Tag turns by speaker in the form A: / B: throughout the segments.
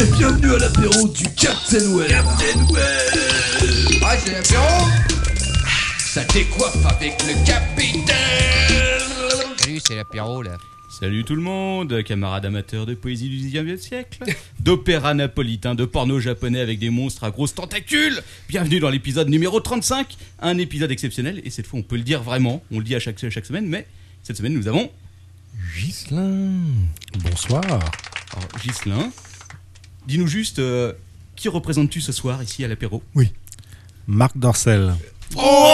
A: Et bienvenue à l'apéro du Captain Well. Captain Well.
B: Ouais, c'est l'apéro. Ça décoiffe avec le capitaine. Salut, c'est l'apéro là.
C: Salut tout le monde, camarades amateurs de poésie du 19e siècle, d'opéra napolitain, de porno japonais avec des monstres à grosses tentacules. Bienvenue dans l'épisode numéro 35, un épisode exceptionnel et cette fois on peut le dire vraiment, on le dit à chaque, à chaque semaine, mais cette semaine nous avons
D: Gislin. Bonsoir.
C: Alors, Gislin, oh, dis-nous juste euh, qui représentes-tu ce soir ici à l'apéro
D: Oui. Marc Dorcel.
C: Oh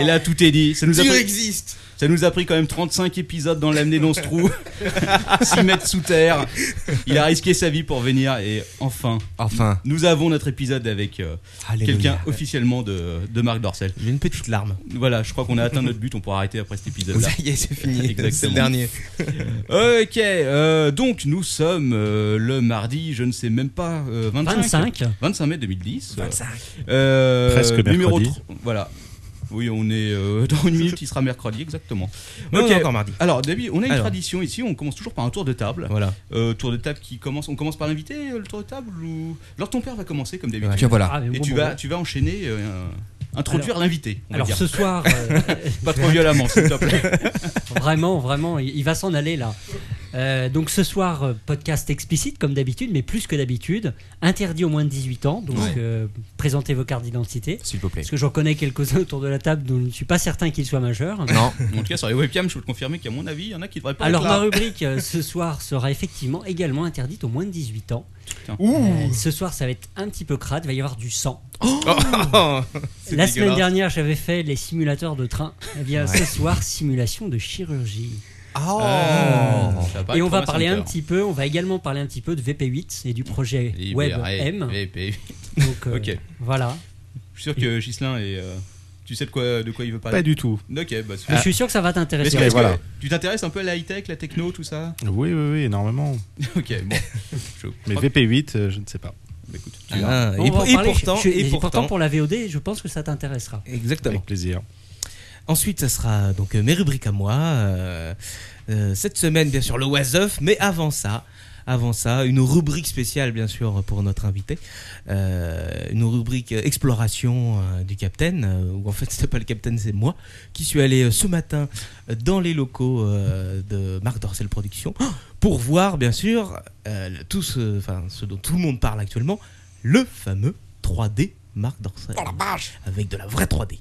C: et là tout est dit, ça nous a
B: Dieu
C: pris-
B: existe.
C: Ça nous a pris quand même 35 épisodes dans l'amener dans ce trou, 6 mètres sous terre. Il a risqué sa vie pour venir et enfin,
E: Enfin,
C: nous avons notre épisode avec euh, quelqu'un officiellement de, de Marc Dorcel.
E: J'ai une petite larme.
C: Voilà, je crois qu'on a atteint notre but, on pourra arrêter après cet épisode-là.
E: Ça y est, c'est fini.
C: Exactement.
E: C'est le dernier.
C: Ok, euh, donc nous sommes euh, le mardi, je ne sais même pas, euh, 25,
F: 25.
C: 25 mai 2010. Euh,
D: Presque
C: numéro
D: mercredi.
C: tro- Voilà. Oui, on est euh, dans une minute, il sera mercredi, exactement.
E: Non,
C: Ok.
E: non, encore mardi.
C: Alors, David, on a une
E: Alors.
C: tradition ici, on commence toujours par un tour de table.
E: Voilà.
C: Euh, tour de table qui commence, on commence par l'invité, euh, le tour de table ou... Alors ton père va commencer comme d'habitude.
E: Tiens, voilà.
F: Ah, mais
C: Et
F: bon,
C: tu,
F: bon,
C: vas,
F: bon.
C: tu vas enchaîner, euh, introduire l'invité. on va
F: Alors
C: dire.
F: ce soir, euh,
C: Pas trop violemment, s'il te plaît.
F: vraiment, vraiment, il il va s'en aller là. Euh, donc ce soir, euh, podcast explicite comme d'habitude, mais plus que d'habitude, interdit aux moins de 18 ans, donc
E: Ouais.
F: euh, présentez vos cartes d'identité.
E: S'il vous plaît.
F: Parce que j'en connais quelques-uns autour de la table dont je ne suis pas certain qu'ils soient majeurs.
E: Non.
C: en tout cas, sur les webcams, je peux te confirmer qu'à mon avis, il y en a qui devraient pas
F: Alors
C: être là.
F: ma rubrique euh, ce soir sera effectivement également interdite aux moins de 18 ans.
C: Putain.
F: Euh, ce soir ça va être un petit peu crade, il va y avoir du sang.
C: Oh,
E: C'est
F: La semaine
E: dégueulasse.
F: dernière j'avais fait les simulateurs de train. Eh bien ce soir simulation de chirurgie.
E: Oh.
C: Ah, Ça pas
F: Et
C: être
F: on va
C: Thomas
F: parler un
C: Hunter.
F: petit peu, on va également parler un petit peu de VP8 et du projet WebM.
C: VP.
F: Donc euh,
C: Ok. Ah.
F: voilà.
C: Eh, Je suis sûr que Gislin est. euh, tu sais de quoi, de quoi il veut parler
D: Pas du tout.
C: Ok, bah c'est-
F: Mais je suis sûr que ça va
C: Mais est-ce
F: t'intéresser.
C: que- est-ce que
D: voilà.
C: Tu t'intéresses un peu à la high-tech, la techno, tout ça
D: Oui, oui, oui, énormément.
C: Ok, bon. Je
D: Mais
C: crois que-
D: VP8, euh, je ne sais pas.
C: bah, écoute, tu verras.
E: Ah,
F: On
E: et,
F: va en
E: pour- et
F: parler.
E: pourtant,
F: Je- je-
E: et pourtant,
F: pour la VOD, je pense que ça t'intéressera.
E: exactement.
D: Avec plaisir.
E: Ensuite, ça sera donc euh, mes rubriques à moi. Euh, euh, cette semaine, bien sûr, le Wasof, mais avant ça, avant ça, une rubrique spéciale, bien sûr, pour notre invité. Euh, une rubrique euh, exploration euh, du Capitaine, euh, où en fait, c'était pas le Capitaine, c'est moi, qui suis allé euh, ce matin euh, dans les locaux euh, de Marc Dorcel Productions oh, pour voir, bien sûr, euh, le- tout ce, enfin, ce dont tout le monde parle actuellement, le fameux 3D Marc Dorcel. Avec de la vraie 3D.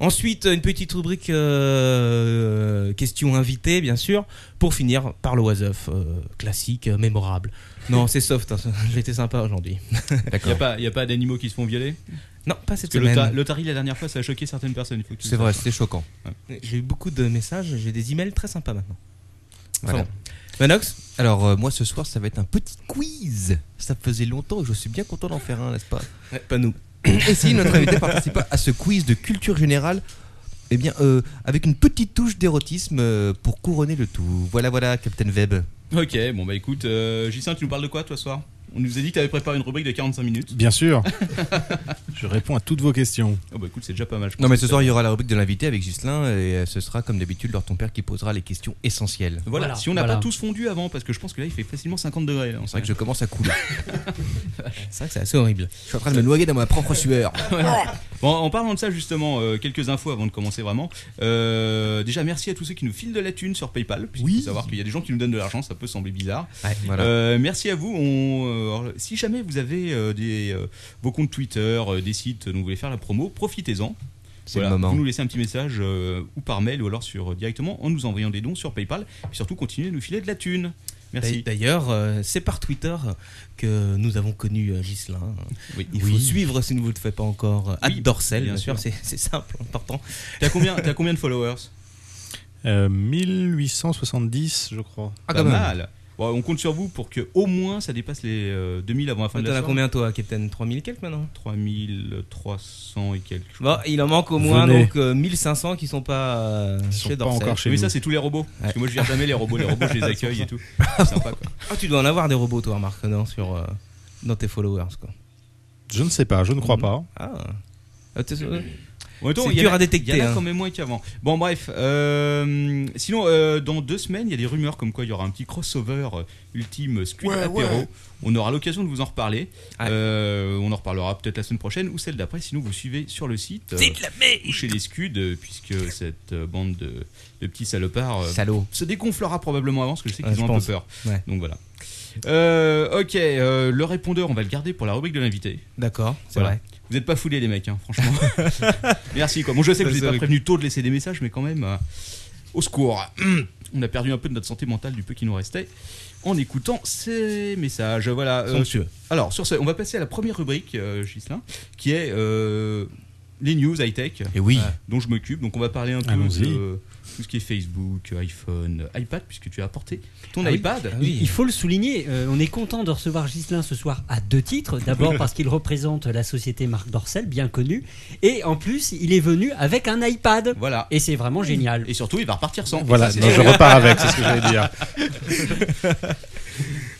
E: Ensuite, une petite rubrique euh, question invité, bien sûr, pour finir par le was-of classique, euh, mémorable. Non, c'est soft, hein, j'ai été sympa aujourd'hui.
C: Il n'y a pas, y a pas d'animaux qui se font violer
E: Non, pas
C: Parce
E: cette
C: que le, ta-
E: semaine.
C: le tari, la dernière fois, ça a choqué certaines personnes. il faut que tu-
E: c'était choquant. J'ai eu beaucoup de messages, j'ai des emails très sympas maintenant. Enfin
G: Voilà.
E: bon. Manox
G: Alors euh, moi ce soir ça va être un petit quiz. Ça faisait longtemps et je suis bien content d'en faire un, n'est-ce pas
E: Pas nous.
G: Et si notre invité participe à ce quiz de culture générale, eh bien euh, avec une petite touche d'érotisme euh, pour couronner le tout. Voilà voilà, Captain Webb.
C: Ok, bon bah écoute, euh, Gislain, tu nous parles de quoi toi ce soir On nous a dit que tu avais préparé une rubrique de 45 minutes.
D: Bien sûr. je réponds à toutes vos questions.
C: Oh bah écoute, c'est déjà pas mal. je pense
G: Non mais
C: que
G: ce
C: ça-
G: soir il y aura la rubrique de l'invité avec Ghislain et euh, ce sera comme d'habitude leur ton père qui posera les questions essentielles.
C: Voilà,
F: Voilà,
C: si on n'a
F: voilà.
C: pas tous fondu avant, parce que je pense que là il fait facilement 50 degrés. là, on
G: C'est vrai
C: s'arrête.
G: que je commence à couler.
E: C'est vrai que c'est assez horrible.
G: je suis en train de me noyer dans ma propre sueur.
C: Bon, en parlant de ça justement, euh, quelques infos avant de commencer vraiment. Euh, déjà, merci à tous ceux qui nous filent de la thune sur PayPal. Oui. Faut savoir qu'il y a des gens qui nous donnent de l'argent, ça peut sembler bizarre.
G: Ouais, voilà.
C: Euh, merci à vous. On, euh, alors, si jamais vous avez euh, des, euh, vos comptes Twitter, euh, des sites dont vous voulez faire la promo, profitez-en.
G: C'est le moment.
C: Vous nous laissez un petit message euh, ou par mail ou alors sur, euh, directement en nous envoyant des dons sur PayPal. Et surtout, continuez de nous filer de la thune. Merci.
E: D'ailleurs, euh, c'est par Twitter que nous avons connu euh, Ghislain.
C: Oui.
E: Il faut suivre si vous ne le faites pas encore. à
C: Oui,
E: Dorsel,
C: bien
E: bien sûr,
C: sûr.
E: c'est c'est simple, important.
C: T'as combien, t'as combien de followers
D: Euh, 1870, je crois.
G: Ah,
C: Pas
G: quand même.
C: mal. Bon, on compte sur vous pour que au moins ça dépasse les euh, 2000 avant la fin de
E: T'en
C: la
E: as
C: soirée.
E: combien toi, Captain 3000 et quelques maintenant
C: 3300 et quelques. je
E: Bon,
C: crois.
E: il en manque au moins
D: Venez.
E: donc euh, 1500 qui sont pas euh,
D: sont
E: chez
D: pas
E: Dorsel.
D: encore chez
C: Mais
D: nous.
C: ça, c'est tous les robots. Parce que moi, je viens jamais les robots. Les robots, je les accueille et tout. C'est sympa, quoi.
E: Ah, tu dois en avoir des robots toi, Marc, non, sur euh, dans tes followers quoi. Mhm.
D: Je ne sais pas, je ne crois pas.
E: Ah. Ah, t'es- euh,
C: En même temps,
E: C'est
C: il y
E: dur
C: en a-
E: à détecter,
C: Il y en a
E: hein.
C: quand même moins qu'avant. Bon, bref. euh, sinon, euh, dans deux semaines, il y a des rumeurs comme quoi il y aura un petit crossover euh, ultime Squid
G: Ouais,
C: Apéro.
G: ouais.
C: On aura l'occasion de vous en reparler.
E: Ouais.
C: Euh, on en reparlera peut-être la semaine prochaine ou celle d'après. Sinon, vous suivez sur le site euh, ou chez les Scuds, euh, puisque cette euh, bande de, de petits salopards euh,
G: Salaud.
C: se dégonflera probablement avant, parce que je sais
E: Ouais,
C: qu'ils
E: je
C: ont un
E: pense.
C: peu peur.
E: Ouais.
C: Donc voilà. Euh, ok, euh, le répondeur, on va le garder pour la rubrique de l'invité.
E: D'accord, c'est
C: Voilà.
E: vrai.
C: Vous n'êtes pas foulés les mecs, hein, franchement. Merci quoi. Bon, je sais que vous
E: C'est
C: n'êtes pas
E: vrai.
C: prévenu tôt de laisser des messages, mais quand même, euh, au secours. On a perdu un peu de notre santé mentale du peu qui nous restait en écoutant ces messages. Voilà. euh,
E: Somptueux.
C: alors sur ce, on va passer à la première rubrique, euh, Ghislain, qui est euh, les news high tech
G: Et oui.
C: dont je m'occupe. Donc on va parler un peu
D: Allons-y.
C: de tout ce qui est Facebook, iPhone, iPad, puisque tu as apporté ton
F: Ah oui.
C: iPad.
E: Ah
F: Il- Il faut le souligner, euh, on est content de recevoir Ghislain ce soir à deux titres. D'abord parce qu'il représente la société Marc Dorcel, bien connue, et en plus il est venu avec un iPad.
C: Voilà.
F: Et c'est vraiment génial.
C: Et surtout, il va repartir sans.
D: Voilà,
C: Et ça,
D: non,
C: c'est-
D: je repars avec, c'est ce que j'allais dire.
C: Est-ce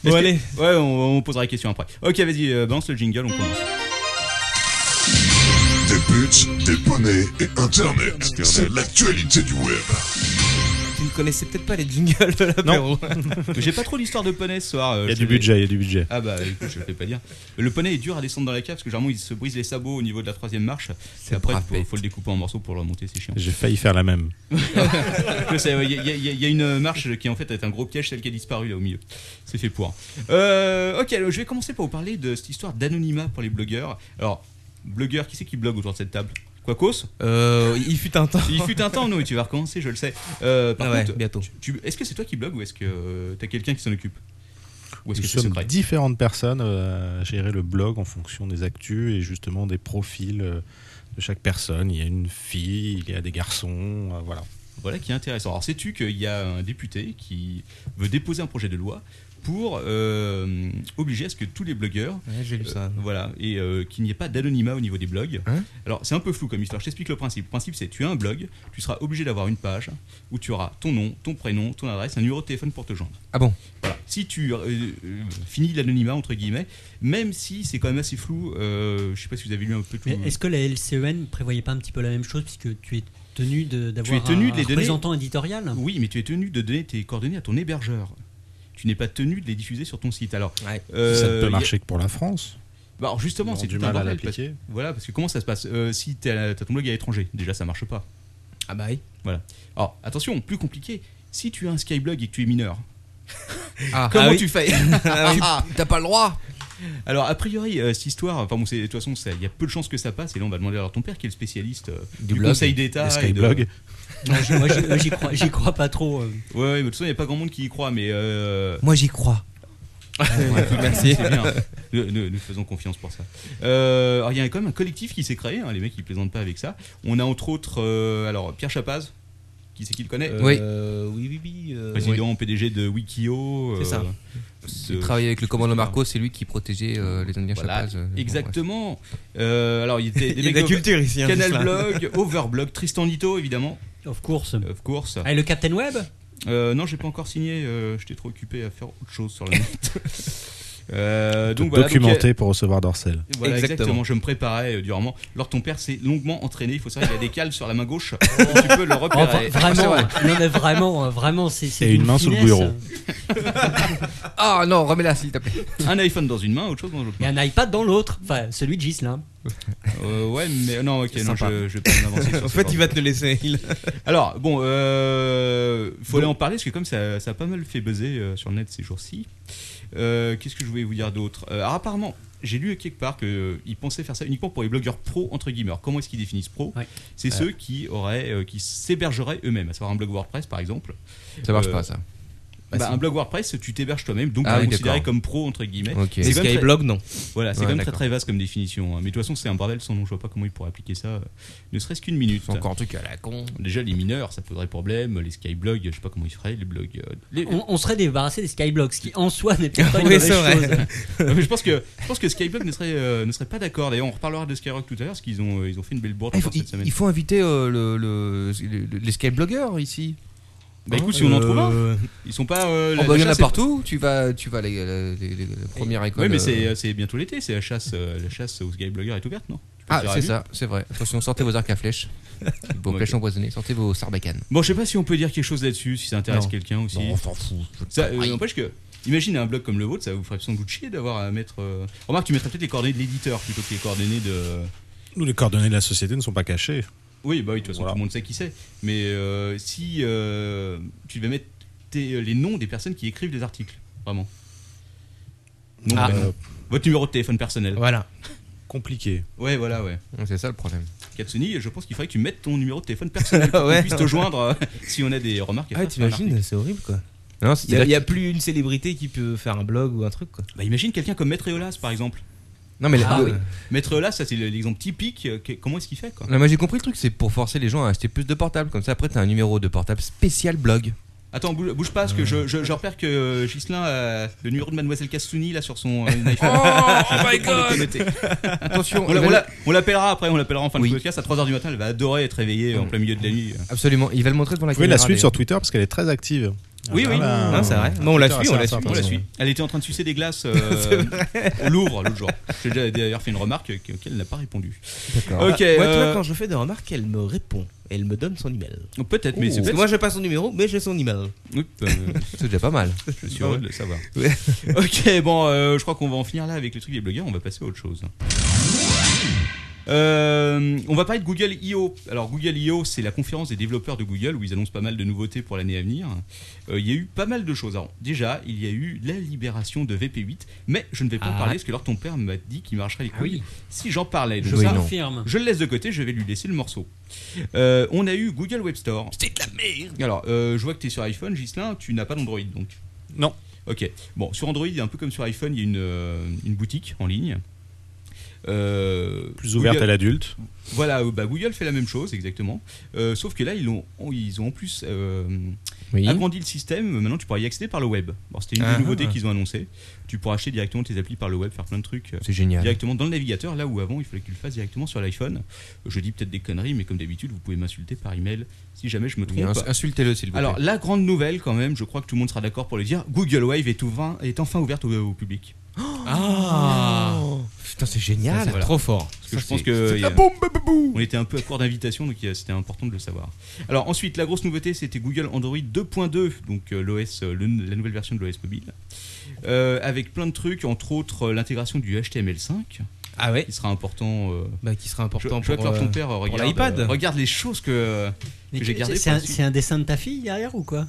E: Bon,
C: que-
E: allez.
C: Ouais, on, on posera la question après. Ok, vas-y, euh, balance le jingle, on commence.
A: Des buts, des poneys et Internet. C'est l'actualité du web.
E: Tu ne connaissais peut-être pas les jingles de l'apéro.
C: Mais J'ai pas trop l'histoire de poney ce soir. euh,
D: Il y
C: je
D: a du
C: te l'ai-
D: budget, il y a du budget.
C: Ah bah écoute, je vais pas dire. Le poney est dur à descendre dans la cave parce que généralement il se brise les sabots au niveau de la troisième marche. Et après,
G: brave
C: faut,
G: bête.
C: faut le découper en morceaux pour le remonter, c'est chiant.
D: J'ai failli faire la même.
C: Je sais, ouais, Il y, a- il y a- il y a- il y a une marche qui en fait est un gros piège, celle qui a disparu là au milieu. C'est fait pour. Euh, ok, alors, je vais commencer par vous parler de cette histoire d'anonymat pour les blogueurs. Alors, blogueurs, qui c'est qui blogue autour de cette table Quacos
E: Euh, il fut un temps.
C: Il fut un temps, non, mais tu vas recommencer, je le sais. Euh, par
E: Ah ouais,
C: contre,
E: bientôt.
C: tu- est-ce que c'est toi qui blogue ou est-ce que euh, t'as quelqu'un qui s'en occupe Ou est-ce
D: Nous
C: que c'est
D: sommes
C: secret
D: différentes personnes euh, à gérer le blog en fonction des actus et justement des profils euh, de chaque personne. Il y a une fille, il y a des garçons, euh, voilà.
C: Voilà qui est intéressant. Alors sais-tu qu'il y a un député qui veut déposer un projet de loi pour euh, obliger à ce que tous les blogueurs,
E: Ouais, j'ai lu
C: euh,
E: ça.
C: voilà, et euh, qu'il n'y ait pas d'anonymat au niveau des blogs.
G: Hein
C: Alors c'est un peu flou comme histoire. Je t'explique le principe. Le principe c'est tu as un blog, tu seras obligé d'avoir une page où tu auras ton nom, ton prénom, ton adresse, un numéro de téléphone pour te joindre.
G: Ah bon
C: Voilà. Si tu euh, euh, finis l'anonymat entre guillemets, même si c'est quand même assez flou. euh, je sais pas si vous avez lu un peu tout.
F: Mais Est-ce que la LCEN prévoyait pas un petit peu la même chose puisque tu es tenu de- d'avoir
C: es tenu
F: un
C: de les donner.
F: représentant éditorial
C: Ah Oui, mais tu es tenu de donner tes coordonnées à ton hébergeur. Tu n'es pas tenu de les diffuser sur ton site. Alors,
E: Ouais.
C: euh,
D: ça ne
C: y
D: peut
C: a-
D: marcher que pour la France.
C: Bah, alors justement,
D: Ils
C: c'est
D: ont du
C: tout un
D: mal à
C: bordel, parce-
D: l'appliquer.
C: Voilà, parce que comment ça se passe Euh, Si tu as ton blog à l'étranger, déjà ça marche pas.
E: Ah bah oui.
C: Alors attention, plus compliqué, si tu as un Skyblog et que tu es mineur,
G: Ah.
C: comment
E: Ah oui.
C: tu fais
G: Ah, T'as pas le droit
C: Alors a priori, euh, cette histoire, enfin bon, c'est- de toute façon, ça- il y a peu de chances que ça passe. Et là, on va demander alors à ton père qui est le spécialiste euh, du,
G: blog.
C: Conseil d'État.
D: Les
C: et de-
D: Skyblog.
F: Non, j'ai- moi, j'ai- j'y crois, j'y crois pas trop. euh.
C: Ouais, ouais, mais de toute façon, il n'y a pas grand monde qui y croit, mais euh,
G: Moi j'y crois.
C: Merci. C'est bien. Nous, nous- nous faisons confiance pour ça. Euh, alors, il y a quand même un collectif qui s'est créé. hein, les mecs, ils plaisantent pas avec ça. On a entre autres, euh, alors Pierre Chapaz, qui c'est qui le connaît
G: Oui.
E: Euh, oui, oui, oui. euh,
C: Président PDG de Wikio. euh,
E: C'est ça.
C: ce-
G: Il travaillait avec le commandant Marco, c'est lui qui protégeait euh, les Indiens
C: voilà,
G: Chapaz, euh, bon,
C: exactement. Euh, alors, il était
E: Il
C: des
E: y a
C: mecs
E: de la
C: d'Over-
E: culture ici. hein,
C: Canal
E: Ghislain.
C: Blog, Overblog, Tristan Lito, évidemment,
F: Of course.
C: of course.
F: Ah, et le Captain Web
C: Euh, non, j'ai pas encore signé. euh, J'étais trop occupé à faire autre chose sur le net. Euh, donc voilà, donc,
D: documenté pour recevoir Dorsel.
C: Voilà, exactement.
E: Exactement.
C: je me préparais euh, durement. Lors ton père s'est longuement entraîné, il faut savoir qu'il a des cales sur la main gauche. tu peux le
F: Oh, vra-
C: repérer.
F: Vraiment, non, mais vraiment, euh, vraiment, c'est. c'est
D: Et une
F: d'une
D: main sous le
F: finesse. euh,
D: bureau.
G: ouais. Ah non, remets-la s'il te plaît.
C: Un iPhone dans une main, autre chose dans l'autre
F: Et
C: main.
F: un iPad dans l'autre, enfin celui de Gislain.
C: Euh, ouais, mais non, ok,
E: C'est
C: non,
E: sympa.
C: je, je vais pas m'avancer. sur
E: En
C: ce
E: fait,
C: bordel.
E: il va te le laisser. Il-
C: Alors, bon, euh, faut aller en parler parce que comme ça, ça a pas mal fait buzzer euh, sur le net ces jours-ci. Euh, Qu'est-ce que je voulais vous dire d'autre Euh, Alors, apparemment, j'ai lu quelque part qu'ils pensaient faire ça uniquement pour les blogueurs pro, entre guillemets. Alors, comment est-ce qu'ils définissent pro
F: Ouais.
C: C'est ceux qui auraient, euh, qui s'hébergeraient eux-mêmes, à savoir un blog WordPress par exemple.
G: Ça marche
C: Euh,
G: pas ça.
C: Bah,
E: Bah,
C: un blog WordPress, tu t'héberges toi-même, donc
G: Ah
C: tu es
G: oui,
C: considéré
G: d'accord.
C: comme pro entre guillemets.
G: Ok.
C: C'est
E: Mais
C: quand même très-
E: Skyblog, non.
C: Voilà, c'est
G: Ouais,
C: quand même très
G: d'accord.
C: très vaste comme définition. hein. Mais de toute façon, c'est un bordel sans nom. Je vois pas comment ils pourraient appliquer ça, euh, ne serait-ce qu'une minute.
G: C'est encore un truc à la con.
C: Déjà, les mineurs, ça poserait problème. Les skyblogs, je sais pas comment ils feraient. Les blogs. euh, les-
F: On, on serait débarrassé des skyblocks, ce qui en soi n'est peut-être pas une
E: Oui,
F: mauvaise
E: c'est vrai.
F: chose.
C: Non, mais je pense que je pense que Skyblog ne serait euh, ne serait pas d'accord. D'ailleurs, on reparlera de Skyrock tout à l'heure parce qu'ils ont euh, ils ont fait une belle bourde
G: Ah, il, faut,
C: encore
G: il-
C: cette semaine.
G: il faut inviter euh, le, le- le- les skybloggers ici.
C: Bah écoute, si on en trouve un,
E: Euh,
C: ils sont pas.
G: Oh,
C: euh, la-
G: bah,
C: la
G: il y en a
C: chasse est-
G: partout. Tu vas, tu vas les, les, les- les- les premières écoles.
C: Oui, mais
G: euh,
C: c'est c'est bientôt l'été. C'est la chasse euh, la chasse aux skybloggers est ouverte, non
G: Ah,
C: tirer à
G: c'est
C: vue.
G: ça, c'est vrai. Attention, sortez vos arcs à flèches, vos
C: Ok.
G: flèches empoisonnées, sortez vos sarbacanes.
C: Bon, je sais pas si on peut dire quelque chose là-dessus, si ça intéresse
G: Non.
C: quelqu'un aussi.
G: Non, on s'en fout.
C: Ça euh, n'empêche que. Imagine un blog comme le vôtre, ça vous ferait sans doute chier d'avoir à mettre. euh, Remarque, tu mettrais peut-être les coordonnées de l'éditeur plutôt que les coordonnées de.
D: Nous, les coordonnées de la société ne sont pas cachées.
C: Oui, bah oui, de toute façon, tout le monde sait qui c'est. Mais euh, si euh, tu devais mettre tes- euh, les noms des personnes qui écrivent les articles, vraiment. Nom,
E: Ah.
C: prénom. Votre numéro de téléphone personnel.
E: Voilà.
D: Compliqué.
C: Ouais, voilà, ouais.
G: C'est ça le problème.
C: Katsuni, je pense qu'il faudrait que tu mettes ton numéro de téléphone personnel pour
E: Ouais.
C: qu'on puisse te joindre euh, si on a des remarques à
E: Ah,
C: faire. sur un article.
E: t'imagines, c'est horrible quoi.
G: Non,
E: Il y a,
G: c'est-à-dire
E: y a plus une célébrité qui peut faire un blog ou un truc quoi.
C: Bah, imagine quelqu'un comme Maître Eolas, par exemple.
G: que- Non, mais la-
E: Ah,
G: le-
E: ouais.
C: Maître Eolas, ça c'est l'exemple typique. euh, que- Comment est-ce qu'il fait, quoi
G: non, moi j'ai compris le truc, c'est pour forcer les gens à acheter plus de portables. Comme ça, après, t'as un numéro de portable spécial blog.
C: Attends, bouge, bouge pas, parce que je, je- je repère que euh, Ghislain a le numéro de Mademoiselle Katsuni là sur son euh,
G: Oh,
C: iPhone.
G: my
C: On
G: god
C: était-
G: Attention,
C: On,
G: il
C: la-
G: va-
C: on la- on l'appellera après, on l'appellera en fin
G: Oui. Mm.
C: de podcast à 3h du matin, elle va adorer être réveillée en plein milieu de la nuit.
G: absolument, il va le montrer devant la
D: Vous pouvez
G: caméra.
D: la suivre
G: d'ailleurs.
D: sur Twitter parce qu'elle est très active.
G: Ah,
C: Oui, oui.
E: Non, Ah, c'est
C: ah,
E: vrai. Non, on la
D: Twitter,
E: suit,
D: c'est
E: on la
D: sympa,
E: suit,
C: On la
D: c'est
C: suit. Elle était en train de sucer des glaces euh, au Louvre l'autre jour. J'ai déjà d'ailleurs fait une remarque auquel elle n'a pas répondu.
G: D'accord.
C: Ok,
E: Moi, tu
C: euh,
E: vois, quand je fais des remarques, elle me répond. Elle me donne son email.
C: peut-être, mais c'est
E: Parce que
C: peut-être.
E: moi, j'ai pas son numéro, mais j'ai son email.
C: Oups, euh,
G: C'est déjà pas mal.
C: je suis heureux de le savoir.
G: Ouais.
C: Bah ok, bon, euh, je crois qu'on va en finir là avec le truc des blogueurs, on va passer à autre chose. Euh, on va parler de Google I.O. Alors Google I.O. c'est la conférence des développeurs de Google où ils annoncent pas mal de nouveautés pour l'année à venir. Euh, Il y a eu pas mal de choses. Alors, déjà, il y a eu la libération de VP8, mais je ne vais pas en
F: Ah.
C: parler parce que alors ton père m'a dit qu'il marcherait les
F: Ah
C: couilles
F: oui.
C: si j'en parlais. Donc
F: Je
G: Oui,
C: ça,
G: non.
F: confirme.
C: je le laisse de côté, je vais lui laisser le morceau. Euh, on a eu Google Web Store.
B: C'est de la merde.
C: Alors, euh, je vois que tu es sur iPhone, Gislin, tu n'as pas d'Android donc
D: Non.
C: Ok. Bon, sur Android, un peu comme sur iPhone, il y a une, euh, une boutique en ligne. Euh,
D: Plus ouverte à
C: Google-
D: l'adulte.
C: Voilà, euh, bah, Google fait la même chose exactement. Euh, sauf que là, ils ont, ils ont en plus euh,
G: Oui.
C: agrandi le système. Maintenant, tu pourras y accéder par le web. Bon, C'était une
G: Ah,
C: des nouveautés
G: ah.
C: qu'ils ont annoncé. Tu pourras acheter directement tes applis par le web, faire plein de trucs. euh,
G: C'est génial.
C: Directement dans le navigateur, là où avant il fallait que tu le fasses directement sur l'iPhone. Je dis peut-être des conneries, mais comme d'habitude, vous pouvez m'insulter par email si jamais je me
G: Oui,
C: trompe.
G: ins- Insultez-le, s'il vous plaît.
C: Alors, la grande nouvelle, quand même, je crois que tout le monde sera d'accord pour le dire Google Wave est, ouvert- est enfin ouverte au, au public.
G: Ah
E: Oh.
G: Putain, c'est génial.
C: Voilà.
E: Trop fort.
C: Parce que
G: Ça,
C: je pense
G: c'est-
C: que.
G: c'est
C: il y
G: la
C: a- On était un peu à court d'invitation, donc il y a- c'était important de le savoir. Alors, ensuite, la grosse nouveauté, c'était Google Android 2.2, donc euh, l'OS, euh, le- la nouvelle version de l'OS mobile. Euh, avec plein de trucs, entre autres euh, l'intégration du HTML5,
E: Ah ouais
C: qui sera important. euh,
E: Bah, qui sera
C: je,
E: important
C: je vois que
E: pour.
C: leur ton
E: euh,
C: père euh, regarde,
E: l'iPad.
C: euh, regarde les choses que, euh,
F: Mais
C: que j'ai
F: tu-
C: gardées.
F: C'est
C: pour
F: un,
C: la suite.
F: c'est un dessin de ta fille derrière ou quoi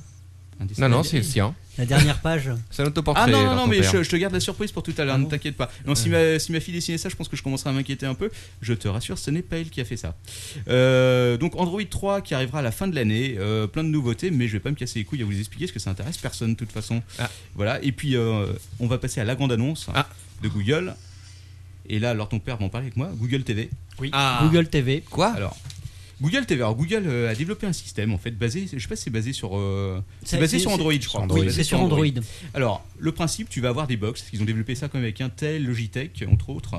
C: Un dessin
G: Non, non,
C: animé.
G: c'est le sien.
F: La dernière page
G: C'est un autoportrait.
C: Ah non,
G: alors,
C: non, non,
G: ton
C: mais
G: père.
C: je, je te garde la surprise pour tout à
E: Ah
C: l'heure, ne t'inquiète pas. Non, si, ma, si ma fille dessinait ça, je pense que je commencerai à m'inquiéter un peu. Je te rassure, ce n'est pas elle qui a fait ça. Euh, donc Android 3 qui arrivera à la fin de l'année, euh, plein de nouveautés, mais je vais pas me casser les couilles à vous expliquer parce que ça intéresse personne de toute façon.
E: Ah.
C: Voilà, et puis euh, on va passer à la grande annonce
E: Ah.
C: de Google. Et là, alors ton père va en parler avec moi, Google TV.
E: Ah.
F: Google TV.
G: Quoi
C: Alors. Google TV, alors Google euh, a développé un système en fait basé, je sais pas si c'est basé sur, euh, c'est
F: Ça,
C: basé
F: c'est-
C: sur
F: c'est-
C: Android, je crois.
D: Android.
C: Oui,
F: Oui,
C: basé
F: c'est sur Android.
C: alors, le principe, tu vas avoir des box. Ils ont développé ça quand même avec Intel, Logitech, entre autres.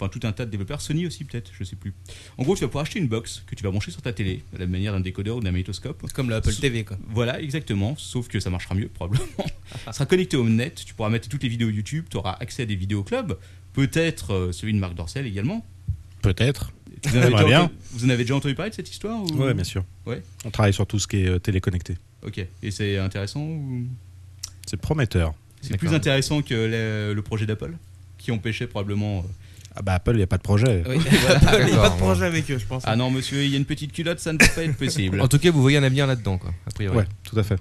C: Enfin, tout un tas de développeurs. Sony aussi, peut-être, je sais plus. En gros, tu vas pouvoir acheter une box que tu vas brancher sur ta télé, de la manière d'un décodeur ou d'un magnétoscope.
E: Comme l'Apple TV quoi.
C: Voilà, exactement. Sauf que ça marchera mieux, probablement.
F: Ah.
C: Ça sera connecté au net. Tu pourras mettre toutes les vidéos YouTube. Tu auras accès à des vidéos clubs. Peut-être euh, celui de Marc Dorcel également.
D: Peut-être.
C: Vous en, avez
D: J'aimerais
C: déjà
D: bien.
C: entendu, vous en avez déjà entendu parler de cette histoire ou...
D: Ouais, bien sûr.
C: Ouais.
D: On travaille sur tout ce qui est euh, téléconnecté.
C: Ok. Et c'est intéressant ou...
D: C'est prometteur.
C: C'est
G: D'accord.
C: plus intéressant que le, le projet d'Apple, qui empêchait probablement. euh,
D: Ah bah Apple, il n'y a pas de projet.
E: Oui.
G: D'accord,
E: Il y a pas de
G: bon.
E: projet avec eux, je pense.
C: Ah non, monsieur, il y a une petite culotte, ça ne peut pas être possible.
G: En tout cas, vous voyez un avenir là-dedans, quoi. A priori.
D: Ouais, tout à fait.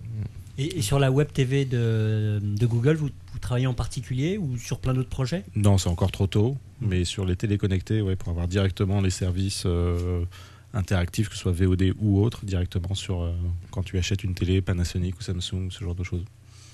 F: Et, et sur la web TV de, de Google, vous, vous travaillez en particulier ou sur plein d'autres projets
D: Non, c'est encore trop tôt, mais sur les téléconnectés, ouais, pour avoir directement les services euh, interactifs, que ce soit VOD ou autre, directement sur euh, quand tu achètes une télé Panasonic ou Samsung, ce genre de choses.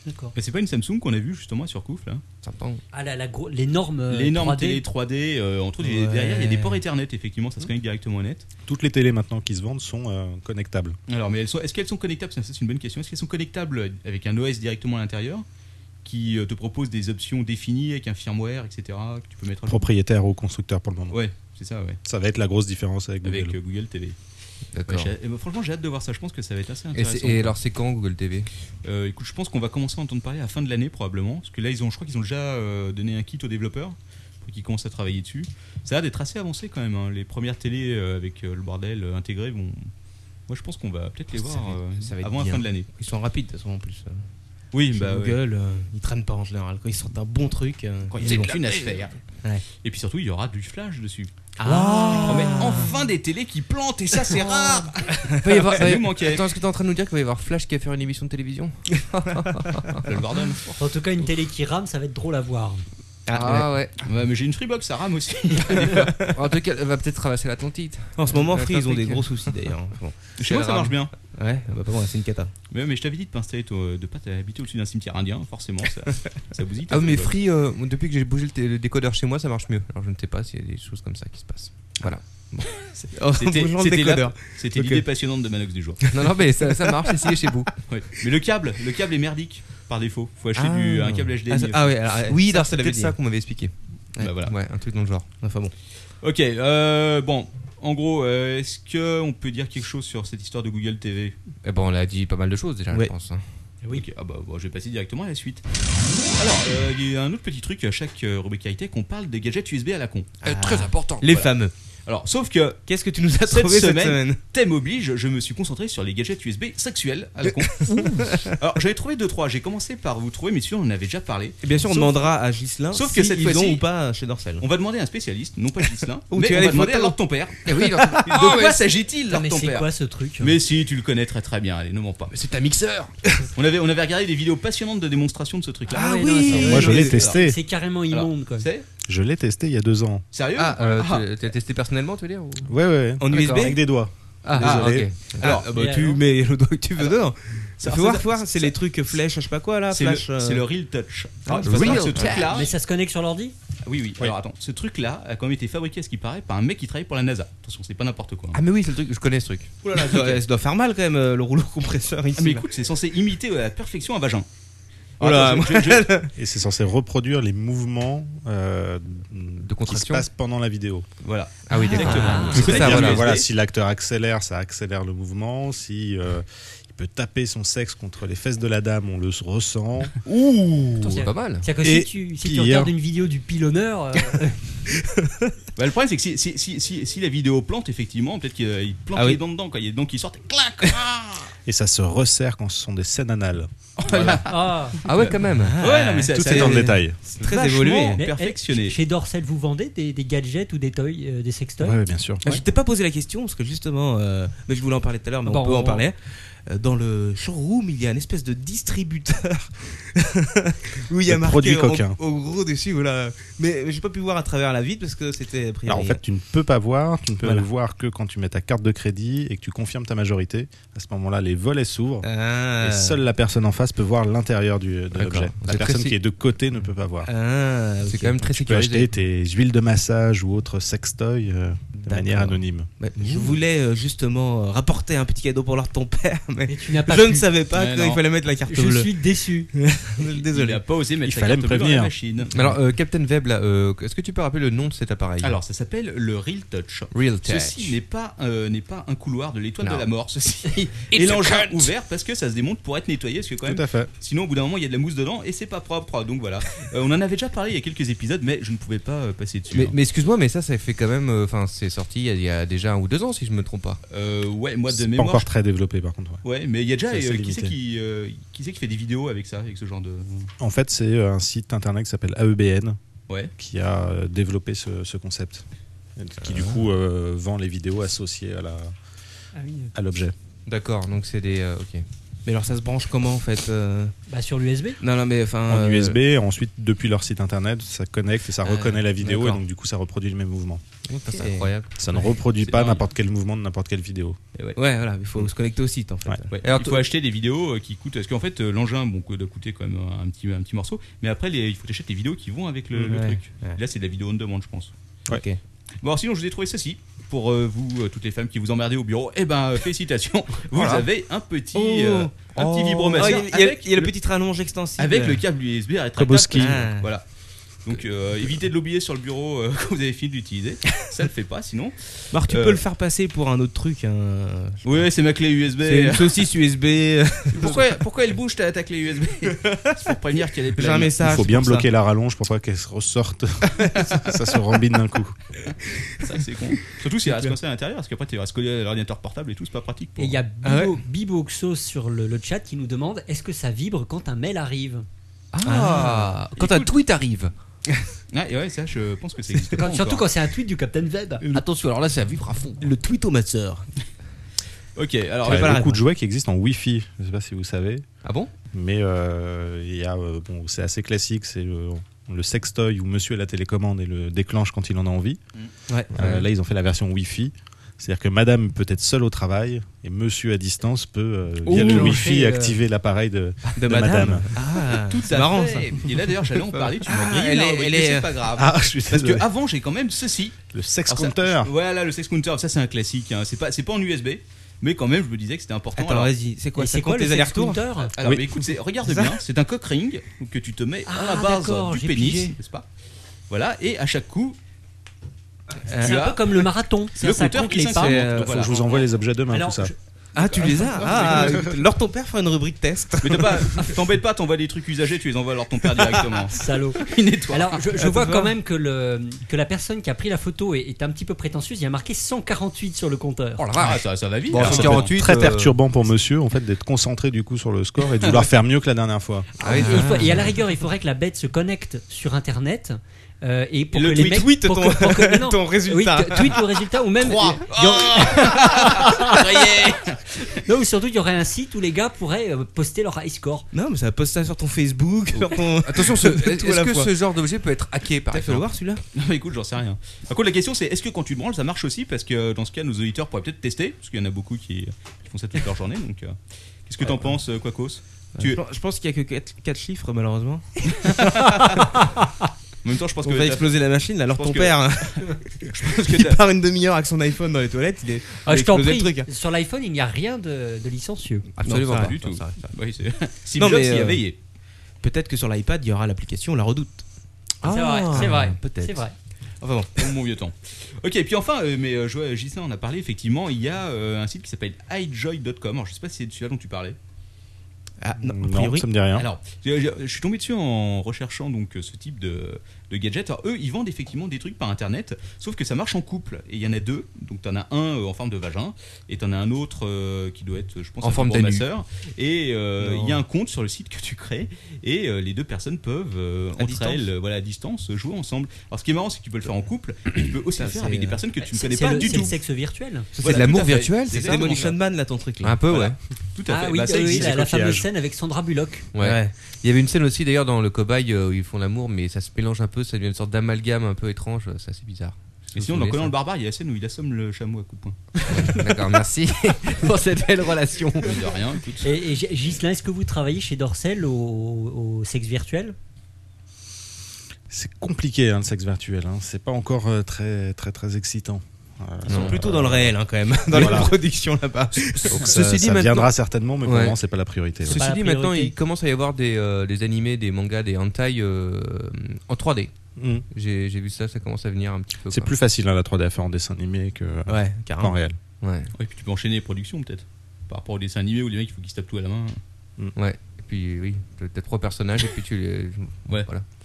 F: D'accord.
C: Mais c'est pas une Samsung qu'on a vue justement sur Couf là
G: Sympa.
F: Ah la, la gro- l'énorme. euh,
C: L'énorme
F: 3D.
C: télé 3D, euh, entre autres, il y a-
E: Ouais.
C: derrière il y a des ports Ethernet, effectivement, ça se connecte directement au net.
D: Toutes les télés maintenant qui se vendent sont euh, connectables.
C: Alors, mais elles sont, est-ce qu'elles sont connectables Ça, c'est une bonne question. Est-ce qu'elles sont connectables avec un OS directement à l'intérieur qui euh, te propose des options définies avec un firmware, etc. que tu peux mettre à jour
D: Propriétaires ou constructeurs pour le moment.
C: Ouais, c'est ça, ouais.
D: Ça va être la grosse différence avec Google.
C: Avec euh, Google TV. Ouais,
G: D'accord.
C: j'ai- eh ben, franchement, j'ai hâte de voir ça. Je pense que ça va être assez
G: Et, c'est-
C: intéressant.
G: et alors, c'est quand Google TV
C: Euh, écoute, je pense qu'on va commencer à entendre parler à la fin de l'année probablement, parce que là, ils ont, je crois qu'ils ont déjà euh, donné un kit aux développeurs pour et qui commencent à travailler dessus. Ça a l'air d'être assez avancé quand même. hein. Les premières télés euh, avec euh, le bordel euh, intégré vont. Moi, je pense qu'on va peut-être les
E: Ça
C: voir
E: va être-
C: euh,
E: ça va être
C: avant la
E: bien.
C: fin de l'année.
E: Ils sont rapides de toute façon en plus.
C: Oui,
E: Chez
C: bah. ouais.
E: Google, euh, ils traînent pas en général. Quand ils sortent un bon truc. euh,
C: Quand
E: ils
C: il y a
E: vont-
C: de la merde.
E: Ouais.
C: Et puis surtout, il y aura du flash dessus. Oh,
E: Ah,
C: Mais enfin des télés qui plantent et ça, c'est rare.
H: Il va y avoir-
C: Ça nous
H: euh,
C: manquait.
H: Attends, est-ce que t'es en train de nous dire qu'il va y avoir Flash qui va faire une émission de télévision
C: Le Gordon.
F: En tout cas, une télé qui rame, ça va être drôle à voir.
H: Ah ouais.
C: Ouais, mais j'ai une Freebox, ça rame aussi.
H: En tout cas, elle va peut-être traverser l'Atlantique.
E: En ce moment,
H: Euh,
E: Free, ils ont des
H: Patrick.
E: gros soucis d'ailleurs. Bon.
C: Chez moi, ça marche bien.
E: Ouais, bah, pas moi, c'est une cata.
C: Mais, mais je t'avais dit de pas installer toi, de pas t'habiter au-dessus d'un cimetière indien, forcément, ça, ça bousille. ta
G: Ah oui, mais
C: Freebox.
G: Free, euh, depuis que j'ai bougé le, té- le décodeur chez moi, ça marche mieux. Alors je ne sais pas s'il y a des choses comme ça qui se passent. Voilà.
C: C'était
G: Bonjour, le
C: c'était la-
G: décodeur.
C: c'était
G: Ok.
C: l'idée passionnante de Manox du jour.
H: Non, non, mais ça, ça marche, essayez chez
G: Ah,
H: vous.
C: Ouais. Mais le câble, le câble est merdique par défaut. Faut acheter du, un câble HDMI.
E: Ah, ça- ah ouais, alors, ouais,
G: Oui, alors
E: ça,
G: c'est
E: l'avais
G: peut-être
E: dit.
G: ça qu'on m'avait expliqué.
C: Bah voilà.
G: Ouais, un truc dans le genre.
E: Enfin bon.
C: Ok, euh, bon, en gros, euh, est-ce que on peut dire quelque chose sur cette histoire de Google TV
G: Eh ben, on l'a dit pas mal de choses déjà,
E: Ouais.
G: je pense. hein.
F: Oui.
C: Ok, ah bah, bon, je vais passer directement à la suite. Alors, euh, il y a un autre petit truc à chaque euh, rubrique high-tech, on parle des gadgets USB à la con.
E: Ah,
H: Très important.
E: Les fameux.
C: Alors, sauf que
E: Qu'est-ce que tu nous as
C: Cette
E: trouvé cette
C: semaine-
E: semaine
C: thème oblige, je me suis concentré sur les gadgets USB sexuels à la con. Alors, j'avais trouvé deux trois. J'ai commencé par vous trouver, mais celui-là, on en avait déjà parlé.
E: Et bien sûr, on
C: Sauf-
E: demandera à Gislin
C: sauf
E: si
C: que cette
E: ils
C: fois-ci-
E: ont ou pas chez Dorcel.
C: On va demander à un spécialiste, non pas Gislin,
E: Ou
C: mais
E: tu as
C: on
E: les
C: va demander à
E: photos.
C: Lord ton père.
H: Eh oui, non,
G: Ah,
C: De quoi s'agit-il,
F: Putain,
C: Lord
F: mais
C: ton
F: c'est
C: père
F: quoi ce truc
C: Mais si, tu le connais très très bien, allez, ne mens pas.
H: c'est un mixeur.
C: On avait, on avait regardé des vidéos passionnantes de démonstration de ce truc-là.
F: Ah ouais, non, c'est-
D: Moi, je
F: c'est-
D: l'ai testé.
F: C'est carrément
C: Alors,
F: immonde, quoi.
C: C'est
D: Je l'ai testé il y a deux ans.
C: Sérieux
H: Ah, euh,
C: Ah.
H: tu- t'as testé personnellement, tu veux dire ou-
D: Ouais, ouais.
E: En USB
D: Avec des doigts.
H: Ah,
D: Désolé.
H: ok.
C: Alors, euh,
E: Ah,
F: Et
E: bah, tu
F: alors
E: mets le doigt que tu veux dehors. Ça
C: Alors, ça-
E: fait voir, faut voir, c'est
C: ça-
E: les trucs flèche, je sais pas quoi là.
C: c'est
E: Flash.
C: le,
E: euh,
C: c'est le Real Touch.
H: Ah,
C: Alors, je passe par
H: Real
C: ce truc-là.
F: Mais ça se connecte sur l'ordi
C: Oui, oui. Alors attends, ce truc-là a quand même été fabriqué, à ce qui paraît, par un mec qui travaille pour la NASA. Attention, c'est pas n'importe quoi. hein.
G: Ah, mais oui, c'est le truc, je connais ce truc.
E: Ouh là là, ça doit- ça doit faire mal quand même euh, le rouleau compresseur ici.
C: Ah, mais
E: là.
C: écoute, c'est censé imiter à la perfection un vagin.
E: Oh là,
C: Attends,
E: moi-
C: je- je- je-
D: Et c'est censé reproduire les mouvements euh, qui se
H: contraction.
D: passent pendant la vidéo.
C: voilà.
G: Ah oui, d'accord.
C: Exactement.
G: C'est
D: C'est-à-dire
G: ça,
D: que,
G: voilà.
D: voilà. si l'acteur accélère, ça accélère le mouvement. Si euh, il peut taper son sexe contre les fesses de la dame, on le s- ressent. Ouh
H: Attends, C'est pas mal.
F: C'est-à-dire que
D: Et
F: si tu, si tu
D: hier-
F: regardes une vidéo du pilonneur, euh,
C: Bah, le problème, c'est que si, si, si, si, si la vidéo plante, effectivement, peut-être qu'il il plante
E: Ah oui.
C: les dents dedans. Quoi. Il y a des dents qui sortent.
D: Et ça se resserre quand ce sont des scènes anales.
F: ah,
H: Ah ouais, quand même.
E: Ah,
C: ouais, non, mais ça-
D: Tout
C: ça-
D: est
E: dans
D: en
E: le-
D: détail.
E: C'est très
C: vachement
E: évolué.
F: mais, eh,
C: perfectionné.
F: Chez Dorcel, vous vendez des, des gadgets ou des toys, euh, des
D: Ouais,
F: sextoys
D: ouais, bien sûr.
E: Ah, Je t'ai pas posé la question parce que justement, euh, mais je voulais en parler tout à l'heure, mais
F: Bon,
E: on peut
F: on-
E: en parler. Euh, Dans le showroom, il y a une espèce de distributeur où il y a
D: De
E: marqué
D: produits
E: en-
D: coquins.
E: Au, gros dessus, voilà. Mais, mais j'ai pas pu voir à travers la vitre parce que c'était pris.
D: Alors en fait, tu ne peux pas voir, tu ne peux
E: Voilà.
D: voir que quand tu mets ta carte de crédit et que tu confirmes ta majorité. À ce moment-là, les volets s'ouvrent
E: Ah.
D: et seule la personne en face peut voir l'intérieur du- de
G: D'accord.
D: l'objet. La
G: C'est
D: personne
G: très-
D: qui est de côté ne peut pas voir.
E: Ah,
G: C'est
E: ok.
G: quand même très
D: Tu peux acheter
G: sécurisé.
D: tes huiles de massage ou autres sextoy euh, de
E: D'accord.
D: manière anonyme.
E: Ouais, Je voulais euh, justement euh, rapporter un petit cadeau pour leur ton père, mais
F: Mais tu n'as pas
E: je ne
F: pu.
E: savais pas
C: Mais
E: qu'il
C: non.
E: fallait mettre la carte
F: Je
E: bleue.
F: suis déçu.
C: Il
E: Désolé.
C: a pas osé mettre
D: Il
C: sa
D: fallait
C: carte
D: me
C: bleue dans la
D: prévenir.
C: machine.
G: Alors, euh, Captain Web, là, euh, est-ce que tu peux rappeler le nom de cet appareil
D: euh,
C: Alors, ça s'appelle le Real Touch.
G: Real Touch.
C: Ceci n'est pas, euh, n'est pas un couloir de l'étoile
G: Non.
C: de la mort. Ceci est l'engin ouvert parce que ça se démonte pour être nettoyé. Parce que quand même,
D: Tout à fait.
C: sinon au bout d'un moment il y a de la mousse dedans et c'est pas propre. Donc voilà. Euh, on en avait déjà parlé il y a quelques épisodes, mais je ne pouvais pas euh, passer dessus.
G: Mais,
C: hein.
G: mais excuse-moi, mais ça, ça fait quand même. euh, Enfin, c'est sorti il y, a, il y a déjà un ou deux ans, si je me trompe pas.
C: Euh, ouais, moi de
D: C'est pas
C: mémoire.
D: encore très développé par contre. ouais.
C: je- Ouais, mais il y a déjà
D: C'est assez
C: euh, qui c'est
D: limité.
C: qui, euh, qui c'est qui fait des vidéos avec ça, avec ce genre de.
D: En fait, c'est euh, un site internet qui s'appelle AEBN
C: Ouais.
D: qui a euh, développé ce, ce concept. Qui du coup euh, vend les vidéos associées à la-
F: Ah oui.
D: à l'objet.
G: D'accord, donc c'est des. euh, ok.
E: Mais alors ça se branche comment en fait euh
F: Bah, sur l'USB
E: Non, non, mais enfin.
D: en
E: euh,
D: USB, ensuite depuis leur site internet, ça connecte et ça
E: Ah,
D: reconnaît la vidéo et
E: d'accord.
D: donc du coup ça reproduit le même mouvement.
E: ok.
G: C'est incroyable.
D: Ça ne reproduit
C: C'est
D: pas
C: dingue.
D: n'importe quel mouvement de n'importe quelle vidéo.
E: Ouais, voilà, il faut se connecter au site en fait.
D: Ouais.
C: Ouais.
G: Alors,
C: il
G: t-
C: faut acheter des vidéos euh, qui coûtent. Parce qu'en fait, euh, l'engin, bon, que- doit coûter quand même un petit, un petit morceau. Mais après, les- il faut acheter les vidéos qui vont avec le, le
E: Ouais,
C: truc.
E: ouais.
C: Là, c'est de la vidéo on demande, je pense.
D: Ouais.
E: Ok.
C: Bon, alors, sinon, je vous ai trouvé ceci. Pour euh, vous, euh, toutes les femmes qui vous emmerdez au bureau, eh ben, euh, félicitations, vous avez un petit, euh, un petit
E: Oh,
C: vibromasseur
E: il y a- il y a,
C: avec,
E: il y a
C: le-
E: le petit rallonge extensible.
C: avec le câble USB rétractable.
D: Koboski.
E: Ah.
C: Voilà. Donc euh, évitez de l'oublier sur le bureau euh, quand vous avez fini de l'utiliser. Ça le fait pas sinon.
E: Alors, tu
C: Euh,
E: peux le faire passer pour un autre truc. hein.
C: Oui, c'est ma clé USB.
E: C'est une saucisse USB.
C: Pourquoi, pourquoi elle bouge ta, ta clé USB C'est pour prévenir qu'elle est
E: J'ai un
C: pleine.
D: Il
E: message.
D: faut bien
E: pour ça.
D: bloquer la rallonge pour pas qu'elle se ressorte. ça se rembine d'un coup.
C: Ça, c'est con. Surtout si elle reste comme ça à l'intérieur, parce qu'après, tu vas se coller à l'ordinateur portable et tout, c'est pas pratique. Pour...
F: Et il y a
E: Ah ouais
F: Bibo, Biboxo sur le, le chat qui nous demande est-ce que ça vibre quand un mail arrive
G: Ah, quand un tweet arrive.
C: Ah, et ouais, ça, je pense que c'est existe
F: Quand-
C: pas
F: Surtout
C: encore.
F: quand c'est un tweet du Captain Web.
G: Attention, alors là, ça vibre à fond.
E: Le tweetomateur.
C: Ok, alors, bah,
D: Il y
E: pas
D: a
E: la
D: beaucoup de
E: réponse.
D: jouets qui existent en Wi-Fi. Je sais pas si vous savez.
G: Ah bon
D: Mais euh, il y a, euh, bon, c'est assez classique, c'est le, le sextoy où monsieur a la télécommande et le déclenche quand il en a envie.
E: Ouais.
D: Euh, là, ils ont fait la version Wi-Fi. C'est-à-dire que madame peut être seule au travail et monsieur à distance peut, euh, via
F: Oh,
D: le
F: oui,
D: Wi-Fi,
F: euh,
D: activer l'appareil de, de madame.
E: Ah,
C: tout
E: c'est
C: à
E: marrant
C: fait.
E: ça.
C: Et là, d'ailleurs, j'allais en parler, tu m'as
E: Ah,
C: grillé
E: elle
C: ma
E: est-
C: rubrique,
E: elle
C: mais
E: est-
C: c'est pas grave.
D: Ah, je suis
C: parce que
D: désolé.
C: avant, j'ai quand même ceci.
D: Le sex
C: Alors ça-
D: counter.
C: Voilà, le sex counter, ça c'est un classique. hein. C'est pas, c'est pas en USB, mais quand même, je me disais que c'était important.
E: Attends,
C: alors,
E: vas-y, c'est quoi
F: Et
E: Ça
F: c'est
E: compte
F: quoi
E: les
F: les
E: allers-retours
F: allers-retours
C: alors,
D: Oui.
C: mais écoute, c'est- regarde
E: C'est ça
C: bien, c'est un cock ring que tu te mets à la
F: Ah,
C: base
F: d'accord,
C: du
F: j'ai
C: pénis,
F: pigé.
C: n'est-ce pas Voilà, et à chaque coup,
F: C'est
C: tu
F: un peu
C: as
F: comme le marathon.
C: le
F: ça
C: compteur
F: compte
C: qui
F: les pas.
C: s'incrémente.
E: euh,
C: Donc,
D: Faut
C: voilà.
D: que je vous envoie les objets demain,
F: Alors,
D: tout ça.
F: je-
E: Ah, tu les as Ah, leur ton père fera une rubrique test.
C: Mais t'as pas- t'embêtes pas, t'envoies des trucs usagés, tu les envoies alors ton père directement.
F: Salaud.
C: Il nettoie.
F: Alors, je, je vois
E: Attends.
F: quand même que, le, que la personne qui a pris la photo est, est un petit peu prétentieuse. Il y a marqué 148 sur le compteur.
G: Oh la
C: Ah,
G: vache.
C: ça, ça va vite.
G: Bon,
C: alors.
G: c'est
D: Ça peut être
G: 48,
D: très
G: euh,
D: perturbant pour monsieur en fait d'être concentré du coup sur le score et de vouloir faire mieux que la dernière fois.
G: Ah oui,
F: Et, il faut- et à la rigueur, il faudrait que la bête se connecte sur Internet. euh, et pour
E: Le
F: que
E: tweet-
F: les mecs,
E: tweet
F: pour
E: ton-
F: que- pour que- mais non.
E: ton résultat.
F: Oui, t- tweet le résultat ou même. il y aurait- non, ou surtout, il y aurait un site où les gars pourraient euh, poster leur high score.
E: Non, mais ça poste ça sur ton Facebook, sur ton.
G: Ah,
H: Attention, ce-
E: Tout à
H: est-ce
E: la
H: que
E: fois.
H: ce genre d'objet peut être hacké par
E: T'as fait le
H: exemple
E: voir celui-là
C: Non, mais écoute, j'en sais rien. Par contre, la question c'est est-ce que quand tu te branles, ça marche aussi Parce que euh, dans ce cas, nos auditeurs pourraient peut-être tester, parce qu'il y en a beaucoup qui, qui font ça toute leur journée. Donc, euh, qu'est-ce que t'en penses, euh, Quacos tu...
E: Je pense- Je pense qu'il y a que 4 chiffres, malheureusement.
C: En même temps, je pense
E: On
C: que
E: va
C: t'as-
E: exploser la machine, là. Alors,
C: pense
E: ton
C: que-
E: père, hein,
C: parce que
E: il
C: t'as-
E: part une demi-heure avec son iPhone dans les toilettes, il est.
F: Ah,
E: il
F: je t'en prie.
E: explose le truc, hein.
F: Sur l'iPhone, il n'y a rien de, de licencieux.
G: Absolument
E: Non, ça
G: pas.
E: va.
C: du tout. Oui, c'est- Steve
E: Non,
C: Jobs
E: mais,
C: y a
E: euh,
C: veillé.
E: Peut-être que sur l'iPad, il y aura l'application La Redoute. Ah.
F: c'est vrai, c'est vrai.
E: Peut-être.
F: C'est vrai.
E: Enfin bon.
C: Comme mon vieux temps. Ok, et puis enfin, euh, mais euh, je vois, Gislain en a parlé, effectivement, il y a euh, un site qui s'appelle iJoy.com. Alors, je sais pas si c'est de celui-là dont tu parlais.
E: Ah, non, a
D: Non,
E: priori.
D: ça me dit rien.
C: Alors, je, je- je suis tombé dessus en recherchant donc euh, ce type de, de gadget. Alors, eux, ils vendent effectivement des trucs par internet, sauf que ça marche en couple. Et il y en a deux. Donc, t'en as un euh, en forme de vagin, et t'en as un autre euh, qui doit être, je pense,
H: En
C: un
H: forme
C: tambour
H: d'anus.
C: masseur. Et euh,
E: Non.
C: il y a un compte sur le site que tu crées, et euh, les deux personnes peuvent, euh,
E: À
C: entre
E: distance.
C: elles, euh, voilà, à distance, euh, jouer ensemble. Alors, ce qui est marrant, c'est que tu peux le faire en couple, et tu peux aussi
E: Ça,
C: le faire
E: c'est,
C: avec des
E: euh,
C: personnes que tu ne
F: C'est
C: connais
F: c'est
C: pas
F: le,
C: du
F: c'est le
C: tout.
F: sexe virtuel.
G: C'est
C: Voilà,
G: de l'amour
C: tout à fait.
G: virtuel, c'est
C: C'est
G: ça
E: C'est
C: exactement
E: Demolition Man, là, ton truc, là.
G: Un peu,
C: Voilà.
G: ouais.
C: Tout à
F: Ah
C: fait.
F: oui,
C: Bah, ça
F: oui,
C: existe,
F: la,
C: les
F: la
C: coquillages.
F: fameuse scène avec Sandra Bullock.
H: Ouais. Il y avait une scène aussi d'ailleurs dans le cobaye euh, où ils font l'amour, mais ça se mélange un peu, ça devient une sorte d'amalgame un peu étrange, euh, c'est assez bizarre.
C: Et sinon, dans Conan le Barbare, il y a la scène où il assomme le chameau à coups de poing.
H: le D'accord, merci pour cette belle relation.
C: De rien, écoute.
F: Et, et G- Ghislain, est-ce que vous travaillez chez Dorsel au, au sexe virtuel
D: C'est compliqué hein, le sexe virtuel. hein. C'est pas encore euh, très très très excitant. Euh,
E: Ils sont plutôt dans le réel, hein, quand même. Dans
D: Voilà.
E: les productions là-bas.
D: Donc ça,
H: Ceci dit,
D: ça
H: maintenant-
D: viendra certainement, mais pour
H: Ouais.
D: le moment, c'est pas la priorité.
F: pas
H: Ceci
F: la
H: dit, maintenant
F: priorité.
H: il commence à y avoir des, euh, des animés, des mangas, des hentai euh, en 3D.
D: Mm.
H: J'ai j'ai vu ça, ça commence à venir un petit peu.
D: C'est
H: quoi.
D: plus facile hein, la 3D à faire en dessin animé que euh,
E: Ouais,
D: en
E: carrément.
D: réel.
H: Ouais.
C: Ouais, puis tu peux enchaîner les productions peut-être. Par rapport aux dessins animés où les mecs il faut qu'ils se tapent tout à la main.
H: ouais. Et puis oui, t'as- t'as trois personnages et puis tu les.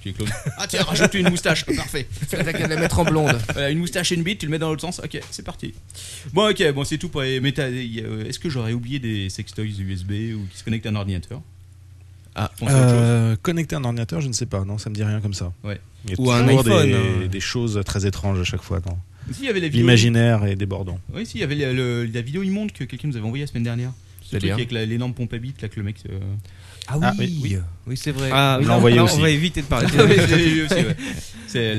C: Tu les clones. Ah tiens, rajoute une moustache. Ah, Parfait.
H: T'as qu'à les mettre en blonde.
C: Voilà, une moustache et une bite, tu le mets dans l'autre sens. Ok, c'est parti. Bon, ok, bon, c'est tout pour les. mais t'as- y a- euh, Est-ce que j'aurais oublié des sextoys USB ou qui se connectent à un ordinateur
E: Ah,
C: Pensez à autre chose.
D: Euh, connecter un ordinateur, je ne sais pas. Non, ça me dit rien comme ça.
C: Ouais.
D: Il y a
E: Ou un
D: toujours
E: iPhone,
D: des,
E: hein.
D: des choses très étranges à chaque fois. dans
C: S'il y avait la vidéo.
D: L'imaginaire et débordant.
C: Oui, si, il y avait la, le- la vidéo immonde que quelqu'un nous avait envoyée la semaine dernière. Ce truc
H: C'est-à-dire
C: avec la- l'énorme pompe à bite là que le mec. euh,
D: Ah oui,
H: Oui, c'est vrai.
E: Ah,
D: On
E: oui,
D: l'a
E: non,
D: envoyé
E: non,
D: aussi.
E: On va éviter de parler.
C: Ah oui, je l'ai vu aussi, ouais. C'est le.
E: C'est,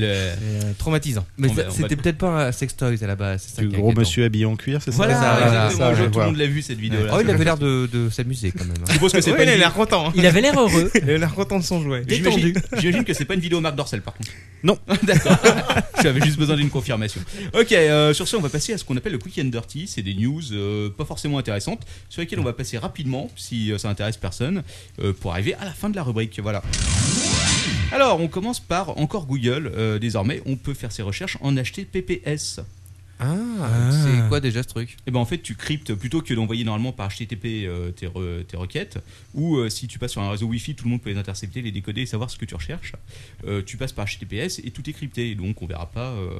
E: euh, traumatisant.
H: Mais
C: On va-
H: ça-
C: on va-
H: c'était peut-être pas un sextoys à la base. c'est ça
D: Du
H: qui est
D: gros
H: inquiétant.
D: monsieur habillé en cuir, c'est ça
E: Voilà,
C: Ah,
H: voilà,
C: exactement,
D: ça,
C: je-
D: ouais,
C: tout le
D: voilà.
C: monde l'a vu cette vidéo
G: Ah
C: là.
H: Oh, il avait l'air de, de s'amuser quand même. hein.
C: Je suppose que c'est
E: Ouais,
C: pas
E: il a
C: une
E: l'air content. hein.
F: Il avait l'air heureux.
E: Il a l'air content de son jouet.
C: J'imagine j'imagine que c'est pas une vidéo Marc Dorcel par contre.
D: Non.
C: D'accord. J'avais juste besoin d'une confirmation. Ok, euh, sur ce, on va passer à ce qu'on appelle le Quick and Dirty. C'est des news euh, pas forcément intéressantes sur lesquelles on va passer rapidement, si euh, ça intéresse personne, euh, pour arriver à la fin de la rubrique. Voilà. Alors, on commence par encore Google. Euh, désormais, on peut faire ses recherches en HTTPS.
H: Ah, c'est quoi déjà ce truc
C: Et ben en fait, tu cryptes plutôt que d'envoyer normalement par HTTP euh, tes, re- tes requêtes, ou euh, si tu passes sur un réseau Wi-Fi, tout le monde peut les intercepter, les décoder et savoir ce que tu recherches. Euh, tu passes par HTTPS et tout est crypté, donc on verra pas euh,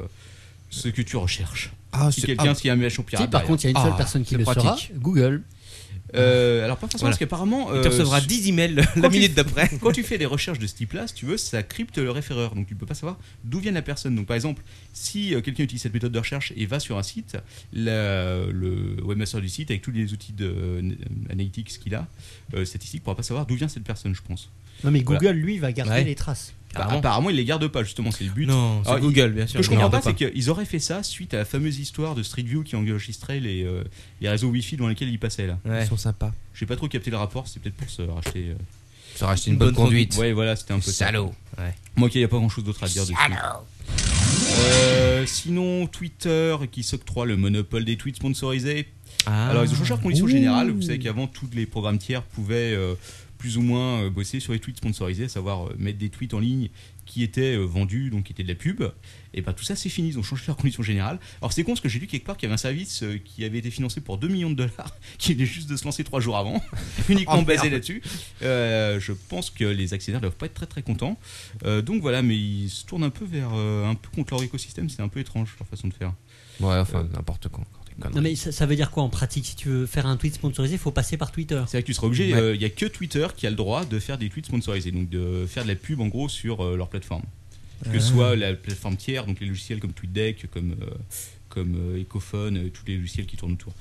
C: ce que tu recherches.
G: Ah,
C: si
G: c'est-
C: quelqu'un
G: ah.
C: s'il y a un méchant pirate.
F: Si, par
C: derrière.
F: contre, il y a une seule
G: Ah,
F: personne qui
H: c'est
F: le saura,
H: pratique.
F: Google.
C: Euh, alors pas forcément
E: Voilà.
C: parce qu'apparemment.
E: tu
C: euh,
E: recevras 10 emails la
C: tu-
E: minute d'après.
C: quand tu fais des recherches de ce type-là, si tu veux, ça crypte le référeur. Donc tu ne peux pas savoir d'où vient la personne. Donc par exemple, si euh, quelqu'un utilise cette méthode de recherche et va sur un site, la- le webmaster du site, avec tous les outils de, euh, analytics qu'il a, euh, statistiques, ne pourra pas savoir d'où vient cette personne, je pense.
F: Non, mais
C: Voilà.
F: Google, lui, va garder
H: Ouais.
F: les traces.
C: Bah, apparemment, il les garde pas, justement, c'est le but.
E: Non, c'est
C: Ah, il-
E: Google, bien
C: Ce
E: sûr.
C: que je
E: il
C: comprends
E: garde
C: pas, c'est qu'ils auraient fait ça suite à la fameuse histoire de Street View qui enregistrait les, euh, les réseaux Wi-Fi dans lesquels ils passaient là.
E: Ouais.
H: Ils sont sympas.
C: J'ai pas trop capté le rapport, c'est peut-être pour se racheter. euh,
H: Ça rachète une bonne, conduite.
C: Ouais, voilà, c'était un peu ça.
H: Salaud.
C: Moi, il n'y a pas grand chose d'autre à dire dessus. Euh, sinon, Twitter qui s'octroie le monopole des tweets sponsorisés.
E: Ah.
C: Alors, ils ont changé la condition générale. Vous savez qu'avant, tous les programmes tiers pouvaient euh, plus ou moins euh, bosser sur les tweets sponsorisés, à savoir euh, mettre des tweets en ligne qui étaient euh, vendus, donc qui étaient de la pub. Et ben tout ça, c'est fini. Ils ont changé leur condition générale. Alors, c'est con parce que j'ai lu quelque part qu'il y avait un service euh, qui avait été financé pour 2 millions de dollars, qui venait juste de se lancer 3 jours avant, uniquement basé là-dessus. Euh, je pense que les actionnaires doivent pas être très très contents. Euh, donc voilà, mais ils se tournent un peu vers euh, un peu contre leur écosystème. C'est un peu étrange leur façon de faire.
H: Ouais, enfin, n'importe quoi. encore des conneries.
F: Non, mais ça, ça veut dire quoi en pratique Si tu veux faire un tweet sponsorisé, il faut passer par Twitter.
C: C'est vrai que tu seras obligé, il
H: Ouais.
C: n'y a que Twitter qui a le droit de faire des tweets sponsorisés, donc de faire de la pub en gros sur euh, leur plateforme. Que ce soit la plateforme tiers, donc les logiciels comme TweetDeck, comme, euh, comme euh, Ecophone, euh, tous les logiciels qui tournent autour.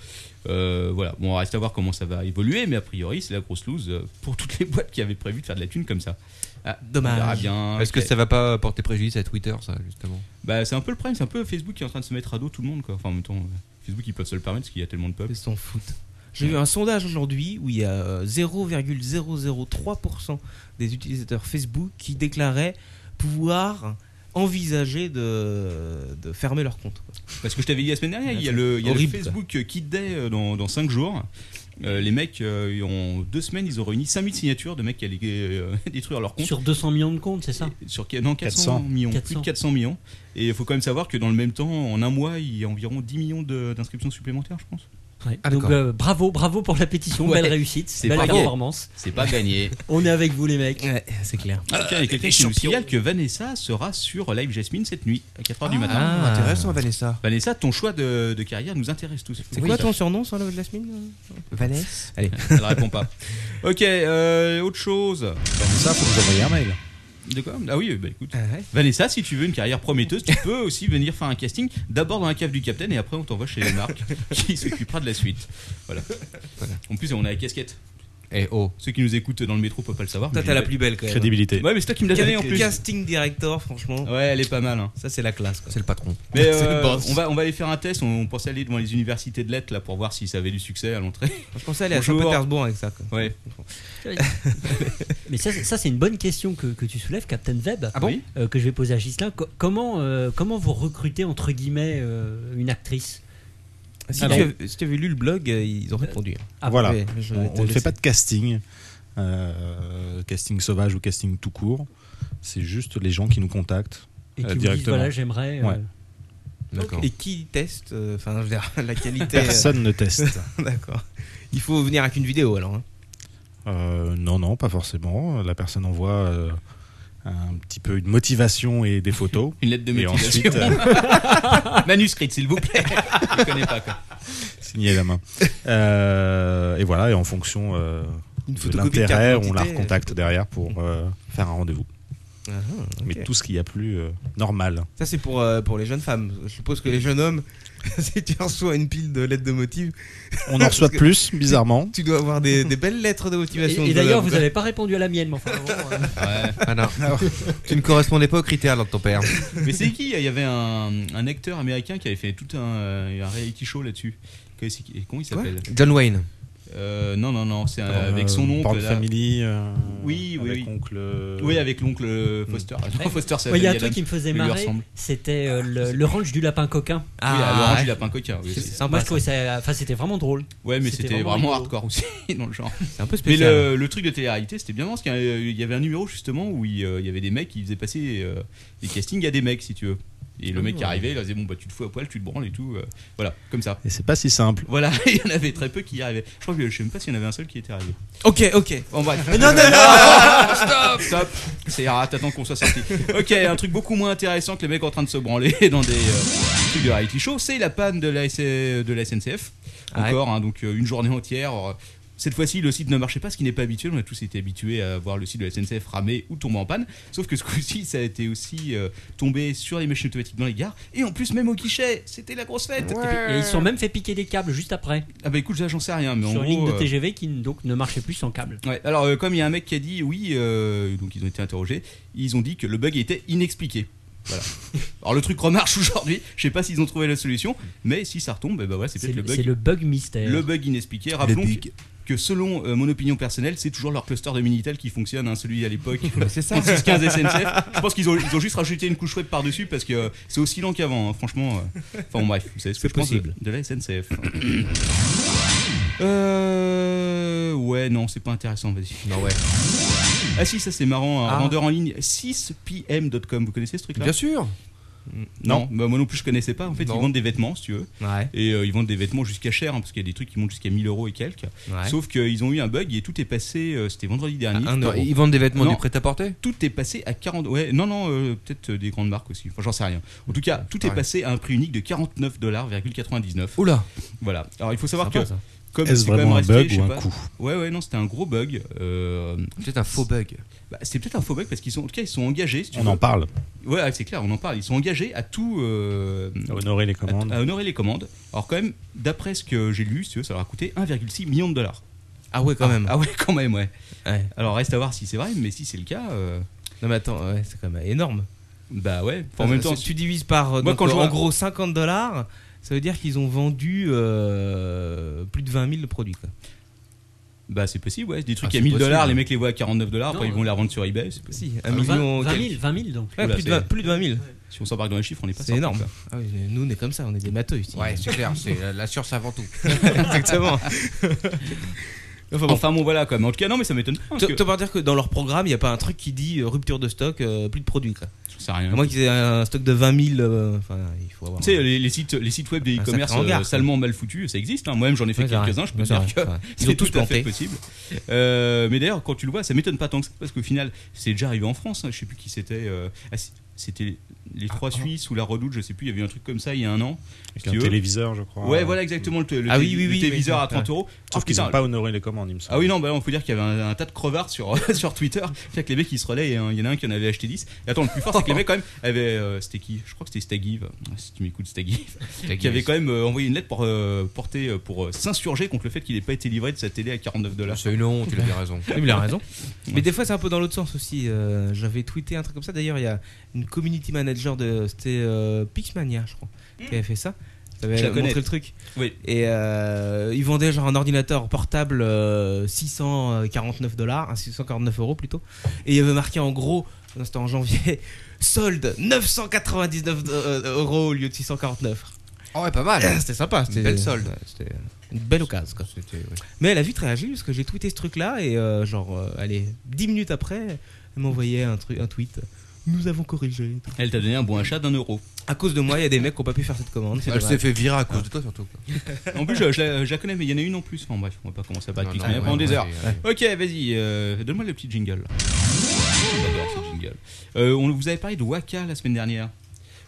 C: Euh, voilà, bon, reste à voir comment ça va évoluer, mais a priori, c'est la grosse loose euh, pour toutes les boîtes qui avaient prévu de faire de la thune comme ça. Ah,
E: Dommage.
C: On verra bien.
H: Est-ce que
C: Ok.
H: ça va pas porter préjudice à Twitter, ça, justement
C: Bah, c'est un peu le problème, c'est un peu Facebook qui est en train de se mettre à dos tout le monde, quoi. Enfin, en même temps, euh, Facebook, ils peuvent se le permettre parce qu'il y a tellement de peuples.
E: Ils s'en foutent. J'ai eu un sondage aujourd'hui où il y a euh, 0,003% des utilisateurs Facebook qui déclaraient pouvoir envisager de, de fermer leur compte. quoi.
C: Parce que je t'avais dit la semaine dernière, il y a le, il y a le
E: Horrible,
C: Facebook Kid Day euh, dans, dans 5 jours. Euh, les mecs, euh, en deux semaines, ils ont réuni 5000 signatures de mecs qui allaient euh, détruire leur compte.
F: Sur 200 millions de comptes, c'est ça
C: Sur, non, 400,
D: 400.
C: millions, plus
F: 400.
C: de 400 millions. Et il faut quand même savoir que dans le même temps, en un mois, il y a environ 10 millions de- d'inscriptions supplémentaires, je pense.
F: Ouais.
H: Ah,
F: Donc
H: d'accord.
F: euh, bravo, bravo pour la pétition,
C: Ouais.
F: belle réussite,
C: C'est
F: belle
C: pas gay.
F: performance.
C: C'est pas gagné.
F: On est avec vous les mecs.
E: Ouais, c'est clair.
C: Ah, il y a quelqu'un qui nous signale que Vanessa sera sur Live Jasmine cette nuit, à 4h du matin.
E: Ah.
G: Intéressant, Vanessa.
C: Vanessa, ton choix de, de carrière nous intéresse tous.
E: C'est quoi ton surnom sur la voix de la semaine
G: Vanessa
C: Elle répond pas. Ok, euh, autre chose.
D: Ça, faut nous envoyer un mail.
C: De quoi Ah oui, bah écoute. Vanessa, si tu veux une carrière prometteuse, tu peux aussi venir faire un casting d'abord dans la cave du capitaine et après on t'envoie chez Marc qui s'occupera de la suite. Voilà. En plus, on a la casquette.
H: Eh oh.
C: Ceux qui nous écoutent dans le métro peuvent pas le savoir. mais
E: Toi, t'as
C: je
E: la
C: l'ai-
E: plus belle quand même.
D: Crédibilité.
C: Ouais, mais c'est toi qui me l'as donné en plus.
E: Casting director, franchement.
C: Ouais, elle est pas mal. hein.
E: Ça, c'est la classe. quoi.
H: C'est le patron.
C: Mais
E: C'est
C: euh,
E: le boss.
C: on, va, on va aller faire un test. On pensait aller devant les universités de lettres là pour voir si ça avait du succès à l'entrée.
E: Je pensais aller à
C: Bonjour.
E: Saint-Pétersbourg avec ça. quoi.
C: Ouais.
F: Mais ça, c'est- ça, c'est une bonne question que, que tu soulèves, Captain Webb,
C: Ah bon Oui.
F: euh, que je vais poser à Gislain. Co- comment, euh, comment vous recrutez, entre guillemets, euh, une actrice
E: Si,
C: Ah
E: tu
C: bon.
E: avais, si tu avais lu le blog, euh, ils ont répondu.
D: voilà.
E: Ouais, je vais
D: On-
E: te
D: on ne
E: laisser.
D: fait pas de casting, euh, casting sauvage ou casting tout court. C'est juste les gens qui nous contactent.
F: Et
D: Euh,
F: qui vous disent,
D: directement.
F: voilà, j'aimerais... euh,
D: Ouais.
H: D'accord.
E: Et qui teste euh, Enfin, je veux dire, la qualité. euh,
D: Personne ne teste.
E: D'accord. Il faut venir avec une vidéo alors. hein.
D: Euh, non, non, pas forcément. La personne envoie euh, un petit peu une motivation et des photos.
C: Une lettre de
D: Et
C: motivation.
D: ensuite, euh,
C: Manuscrite, s'il vous plaît. Je connais pas quoi.
D: signer la main. Euh, et voilà, et en fonction euh,
E: Une
D: de
E: photocopie de
D: l'intérêt,
E: carte
D: on la
E: d'identité,
D: recontacte derrière pour euh, faire un rendez-vous.
E: Ah, ok.
D: Mais tout ce qu'il y a plus euh, normal.
E: Ça, c'est pour, euh, pour les jeunes femmes. Je suppose que les jeunes hommes, si tu reçois une pile de lettres de motive,
D: On en reçoit
E: Parce que-
D: plus, bizarrement.
E: tu dois avoir des, des belles lettres de
F: Et,
E: motivation.
F: et
E: de
F: d'ailleurs,
E: l'homme,
F: vous
E: quoi.
F: n'avez pas répondu à la mienne, mais enfin, bon, euh,
C: Ouais.
H: Ah non. tu ne correspondais pas aux critères là, de ton père.
C: Mais c'est qui Il y avait un, un acteur américain qui avait fait tout un, euh, un reality show là-dessus. Que- c'est qui- Comment il s'appelle
H: John Wayne.
C: Euh, non, non, non, c'est un-
D: Euh,
C: avec son oncle.
D: Porn
C: là.
D: Family. euh,
C: Oui, oui,
D: avec
C: oui.
D: Oncle. euh,
C: Oui, avec l'oncle euh,
D: Hmm.
C: Foster. Non, Foster, c'est
F: Ouais, Il y a un
C: Adamy
F: truc qui me faisait
C: lui
F: marrer,
C: ressemble.
F: c'était euh, le, le ranch du lapin coquin.
C: Oui,
E: Ah,
C: à l'orange,
E: ouais.
C: il a pas un coquin. oui,
E: C'est
C: c'est-
E: sympa,
F: Moi, je
E: ça.
F: trouvais ça. Enfin, c'était vraiment drôle.
C: Ouais, mais
F: C'était
C: c'était
F: vraiment
C: vraiment
F: rigolo.
C: hardcore aussi, dans le genre.
E: C'est un peu
C: Mais
E: spécial.
C: le, le truc de télé-réalité, c'était bien marrant, parce qu'il y avait- il y avait un numéro justement où il, euh, il y avait des mecs qui faisaient passer euh, des castings à des mecs, si tu veux. Et
F: Ah
C: le mec qui arrivait, il leur disait Bon, bah, tu te fous à poil, tu te branles et tout. euh, voilà, comme ça.
D: Et c'est pas si simple.
C: Voilà, il y en avait très peu qui y arrivaient. Je crois que je sais même pas s'il y en avait un seul qui était arrivé.
E: Ok, ok.
C: Bon, bref.
E: Non, non, non
C: Stop, stop. C'est ah, t'attends qu'on soit sorti. Ok, un truc beaucoup moins intéressant que les mecs en train de se branler dans des euh, trucs de reality show, c'est la panne de la, S- de la SNCF.
E: Ah ouais.
C: Encore, hein, donc euh, une journée entière. Alors, euh, Cette fois-ci, le site ne marchait pas, ce qui n'est pas habituel. On a tous été habitués à voir le site de la SNCF ramer ou tomber en panne. Sauf que ce coup-ci, ça a été aussi euh, tombé sur les machines automatiques dans les gares. Et en plus, même au guichet, c'était la grosse fête.
F: Et ils se sont même fait piquer des câbles juste après,
C: Ah bah écoute, ça, j'en sais rien. Mais en
F: sur une ligne
C: gros,
F: de
C: euh,
F: TGV qui donc ne marchait plus sans câble.
C: Ouais, alors euh, comme il y a un mec qui a dit oui, euh, donc ils ont été interrogés, ils ont dit que le bug était inexpliqué. Voilà. Alors le truc remarche aujourd'hui, je sais pas s'ils ont trouvé la solution, mais si ça retombe, eh ben voilà, c'est
F: C'est
C: peut-être le
F: le,
C: bug.
F: c'est le bug mystère.
C: le bug inexpliqué. Rappelons que, que selon euh, mon opinion personnelle, c'est toujours leur cluster de Minitel qui fonctionne, hein, celui à l'époque.
H: c'est ça.
C: 3615 SNCF. Je pense qu'ils ont, ils ont juste rajouté une couche web par-dessus parce que euh, c'est aussi lent qu'avant, hein, franchement. euh. Enfin bon, bref, vous savez ce que je pense de, de la SNCF. euh. Ouais, non, c'est pas intéressant, vas-y.
H: Non, Bah ouais.
C: Ah si, ça c'est marrant, un
H: Ah.
C: vendeur en ligne 6pm.com, vous connaissez ce truc-là
H: Bien sûr.
C: Non, bah, moi non plus je connaissais pas, en fait
H: Non.
C: ils vendent des vêtements si tu veux,
H: Ouais.
C: et euh, ils vendent des vêtements jusqu'à cher, hein, parce qu'il y a des trucs qui montent jusqu'à 1000 euros et quelques,
H: ouais.
C: sauf qu'ils ont eu un bug et tout est passé, euh, c'était vendredi dernier,
H: Attends,
C: Attends,
H: ils vendent des vêtements
C: Non.
H: du prêt-à-porter
C: tout est passé à 40... Ouais, non, non, euh, peut-être euh, des grandes marques aussi, enfin j'en sais rien. En tout cas, tout est
H: pareil.
C: passé à un prix unique de 49,99$.
H: Oula.
C: Voilà, alors il faut savoir
H: Sympa,
C: que...
H: ça.
C: Comme
D: Est-ce
C: c'est quand
D: vraiment
C: même risqué,
D: un bug
C: je sais
D: ou un
C: pas.
D: coup
C: Ouais, ouais, non, c'était un gros bug. Euh,
H: Peut-être un faux bug.
C: bah, c'était peut-être un faux bug parce qu'ils sont, en tout cas, ils sont engagés. si tu
D: On
C: veux.
D: en parle.
C: Ouais, ouais, c'est clair, on en parle. Ils sont engagés à tout. euh,
D: Honorer les
C: à-
D: commandes.
C: à, honorer les commandes. Alors, quand même, d'après ce que j'ai lu, si tu veux, ça leur a coûté 1,6 million de dollars.
E: Ah ouais, quand même.
C: Ah ouais, quand même, ouais.
E: Ouais.
C: Alors, reste à voir si c'est vrai, mais si c'est le cas, euh,
E: Non mais attends, ouais, c'est quand même énorme.
C: bah ouais. Enfin, en même temps,
E: si tu divises par euh,
C: Moi,
E: donc,
C: quand je
E: euh,
C: vois-
E: en gros 50 dollars, ça veut dire qu'ils ont vendu euh, plus de 20 000 de produits. quoi.
C: bah c'est possible, ouais. Des trucs
H: Ah,
C: à
H: c'est
C: 1000 dollars,
H: possible.
C: les mecs les voient à 49 dollars, après
F: Non,
C: ils vont la revendre sur eBay. c'est possible.
E: Si,
C: Ah,
E: un
F: Vingt-
E: million.
F: 20
E: quelques-
F: 000, 20 000 donc.
E: Ouais,
C: Oula,
E: plus, de
C: c'est-
E: 20, plus de 20 000.
C: Si on s'embarque dans les chiffres, on n'est pas
E: C'est
C: sorti,
E: énorme.
C: quoi.
E: Ah oui, nous, on est comme ça, on est des matos ici.
H: Ouais, c'est clair. C'est la, la science avant tout.
E: exactement.
C: Enfin bon. Enfin, bon, voilà, quand même. En tout cas, non, mais ça m'étonne pas. parce que-
E: T'as pas dire que dans leur programme, il n'y a pas un truc qui dit euh, rupture de stock, euh, plus de produits. Quoi.
C: J'en sais rien.
E: À moins qu'ils aient un stock de 20 000. euh, Enfin, il faut avoir.
C: Tu sais, les, les sites, les sites web des
E: Un
C: e-commerce
E: sacré hangar,
C: euh,
E: Ah, ça.
C: salement mal foutus, ça existe. hein. Moi-même, j'en ai fait
E: Ouais, c'est
C: quelques-uns.
E: vrai.
C: Je peux
E: Ouais,
C: dire
E: c'est
C: que
E: vrai, c'est vrai. Ils
C: c'est
E: ont tous
C: tout à fait
E: planté.
C: possible. Euh, mais d'ailleurs, quand tu le vois, ça m'étonne pas tant que ça, parce qu'au final, c'est déjà arrivé en France. hein. Je sais plus qui c'était. euh, ah, si- c'était les
E: Ah,
C: trois Suisses ou la Redoute, je sais plus. Il y avait eu un truc comme ça il y a un an.
D: Avec
C: si
D: un
C: tu veux.
D: téléviseur, je crois.
C: Ouais, voilà exactement le, t- le
E: Ah
C: télé-
E: oui, oui,
C: le
E: oui,
C: téléviseur
E: oui.
C: à 30 euros.
D: Sauf
C: Ah,
D: qu'ils
C: putain,
D: n'ont pas honoré les commandes, il me semble.
C: ah oui, non, bah, on faut dire qu'il y avait un, un tas de crevards sur, sur Twitter. Fait que les mecs, ils se relaient. hein. Il y en a un qui en avait acheté 10. Et attends, le plus fort, c'est que les mecs, quand même, avaient. euh, c'était qui Je crois que c'était Stagiv. Si tu m'écoutes, Stagiv qui avait quand même euh, envoyé une lettre pour euh, porter euh, pour euh, s'insurger contre le fait qu'il n'ait pas été livré de sa télé à 49 dollars.
H: C'est une honte, il avait raison.
E: Oui, mais Il a raison. Mais des fois, c'est un peu dans l'autre sens aussi. Euh, J'avais tweeté un truc comme ça. D'ailleurs, il y a une community manager de. C'était euh, Pixmania, je crois, qui avait fait ça.
C: Je
E: Ça
C: la
E: avait montré
C: connais.
E: le truc.
C: Oui.
E: Et euh, ils vendaient genre un ordinateur portable euh, 649 dollars, 649 euros plutôt. Et il y avait marqué en gros, non, c'était en janvier, solde 999 de- euh, euros au lieu de 649.
H: Oh, ouais, pas mal.
E: C'était sympa. C'était
H: belle solde.
E: ouais, C'était une belle occasion. quoi.
H: C'était- ouais.
E: Mais elle a vite réagi parce que j'ai tweeté ce truc-là et euh, genre, euh, allez, 10 minutes après, elle m'envoyait un, truc, un tweet. Nous avons corrigé.
C: Elle t'a donné un bon achat d'un euro.
E: À cause de moi, il y a des mecs qui n'ont pas pu faire cette commande.
G: Ah,
E: c'est
H: Elle s'est
E: dommage.
H: fait virer à cause de toi, surtout.
C: En plus, je, je la, je la connais, mais il y en a une en plus. Enfin bref, on va Bah, pas commencer à parler de
H: Non, non,
C: Pixmania
H: ouais,
C: pendant des
H: ouais,
C: heures.
H: ouais.
C: Ok, vas-y, euh, donne-moi le petit jingle. J'adore ce jingle. Euh, on vous avait parlé de Waka la semaine dernière.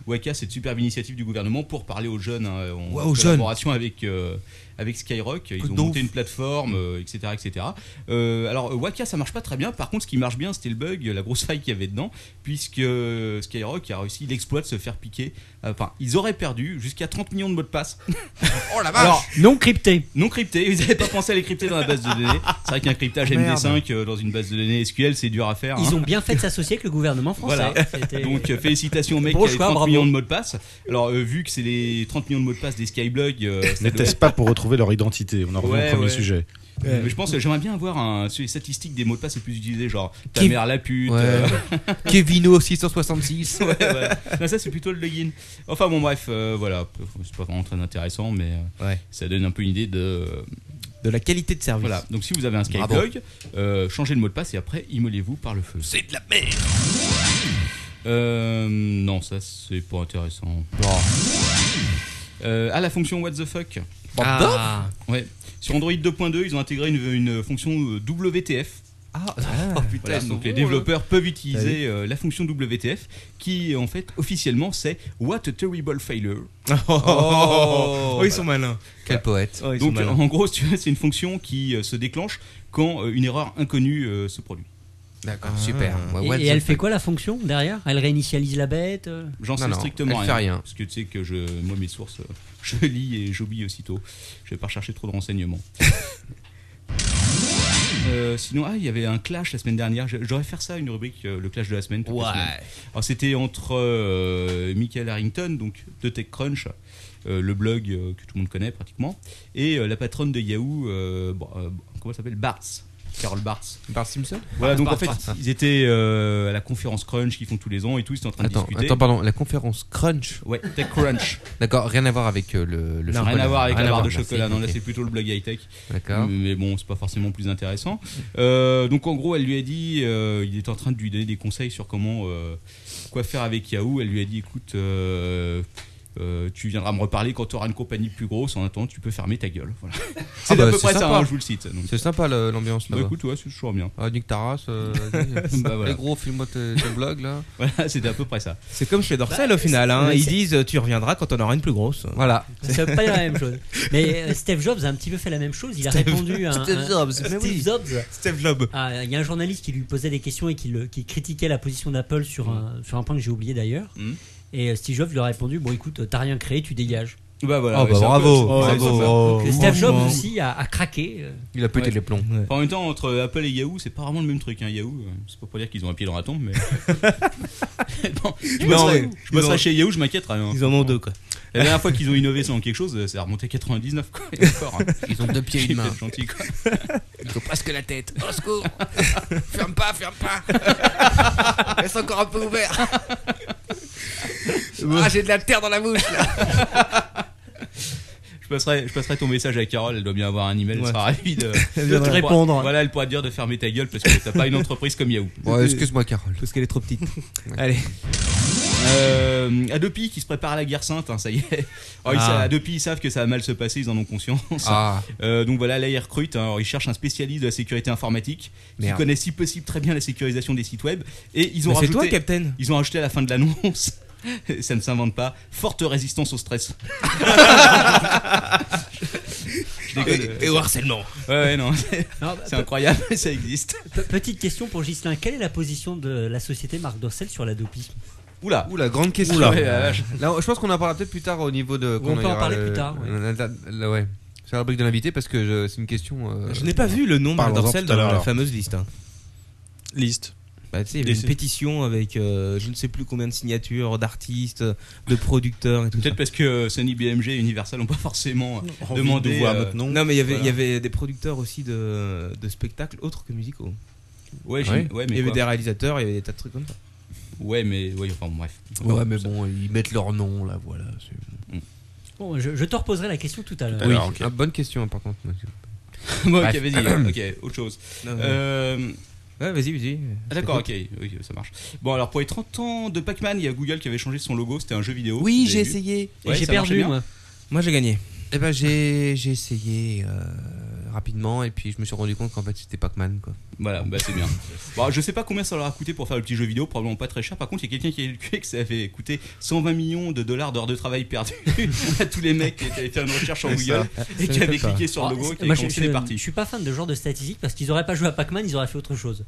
C: Waka, c'est une superbe initiative du gouvernement pour parler aux jeunes. hein, en
E: Ouais, aux jeunes.
C: collaboration avec, euh, avec Skyrock. Ils ont
E: de
C: monté une plateforme, euh, etc. etc. Euh, alors, euh, Waka, ça marche pas très bien. Par contre, ce qui marche bien, c'était le bug, la grosse faille qu'il y avait dedans, puisque euh, Skyrock a réussi l'exploit de se faire piquer. Enfin, ils auraient perdu jusqu'à 30 millions de mots de passe.
H: Oh
E: Ah.
H: la vache
C: Alors,
F: Non crypté.
C: non crypté, ils n'avaient pas pensé à les crypter dans la base de données. C'est vrai qu'un cryptage MD5 euh, dans une base de données SQL, c'est dur à faire. hein.
F: Ils ont bien fait de s'associer avec le gouvernement français.
C: Voilà.
F: C'était-
C: Donc euh, félicitations au mec
F: Bon
C: qui avait
F: choix,
C: 30 millions de mots de passe. Alors, euh, vu que c'est les 30 millions de mots de passe des Skyblog, euh, ça doit
D: N'était-ce pas pour retrouver leur identité On en revient
C: Ouais,
D: au premier
C: ouais.
D: sujet.
C: Mais je pense que j'aimerais bien avoir un, sur les statistiques des mots de passe les plus utilisés, genre ta
G: Qui-
C: mère la pute.
H: Ouais.
C: euh,
G: Kevino 666.
C: ouais, voilà. Non, ça, c'est plutôt le login. Enfin, bon, bref, euh, voilà. C'est pas vraiment très intéressant, mais euh,
G: Ouais.
C: ça donne un peu une idée de. euh,
E: de la qualité de service.
C: Voilà. Donc, si vous avez un Skyblog, euh, changez le mot de passe et après, immolez-vous par le feu.
A: C'est de la merde.
C: Euh, non, ça, c'est pas intéressant. Euh, ah, la fonction What the fuck.
H: Ah,
C: Ouais. Sur Android 2.2, ils ont intégré une, une fonction euh, WTF.
H: ah, oh, putain,
C: Voilà,
H: ils sont
C: donc les
H: bons,
C: développeurs peuvent utiliser euh, la fonction WTF qui en fait officiellement c'est What a terrible failure.
H: hein. Oh,
E: Ah. Oh, ils sont malins.
H: Quel poète.
E: Oh, ils sont
C: Donc
E: malins.
C: en gros, si tu veux, c'est une fonction qui euh, se déclenche quand euh, une erreur inconnue euh, se produit.
H: D'accord, super. Ouais,
G: Bah
F: Et,
H: what
F: et
H: the
F: elle
H: fuck.
F: fait quoi la fonction derrière Elle réinitialise la bête euh
C: J'en
H: Non,
C: sais
H: non,
C: strictement
H: elle fait rien.
C: Parce que tu sais que je, moi mes sources, euh, je lis et j'oublie aussitôt. Je vais pas rechercher trop de renseignements. Euh, sinon, ah, il y avait un clash la semaine dernière. Je- J'aurais faire ça, une rubrique, euh, le clash de la semaine. toutes les semaines. Alors c'était entre euh, Michael Harrington, donc de TechCrunch, euh, le blog euh, que tout le monde connaît pratiquement, et euh, la patronne de Yahoo, euh, bon, euh, comment elle s'appelle Bartz, Carol Bartz.
H: Bart Simpson
C: Voilà, donc en
H: Bartz,
C: fait,
H: Bartz.
C: ils étaient euh, à la conférence Crunch qu'ils font tous les ans et tout, ils étaient en train de
H: Attends,
C: discuter.
H: attends, pardon, la conférence Crunch.
C: Ouais, TechCrunch.
H: D'accord, rien à voir avec euh, le, le
C: Non,
H: chocolat.
C: rien à voir avec la barre de
H: merci,
C: chocolat. Non, là,
H: ok.
C: c'est plutôt le blog high-tech.
H: D'accord.
C: Mais bon, c'est pas forcément plus intéressant. Euh, donc, en gros, elle lui a dit, euh, il est en train de lui donner des conseils sur comment, euh, quoi faire avec Yahoo. Elle lui a dit, écoute, euh, euh, tu viendras me reparler quand tu auras une compagnie plus grosse. En attendant, tu peux fermer ta gueule. Voilà. C'est
H: bah,
C: à peu
H: c'est
C: près ça,
H: sympa.
C: hein, je vous le cite. Donc,
H: C'est sympa le- l'ambiance
C: bah,
H: là-bas.
C: écoute, ouais, c'est toujours bien.
H: Ah, Nick Taras, euh, vas-y.
C: Bah, voilà.
H: les gros, filme-moi tes, tes blogs là.
C: Voilà, c'était à peu près ça.
E: C'est comme chez Dorsal au final. hein.
F: c'est-
E: Ils disent tu reviendras quand on aura une plus grosse.
H: Voilà.
F: Ça veut pas dire la même chose. Mais euh, Steve Jobs a un petit peu fait la même chose. Il a répondu à un- un- Steve Jobs.
E: Steve Jobs.
F: Ah, Il y a un journaliste qui lui posait des questions et qui, le- qui critiquait la position d'Apple sur, un, sur un point que j'ai oublié d'ailleurs.
C: Mm.
F: Et euh, Steve Jobs lui a répondu Bon, écoute, euh, t'as rien créé, tu dégages.
C: Bah voilà.
E: Ah,
G: Oh,
C: ouais,
G: bah,
C: c'est un
G: bravo,
C: peu- ouais,
G: bravo.
C: c'est ça.
G: Oh.
F: Et Steve Jobs
E: franchement.
F: aussi a, a craqué. euh,
H: Il a pété
C: Ouais.
H: les plombs.
C: En même temps, entre Apple et Yahoo, c'est pas vraiment le même truc. Hein. Yahoo, euh, c'est pas pour dire qu'ils ont un pied dans la tombe, mais. Bon, je
E: Non,
C: bosserai,
E: mais
C: je bosserai
E: ils ont-
C: chez Yahoo, je m'inquiéterais. hein.
E: Ils en ont deux quoi.
C: La dernière fois qu'ils ont innové sur quelque chose, c'est remonté à 99, quoi. Et encore, hein.
H: Ils ont deux pieds et
C: J'ai
H: une main.
C: fait gentil, quoi.
H: Ils ont presque la tête. Au secours Ferme pas, ferme pas Reste encore un peu ouvert Ah, j'ai de la terre dans la bouche là
C: Je passerai, je passerai ton message à Carole, elle doit bien avoir un email, elle
E: Ouais.
C: sera ravie de,
E: vient de
C: pourra-
F: répondre.
C: Voilà, elle pourra te dire de fermer ta gueule parce que t'as pas une entreprise comme Yahoo.
H: Bon, excuse-moi, Carole.
E: Parce qu'elle est trop petite. Allez.
C: Euh, Adopi qui se prépare à la guerre sainte, hein, ça y est. Alors, ils
E: Ah.
C: sa- Adopi, ils savent que ça va mal se passer, ils en ont conscience.
H: Ah,
C: Euh, donc voilà, là ils recrutent, hein. Alors, ils cherchent un spécialiste de la sécurité informatique qui
H: Merde.
C: connaît si possible très bien la sécurisation des sites web et ils ont
E: Bah, C'est
C: rajouté,
E: toi, Captain.
C: ils ont rajouté à la fin de l'annonce, ça ne s'invente pas, forte résistance au stress. Je déconne.
E: Et au harcèlement.
C: Ouais, ouais, non, c'est
F: non, bah,
C: c'est incroyable, ça existe.
F: pe- Petite question pour Gislain quelle est la position de la société Marc Dorcel sur la dopie
C: Oula,
H: oula, grande question.
C: Oula. Ouais, la vache.
H: Là, je pense qu'on en parlera peut-être plus tard au niveau de.
F: On peut en parler plus tard, ouais.
H: Ouais. ouais. C'est la rubrique de l'invité parce que je- c'est une question. euh,
E: Je n'ai pas vu le nom de
D: Parlons-en
E: Dorsal
D: tout à
E: dans la
D: l'heure.
E: fameuse liste. hein.
D: Liste.
E: Bah, tu sais, il y avait
D: Des-
E: une pétition avec euh, je ne sais plus combien de signatures d'artistes, de producteurs et tout ça.
C: peut-être parce que euh, Sony, BMG et Universal n'ont pas forcément
H: Ah
C: demandé.
D: de voir
C: euh,
D: notre nom.
E: Non, mais il y avait- il
D: Voilà.
E: y avait des producteurs aussi de, de spectacles autres que musicaux.
C: ouais,
H: Ouais.
C: j'ai- ouais,
E: Il y
C: mais
E: avait
C: quoi.
E: des réalisateurs, il y avait des tas de trucs comme ça.
C: ouais, mais ouais, enfin bref.
H: Ouais, mais bon, ils mettent leur nom là, voilà. c'est-
F: Bon, je, je te reposerai la question tout à l'heure.
D: Oui.
H: Alors, ok. Ah, bonne
E: hein,
H: question, par contre.
C: Bon, ok,
H: Bref.
C: vas-y, euh, ok, autre chose.
E: Non, mais-
C: Euh,
E: Ouais, vas-y, vas-y.
C: Ah, D'accord, ok, oui, ça marche. Bon, alors pour les 30 ans de Pac-Man, il y a Google qui avait changé son logo, c'était un jeu vidéo.
H: Oui,
C: Vous
H: j'ai
C: avez vu
H: essayé.
F: Et
C: Ouais,
F: j'ai
C: ça marche
F: perdu,
C: bien.
F: moi.
E: Moi, j'ai gagné.
H: Eh ben, j'ai j'ai essayé euh, rapidement et puis je me suis rendu compte qu'en fait c'était Pac-Man quoi.
C: Voilà, bah c'est bien. bon, je sais pas combien ça leur a coûté pour faire le petit jeu vidéo, probablement pas très cher. Par contre, il y a quelqu'un qui a calculé que ça avait coûté 120 millions de dollars d'heures de travail perdues à tous les mecs qui avaient fait une recherche en Google et
E: ça
C: qui
E: m'étonne
C: avaient
E: pas.
C: cliqué sur le
F: Ah,
C: logo et
F: c'est-
C: qui avaient
F: moi, je,
C: commencé les
F: je, je
C: parties.
F: suis pas fan de ce genre de statistiques parce qu'ils auraient pas joué à Pac-Man, ils auraient fait autre chose.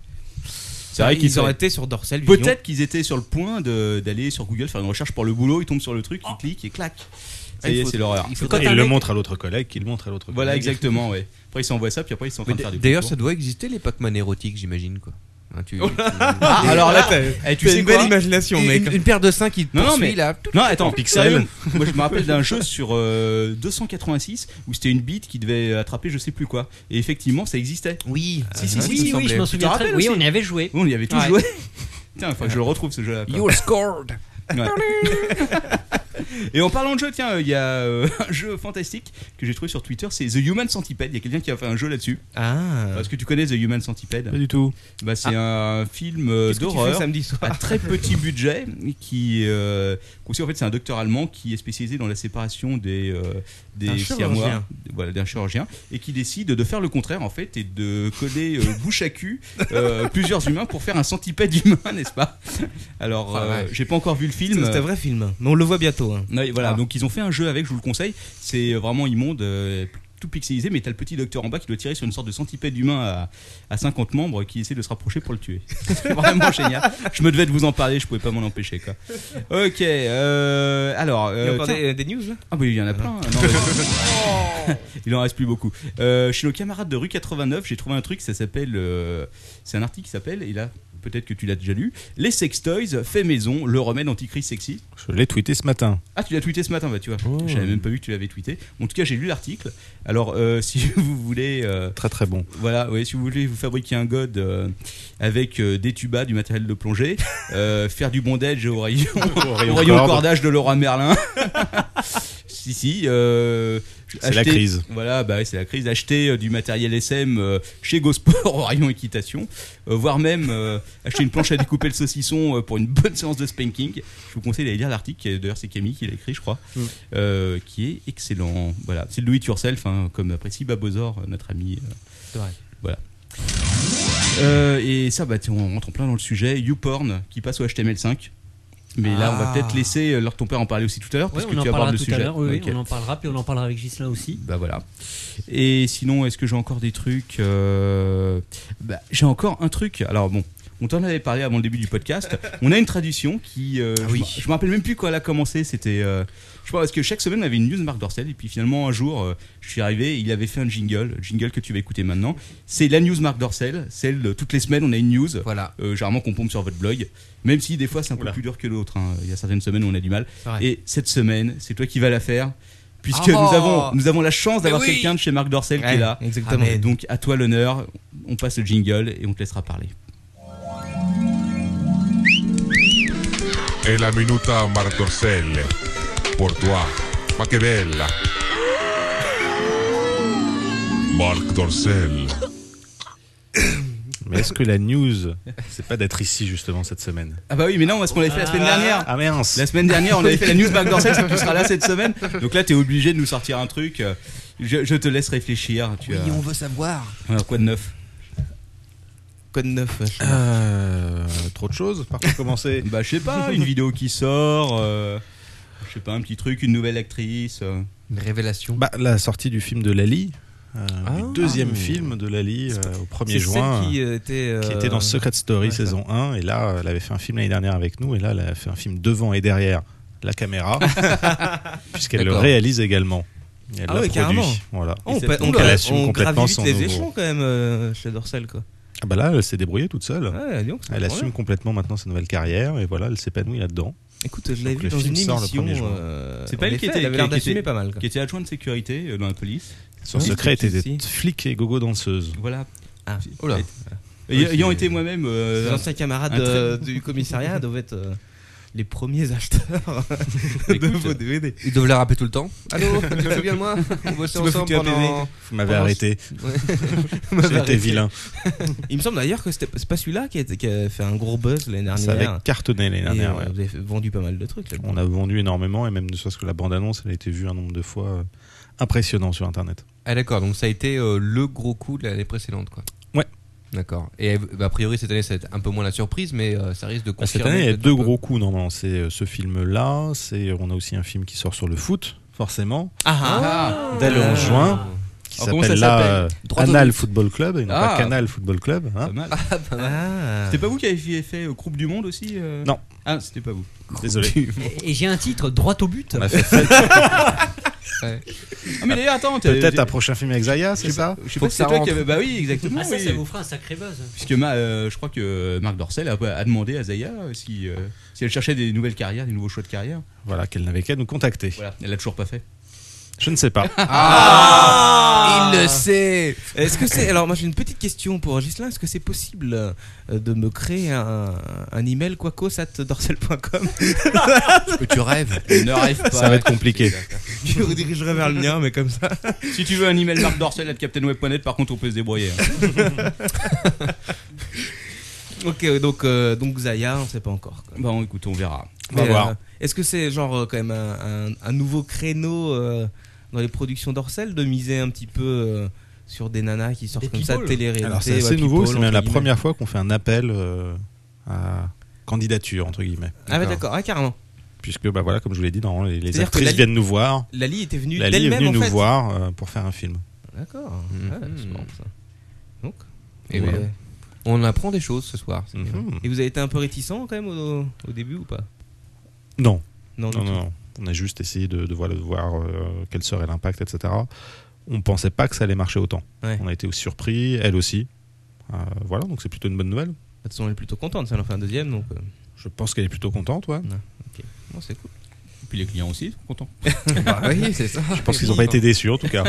C: C'est vrai qu'ils
E: auraient
C: auraient.
E: été sur Dorsal. Vision.
C: Peut-être qu'ils étaient sur le point de- d'aller sur Google faire une recherche pour le boulot, ils tombent sur le truc, ils cliquent et clac. Ça y est, c'est l'horreur.
F: Parce que quand
D: Et
F: t'as
D: il
F: un
D: le
F: mec-
D: montre à l'autre collègue, qu'il montre à l'autre collègue.
C: Voilà, exactement, ouais. Après, ils s'envoient ça, puis après, ils sont en train de faire des
H: D'ailleurs,
C: concours.
H: ça doit exister les Pac-Man érotiques, j'imagine quoi. hein, tu-
E: Ah,
H: tu-
E: alors là, t'as-
H: Eh,
E: t'as une belle
H: quoi
E: imagination,
H: une,
E: mec.
H: Une, une paire de seins qui te
C: Non, non,
H: poursuit,
C: mais.
H: là.
C: Non, attends,
D: Pixel.
C: sérieux. Moi, je me rappelle d'un jeu sur euh, 286 où c'était une bite qui devait attraper je sais plus quoi. Et effectivement, ça existait.
H: Oui.
C: Si, si,
H: Ah,
C: si,
H: ça me
C: oui,
F: oui, je m'en
H: semblait.
F: souviens
C: te
F: très
C: rappelles
F: Oui,
C: aussi
F: on y avait joué.
C: On y avait tous
F: Ouais.
C: joué. Tiens, il faut que je le retrouve ce jeu-là. quoi.
H: You scored.
C: Ouais. Et en parlant de jeu, tiens, euh, il y a euh, un jeu fantastique que j'ai trouvé sur Twitter, c'est The Human Centipede. Il y a quelqu'un qui a fait un jeu là-dessus.
E: Ah.
C: Est-ce que tu connais The Human Centipede
D: Pas du tout.
C: Bah, c'est un film euh,
E: Qu'est-ce que tu fais
C: d'horreur
E: samedi soir
C: à très petit budget qui euh, consiste- en fait c'est un docteur allemand qui est spécialisé dans la séparation des euh,
E: Un
C: des
E: chirurgien.
C: siamois voilà d'un chirurgien et qui décide de faire le contraire en fait et de coller euh, bouche à cul euh, plusieurs humains pour faire un centipède humain n'est-ce pas alors
H: Ah,
C: euh,
H: ouais.
C: j'ai pas encore vu le film
E: C'est un vrai film, mais on le voit bientôt. hein.
C: Ouais, voilà,
E: Ah.
C: donc ils ont fait un jeu avec, je vous le conseille. C'est vraiment immonde, euh, tout pixelisé, mais t'as le petit docteur en bas qui doit tirer sur une sorte de centipède humain à, à 50 membres qui essaie de se rapprocher pour le tuer. C'est vraiment génial. Je me devais de vous en parler, je pouvais pas m'en empêcher, quoi. Ok, euh, alors.
E: Il y a
C: euh,
E: encore
C: tiens.
E: des, des news là
C: Ah, oui, il y en a plein. Non, mais- il en reste plus beaucoup. Euh, chez nos camarades de rue 89, j'ai trouvé un truc, ça s'appelle. euh, C'est un article qui s'appelle, et là, peut-être que tu l'as déjà lu Les sextoys fait maison, le remède antichrist sexy.
D: Je l'ai tweeté ce matin.
C: Ah, tu l'as tweeté ce matin, bah tu vois.
D: Oh.
C: J'avais même pas vu que tu l'avais tweeté. En tout cas, j'ai lu l'article. Alors, euh, si vous voulez, euh,
D: Très très bon.
C: voilà, ouais, si vous voulez vous fabriquer un god euh, avec euh, des tubas, du matériel de plongée, euh, faire du bondage au rayon, Ah, au rayon
D: corde.
C: cordage de Laura Merlin. si si. euh,
D: C'est la
C: acheter-
D: crise.
C: Voilà, bah ouais, c'est la crise. Acheter euh, du matériel SM euh, chez GoSport au rayon équitation, euh, voire même euh, acheter une planche à découper le saucisson euh, pour une bonne séance de spanking. Je vous conseille d'aller lire l'article. qui est- D'ailleurs, c'est Camille qui l'a écrit, je crois,
F: Mm.
C: euh, qui est excellent. Voilà, c'est le do it yourself, hein, comme apprécie Babozor, euh, notre ami. euh, Voilà. Euh, et ça, bah, tiens, on rentre en plein dans le sujet. YouPorn qui passe au HTML5. Mais là, on va
H: Ah.
C: peut-être laisser euh, leur ton père en parler aussi tout à l'heure, parce
F: Ouais,
C: que
F: on en
C: tu
F: parlera
C: abordes
F: tout
C: le
F: à
C: sujet.
F: l'heure. oui, oui,
C: Ok.
F: On en parlera, puis on en parlera avec Gislain aussi.
C: Bah voilà. Et sinon, est-ce que j'ai encore des trucs euh, bah, J'ai encore un truc. Alors bon, on t'en avait parlé avant le début du podcast. On a une tradition qui. euh, je me- Je me rappelle même plus quand elle a commencé. C'était. euh, je crois parce que chaque semaine on avait une news de Marc Dorcel et puis finalement un jour euh, je suis arrivé, il avait fait un jingle, le jingle que tu vas écouter maintenant. C'est la news Marc Dorcel, celle de toutes les semaines on a une news.
H: Voilà.
C: euh, généralement qu'on pompe sur votre blog, même si des fois c'est un peu
D: Oula.
C: plus dur que l'autre. hein. Il y a certaines semaines où on a du mal.
H: C'est vrai.
C: Et cette semaine, c'est toi qui vas la faire, puisque
H: Oh
C: nous avons nous avons la chance d'avoir
H: Mais oui
C: quelqu'un de chez Marc Dorcel qui
E: Ouais,
C: est là.
D: Ah,
E: Exactement.
C: Et donc à toi l'honneur, on passe le jingle et on te laissera parler.
I: È E la minuta Martorcelle. Pour toi. Ma che bella. Marc Dorcel.
D: Mais est-ce que la news, c'est pas d'être ici justement cette semaine
C: Ah bah oui, mais non, parce qu'on l'avait fait la semaine dernière.
D: Ah mince
C: La semaine dernière, on avait fait la news Marc Dorcel, c'est que tu seras là cette semaine. Donc là, t'es obligé de nous sortir un truc. Euh, Je, je te laisse réfléchir. Tu as-
G: veut savoir.
C: Alors, quoi de neuf
E: Code 9.
D: Euh, Trop de choses par quoi commencer
C: Bah je sais pas, une vidéo qui sort, euh, je sais pas, un petit truc, une nouvelle actrice. euh.
H: Une révélation.
D: bah, La sortie du film de Lali, euh,
H: Ah.
D: du deuxième film de Lali euh, au 1er
E: C'est
D: juin.
E: celle qui euh, était. euh,
D: qui était dans Secret Story
E: ouais, ça.
D: saison 1 et là elle avait fait un film l'année dernière avec nous et là elle a fait un film devant et derrière la caméra puisqu'elle le
H: D'accord.
D: réalise également Et elle l'a
E: Ah ouais,
D: produit.
E: carrément.
D: voilà
E: Oh, on
C: Et
E: pa-
C: cette-
E: on,
D: donc, elle
E: on
D: assume complètement
E: gravit vite
D: son
E: les
D: nouveau-
E: échelons quand même euh, chez Dorsel quoi.
D: ah bah là elle s'est débrouillée toute seule
E: Ouais, dis donc, c'est
D: elle
E: pas
D: assume
E: mal.
D: complètement maintenant sa nouvelle carrière et voilà elle s'épanouit là-dedans
E: Écoute, je l'avais
D: Donc,
E: vu
D: le
E: dans
D: film
E: une
D: sort le
E: émission.
D: 1er juin.
E: euh,
C: C'est pas
E: en
C: elle qui
E: effet,
C: était-
E: Elle avait
C: qui
E: l'air
C: était-
E: d'assumer pas mal. quoi.
C: qui était adjointe de sécurité euh, dans la police.
D: son
E: Oui,
D: secret
E: si,
D: était
E: si.
D: d'être flic et gogo danseuse
C: Voilà.
E: Ah.
H: Oh là.
C: Ay- Ayant
H: c'est-
C: été moi-même euh,
E: Ses anciens camarades
C: un très-
E: euh, du commissariat doivent être euh, les premiers acheteurs de
C: Écoute,
E: vos DVD.
H: Ils doivent la rappeler tout le temps. Allô, tu te souviens de moi On bossait
E: Tu m'as
H: ensemble
E: foutu un
H: pendant.
D: vous m'avez
E: Oh,
H: Pendant-
D: arrêté
H: m'avez
D: j'étais
H: arrêté.
D: vilain
E: Il me semble d'ailleurs que c'était- c'est pas celui-là qui a, été- qui a fait un gros buzz l'année
D: ça avait
E: dernière.
D: cartonné l'année
E: Et,
D: dernière
E: euh,
D: ouais.
E: Vous avez fait- vendu pas mal de trucs là.
D: on a vendu énormément et même ne serait-ce que la bande-annonce elle a été vue un nombre de fois euh, impressionnant sur internet
H: Ah d'accord, donc ça a été euh, le gros coup de l'année précédente quoi.
D: Ouais.
H: D'accord. Et euh, a priori cette année ça va être un peu moins la surprise mais euh, ça risque de
D: Bah,
H: confirmer.
D: cette année, il y a
H: peut-être
D: deux
H: un peu.
D: gros coups normalement. C'est euh, ce film-là, c'est on a aussi un film qui sort sur le foot, forcément,
C: Ah,
D: dès le 11 juin, qui
C: Alors, comment ça
D: s'appelle là
C: s'appelle
D: euh,
H: Droit au
D: Anal
H: but.
D: Football Club et non
C: Ah.
D: pas Canal Football Club. hein.
C: pas mal.
E: Ah.
C: C'était pas vous qui aviez fait euh, Coupe du Monde aussi euh
D: Non.
C: Ah, c'était pas vous.
D: Désolé.
C: Bah,
F: Et, et j'ai un titre droit au but.
D: On a fait fête,
C: Ah, mais d'ailleurs, attends, t'as-
D: Peut-être
C: j'ai-
D: un prochain film avec Zaya, c'est ça
C: Je sais
H: Faut
C: pas
H: que
C: si
H: ça
C: c'est toi qui
H: rentre.
C: avais. Bah oui, exactement.
F: Ah, ça,
C: oui.
F: ça vous fera un sacré buzz.
C: Puisque ma- euh, je crois que Marc Dorcel a, a demandé à Zaya si, euh, si elle cherchait des nouvelles carrières, des nouveaux choix de carrière.
D: Voilà, qu'elle n'avait qu'à nous contacter.
C: Voilà, elle l'a toujours pas fait.
D: Je ne sais pas.
E: Il le
G: sait
E: Est-ce que c'est alors moi j'ai une petite question pour Gislain est-ce que c'est possible euh, de me créer un, un email quacosatdorsel.com
G: Tu rêves
C: Ne rêve pas.
D: Ça va être compliqué.
E: je le redirigerai vers le mien mais comme ça
C: Si tu veux un email Marc Dorcel à CaptainWeb.net, par contre, on peut se débrouiller. hein.
E: ok donc euh, donc Zaya on sait pas encore quoi.
C: Bon, Bah, écoute, on verra.
D: On va
E: Mais,
D: voir.
E: euh, est-ce que c'est genre euh, quand même un, un- un nouveau créneau euh, dans les productions d'Orcel de miser un petit peu euh, sur des nanas qui sortent
F: Des
E: comme ça de
F: people.
E: télé-réalité
D: Alors c'est
E: ouais,
D: assez nouveau,
E: people,
D: c'est même la
E: entre guillemets.
D: première fois qu'on fait un appel euh, à candidature entre guillemets.
E: Ah ouais, d'accord, ah, carrément.
D: Puisque bah voilà, comme je vous l'ai dit, normalement, les, les
E: C'est-à-dire que
D: actrices
E: Lali-
D: viennent nous voir.
E: Lali était venue
D: Lali est
E: d'elle-même
D: venue
E: en
D: nous
E: fait.
D: voir euh, pour faire un film.
E: D'accord.
H: Mhm.
E: Ah, c'est marrant, ça. Donc,
H: Et
E: vous,
H: voilà.
E: euh,
H: On apprend des choses ce soir. c'est bien.
D: Mhm.
E: et vous avez été un peu réticent quand même au, au début ou pas
D: Non,
E: du
D: non,
E: tout.
D: non, non. On a juste essayé de, de voilà, de voir euh, quel serait l'impact, etc. On pensait pas que ça allait marcher autant.
E: Ouais.
D: On a été surpris, elle aussi. Euh, voilà, donc c'est plutôt une bonne nouvelle.
E: De toute façon, elle est plutôt contente, ça elle en fait un deuxième, donc euh,
D: Je pense qu'elle est plutôt contente, ouais.
E: bon, c'est cool.
C: Et puis les clients aussi, ils sont contents.
H: Bah oui, c'est ça.
D: Je pense qu'ils n'ont pas été déçus, en tout cas.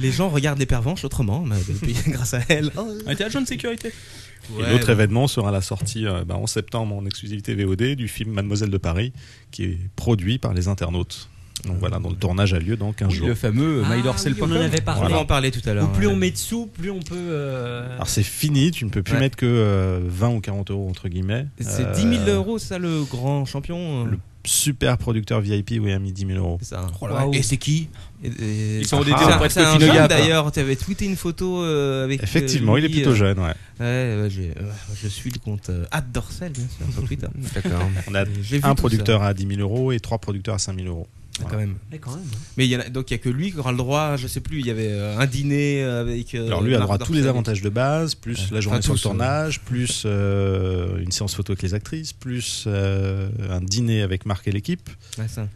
E: Les gens regardent les pervenches autrement, mais depuis, grâce à elle.
C: Ah, t'es agent de sécurité.
D: Et
E: bah.
D: l'autre événement sera la sortie euh, bah, en septembre en exclusivité VOD du film Mademoiselle de Paris, qui est produit par les internautes. Donc voilà, dont le tournage a lieu dans 15
C: Oui,
D: jours.
C: le fameux euh,
F: Ah, oui, on
C: mydorcel.com.
F: en avait
E: On
F: parlé.
E: va en parler tout à l'heure.
F: Ou plus
E: hein,
F: on
E: la-
F: met de sous, plus on peut. euh,
C: Ah.
D: Alors c'est fini, tu ne peux plus
E: Ouais.
D: mettre que euh, 20 ou 40 euros entre guillemets.
E: C'est
D: Euh,
E: 10 000 euros, ça, le grand champion euh,
D: Le- Super producteur VIP, oui, a mis 10 000 euros.
E: C'est ça. hein.
F: Waouh.
H: Et c'est qui
E: Oh Et- et-
C: Ils sont endettés
E: C'est un-
C: auprès de
E: c'est un
C: Coquinoga, quoi.
E: jeune, d'ailleurs. Tu avais tweeté une photo euh, avec. euh,
D: Effectivement, il est
E: lui,
D: plutôt
E: euh,
D: jeune, ouais.
E: Ouais, ouais, j'ai- euh, je suis le compte euh, @dorsel bien sûr sur Twitter.
H: D'accord.
D: On a
E: J'ai vu
D: un
E: tout
D: producteur à 10 000 euros et trois producteurs à 5 000 euros.
E: ça, quand même.
F: ouais, quand même.
E: Mais il y en a, donc il y a que lui qui aura le droit. Je sais plus. Il y avait euh, un dîner avec. euh,
D: Alors lui a
E: Marc
D: droit à tous les
E: Dorcel.
D: avantages de base, plus
E: Ouais.
D: la journée
E: Enfin,
D: sur le
E: tous, euh.
D: tournage, plus euh, une séance photo avec les actrices, plus euh, un dîner avec Marc et l'équipe,
E: Ouais, ça.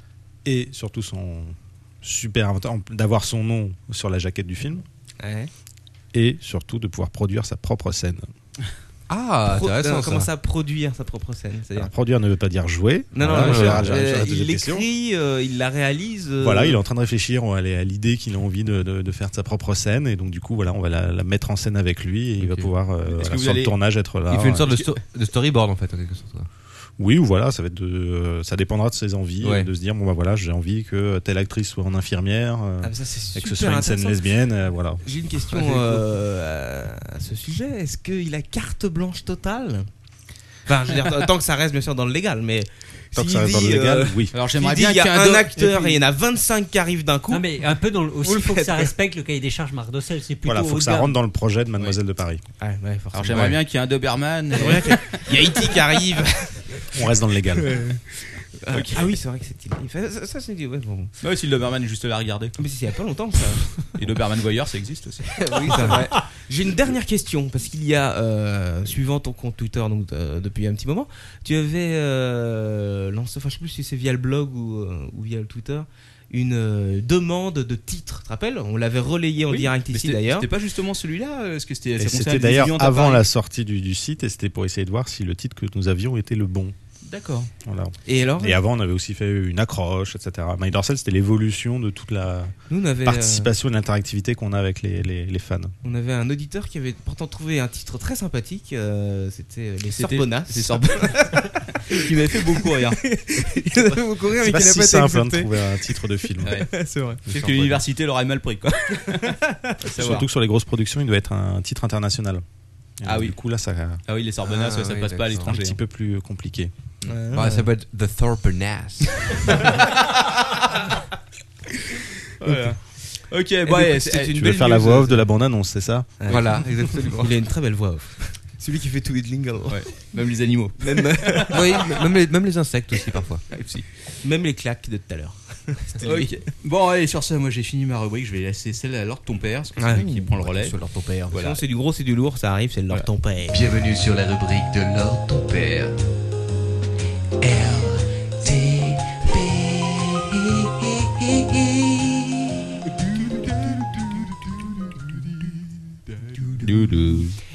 D: et surtout son super avantage en plus d'avoir son nom sur la jaquette du film,
E: Ouais.
D: et surtout de pouvoir produire sa propre scène.
H: Ah,
E: Pro-
H: intéressant.
E: non,
H: ça.
E: commencer à produire sa propre scène. c'est-à-dire-
D: Alors, produire ne veut pas dire jouer.
E: Non, non,
D: Voilà,
E: non,
D: je-
E: je-
D: j'arrête-
E: euh,
D: j'arrête de
E: il
D: dire question.
E: l'écrit, euh, il la réalise. euh,
D: Voilà, il est en train de réfléchir ouais, à l'é- à l'idée qu'il a envie de, de- de faire de sa propre scène et donc du coup voilà, on va la, la mettre en scène avec lui et il va
H: Ok.
D: pouvoir euh,
C: que
D: voilà,
C: vous
D: sur
C: allez-
D: le tournage être là.
H: Il fait une
D: Ah ouais.
H: sorte de, sto- de storyboard en fait, en quelque sorte.
D: Oui ou voilà, ça va être de, euh, ça dépendra de ses envies,
H: Ouais.
D: euh, de se dire bon bah voilà, j'ai envie que telle actrice soit en infirmière euh,
E: Ah, mais ça, c'est
D: et que ce
E: super
D: soit une scène
E: intéressant.
D: lesbienne, euh, voilà.
E: J'ai une question
H: Ouais, c'est cool.
E: euh, à- à ce sujet. Est-ce qu'il a carte blanche totale Enfin, je veux dire, tant que ça reste bien sûr dans le légal, mais.
D: Tant que
E: s'il
D: ça reste dans le
E: dit,
D: légal,
E: euh,
D: oui.
C: Alors
E: s'il
C: j'aimerais
E: dit,
C: bien
E: il y
C: qu'il y ait
E: a un
C: doc-
E: acteur et il
C: puis-
E: y en a 25 qui arrivent d'un coup.
F: Non, mais un peu dans le. Aussi,
E: Vous le
F: il faut que
E: faites,
F: ça
E: ouais.
F: respecte le cahier des charges Marc Dossel. C'est plutôt.
D: Voilà, faut
F: haut
D: que
F: de
D: ça
F: gamme.
D: rentre dans le projet de Mademoiselle de Paris.
E: Ouais, ouais, forcément.
C: Alors j'aimerais bien qu'il y ait un Doberman.
E: J'aimerais bien qu'il y a Haïti qui arrive.
D: On reste dans le légal.
E: Ah, Ah oui, c'est vrai que c'est il fait- Ça, ça, c'est ouais, bon. Ah,
C: Ouais, si le Doberman est juste là à regarder.
E: Mais c'est il y a pas longtemps ça.
C: Et Doberman Voyeur, ça existe aussi.
E: oui, c'est vrai. J'ai une dernière question parce qu'il y a, euh, suivant ton compte Twitter, donc euh, depuis un petit moment, tu avais euh, lancé, enfin je sais plus si c'est via le blog ou, euh, ou via le Twitter, une euh, demande de titre. Tu te rappelles On l'avait relayé en
C: Oui,
E: direct
C: mais
E: ici
C: c'était-
E: d'ailleurs.
C: C'était pas justement celui-là euh, Parce que c'était.
D: Et
C: ça concerne
D: c'était
C: des
D: d'ailleurs
C: étudiantes à
D: avant
C: Paris.
D: la sortie du, du site et c'était pour essayer de voir si le titre que nous avions était le bon.
C: D'accord.
D: Voilà.
E: Et alors
D: Et avant, on avait aussi fait une accroche, etc. My Dorsal, c'était l'évolution de toute la
E: Nous on avait, euh, Ah
D: participation et l'interactivité qu'on a avec les, les- les fans.
E: on avait un auditeur qui avait pourtant trouvé un titre très sympathique. euh, C'était les
C: C'était-
E: Sorbonnas.
C: C'est Sorbonne. qui m'avait fait beaucoup rire.
E: Il avait beaucoup rire,
D: C'est
E: mais
D: pas
E: qu'il n'a
D: si
E: pas été
D: simple hein, de
E: accepté.
D: trouver un titre de film.
C: Ouais.
E: C'est vrai.
C: Peut-être que l'université l'aurait mal pris, quoi. Ça va.
D: Surtout que sur les grosses productions, il doit être un titre international. Et
C: Ah
D: donc,
C: oui.
D: Du coup, là, ça un
C: Ah oui, les Sorbonas,
H: Ah
C: ouais, ça
H: oui,
C: passe pas
H: d'accord.
C: à l'étranger. hein.
D: petit peu plus compliqué.
E: Ouais.
G: Ah.
H: Bah, ça peut être The Thorpenass.
C: Voilà. Ok,
E: donc,
C: bah, eh,
E: c'était
C: eh,
E: ben, une
D: tu veux
E: belle
D: faire la
E: news,
D: voix off
E: ça.
D: de la bande-annonce, c'est ça
E: Ouais.
H: voilà, exactement.
E: Il a une très belle voix off. Celui qui fait tous les jingles.
C: même les animaux.
E: Même,
H: oui, même les, même les insectes aussi parfois.
E: même les claques de tout à l'heure. C'était lui.
C: Ok. Bon, allez, sur ça, moi j'ai fini ma rubrique. Je vais laisser celle à l'ordre de ton père, parce que
E: Ah
C: c'est lui
E: oui.
C: qui prend le relais.
H: Sur leur ton père.
C: Voilà.
E: Sinon, c'est du gros, c'est du lourd, ça arrive, c'est le leur ton père.
B: Bienvenue sur la rubrique de l'ordre ton père. RTP.
F: Alors,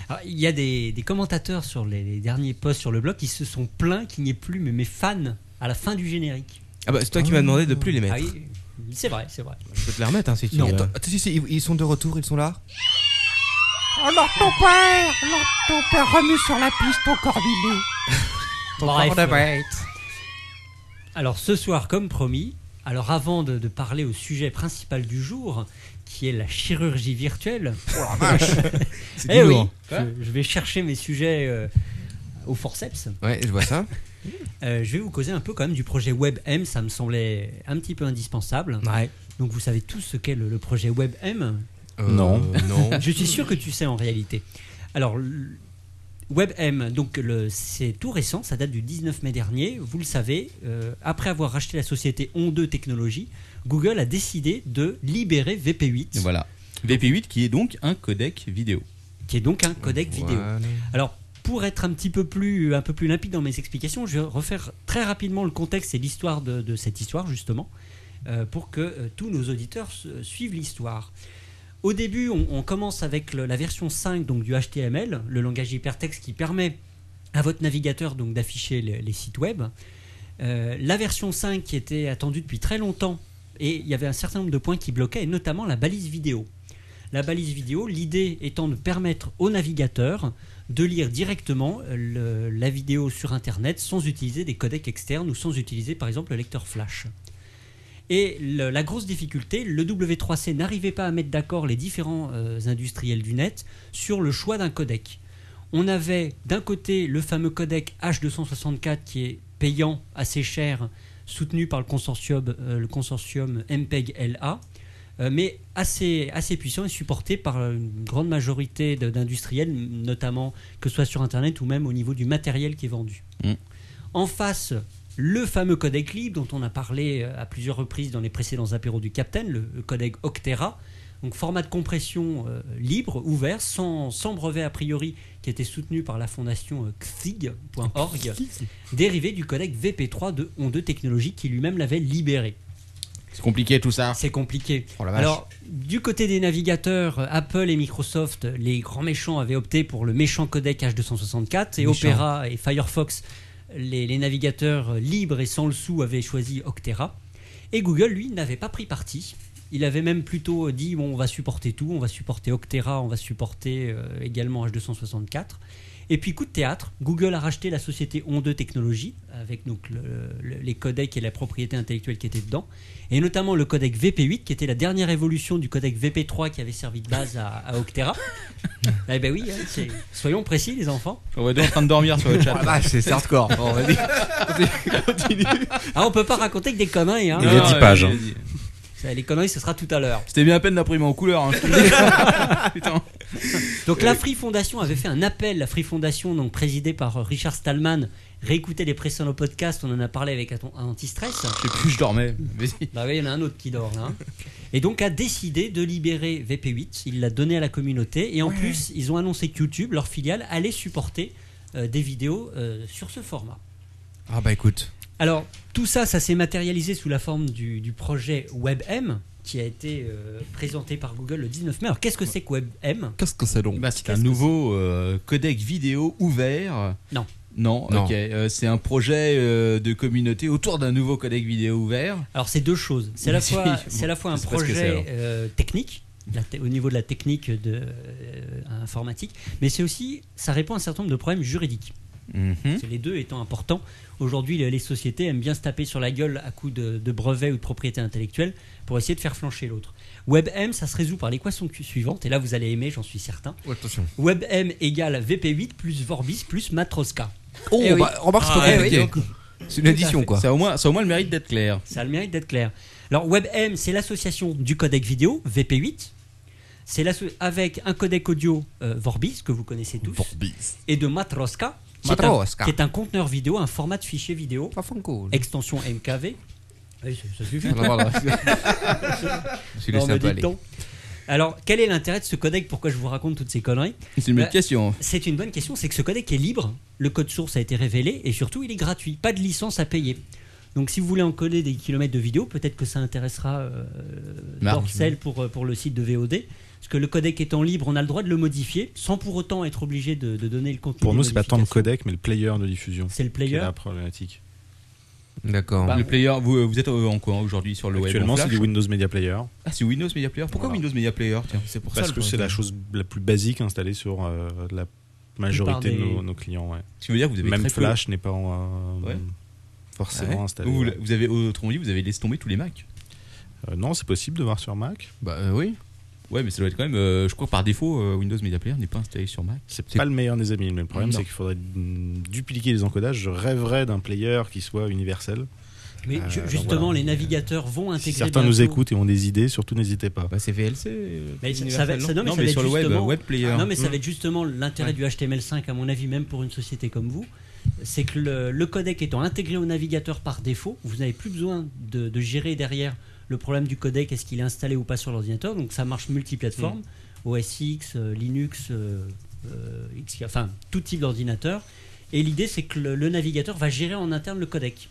F: Ah, il y a des, des commentateurs sur les, les derniers posts sur le blog qui se sont plaints qu'il n'y ait plus mais mes fans à la fin du générique.
E: Ah bah, c'est toi qui m'as demandé de plus les mettre.
F: Ah oui, c'est vrai, c'est vrai.
E: Je peux te les remettre hein, si tu
G: Non,
E: veux.
G: attends, attends, si, si, ils- ils sont de retour, ils sont là.
F: Bref. Alors ce soir, comme promis, alors avant de, de parler au sujet principal du jour, qui est la chirurgie virtuelle. eh oui, je, je vais chercher mes sujets euh, au forceps.
H: Ouais, je vois ça.
F: Euh, je vais vous causer un peu quand même du projet WebM, ça me semblait un petit peu indispensable.
E: Ouais.
F: Donc vous savez tous ce qu'est le, le projet WebM.
H: Euh,
D: Non.
H: Non.
F: Je suis sûr que tu sais en réalité. Alors, le- WebM, donc le- c'est tout récent, ça date du 19 mai dernier. Vous le savez, euh, après avoir racheté la société On2 Technologies, Google a décidé de libérer VP8,
C: Voilà. VP8 qui est donc un codec vidéo.
F: qui est donc un codec vidéo.
H: Voilà.
F: Alors, pour être un petit peu plus, un peu plus limpide dans mes explications, je vais refaire très rapidement le contexte et l'histoire de, de cette histoire, justement, euh, pour que euh, tous nos auditeurs su- suivent l'histoire. Au début, on, on commence avec le- la version 5 donc, du HTML, le langage hypertexte qui permet à votre navigateur donc d'afficher les, les sites web. Euh, la version 5 qui était attendue depuis très longtemps, et il y avait un certain nombre de points qui bloquaient, et notamment la balise vidéo. La balise vidéo, l'idée étant de permettre au navigateur de lire directement euh, le- la vidéo sur Internet sans utiliser des codecs externes ou sans utiliser par exemple le lecteur flash. Et le- la grosse difficulté, le W3C n'arrivait pas à mettre d'accord les différents euh, industriels du net sur le choix d'un codec. On avait d'un côté le fameux codec H264 qui est payant assez cher, soutenu par le consortium, euh, le consortium E MPEG-LA, euh, mais assez, assez puissant et supporté par une grande majorité de- d'industriels, notamment que ce soit sur Internet ou même au niveau du matériel qui est vendu.
C: Mm.
F: En face, le fameux codec libre dont on a parlé euh, à plusieurs reprises dans les précédents apéros du Captain, le le codec Octera, donc format de compression euh, libre, ouvert, sans, sans brevet a priori, qui était soutenu par la fondation euh, xfig.org, dérivé du codec VP3 de On2 Technologies qui lui-même l'avait libéré.
C: C'est compliqué tout ça.
F: C'est compliqué.
C: Oh la vache.
F: Alors, du côté des navigateurs, euh, Apple et Microsoft, les grands méchants avaient opté pour le méchant codec H264 et
E: Méchant.
F: Opera et Firefox, les, les navigateurs euh, libres et sans le sou avaient choisi Octera. Et Google, lui, n'avait pas pris parti. Il avait même plutôt euh, dit bon, on va supporter tout, on va supporter Octera, on va supporter euh, également H264. Et puis coup de théâtre, Google a racheté la société On2 Technologies avec donc le- le- les codecs et la propriété intellectuelle qui était dedans, et notamment le codec VP8 qui était la dernière évolution du codec VP3 qui avait servi de base à, à Octera. eh ben oui, hein, c'est- soyons précis les enfants.
C: On va être en train de dormir sur le chat.
E: bah,
G: Ah, c'est hardcore.
F: Ah, on peut pas raconter que des conneries. Hein.
D: Il y a
C: Non,
D: 10
C: euh,
D: pages, hein.
C: vas-y.
F: Ça, Les conneries, ce sera tout à l'heure.
C: C'était bien à peine d'imprimer en couleur. hein, je te le dis. Putain.
F: Donc la Free Foundation avait fait un appel, la Free Foundation, donc présidée par euh, Richard Stallman. Réécoutez les précédents podcasts, on en a parlé avec Aton- Antistress.
C: Je sais plus, je dormais. Vas-y.
F: Bah oui, il y en a un autre qui dort là. hein. Et donc a décidé de libérer VP8, il l'a donné à la communauté et en plus ils ont annoncé que YouTube, leur filiale, allait supporter euh, des vidéos euh, sur ce format.
H: Ah bah écoute.
F: Alors tout ça, ça s'est matérialisé sous la forme du, du projet WebM qui a été euh, présenté par Google le 19 mai. Alors qu'est-ce que c'est que WebM
G: Qu'est-ce que c'est donc
C: Bah, c'est un
F: Qu'est-ce que
C: nouveau euh, codec vidéo ouvert.
F: Non.
C: Non,
H: Non.
C: ok. Euh, c'est un projet euh, de communauté autour d'un nouveau codec vidéo ouvert.
F: Alors c'est deux choses. C'est à la
C: Mais si,
F: fois,
C: bon,
F: c'est à la fois un
C: je sais pas ce que c'est,
F: projet
C: alors.
F: euh, technique, la te- au niveau de la technique de euh, informatique, mais c'est aussi, ça répond à un certain nombre de problèmes juridiques.
C: Hmm.
F: C'est les deux étant importants. Aujourd'hui, les les sociétés aiment bien se taper sur la gueule à coups de, de brevets ou de propriété intellectuelle pour essayer de faire flancher l'autre. WebM, ça se résout par l'équation cu- suivante, et là vous allez aimer, j'en suis certain.
H: Oh, attention.
F: WebM égale VP8 plus Vorbis plus Matroska.
G: Oh,
F: Eh oui.
G: bah, remarque,
H: Ah,
G: c'est pas
F: Eh oui,
G: compliqué.
F: donc,
H: C'est une addition quoi.
C: Ça a au moins, ça a au moins le mérite d'être clair.
F: Ça a le mérite d'être clair. Alors WebM, c'est l'association du codec vidéo, VP8. C'est l'asso- avec un codec audio euh, Vorbis, que vous connaissez tous, et de Matroska, qui, est un-
H: Matroska.
F: qui est un conteneur vidéo, un format de fichier vidéo,
H: Pas Franco.
F: extension MKV. Oui, ça, ça suffit.
D: Ah,
H: Non, non, non. Je suis
F: Non,
H: laissé
F: mais
H: un peu aller.
F: dites-donc. Alors, quel est l'intérêt de ce codec Pourquoi je vous raconte toutes ces conneries
C: C'est une bonne
F: Bah,
C: question.
F: C'est une bonne question, c'est que ce codec est libre, le code source a été révélé et surtout il est gratuit, pas de licence à payer. Donc si vous voulez encoder des kilomètres de vidéos, peut-être que ça intéressera euh,
C: Marc.
F: Dorcel pour, euh, pour le site de VOD. Parce que le codec étant libre, on a le droit de le modifier sans pour autant être obligé de, de donner le contenu.
D: Pour
F: des
D: nous, c'est pas tant le
F: modifications.
D: codec, mais le player de diffusion.
F: C'est le
D: qui est
F: player.
D: la problématique.
H: D'accord.
F: Bah,
C: Le player, vous, vous êtes en quoi aujourd'hui sur le web
D: Actuellement,
C: En
D: c'est
C: Flash
D: du Windows Media Player.
C: Ah, c'est Windows Media Player. Pourquoi
D: Voilà.
C: Windows Media Player tiens
E: C'est pour
D: Parce
E: ça
D: que c'est la chose la plus basique installée sur euh, la majorité de
F: des-
D: nos, nos clients. ouais.
C: Ce qui veut dire que vous avez
D: Même
C: très peu-
D: Flash n'est pas en, euh,
C: Ouais. Ah
D: forcément
C: Ouais.
D: installé.
C: Vous,
D: ouais.
C: vous avez autrement dit, vous avez laissé tomber tous les Mac.
D: Euh, non, c'est possible de voir sur Mac.
H: Bah euh, oui.
C: Ouais, mais ça doit être quand même. euh, je crois que par défaut, euh, Windows Media Player n'est pas installé sur Mac.
D: C'est
C: C'est-
D: pas le meilleur des amis. Mais le problème,
C: Non.
D: c'est qu'il faudrait mm, dupliquer les encodages. Je rêverais d'un player qui soit universel.
F: Mais
D: Euh,
F: ju-
D: alors
F: justement,
D: voilà,
F: les
D: mais, euh,
F: navigateurs vont intégrer.
D: Si certains nous
F: bientôt-
D: écoutent et ont des idées, surtout n'hésitez pas.
E: Bah, c'est VLC.
F: Mais ça- ça va- ça- non, mais ça va
C: sur
F: être
C: le web,
F: justement-
C: web player.
F: Ah, non, mais ça va être justement l'intérêt du HTML5, à mon avis, même pour une société comme vous. C'est que le, le codec étant intégré au navigateur par défaut, vous n'avez plus besoin de, de gérer derrière le problème du codec, est-ce qu'il est installé ou pas sur l'ordinateur. Donc ça marche multiplateforme, OS X, euh, Linux, euh, euh, X, enfin tout type d'ordinateur. Et l'idée, c'est que le, le navigateur va gérer en interne le codec.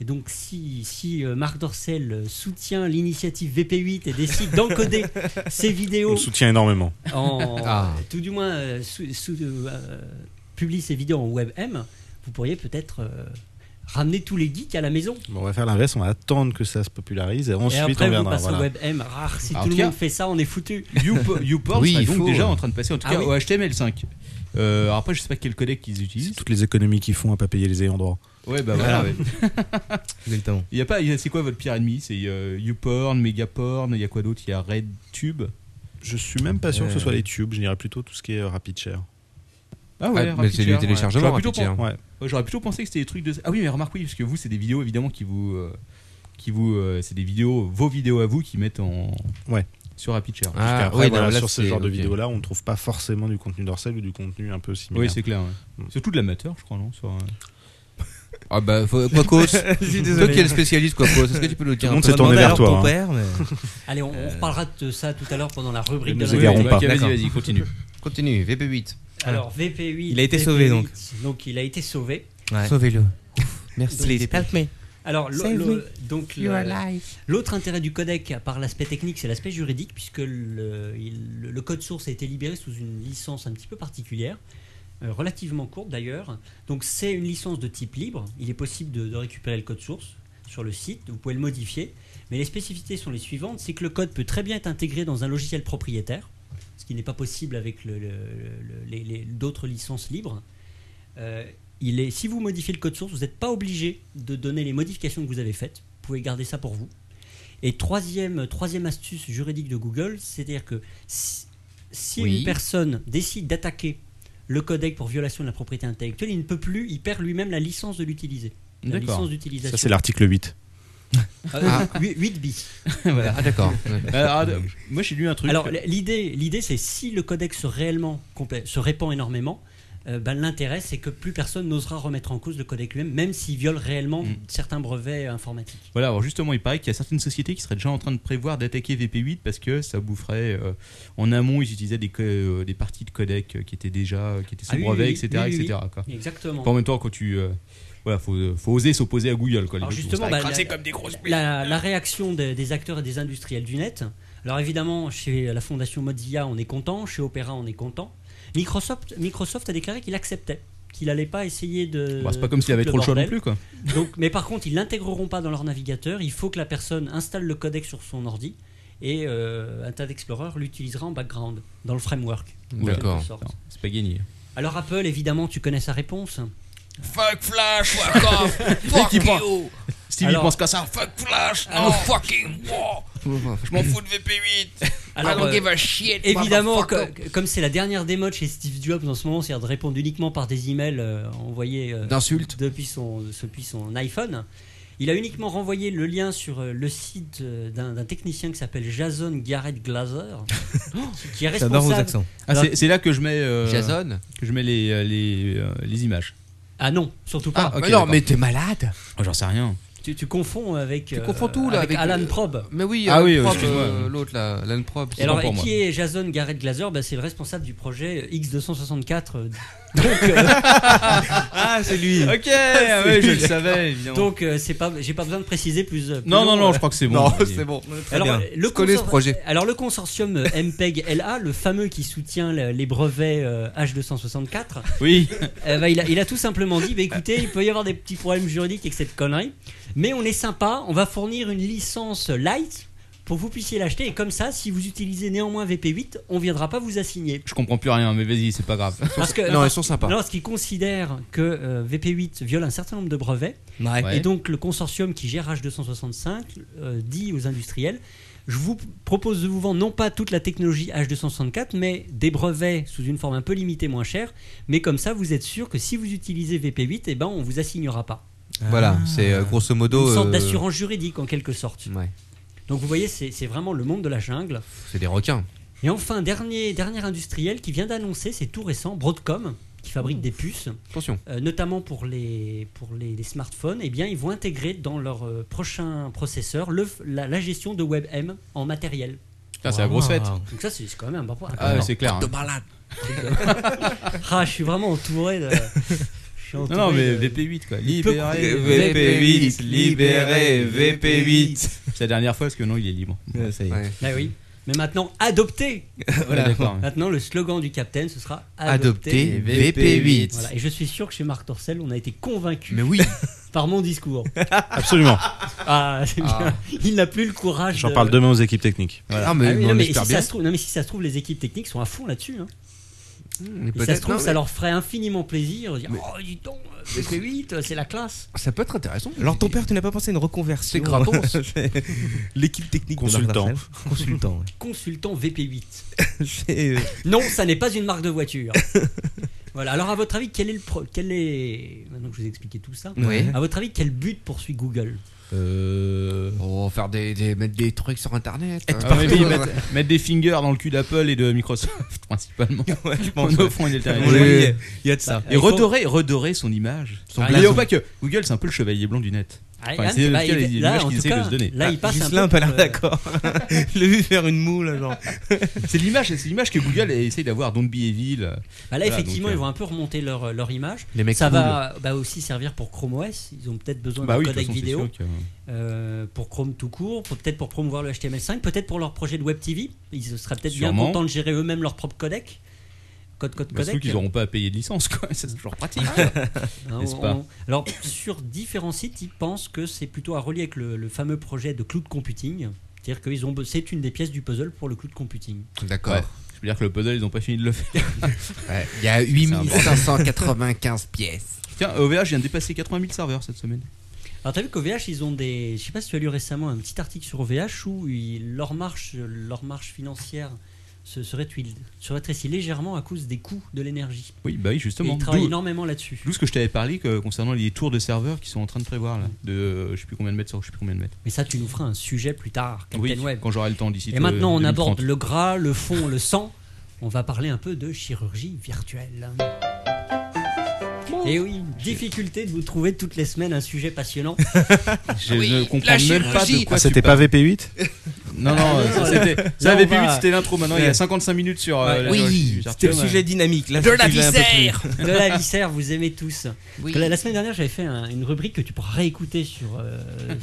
F: Et donc, si, si euh, Marc Dorcel euh, soutient l'initiative VP8 et décide d'encoder ses
D: On
F: vidéos
D: le soutient énormément.
F: en-
H: Ah.
F: tout du moins euh, sous- sous- euh, publie ses vidéos en WebM, vous pourriez peut-être euh, ramener tous les geeks à la maison.
D: Bon, on va faire l'inverse, on va attendre que ça se popularise et ensuite
F: et après,
D: on
F: vous
D: verra.
F: passez
D: voilà.
F: au WebM. Rare, si
C: Ah, en
F: tout le
C: tout cas-
F: monde fait ça, on est foutu.
C: Youpo- Youporn
H: Oui,
C: sera
H: il
C: donc
H: faut,
C: déjà
H: euh.
C: en train de passer, en tout
F: Ah
C: cas
F: oui.
C: au HTML5. Euh, alors après, je sais pas quel codec qu'ils
D: C'est
C: utilisent.
D: toutes les économies qu'ils font à pas payer les ayants droit.
C: Ouais, bah voilà. ouais.
E: Exactement.
C: Il y a pas, il y a- c'est quoi votre pire ennemi C'est euh, YouPorn, Megaporn, il y a quoi d'autre Il y a RedTube.
D: Je suis même pas sûr que ce
E: Euh.
D: soit les tubes, je dirais plutôt tout ce qui est euh, RapidShare.
C: Ah
H: Ah, mais c'est du
C: RapidShare,
H: téléchargement.
C: J'aurais plutôt,
H: Rapidshare.
C: pen-
D: Ouais.
C: ouais, j'aurais plutôt pensé que c'était des trucs de. Ah oui, mais remarque oui, parce que vous, c'est des vidéos évidemment qui vous, euh, qui vous, euh, c'est des vidéos, vos vidéos à vous qui mettent en.
D: Ouais.
C: Sur RapidShare.
D: Parce
H: Ah
D: qu'après,
H: oui,
D: voilà,
H: non, là,
D: sur ce
H: c'est-
D: genre de
H: ok.
D: vidéos-là, on ne trouve pas forcément du contenu dorsal ou du contenu un peu similaire.
C: Oui, c'est clair. ouais.
F: Hmm.
D: Mm.
C: Surtout de l'amateur, je crois, non sur, euh,
H: Ah bah faut, Quacos. Toi qui es le spécialiste Quacos, est-ce que tu peux nous
D: Tout
H: dire
D: le
H: un
D: monde
H: peu
D: s'est tourné vers toi.
E: ton
D: hein.
E: père, mais
F: Allez, on, on reparlera de ça tout à l'heure pendant la rubrique
D: Nous
F: de
D: nous
F: la-
D: égarons
H: pas.
C: Ok,
H: D'accord.
C: Vas-y, vas-y, continue.
H: Continue, VP8.
F: Alors, VP8.
E: Il a été
F: VP8,
E: sauvé, donc.
F: Donc, il a été sauvé.
E: Ouais.
H: Sauvez-le.
E: Please help me.
F: Alors, l'o-
E: Save
F: l'o-
E: me.
F: donc, le- L'autre intérêt du codec, à part l'aspect technique, c'est l'aspect juridique, puisque le, il- le code source a été libéré sous une licence un petit peu particulière, euh, relativement courte d'ailleurs. Donc c'est une licence de type libre, il est possible de, de récupérer le code source sur le site, vous pouvez le modifier, mais les spécificités sont les suivantes, c'est que le code peut très bien être intégré dans un logiciel propriétaire, ce qui n'est pas possible avec le- le- le- les- les- d'autres licences libres. Euh, il est, si vous modifiez le code source, vous n'êtes pas obligé de donner les modifications que vous avez faites. Vous pouvez garder ça pour vous. Et troisième, troisième astuce juridique de Google, c'est-à-dire que si, si
H: Oui.
F: une personne décide d'attaquer le codec pour violation de la propriété intellectuelle, il ne peut plus, il perd lui-même la licence de l'utiliser. La
C: D'accord.
F: licence
D: Ça,
F: d'utilisation.
D: c'est l'article 8.
F: Ah, oui, 8 bis.
H: Ah d'accord.
C: Euh, ah, d- moi, j'ai lu un truc.
F: Alors l- l'idée, l'idée c'est si le codex se réellement complè- se répand énormément, euh, ben, l'intérêt c'est que plus personne n'osera remettre en cause le codex lui-même, même s'il viole réellement
C: Mm.
F: certains brevets informatiques.
C: Voilà, alors justement, il paraît qu'il y a certaines sociétés qui seraient déjà en train de prévoir d'attaquer VP8 parce que ça boufferait. euh, en amont, ils utilisaient des, co- euh, des parties de codec euh, qui étaient déjà. euh, qui étaient sous
F: Ah oui,
C: brevet,
F: oui,
C: etc.
F: oui, oui,
C: etc. quoi.
F: Exactement.
C: Enfin, en même temps, quand tu. euh, voilà, faut, euh, faut oser s'opposer à Google. Quoi, les
F: Alors
C: mecs, ils vont
F: justement,
C: se
F: bah,
C: faire écraser
F: la-
C: comme des grosses bêtes.
F: la, la réaction des, des acteurs et des industriels du net. Alors évidemment, chez la fondation Mozilla, on est content, chez Opera, on est content. Microsoft, Microsoft a déclaré qu'il acceptait, qu'il n'allait pas essayer de.
C: Bah, c'est pas comme s'il
F: de
C: avait
F: foutre
C: trop le choix non plus,
F: bordel.
C: quoi.
F: Donc, mais par contre, ils l'intégreront pas dans leur navigateur. Il faut que la personne installe le codec sur son ordi et euh, Internet Explorer l'utilisera en background dans le framework. en quelque
H: D'accord.
F: sorte.
C: Non, C'est pas gagné.
F: Alors Apple, évidemment, tu connais sa réponse.
B: Fuck Flash, fuck off, fuck
C: qui prend-
B: you.
C: Steve,
F: Alors-
C: il pense qu'à ça.
B: Fuck Flash,
F: Ah
B: no fucking war. Je m'en fous de VP8. I
F: Alors,
B: don't
F: euh,
B: give a shit.
F: évidemment, co-
B: motherfucker.
F: comme c'est la dernière démo de chez Steve Jobs en ce moment, c'est-à-dire de répondre uniquement par des emails euh, envoyés euh,
H: D'insultes.
F: depuis son, depuis son iPhone. Il a uniquement renvoyé le lien sur euh, le site euh, d'un d'un technicien qui s'appelle Jason Garrett Glaser, qui est
E: J'adore vos
F: responsable
E: accents.
C: Ah, c'est- c'est là que je mets, euh,
H: Jason
C: que je mets les, euh, les, euh, les images.
F: Ah non, surtout pas.
H: Ah, Non mais t'es malade
C: Oh, J'en sais rien.
F: Tu, tu confonds avec,
H: Tu
F: euh,
H: confonds tout, là,
F: avec
H: avec,
F: Alan
H: euh,
F: Probe.
H: Mais oui,
C: Ah
H: Alan
C: oui, oui,
H: Probe,
C: excuse-moi.
H: euh, l'autre là, Alan Probe.
F: Et alors,
C: bon pour
F: et
C: moi.
F: qui est Jason Garrett Glazer Bah, C'est le responsable du projet X264. euh, Donc, euh,
E: Ah, c'est lui.
C: Ok, ah ouais, je le savais, évidemment.
F: donc euh, c'est pas, j'ai pas besoin de préciser plus. euh, plus
C: non, non,
F: long,
C: non,
F: euh,
C: je crois que c'est bon.
G: Non,
C: Olivier.
G: c'est bon.
F: Alors,
E: bien.
F: euh, le
G: connais ce
F: consor-
G: projet.
F: Alors, le consortium euh, MPEG-LA, le fameux qui soutient le- les brevets euh, H264,
C: Oui,
F: euh, bah, il, a, il a tout simplement dit bah, écoutez, il peut y avoir des petits problèmes juridiques avec cette connerie, mais on est sympa, on va fournir une licence light pour que vous puissiez l'acheter, et comme ça, si vous utilisez néanmoins VP8, on viendra pas vous assigner.
C: je comprends plus rien, mais vas-y, c'est pas grave.
F: Parce que,
G: Non, ils sont sympas.
F: Lorsqu'ils considèrent que euh, VP8 viole un certain nombre de brevets,
E: Ouais.
C: Ouais.
F: et donc le consortium qui gère H265 euh, dit aux industriels je vous propose de vous vendre non pas toute la technologie H264, mais des brevets sous une forme un peu limitée, moins chère. Mais comme ça, vous êtes sûr que si vous utilisez VP8, eh ben, on vous assignera pas.
G: Voilà, c'est euh, grosso modo.
F: Ah. Une sorte
G: euh,
F: d'assurance juridique, en quelque sorte.
H: Ouais.
F: Donc vous voyez, c'est c'est vraiment le monde de la jungle.
H: C'est des requins.
F: Et enfin, dernier, dernier industriel qui vient d'annoncer, c'est tout récent, Broadcom, qui fabrique des puces.
H: Attention.
F: Euh, notamment pour les, pour les, les smartphones, eh bien, ils vont intégrer dans leur euh, prochain processeur le, f- la, la gestion de WebM en matériel.
E: Ah,
C: Putain, c'est la grosse fête.
F: Donc ça, c'est c'est quand même un bon point.
C: Ah, c'est clair. hein.
F: Ah, je suis vraiment entouré de... je suis
C: Non,
F: entouré
C: non, mais
F: de-
C: VP8, quoi. Libéré,
H: couper.
C: VP8, libéré, VP8. C'est la dernière fois, parce que non, il est libre.
G: euh, ça y est.
H: Ouais.
F: Ah oui. Mais maintenant, adopté
C: Voilà, d'accord.
F: Maintenant, le slogan du Captain, ce sera
G: Adopté
F: adopté.
G: VP8.
F: Voilà. Et je suis sûr que chez Marc Torcel, on a été convaincu
G: Mais oui,
F: par mon discours.
D: Absolument.
F: Ah, c'est bien. Il n'a plus le courage
D: J'en
F: de-
D: parle demain aux équipes techniques.
G: Ah,
F: Ah
G: mais,
F: oui,
G: on
F: non, mais si
G: espère bien.
F: ça se trouve, non, mais si ça se trouve, les équipes techniques sont à fond là-dessus. hein.
H: Mais
F: Et ça se
H: Hmm, peut-être-
F: trouve,
H: non,
F: ça
H: mais-
F: leur ferait infiniment plaisir. de Dire, Oh, dis donc, euh, VP8, euh, c'est la classe.
H: ça peut être intéressant.
E: Alors, ton père, tu n'as pas pensé à une reconversion
H: C'est gratos.
E: L'équipe technique de
D: Consultant.
E: Marc Lafrène. Consultant, ouais.
F: Consultant VP8.
G: C'est, euh,
F: Non, ça n'est pas une marque de voiture. voilà. Alors, à votre avis, quel est le pro- quel est maintenant que je vous ai expliqué tout ça
H: Oui.
F: À votre avis, quel but poursuit Google
C: Euh...
H: Oh, faire des, des- mettre des trucs sur internet. hein.
C: Ah oui, mettre, mettre des fingers dans le cul d'Apple et de Microsoft, principalement.
G: ouais, je pense,
C: En
G: ouais.
C: offrant une
G: On
C: alternative.
G: est- Il y a de ça.
F: Bah,
C: Et
F: il faut-
C: redorer, redorer son image. Son
F: Ah,
C: N'oublions
F: ils
C: pas que Google, c'est un peu le chevalier blanc du net.
F: Ah,
C: Enfin,
F: Anne,
C: c'est
F: là,
C: lequel
F: il-
C: il-
F: là,
C: l'image
F: en
C: qu'il
F: tout
C: essaie
F: cas,
C: de se donner. Ah,
F: Là, il passe
E: Ah, Ghislain
F: un
E: a
F: peu.
E: pas l'air
F: euh,
E: d'accord. Je l'ai vu faire une moule, genre.
C: C'est l'image, c'est l'image que Google essaye d'avoir. Don't be evil.
F: bah, là,
C: Voilà,
F: effectivement,
C: donc, euh,
F: ils vont un peu remonter leur, leur image.
H: Les mecs
F: ça
H: cool.
F: va bah, aussi servir pour Chrome OS. Ils ont peut-être besoin
C: Bah
F: d'un
C: oui, de toute
F: codec
C: façon, c'est
F: vidéo.
C: sûr que-
F: Euh, pour Chrome tout court, pour- peut-être pour promouvoir le HTML5, peut-être pour leur projet de Web TV. Ils seraient peut-être bien
C: Sûrement.
F: contents de gérer eux-mêmes leur propre codec. Code, code,
C: Bah, surtout
F: codec.
C: qu'ils n'auront pas à payer de licence, quoi. C'est toujours pratique.
F: Hein,
C: n'est-ce
F: on-
C: pas
F: on- Alors, sur différents sites, ils pensent que c'est plutôt à relier avec le, le fameux projet de cloud computing. C'est-à-dire que ils ont- c'est une des pièces du puzzle pour le cloud computing.
H: D'accord.
C: Ouais. Je veux dire que le puzzle, ils n'ont pas fini de le faire.
H: Ouais, Il y a 8595 pièces.
C: Tiens, OVH vient de dépasser 80 000 serveurs cette semaine.
F: Alors, t'as vu qu'OVH, ils ont des. Je sais pas si tu as lu récemment un petit article sur OVH où ils- leur, marche, leur marche financière se, se rétrécit- se rétrécit légèrement à cause des coûts de l'énergie.
C: Oui, bah oui,
F: Et
C: justement.
F: Ils travaillent
C: D'où-
F: énormément là-dessus.
C: D'où ce que je t'avais parlé que, concernant les tours de serveurs qui sont en train de prévoir là, de euh, je sais plus combien de mètres sur je sais plus combien de mètres.
F: Mais ça, tu nous feras un sujet plus tard, Captain
C: Oui,
F: Web.
C: quand j'aurai le temps d'ici.
F: Et
C: de-
F: maintenant, on
C: 2030.
F: aborde le gras, le fond, le sang. On va parler un peu de chirurgie virtuelle. Et oui, difficulté de vous trouver toutes les semaines un sujet passionnant.
C: Je
F: Ah
B: Oui,
C: ne
B: la
C: comprends même pas de
B: chirurgie.
C: quoi tu
D: C'était
C: parles.
D: pas VP8
C: Non, non, euh, ça, c'était. Ça,
F: Là, on
C: VP8,
F: va-
C: c'était l'intro maintenant. Il y a 55 minutes sur. euh,
F: Ouais.
C: la
B: Oui,
C: chirurgie du
E: C'était le
C: Arthur,
E: sujet
C: ouais.
E: dynamique. Là,
B: De
E: c'est
B: la
E: un peu plus.
B: viscère
F: De la viscère, vous aimez tous.
B: Oui.
F: La, la semaine dernière, j'avais fait un- une rubrique que tu pourras réécouter sur, euh,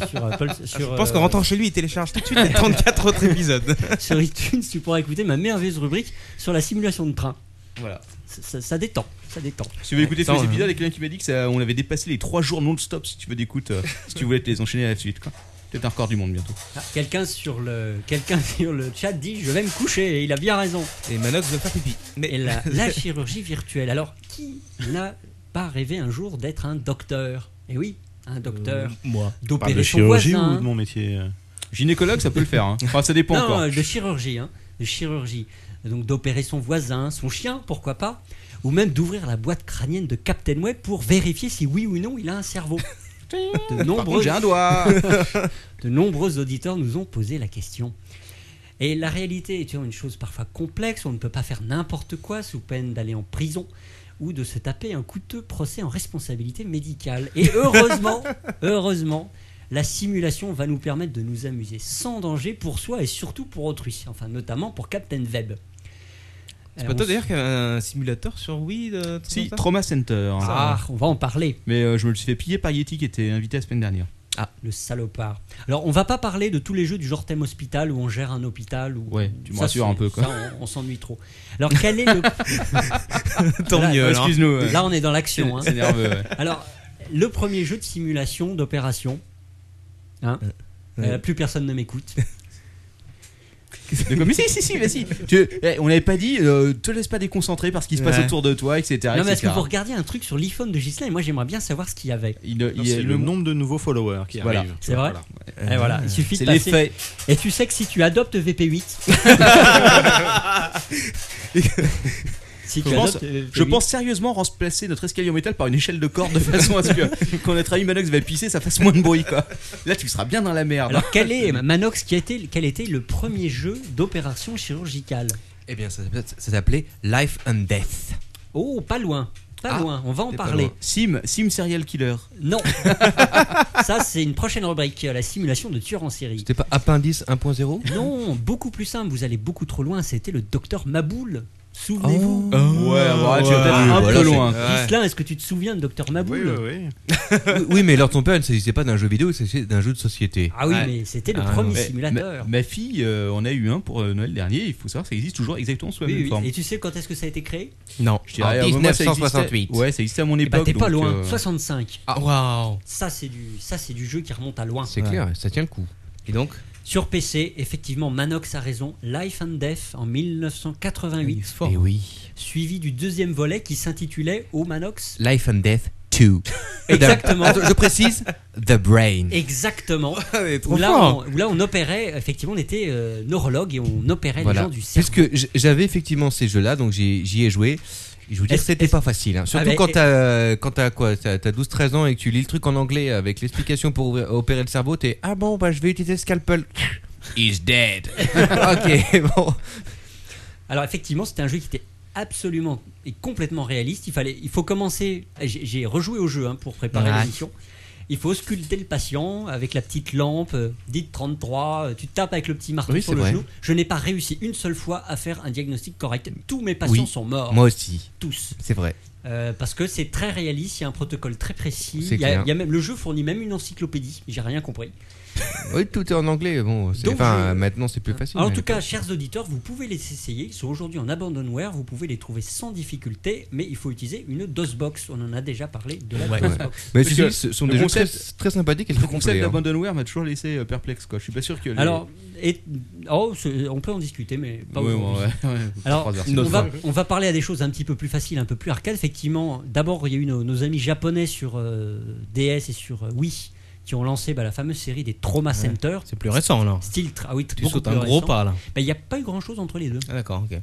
F: sur Apple. Sur,
E: Je pense
F: euh,
E: qu'en rentrant chez lui, il télécharge tout de suite les 34 autres épisodes.
F: sur iTunes, tu pourras écouter ma merveilleuse rubrique sur la simulation de train.
C: Voilà.
F: Ça, ça- ça détend, ça détend.
C: Si vous voulez écouter tous les
E: Attends,
C: épisodes, il y a quelqu'un qui m'a dit que ça- on avait dépassé les 3 jours non-stop si tu veux d'écoute, euh, si tu voulais te les enchaîner à la suite. quoi. Peut-être un record du monde bientôt.
F: Ah, Quelqu'un sur le, quelqu'un sur le chat dit je vais me coucher et il a bien raison.
E: Et Manox veut faire pipi.
F: Et la, la chirurgie virtuelle. Alors, qui n'a pas rêvé un jour d'être un docteur Eh oui, un docteur.
C: Euh,
E: Moi.
D: On parle
F: D'opérer
D: de
F: son
D: chirurgie
F: voisin.
D: ou de mon métier euh
C: Gynécologue, ça peut le faire. hein. Enfin, ça dépend
F: Non,
C: encore.
F: euh, de chirurgie, hein, de chirurgie. Donc d'opérer son voisin, son chien, pourquoi pas Ou même d'ouvrir la boîte crânienne de Captain Web pour vérifier si oui ou non il a un cerveau. De
C: Par contre,
F: nombreux,
C: j'ai un doigt.
F: de nombreux auditeurs nous ont posé la question. Et la réalité est une chose parfois complexe, on ne peut pas faire n'importe quoi sous peine d'aller en prison ou de se taper un coûteux procès en responsabilité médicale. Et heureusement, heureusement, la simulation va nous permettre de nous amuser sans danger pour soi et surtout pour autrui. Enfin, notamment pour Captain Web.
E: C'est pas toi d'ailleurs qui a un simulateur sur Wii euh, de- de
C: Si,
E: temps en temps
C: Trauma Center.
F: Ah, on va en parler.
C: Mais euh, je me le suis fait piller par Yeti qui était invité la semaine dernière.
F: Ah, Le salopard. Alors, on va pas parler de tous les jeux du genre thème hospital où on gère un hôpital. Ou...
C: Ouais, tu me
F: Ça,
C: rassures un
F: c'est-
C: peu, quoi.
F: ça, on on s'ennuie trop. Alors, quel est le.
E: Tant
F: Là,
E: mieux, alors.
C: Excuse-nous. euh,
F: Là, on est dans l'action. hein.
C: C'est nerveux. ouais.
F: Alors, le premier jeu de simulation d'opération. Hein Euh, plus personne ne m'écoute.
C: De comme- mais si, si, si, vas Tu, eh, on n'avait pas dit, euh, te laisse pas déconcentrer par ce qui se passe
E: Ouais.
C: autour de toi, etc.
F: non, mais est-ce que
C: etc..
F: vous regardiez un truc sur l'iPhone de Gislain Et moi, j'aimerais bien savoir ce qu'il y avait.
C: Il, il-
D: Non, C'est
C: il-
D: le nombre de nouveaux followers qui
C: Voilà.
D: arrivent. tu
F: C'est
D: vois,
F: vrai
D: voilà.
F: Et voilà, il suffit
C: C'est
F: de passer.
C: l'effet.
F: Et tu sais que si tu adoptes VP8. si tu
C: Je pense-
F: adoptes VP8,
C: Je pense sérieusement remplacer notre escalier en métal par une échelle de corde de façon à ce que quand notre ami Manox va pisser, ça fasse moins de bruit. Quoi. Là, tu seras bien dans la merde.
F: Alors, quel est, Manox, qui a été, quel était le premier jeu d'opération chirurgicale
H: Eh bien, ça, ça- ça s'appelait Life and Death.
F: Oh, pas loin. Pas
H: Ah,
F: loin, on va en
H: t'es pas
F: parler.
H: loin.
C: Sim, Sim Serial Killer.
F: Non. Ça, c'est une prochaine rubrique, la simulation de tueurs en série.
H: C'était pas Appendice 1.0
F: Non, beaucoup plus simple, vous allez beaucoup trop loin, c'était le docteur Maboul. Souvenez-vous.
C: ouais, bah, tu vas
F: Ah,
C: peut-être
H: ouais,
C: un
H: voilà,
C: peu
H: c'est-
C: loin.
F: Ghislain, est-ce que tu te souviens de docteur Maboul
D: Oui, oui, oui.
H: Oui, oui, mais alors ton père ne s'agissait pas d'un jeu vidéo, il s'agissait d'un jeu de société.
F: Ah oui,
C: Ouais.
F: mais c'était le
H: Ah,
F: premier
C: Mais-
F: simulateur.
C: Ma, ma fille euh, en a eu un pour euh, Noël dernier. Il faut savoir que ça existe toujours exactement sous la
F: Oui,
C: même
F: oui.
C: forme.
F: Et tu sais quand est-ce que ça a été créé
H: Non,
C: Je dirais,
H: en
C: euh, moi, ça existait-
H: 1968.
C: ouais, ça existait à mon
F: Eh ben,
C: époque.
F: t'es pas
C: donc,
F: loin,
C: euh,
F: 65.
E: Ah, waouh.
F: Ça, c'est du, ça, c'est du jeu qui remonte à loin.
H: C'est clair, ça tient le coup.
E: Et donc
F: Sur PC, effectivement, Manox a raison. Life and Death en 1988,
E: fort.
H: Et Eh oui.
F: suivi du deuxième volet qui s'intitulait Au Manox.
H: Life and Death 2.
F: Exactement.
H: Attends, je précise, The Brain.
F: Exactement.
H: trop
F: Où là,
H: fort.
F: on, où là, on opérait, effectivement, on était euh, neurologue et on opérait les gens du cerveau.
H: Puisque j- j'avais effectivement ces jeux-là, donc j'y j'y ai joué. Je vous dis que
F: Est-ce-
H: c'était
F: est-ce-
H: pas facile. hein. Surtout
F: mais-
H: quand t'as quand t'as quoi T'as 12-13 ans et que tu lis le truc en anglais avec l'explication pour ouvrir- opérer le cerveau, t'es ah bon bah je vais utiliser scalpel. He's dead. ok bon.
F: Alors, effectivement, c'était un jeu qui était absolument et complètement réaliste. Il, fallait, il faut commencer. J'ai j'ai rejoué au jeu hein, pour préparer
H: Ouais.
F: l'émission. Il faut ausculter le patient avec la petite lampe, euh, dites 33, euh, tu tapes avec le petit marteau
H: Oui,
F: sur
H: c'est
F: le
H: vrai.
F: genou. Je n'ai pas réussi une seule fois à faire un diagnostic correct. Tous mes patients
H: Oui.
F: sont morts,
H: Moi aussi,
F: tous.
H: c'est vrai.
F: Euh, parce que c'est très réaliste, il y a un protocole très précis.
H: C'est
F: Il y a-
H: clair.
F: il y a même, le jeu fournit même une encyclopédie, j'ai rien compris.
H: Oui tout est en anglais. Bon, c'est-
F: Donc,
H: enfin
F: je-
H: maintenant c'est plus facile.
F: Alors, en
H: mais-
F: tout cas, chers auditeurs, vous pouvez les essayer. Ils sont aujourd'hui en abandonware. Vous pouvez les trouver sans difficulté, mais il faut utiliser une DOSBox. On en a déjà parlé de la
H: Ouais.
F: DOSBox.
H: Mais
C: Parce
H: ceci
C: que
H: dit, ce sont
C: le
H: des jeux très,
C: concept-
H: très sympathiques et
C: Le
H: très
C: concept
H: complets. hein.
C: d'Abandonware m'a toujours laissé euh, perplexe. Quoi. Je suis pas sûr que. les-
F: Alors, et, oh, c'est- on peut en discuter, mais pas
C: Ouais, ouais,
F: aujourd'hui.
C: ouais, ouais.
F: Alors,
C: Trois heures, c'est bon.
F: on va, on va parler à des choses un petit peu plus faciles, un peu plus arcades. Effectivement, d'abord, il y a eu nos, nos amis japonais sur euh, DS et sur euh, Wii qui ont lancé bah, la fameuse série des Trauma Center.
E: C'est plus récent alors.
F: Style, tra- ah oui,
E: Tu
F: beaucoup
E: sautes
F: plus
E: un gros
F: récent.
E: pas là.
F: Bah, Il n'y a pas eu grand chose entre les deux.
E: Ah, d'accord, ok.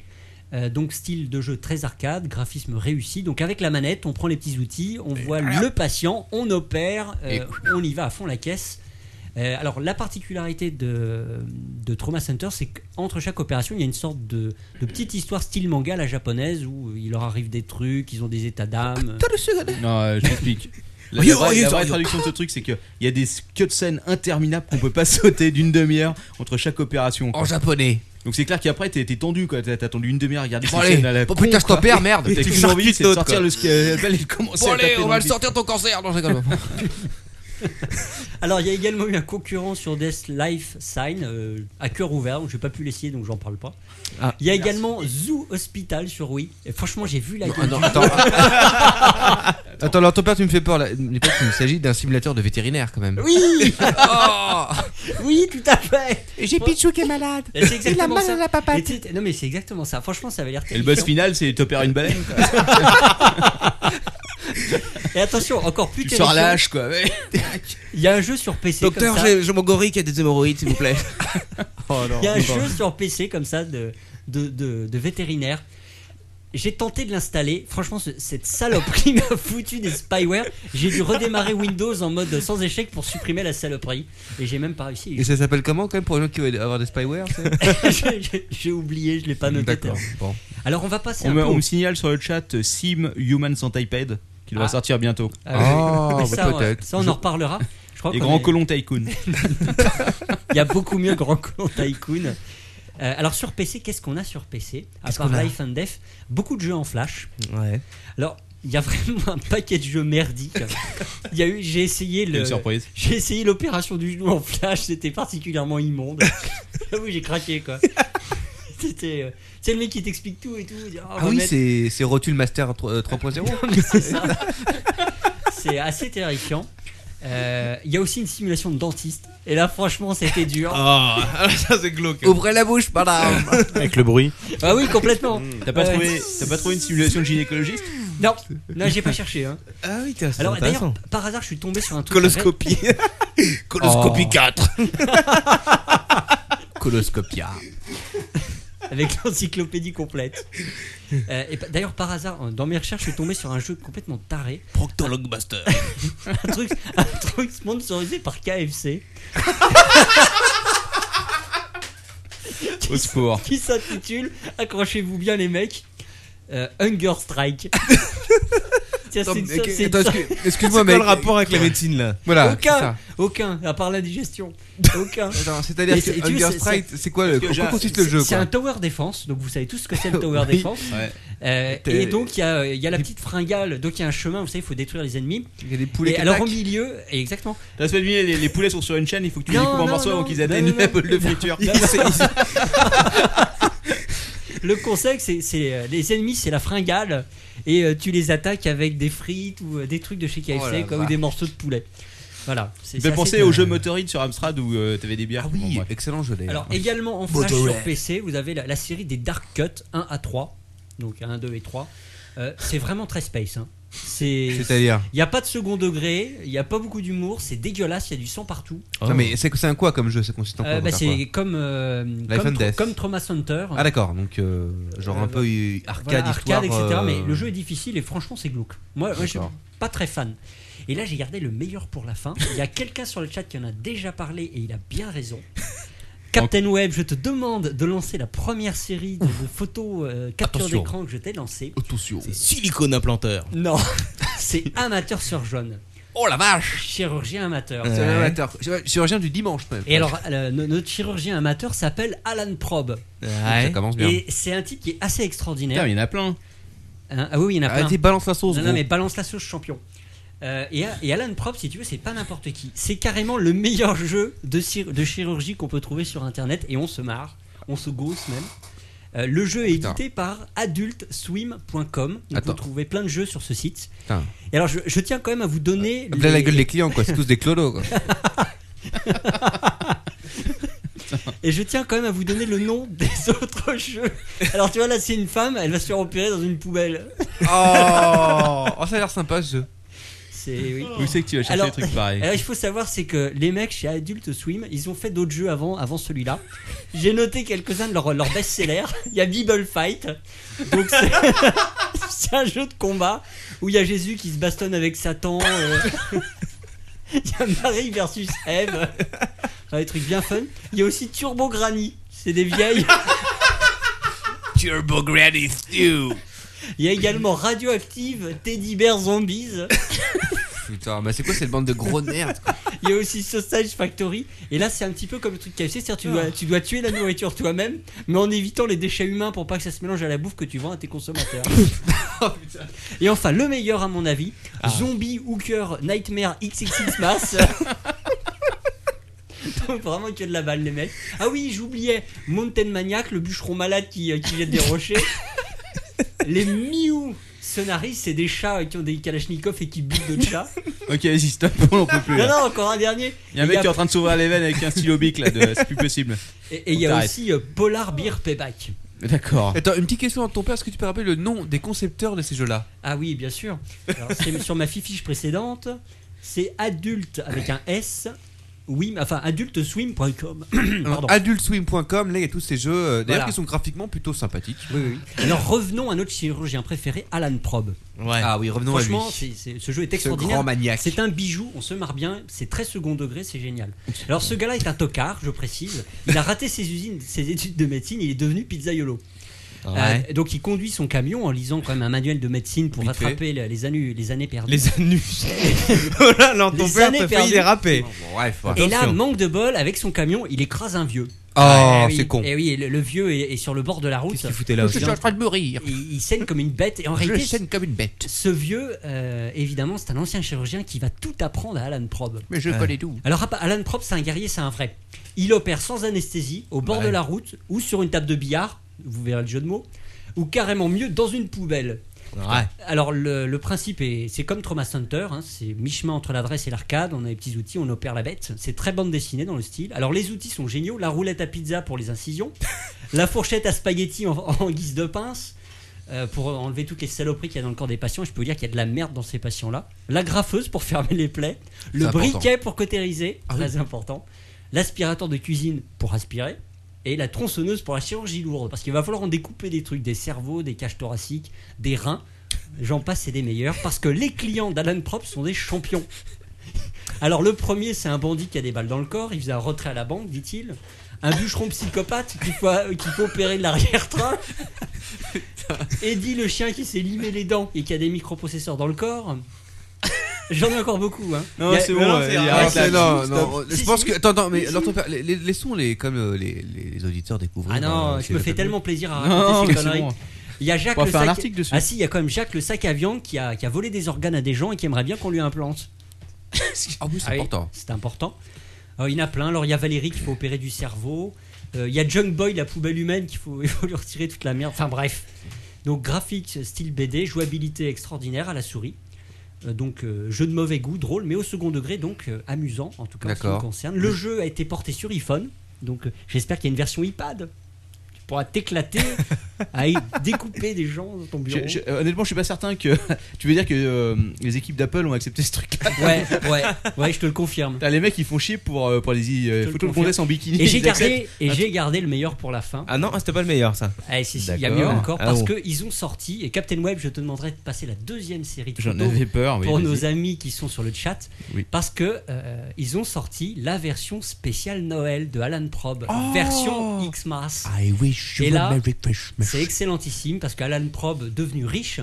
F: Euh, donc style de jeu très arcade, graphisme réussi. Donc avec la manette, on prend les petits outils, on voit le patient, on opère, euh, on y va à fond la caisse. Euh, alors la particularité de, de Trauma Center, c'est qu'entre chaque opération, il y a une sorte de, de petite histoire style manga à la japonaise où il leur arrive des trucs, ils ont des états d'âme.
H: hein
C: Non, euh, je t'explique. La, la
E: Yo,
C: vraie,
E: yo,
C: la vraie
E: yo.
C: traduction de ce truc, c'est qu'il y a des cutscenes interminables qu'on peut pas sauter d'une demi-heure entre chaque opération. quoi.
H: En japonais.
C: Donc c'est clair qu'après, t'es t'es tendu, quoi. T'as t'as attendu une demi-heure à regarder
H: Bon
C: ces
H: allez.
C: scènes à la
H: Oh
C: con,
H: putain je
C: quoi.
H: t'opère merde.
C: T'as qu'une envie, c'est de
H: l'autre,
C: sortir
H: quoi.
C: le scalpel et de commencer
H: Bon
C: à taper
H: allez on
C: dans
H: va
C: le
H: le
C: vif.
H: sortir ton cancer. Non je rigole.
F: Alors il y a également eu un concurrent sur Death Life Sign euh, à cœur ouvert, donc j'ai pas pu l'essayer donc j'en parle pas.
E: Ah.
F: il y a également Zoo Hospital sur Wii. Et franchement j'ai vu la gueule du
H: Attends. Attends, alors ton père, tu me fais peur là. N'oublie pas qu'il s'agit d'un simulateur de vétérinaire quand même.
F: Oui,
H: Oh
F: oui, tout à fait.
H: J'ai Pichou qui est malade.
F: Et C'est exactement ça. Et tu- tu- non mais c'est exactement ça. Franchement, ça avait l'air.
C: Et le boss
F: terrifiant.
C: final, c'est t'opères une baleine, quoi.
F: Et attention, encore plus
C: Tu sors
F: terrifiant.
C: lâche, quoi. ouais.
F: Il y a un jeu sur PC
E: Docteur,
F: comme ça.
E: j'ai j'ai mon gorille qui a des hémorroïdes, s'il vous plaît. oh non.
F: Il y a un jeu sur PC comme ça de de, de, de vétérinaire. J'ai tenté de l'installer. Franchement, ce- cette saloperie m'a foutu des spyware. J'ai dû redémarrer Windows en mode sans échec pour supprimer la saloperie. Et j'ai même pas
H: Et
F: réussi.
H: ça s'appelle comment quand même pour les gens qui veulent avoir des spyware ça
F: J'ai- j'ai- J'ai oublié, je l'ai
G: Ah,
F: pas noté.
H: D'accord. Bon.
F: Alors on va passer
C: On
F: un
C: me,
F: peu
C: on
F: au-
C: me signale sur le chat euh, Sim Human Centipede qui devrait
F: Ah.
C: sortir bientôt.
F: Ah oui.
H: Ah,
F: Mais
H: bah,
F: ça,
H: peut-être.
F: ça, on en reparlera. Je crois
C: Et
F: qu'on
C: Grand
F: est-
C: Colon Tycoon.
F: Il y a beaucoup mieux Grand Colon Tycoon. Euh, alors sur PC, qu'est-ce qu'on a sur PC À
E: Qu'est-ce
F: part
E: qu'on a
F: Life and Death, beaucoup de jeux en flash.
E: Ouais.
F: Alors, il y a vraiment un paquet de jeux merdiques. Il y a eu, j'ai essayé le,
C: Une surprise.
F: j'ai essayé l'opération du genou en flash, c'était particulièrement immonde. J'avoue, j'ai craqué quoi. C'était, euh, c'est le mec qui t'explique tout et tout. il dit, oh, on
G: Ah
F: va
G: oui,
F: mettre-
G: c'est c'est Rotule Master 3- 3.0.
F: c'est ça. C'est assez terrifiant. Euh, Il y a aussi une simulation de dentiste. Et là, franchement, c'était dur.
H: Ah, ça c'est glauque.
G: Ouvrez la bouche, madame.
D: Avec le bruit.
F: Ah oui, complètement.
C: T'as pas,
F: Ouais.
C: trouvé- t'as pas trouvé une simulation de gynécologiste
F: Non, non, j'ai pas cherché. hein.
E: Ah oui, tiens, c'est
F: Alors d'ailleurs,
E: intéressant.
F: par hasard, je suis tombé sur un truc.
H: Coloscopie. Coloscopie
E: Ah,
H: 4.
G: Coloscopia.
F: avec l'encyclopédie complète. Euh, et pa- d'ailleurs, par hasard, dans mes recherches, je suis tombé sur un jeu complètement taré,
H: Proctologue Master.
F: un truc, un truc sponsorisé par KFC,
C: Au secours.
F: qui s'intitule Accrochez-vous bien les mecs, euh, Hunger Strike. Tiens, c'est une- c'est une-
G: Excuse-moi, mec.
E: Quel rapport avec la médecine là
G: Voilà. c'est
F: aucun,
G: ça.
F: aucun, à part la digestion, aucun.
G: Attends,
F: Et
G: c'est-à-dire
F: c'est-
G: que
F: tu sais,
G: Hunger Strike, c'est quoi le, en quoi consiste le jeu
F: C'est
G: quoi
F: un tower defense, donc vous savez tous ce que c'est le tower
G: Oui.
F: defense.
C: Ouais.
F: Euh,
G: T'es-
F: et donc il y a, il y a la petite fringale, donc il y a un chemin, vous savez, il faut détruire les ennemis.
G: Il y a des poulets
F: Et
G: qui
F: alors au
G: attaquent.
F: milieu, et exactement,
C: La semaine dernière, les, les poulets sont sur une chaîne, il faut que tu les
F: Non,
C: découpes en
F: non,
C: morceaux
F: non,
C: avant qu'ils
F: non,
C: atteignent
F: non,
C: la
F: non.
C: boule de friture.
F: le concept c'est- c'est euh, les ennemis, c'est la fringale, et euh, tu les attaques avec des frites ou euh, des trucs de chez KFC,
G: Oh la
F: quoi, ou
G: vache.
F: des morceaux de poulet. Voilà. c'est-
C: Il
F: c'est
C: fait
F: assez
C: penser
F: terrible.
C: au jeu Motorhead sur Amstrad où euh, t'avais des bières.
G: Ah oui,
C: Bon, bref.
G: excellent jeu d'ailleurs.
F: Alors également en flash sur PC, vous avez la, la série des Dark Cut 1 à 3, donc 1, 2 et 3. Euh, c'est vraiment très space. Hein. C'est
G: C'est-à-dire
F: Il n'y a pas de second degré, il n'y a pas beaucoup d'humour, c'est dégueulasse, il y a du sang partout.
G: Non mais c'est c'est un quoi comme jeu Ça consiste en quoi
F: Euh, bah,
G: pour faire quoi
F: c'est comme, euh,
G: and
F: comme,
G: Death.
F: comme Trauma Center.
G: Ah d'accord, donc euh, genre
F: Euh,
G: un peu euh, arcade,
F: Voilà,
G: histoire,
F: arcade, etc.
G: euh,
F: Mais le jeu est difficile et franchement, c'est glauque. Moi, moi, je suis
G: D'accord.
F: pas très fan. Et là, j'ai gardé le meilleur pour la fin. Il y a quelqu'un sur le chat qui en a déjà parlé et il a bien raison. Captain Web, je te demande de lancer la première série de, de photos euh, capture
E: Attention.
F: d'écran que je t'ai lancée.
E: C'est silicone implanteur.
F: Non, c'est amateur sur jaune.
H: Oh la vache.
F: Chirurgien amateur.
G: C'est un amateur. Je- Chirurgien du dimanche même.
F: Et alors, euh, le- no- notre chirurgien amateur s'appelle Alan Probe.
G: Ça commence bien.
F: Et c'est un type qui est assez extraordinaire.
C: Putain, il y en a plein.
F: Hein, ah oui, oui, il y en a plein.
G: Arrêtez, balance la sauce.
F: Non, non,
G: gros.
F: mais balance la sauce champion. Euh, et, et Alan Prop, si tu veux, c'est pas n'importe qui. C'est carrément le meilleur jeu de, chir- de chirurgie qu'on peut trouver sur internet et on se marre, on se gausse même. Euh, le jeu est
G: Putain.
F: édité par adultswim.com. Donc
G: Attends.
F: Vous trouvez plein de jeux sur ce site.
G: Putain.
F: Et alors, je, je tiens quand même à vous donner.
G: Plein la
F: les-
G: gueule des clients quoi, c'est tous des clodos quoi.
F: Et je tiens quand même à vous donner le nom des autres jeux. Alors, tu vois, là, c'est une femme, elle va se faire opérer dans une poubelle.
G: Oh, oh, ça a l'air sympa ce jeu.
F: C'est. oui.
C: Où c'est que tu vas euh, chercher
F: Alors-
C: des trucs pareils
F: Alors, il faut savoir, c'est que les mecs chez Adult Swim, ils ont fait d'autres jeux avant, avant celui-là. J'ai noté quelques-uns de leurs leurs best-sellers. Il y a Bible Fight. Donc, c'est- c'est un jeu de combat où il y a Jésus qui se bastonne avec Satan. euh, Il y a Marie versus Eve. Enfin, des trucs bien fun. Il y a aussi Turbo Granny. C'est des vieilles.
H: Turbo Granny Stew.
F: Il y a également Radioactive, Teddy Bear Zombies.
G: Putain, mais c'est quoi cette bande de gros nerds quoi
F: Il y a aussi Sausage Factory. Et là, c'est un petit peu comme le truc KFC, c'est-à-dire tu
C: Ah.
F: dois, tu dois tuer la nourriture toi-même, mais en évitant les déchets humains pour pas que ça se mélange à la bouffe que tu vends à tes consommateurs.
C: Oh,
F: et enfin, le meilleur à mon avis,
C: Ah.
F: Zombie Hooker Nightmare XXX Mass. Donc vraiment que de la balle les mecs. Ah oui, j'oubliais Mountain Maniac, le bûcheron malade qui, euh, qui jette des rochers. Les Miou Sonaris, c'est des chats euh, qui ont des kalachnikovs et qui butent d'autres chats.
C: Ok, vas-y, stop, on en peut plus.
F: Non,
C: là.
F: non, encore un dernier.
C: Il y a un
F: Et
C: mec qui est
F: a-
C: en train de s'ouvrir les veines avec un stylo bic là, de- c'est plus possible.
F: Et et il y a
C: T'arrêtes.
F: aussi euh, Polar Beer Payback.
C: D'accord.
G: Attends, une petite question à ton père, est-ce que tu peux rappeler le nom des concepteurs de ces jeux-là
F: Ah oui, bien sûr. Alors, c'est sur ma fiche précédente. C'est adulte avec un S. Oui, mais- enfin adulteswim.com. Pardon.
G: Adultswim.com, là il y a tous ces jeux euh, d'ailleurs
F: Voilà.
G: qui sont graphiquement plutôt sympathiques.
F: Alors revenons à notre chirurgien préféré, Alan Probe.
E: Ouais.
G: Ah oui, revenons à lui.
F: Franchement, c'est- c'est- ce jeu est
G: Ce
F: extraordinaire.
G: grand maniaque.
F: C'est un bijou, on se marre bien, c'est très second degré, c'est génial. Alors ce gars-là est un tocard, je précise. Il a raté ses usines, ses études de médecine, il est devenu pizzaiolo.
G: Ouais.
F: Euh, donc il conduit son camion en lisant quand même un manuel de médecine pour
H: Vite fait.
F: rattraper les, les années, les années perdues.
E: Les anus. oh là, alors ton
F: Les
E: père
F: années
E: t'a failli
F: perdues.
E: déraper.
H: Bref.
F: Et là, manque de bol, avec son camion, il écrase un vieux.
H: Oh,
F: Eh oui,
H: c'est con.
F: Et oui, le, le vieux est, est sur le bord de la route.
E: Qu'est-ce qu'il foutait
G: Euh,
E: là aussi
F: en train de mourir. Il, il saigne comme une bête. Et en réalité,
H: comme une bête.
F: ce vieux, euh, évidemment, c'est un ancien chirurgien qui va tout apprendre à Alan Probe.
H: Mais
G: Euh.
H: je connais tout.
F: Alors, Apa- Alan Probe, c'est un guerrier, c'est un vrai. Il opère sans anesthésie, au bord de la route, ou sur une table de billard, vous verrez le jeu de mots, ou carrément mieux, dans une poubelle.
E: Ouais.
F: Alors, le, le principe est, c'est comme Trauma Center, hein, c'est mi-chemin entre l'adresse et l'arcade, on a les petits outils, on opère la bête. C'est très bande dessinée dans le style. Alors, les outils sont géniaux la roulette à pizza pour les incisions, la fourchette à spaghetti en, en guise de pince. euh, pour enlever toutes les saloperies qu'il y a dans le corps des patients, Et je peux vous dire qu'il y a de la merde dans ces patients-là. La graffeuse pour fermer les plaies, le
H: important.
F: briquet pour cautériser, très important, l'aspirateur de cuisine pour aspirer, et la tronçonneuse pour la chirurgie lourde, parce qu'il va falloir en découper des trucs, des cerveaux, des cages thoraciques, des reins, j'en passe et des meilleurs, parce que les clients d'Alan Prop sont des champions. Alors le premier, c'est un bandit qui a des balles dans le corps, il faisait un retrait à la banque, dit-il. Un bûcheron psychopathe qu'il faut, qu'il faut opérer de l'arrière-train. Eddie le chien qui s'est limé les dents et qui a des microprocesseurs dans le corps. J'en ai encore beaucoup. Hein.
E: Non,
F: Il y a-
E: c'est bon,
F: non,
E: ouais,
F: c'est
E: il y a-
G: Ah,
F: arrête,
E: arrête là.
F: là.
H: Ah, non, non,
F: Si,
H: je pense
F: si.
H: que. Attends, attends, mais alors, ton père, les- les- laissons les, comme euh, les, les, les auditeurs découvrir.
F: Ah non,
H: euh,
F: je
H: ces
F: me fais
H: fabuleux.
F: tellement plaisir à
C: Non,
F: raconter
C: non,
F: ces
C: mais
F: conneries.
C: c'est bon.
F: Il y a Jacques
C: On va
F: le
C: faire un
F: sac-
C: article dessus.
F: Ah si, il y a quand même Jacques le sac à viande qui a, qui a volé des organes à des gens et qui aimerait bien qu'on lui implante.
H: Ah oui, c'est
F: Ah oui,
H: important.
F: C'est important. Euh, il y en a plein. Alors il y a Valérie qu'il faut opérer du cerveau. Euh, il y a Junk Boy, la poubelle humaine, qu'il faut, il faut lui retirer toute la merde. Enfin bref. Donc graphique, style BD, jouabilité extraordinaire à la souris. Euh, donc euh, jeu de mauvais goût, drôle, mais au second degré, donc euh, amusant en tout cas en ce qui me
H: D'accord.
F: concerne. Le jeu a été porté sur iPhone, donc euh, j'espère qu'il y a une version iPad. Tu pourras t'éclater à y découper des gens dans ton bureau.
C: Je- je- honnêtement, je suis pas certain que. Tu veux dire que euh, les équipes d'Apple ont accepté ce truc
F: Ouais, ouais, ouais, je te le confirme.
C: T'as les mecs ils font chier pour, euh, pour les euh,
F: te
C: photos
F: le
C: de
F: confirme.
C: gonzesse en bikini.
F: Et j'ai
C: ils acceptent.
F: gardé, et j'ai gardé le meilleur pour la fin.
E: Ah non, ah, c'était pas le meilleur ça.
F: Ah, si, si, il y a
C: D'accord.
F: mieux encore
E: Ah,
F: parce
E: bon.
F: que ils ont sorti et Captain Web, je te demanderai de passer la deuxième série de
C: J'en
F: photos
C: avais peur, oui.
F: pour
C: vas-y.
F: nos amis qui sont sur le chat
C: Oui.
F: parce que euh, ils ont sorti la version spéciale Noël de Alan Probe, version Xmas.
H: I wish
F: Et là,
H: Christmas.
F: C'est excellentissime parce qu'Alan Probe, devenu riche,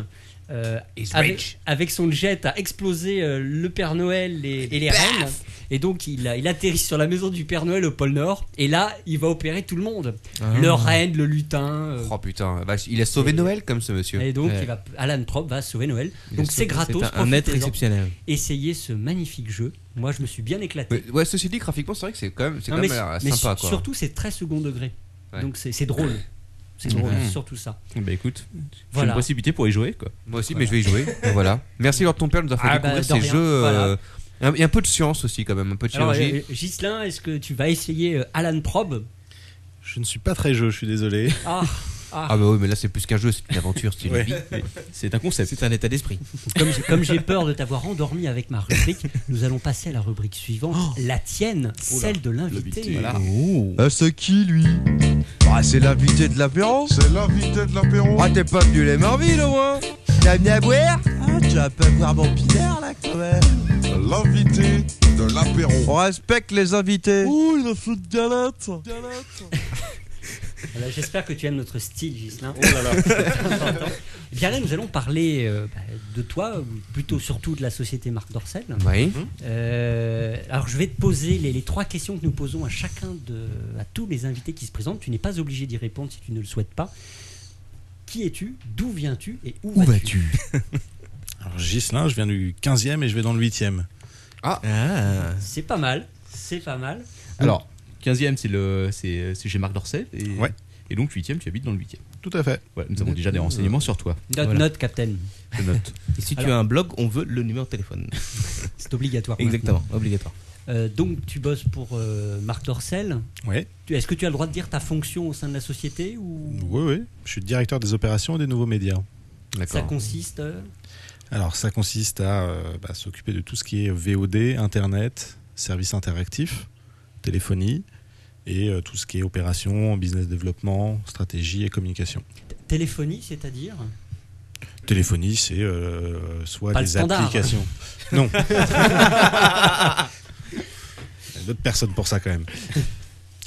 F: euh,
H: Is
F: avec,
H: rich.
F: avec son jet a explosé euh, le Père Noël et, et les reines. Et donc il, a- il atterrit sur la maison du Père Noël au pôle Nord. Et là, il va opérer tout le monde. Le reine, le lutin. euh,
H: Oh putain, vache, il a sauvé
F: Et-
H: Noël comme ce monsieur.
F: et donc
E: Ouais.
F: il va, Alan Probe va sauver Noël. Donc c'est gratos.
E: un, un être
F: profitez-en.
E: exceptionnel.
F: Essayez ce magnifique jeu. Moi, je me suis bien éclaté.
H: Mais- ouais, ceci dit, graphiquement, c'est vrai que c'est quand même, c'est
F: Non,
H: quand
F: mais
H: même euh,
F: mais
H: sympa
F: su-
H: quoi.
F: surtout, c'est très second degré.
H: Ouais.
F: Donc c'est c'est drôle. C'est drôle, surtout ça.
C: Bah écoute, j'ai une
F: Voilà.
C: possibilité pour y jouer quoi.
H: Moi aussi, mais je vais y jouer. Donc, voilà. Merci Lord Ton Père de nous a fait
F: Ah, bah,
H: découvrir
F: de
H: ces
F: rien.
H: jeux. euh, un- Et un peu de science aussi, quand même, un peu de
F: Alors,
H: chirurgie.
F: euh, Ghislain, est-ce que tu vas essayer euh, Alan Probe
D: Je ne suis pas très jeu, je suis désolé.
F: Ah,
H: Ah, bah oui, mais là, c'est plus qu'un jeu, c'est une aventure, c'est une
D: Ouais.
H: vie.
C: C'est un concept.
E: C'est un état d'esprit.
F: comme j'ai- comme j'ai peur de t'avoir endormi avec ma rubrique, nous allons passer à la rubrique suivante,
H: Oh.
F: la tienne, celle de l'invité.
G: Ah, c'est qui lui Ah, c'est l'invité de l'apéro
I: C'est l'invité de l'apéro.
G: Ah, t'es pas venu les Marville au moins T'as venu à boire Ah, tu vas pas boire mon pinard là quand même
I: L'invité de l'apéro.
G: On respecte les invités Ouh, il a fait de galette
F: Voilà, J'espère que tu aimes notre style, Gislain. Eh Bien là, nous allons parler euh, bah, de toi, ou plutôt surtout de la société Marc Dorcel.
H: Oui.
F: Euh, alors, je vais te poser les, les trois questions que nous posons à chacun de, à tous les invités qui se présentent. Tu n'es pas obligé d'y répondre si tu ne le souhaites pas. Qui es-tu D'où viens-tu Et où, vas-tu
D: Alors Gislin, je viens du 15e et je vais dans le 8e.
E: Ah.
F: C'est pas mal. C'est pas mal.
C: Alors, 15ème c'est le c'est c'est chez Marc Dorcel et,
D: Ouais.
C: et donc 8ème tu habites dans le 8ème.
D: Tout à fait.
C: Voilà, nous avons déjà des renseignements sur toi.
F: Note,
C: Voilà.
F: note, Captain.
C: Je note.
E: Et si tu
F: Alors-
E: as un blog, on veut le numéro de téléphone.
F: C'est obligatoire.
E: Exactement, obligatoire.
F: Euh, donc, tu bosses pour euh, Marc Dorcel.
D: Ouais.
F: Tu- Est-ce que tu as le droit de dire ta fonction au sein de la société ou
D: Oui, oui. Je suis directeur des opérations et des nouveaux médias.
F: ça
H: D'accord.
F: consiste euh,
D: Alors, ça consiste à euh, bah, s'occuper de tout ce qui est VOD, Internet, services interactifs, téléphonie et euh, tout ce qui est opération, business développement, stratégie et communication.
F: t- téléphonie, c'est-à-dire
D: Téléphonie, c'est euh, soit
F: Pas le
D: des
F: standard.
D: applications. Non. Il y a D'autres personnes pour ça quand même.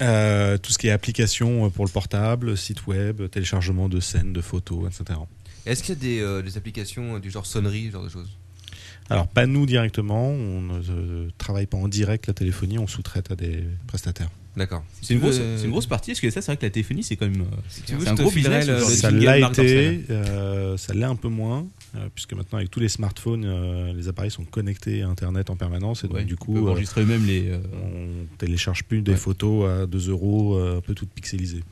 D: Euh, tout ce qui est applications pour le portable, site web, téléchargement de scènes, de photos, etc.
H: Est-ce qu'il y a des, euh, des applications euh, du genre sonnerie, ce genre de choses
D: Alors, pas nous directement, on ne euh, travaille pas en direct la téléphonie, on sous-traite à des prestataires.
H: D'accord.
C: C'est une, grosse,
E: Euh,
C: c'est une grosse partie, parce que ça, c'est vrai que la téléphonie, c'est quand même. euh, C'est
E: tu veux,
C: c'est
E: je
C: un
E: te
C: gros
E: filerai
C: business. ce
E: le-
C: genre de-
D: ça
E: jingle
D: l'a
E: Marc
D: été, euh, ça l'est un peu moins, euh, puisque maintenant, avec tous les smartphones, euh, les appareils sont connectés à Internet en permanence, et donc
C: Ouais,
D: du
C: ils peuvent
D: coup, euh,
C: enregistrer eux-mêmes les. euh,
D: on télécharge plus des photos à 2 euros, euh, un peu toutes pixelisées.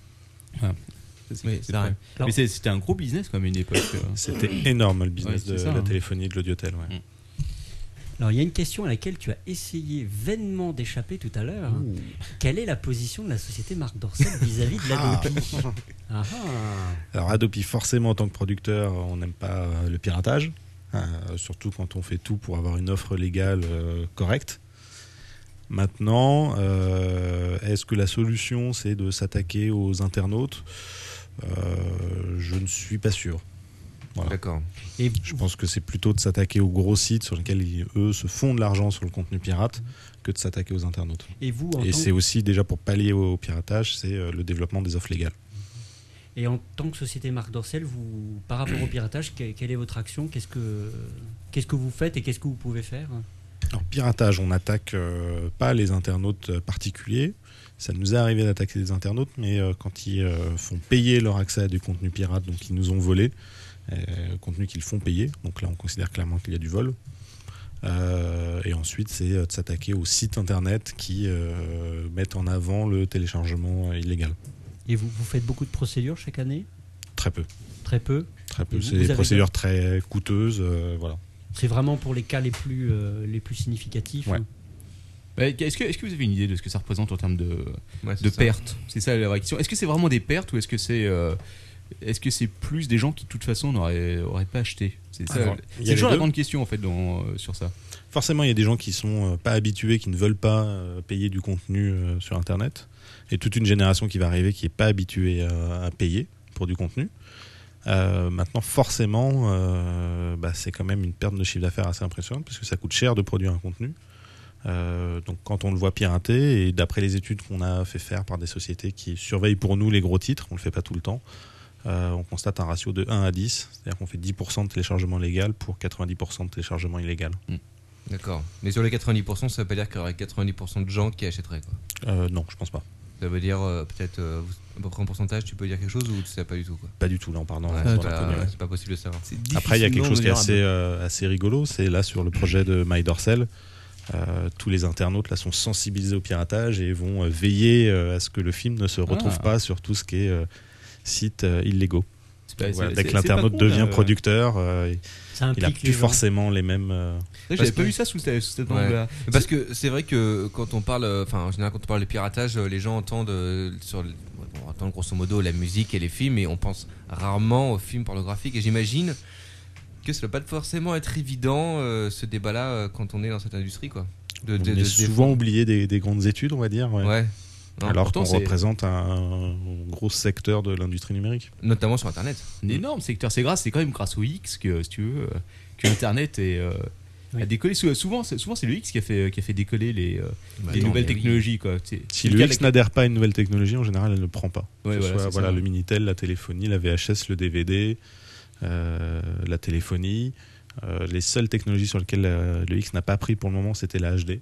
C: ça, c'est-
E: Oui,
C: c'est
E: c'est
C: pas-
E: vrai.
C: Mais c'est- c'était un gros business quand même à une époque. euh.
D: C'était énorme le business
C: Ouais, c'est
D: de
C: ça,
D: la
C: hein.
D: téléphonie et de l'audiotel. ouais.
F: Alors, il y a une question à laquelle tu as essayé vainement d'échapper tout à l'heure. Quelle est la position de la société Marc Dorcel vis-à-vis de l'Adopi Ah, ah.
D: Alors Adopi, forcément, en tant que producteur, on n'aime pas euh, le piratage, euh, surtout quand on fait tout pour avoir une offre légale euh, correcte. Maintenant, euh, est-ce que la solution, c'est de s'attaquer aux internautes Euh, Je ne suis pas sûr. Voilà.
H: D'accord.
F: Et
D: Je pense que c'est plutôt de s'attaquer aux gros sites sur lesquels ils, eux se font de l'argent sur le contenu pirate que de s'attaquer aux internautes.
F: Et vous, en
D: Et
F: tant
D: c'est aussi déjà pour pallier au, au piratage, c'est euh, le développement des offres légales.
F: Et en tant que société Marc Dorcel, vous, par rapport au piratage, que- quelle est votre action Qu'est-ce que qu'est-ce que vous faites et qu'est-ce que vous pouvez faire
D: Alors, piratage, on n'attaque euh, pas les internautes euh, particuliers. Ça nous est arrivé d'attaquer des internautes, mais euh, quand ils euh, font payer leur accès à du contenu pirate, donc ils nous ont volé, euh, contenu qu'ils font payer, donc là on considère clairement qu'il y a du vol. Euh, et ensuite, c'est euh, de s'attaquer aux sites internet qui euh, mettent en avant le téléchargement euh, illégal.
F: Et vous, vous faites beaucoup de procédures chaque année
D: Très peu,
F: Très peu.
D: très peu.
F: Vous-
D: C'est
F: vous
D: des
F: avez-
D: procédures très coûteuses, euh, voilà.
F: C'est vraiment pour les cas les plus, euh, les plus significatifs.
D: Ouais.
C: Ouais, Est-ce que, est-ce que vous avez une idée de ce que ça représente en termes de,
H: Ouais, c'est
C: de
H: ça.
C: pertes C'est ça la vraie question. Est-ce que c'est vraiment des pertes ou est-ce que c'est euh, est-ce que c'est plus des gens qui de toute façon n'auraient auraient pas acheté C'est ça.
D: Alors, il y a
C: c'est
D: les
C: toujours la
D: deux.
C: grande question en fait dans, euh, sur ça.
D: Forcément, il y a des gens qui sont euh, pas habitués, qui ne veulent pas euh, payer du contenu euh, sur Internet, et toute une génération qui va arriver qui n'est pas habituée euh, à payer pour du contenu. Euh, maintenant, forcément, euh, bah, c'est quand même une perte de chiffre d'affaires assez impressionnante parce que ça coûte cher de produire un contenu. Euh, donc, quand on le voit pirater, et d'après les études qu'on a fait faire par des sociétés qui surveillent pour nous les gros titres, on le fait pas tout le temps, euh, on constate un ratio de 1 à 10, c'est-à-dire qu'on fait 10% de téléchargement légal pour 90% de téléchargement illégal.
H: D'accord. Mais sur les 90%, ça veut pas dire qu'il y aurait 90% de gens qui achèteraient. Quoi.
D: Euh, non, je pense pas.
H: Ça veut dire euh, peut-être euh, à peu près en pourcentage, tu peux dire quelque chose ou tu sais pas du tout quoi.
D: Pas du tout, là, en parlant.
H: Ouais,
D: dans
H: c'est
G: bah,
D: l'inconnu,
H: pas,
D: ouais.
H: c'est pas possible de savoir.
E: C'est
D: Après, il y a quelque chose qui est assez,
E: difficilement
D: euh, assez rigolo, c'est là sur le projet de MyDorsel. euh, tous les internautes là sont sensibilisés au piratage et vont euh, veiller euh, à ce que le film ne se retrouve
C: Ah.
D: pas sur tout ce qui est euh, site euh, illégaux.
C: C'est pas-
D: Donc, voilà,
C: c'est-
D: dès
C: c'est-
D: que
C: c'est pas euh,
D: l'internaute
C: con,
D: devient
C: là.
D: producteur, euh,
F: Ça
D: il n'a
F: implique les
D: plus
F: gens.
D: forcément les mêmes. euh,
C: Ouais, J'avais
H: parce
C: pas
H: que-
C: vu ça sous, cette- sous cet
H: Ouais.
C: angle-là.
H: Mais Parce que c'est vrai que quand on parle, euh, enfin en général quand on parle de piratage, euh, les gens entendent euh, sur, le- ouais, bon, on entend grosso modo la musique et les films, et on pense rarement aux films pornographiques. Et j'imagine que ça ne doit pas forcément être évident euh, ce débat-là euh, quand on est dans cette industrie, quoi. De,
D: on
H: de- de-
D: est
H: de-
D: souvent oublié des, des grandes études, on va dire. ouais.
H: ouais. Non,
D: Alors
C: pourtant,
D: qu'on
C: c'est-
D: représente un, un gros secteur de l'industrie numérique.
H: notamment sur Internet.
C: un énorme secteur. C'est grâce, c'est quand même grâce au X que, si tu veux, euh, que Internet est, euh,
F: Oui.
C: a décollé. Sou- Souvent, c'est- souvent c'est le X qui a fait, qui a fait décoller les, euh,
G: Bah,
C: les
H: non,
C: nouvelles
H: mais oui.
C: technologies. Quoi. C'est-
D: Si
C: c'est
D: le
C: cas
D: X
C: de la-
D: n'adhère pas à une nouvelle technologie, en général, elle ne prend pas.
C: Ouais,
D: que ce
C: voilà,
D: soit,
C: c'est
D: voilà,
C: ça.
D: le Minitel, la téléphonie, la VHS, le DVD, euh, la téléphonie. Euh, les seules technologies sur lesquelles euh, le X n'a pas pris pour le moment, c'était la HD.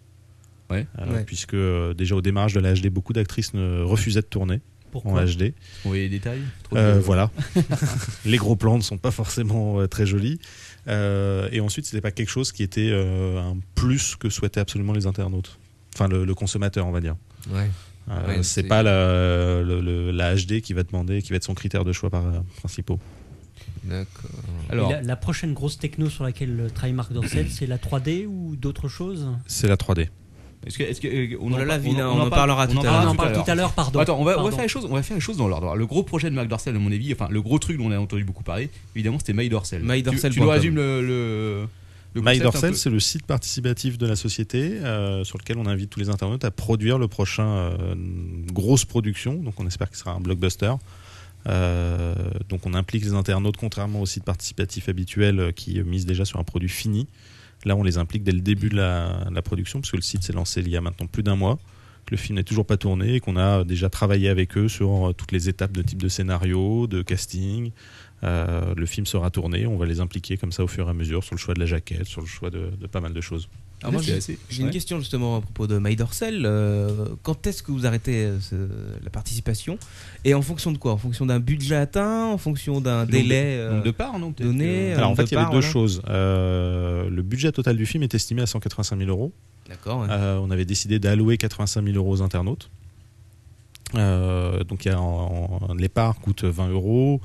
C: Ouais.
D: Euh,
E: Ouais.
D: Puisque euh, déjà au démarrage de la HD, beaucoup d'actrices ne refusaient de tourner
F: Pourquoi
D: en HD.
C: On voyait les détails. Trop
D: Euh,
C: de-
D: voilà. les gros plans ne sont pas forcément euh, très jolis. Euh, et ensuite, c'était pas quelque chose qui était euh, un plus que souhaitaient absolument les internautes. Enfin, le- le consommateur, on va dire.
H: Ouais.
D: Euh,
H: Ouais, c'est-
D: c'est pas la, le- le- la HD qui va demander, qui va être son critère de choix par, euh, principaux.
H: D'accord.
F: Et
C: Alors,
F: la, la prochaine grosse techno sur laquelle euh, travaille Marc Dorcel, c'est la 3D ou d'autres choses
D: C'est la 3D.
C: est-ce que, est-ce que, euh, on,
E: Oh là
C: en
E: là,
C: par-
E: vilain, on en
C: parle-
E: parlera tout à
F: Ah,
E: l'heure.
F: on en parle tout à l'heure, pardon.
C: Attends, on va, on va
F: Pardon.
C: faire les choses, on va faire les choses dans l'ordre. Alors, Le gros projet de Marc Dorcel, à mon avis, enfin le gros truc dont on a entendu beaucoup parler, évidemment, c'était My Dorcel.
E: My Dorcel
C: Tu, tu nous
E: point com.
C: résumes le, le, le concept un
D: MyDorsel,
C: peu.
D: c'est le site participatif de la société euh, sur lequel on invite tous les internautes à produire le prochain euh, grosse production. Donc on espère que ce sera un blockbuster. Euh, donc on implique les internautes, contrairement au site participatif habituel euh, qui mise déjà sur un produit fini. Là, on les implique dès le début de la, de la production, parce que le site s'est lancé il y a maintenant plus d'un mois. que le film n'est toujours pas tourné et qu'on a déjà travaillé avec eux sur euh, toutes les étapes de type de scénario, de casting. Euh, le film sera tourné, on va les impliquer comme ça au fur et à mesure sur le choix de la jaquette, sur le choix de, de pas mal de choses.
C: Ah,
E: Alors moi, j'ai j'ai une
C: ouais.
E: question justement à propos de Maïdorsel. Euh, quand est-ce que vous arrêtez euh, ce- la participation Et en fonction de quoi En fonction d'un budget atteint En fonction d'un
C: de-
E: délai euh,
C: Nombre de parts, non peut-être
E: donné,
C: que-
E: euh,
D: Alors en
E: de
D: fait, il y avait
E: part,
D: deux
E: voilà.
D: choses. Euh, le budget total du film est estimé à 185 000 euros.
E: D'accord. ouais.
D: Euh, on avait décidé d'allouer 85 000 euros aux internautes. Euh, donc il y a en- en- les parts coûtent 20 euros.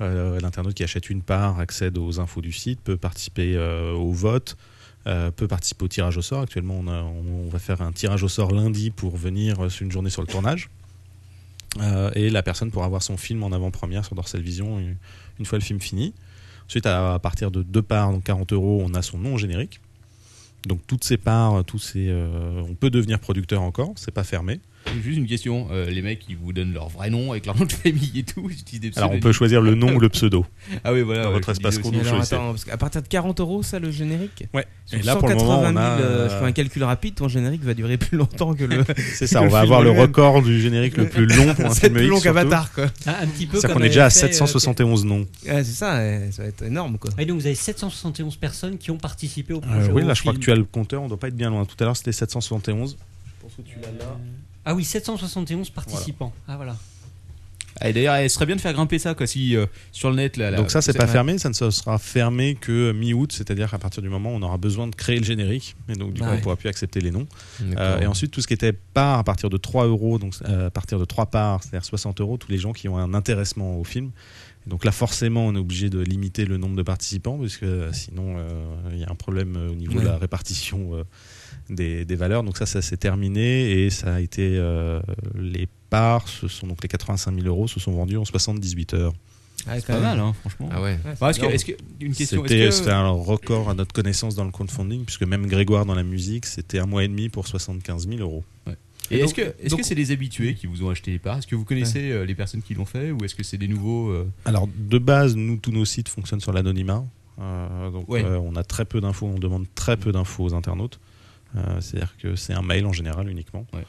D: Euh, L'internaute qui achète une part accède aux infos du site, peut participer euh, au vote, euh, peut participer au tirage au sort. Actuellement, on, a- on- on va faire un tirage au sort lundi pour venir euh, sur une journée sur le tournage. Euh, et la personne pourra voir son film en avant-première sur Dorsal Vision une, une fois le film fini. Ensuite, à, à partir de deux parts, donc 40 euros, on a son nom au générique. Donc toutes ces parts, tous ces, euh, on peut devenir producteur encore, c'est pas fermé.
C: J'ai Juste une question. euh, les mecs, ils vous donnent leur vrai nom avec leur nom de famille et tout. Ils utilisent des
D: Alors on peut
C: pseudonymes.
D: choisir le nom ou le pseudo.
C: Ah oui, voilà.
D: dans
C: ouais,
D: votre
C: je me disais
D: espace
C: aussi.
D: chrono.
E: Mais alors,
D: sais.
E: attends, parce qu'à partir de 40 euros, ça le générique
D: Ouais.
E: Sur
D: Et là pour le moment on
E: 180
D: a,
E: 000, euh, je fais un calcul rapide, ton générique va durer plus longtemps que le.
D: c'est ça,
E: le
D: on va
E: film
D: avoir le
E: lui-même.
D: record du générique le plus long pour un
E: C'est
D: film
E: plus long
D: X. surtout.
E: qu'Avatar quoi.
F: Ah, un petit peu
D: C'est-à-dire
F: comme
D: qu'on est déjà à
F: avait fait, euh,
D: 771 noms.
E: Ouais, c'est ça, ouais, ça va être énorme quoi.
F: Et donc vous avez 771 personnes qui ont participé au projet.
D: Euh, oui,
F: au
D: là je crois que
F: film.
D: tu as le compteur, on doit pas être bien loin. Tout à l'heure c'était 771.
F: Ah oui, 771 participants. Ah voilà.
C: Ah, et d'ailleurs, il serait bien de faire grimper ça, quoi, si euh, sur le net. Là, là,
D: Donc ça Bah, c'est
C: vous
D: pas
C: savez,
D: fermé, ça ne sera fermé que mi-août, c'est-à-dire qu'à partir du moment où on aura besoin de créer le générique, et donc du coup
F: Ouais.
D: on pourra plus accepter les noms. Euh,
H: D'accord.
D: et ensuite, tout ce qui était part à partir de 3 euros, donc euh, à partir de 3 parts, c'est-à-dire 60 euros, tous les gens qui ont un intéressement au film. Et donc là, forcément, on est obligé de limiter le nombre de participants, parce que sinon, euh, il y a un problème euh, au niveau de la répartition euh, des, des valeurs. Donc ça, ça s'est terminé et ça a été. euh, les parts, ce sont donc les 85 000 euros, se sont vendus en 78 heures.
E: Ouais,
C: Pas
E: quand même.
C: mal, hein, franchement.
H: Ah ouais.
E: Ouais,
C: Bah, est-ce que,
E: énorme.
C: est-ce que, une question.
D: C'était
C: Est-ce
D: c'était
C: que,
D: un record à notre connaissance dans le crowdfunding, puisque même Grégoire dans la musique, c'était un mois et demi pour 75 000 euros.
C: et est-ce
E: donc-
C: que, est-ce
E: donc-
C: que c'est des habitués qui vous ont acheté les parts Est-ce que vous connaissez euh, les personnes qui l'ont fait ou est-ce que c'est des nouveaux euh,
D: Alors, de base, nous, tous nos sites fonctionnent sur l'anonymat. Euh, donc,
C: Ouais.
D: euh, on a très peu d'infos, on demande très peu d'infos aux internautes. Euh, C'est-à-dire que c'est un mail en général uniquement.
C: Ouais.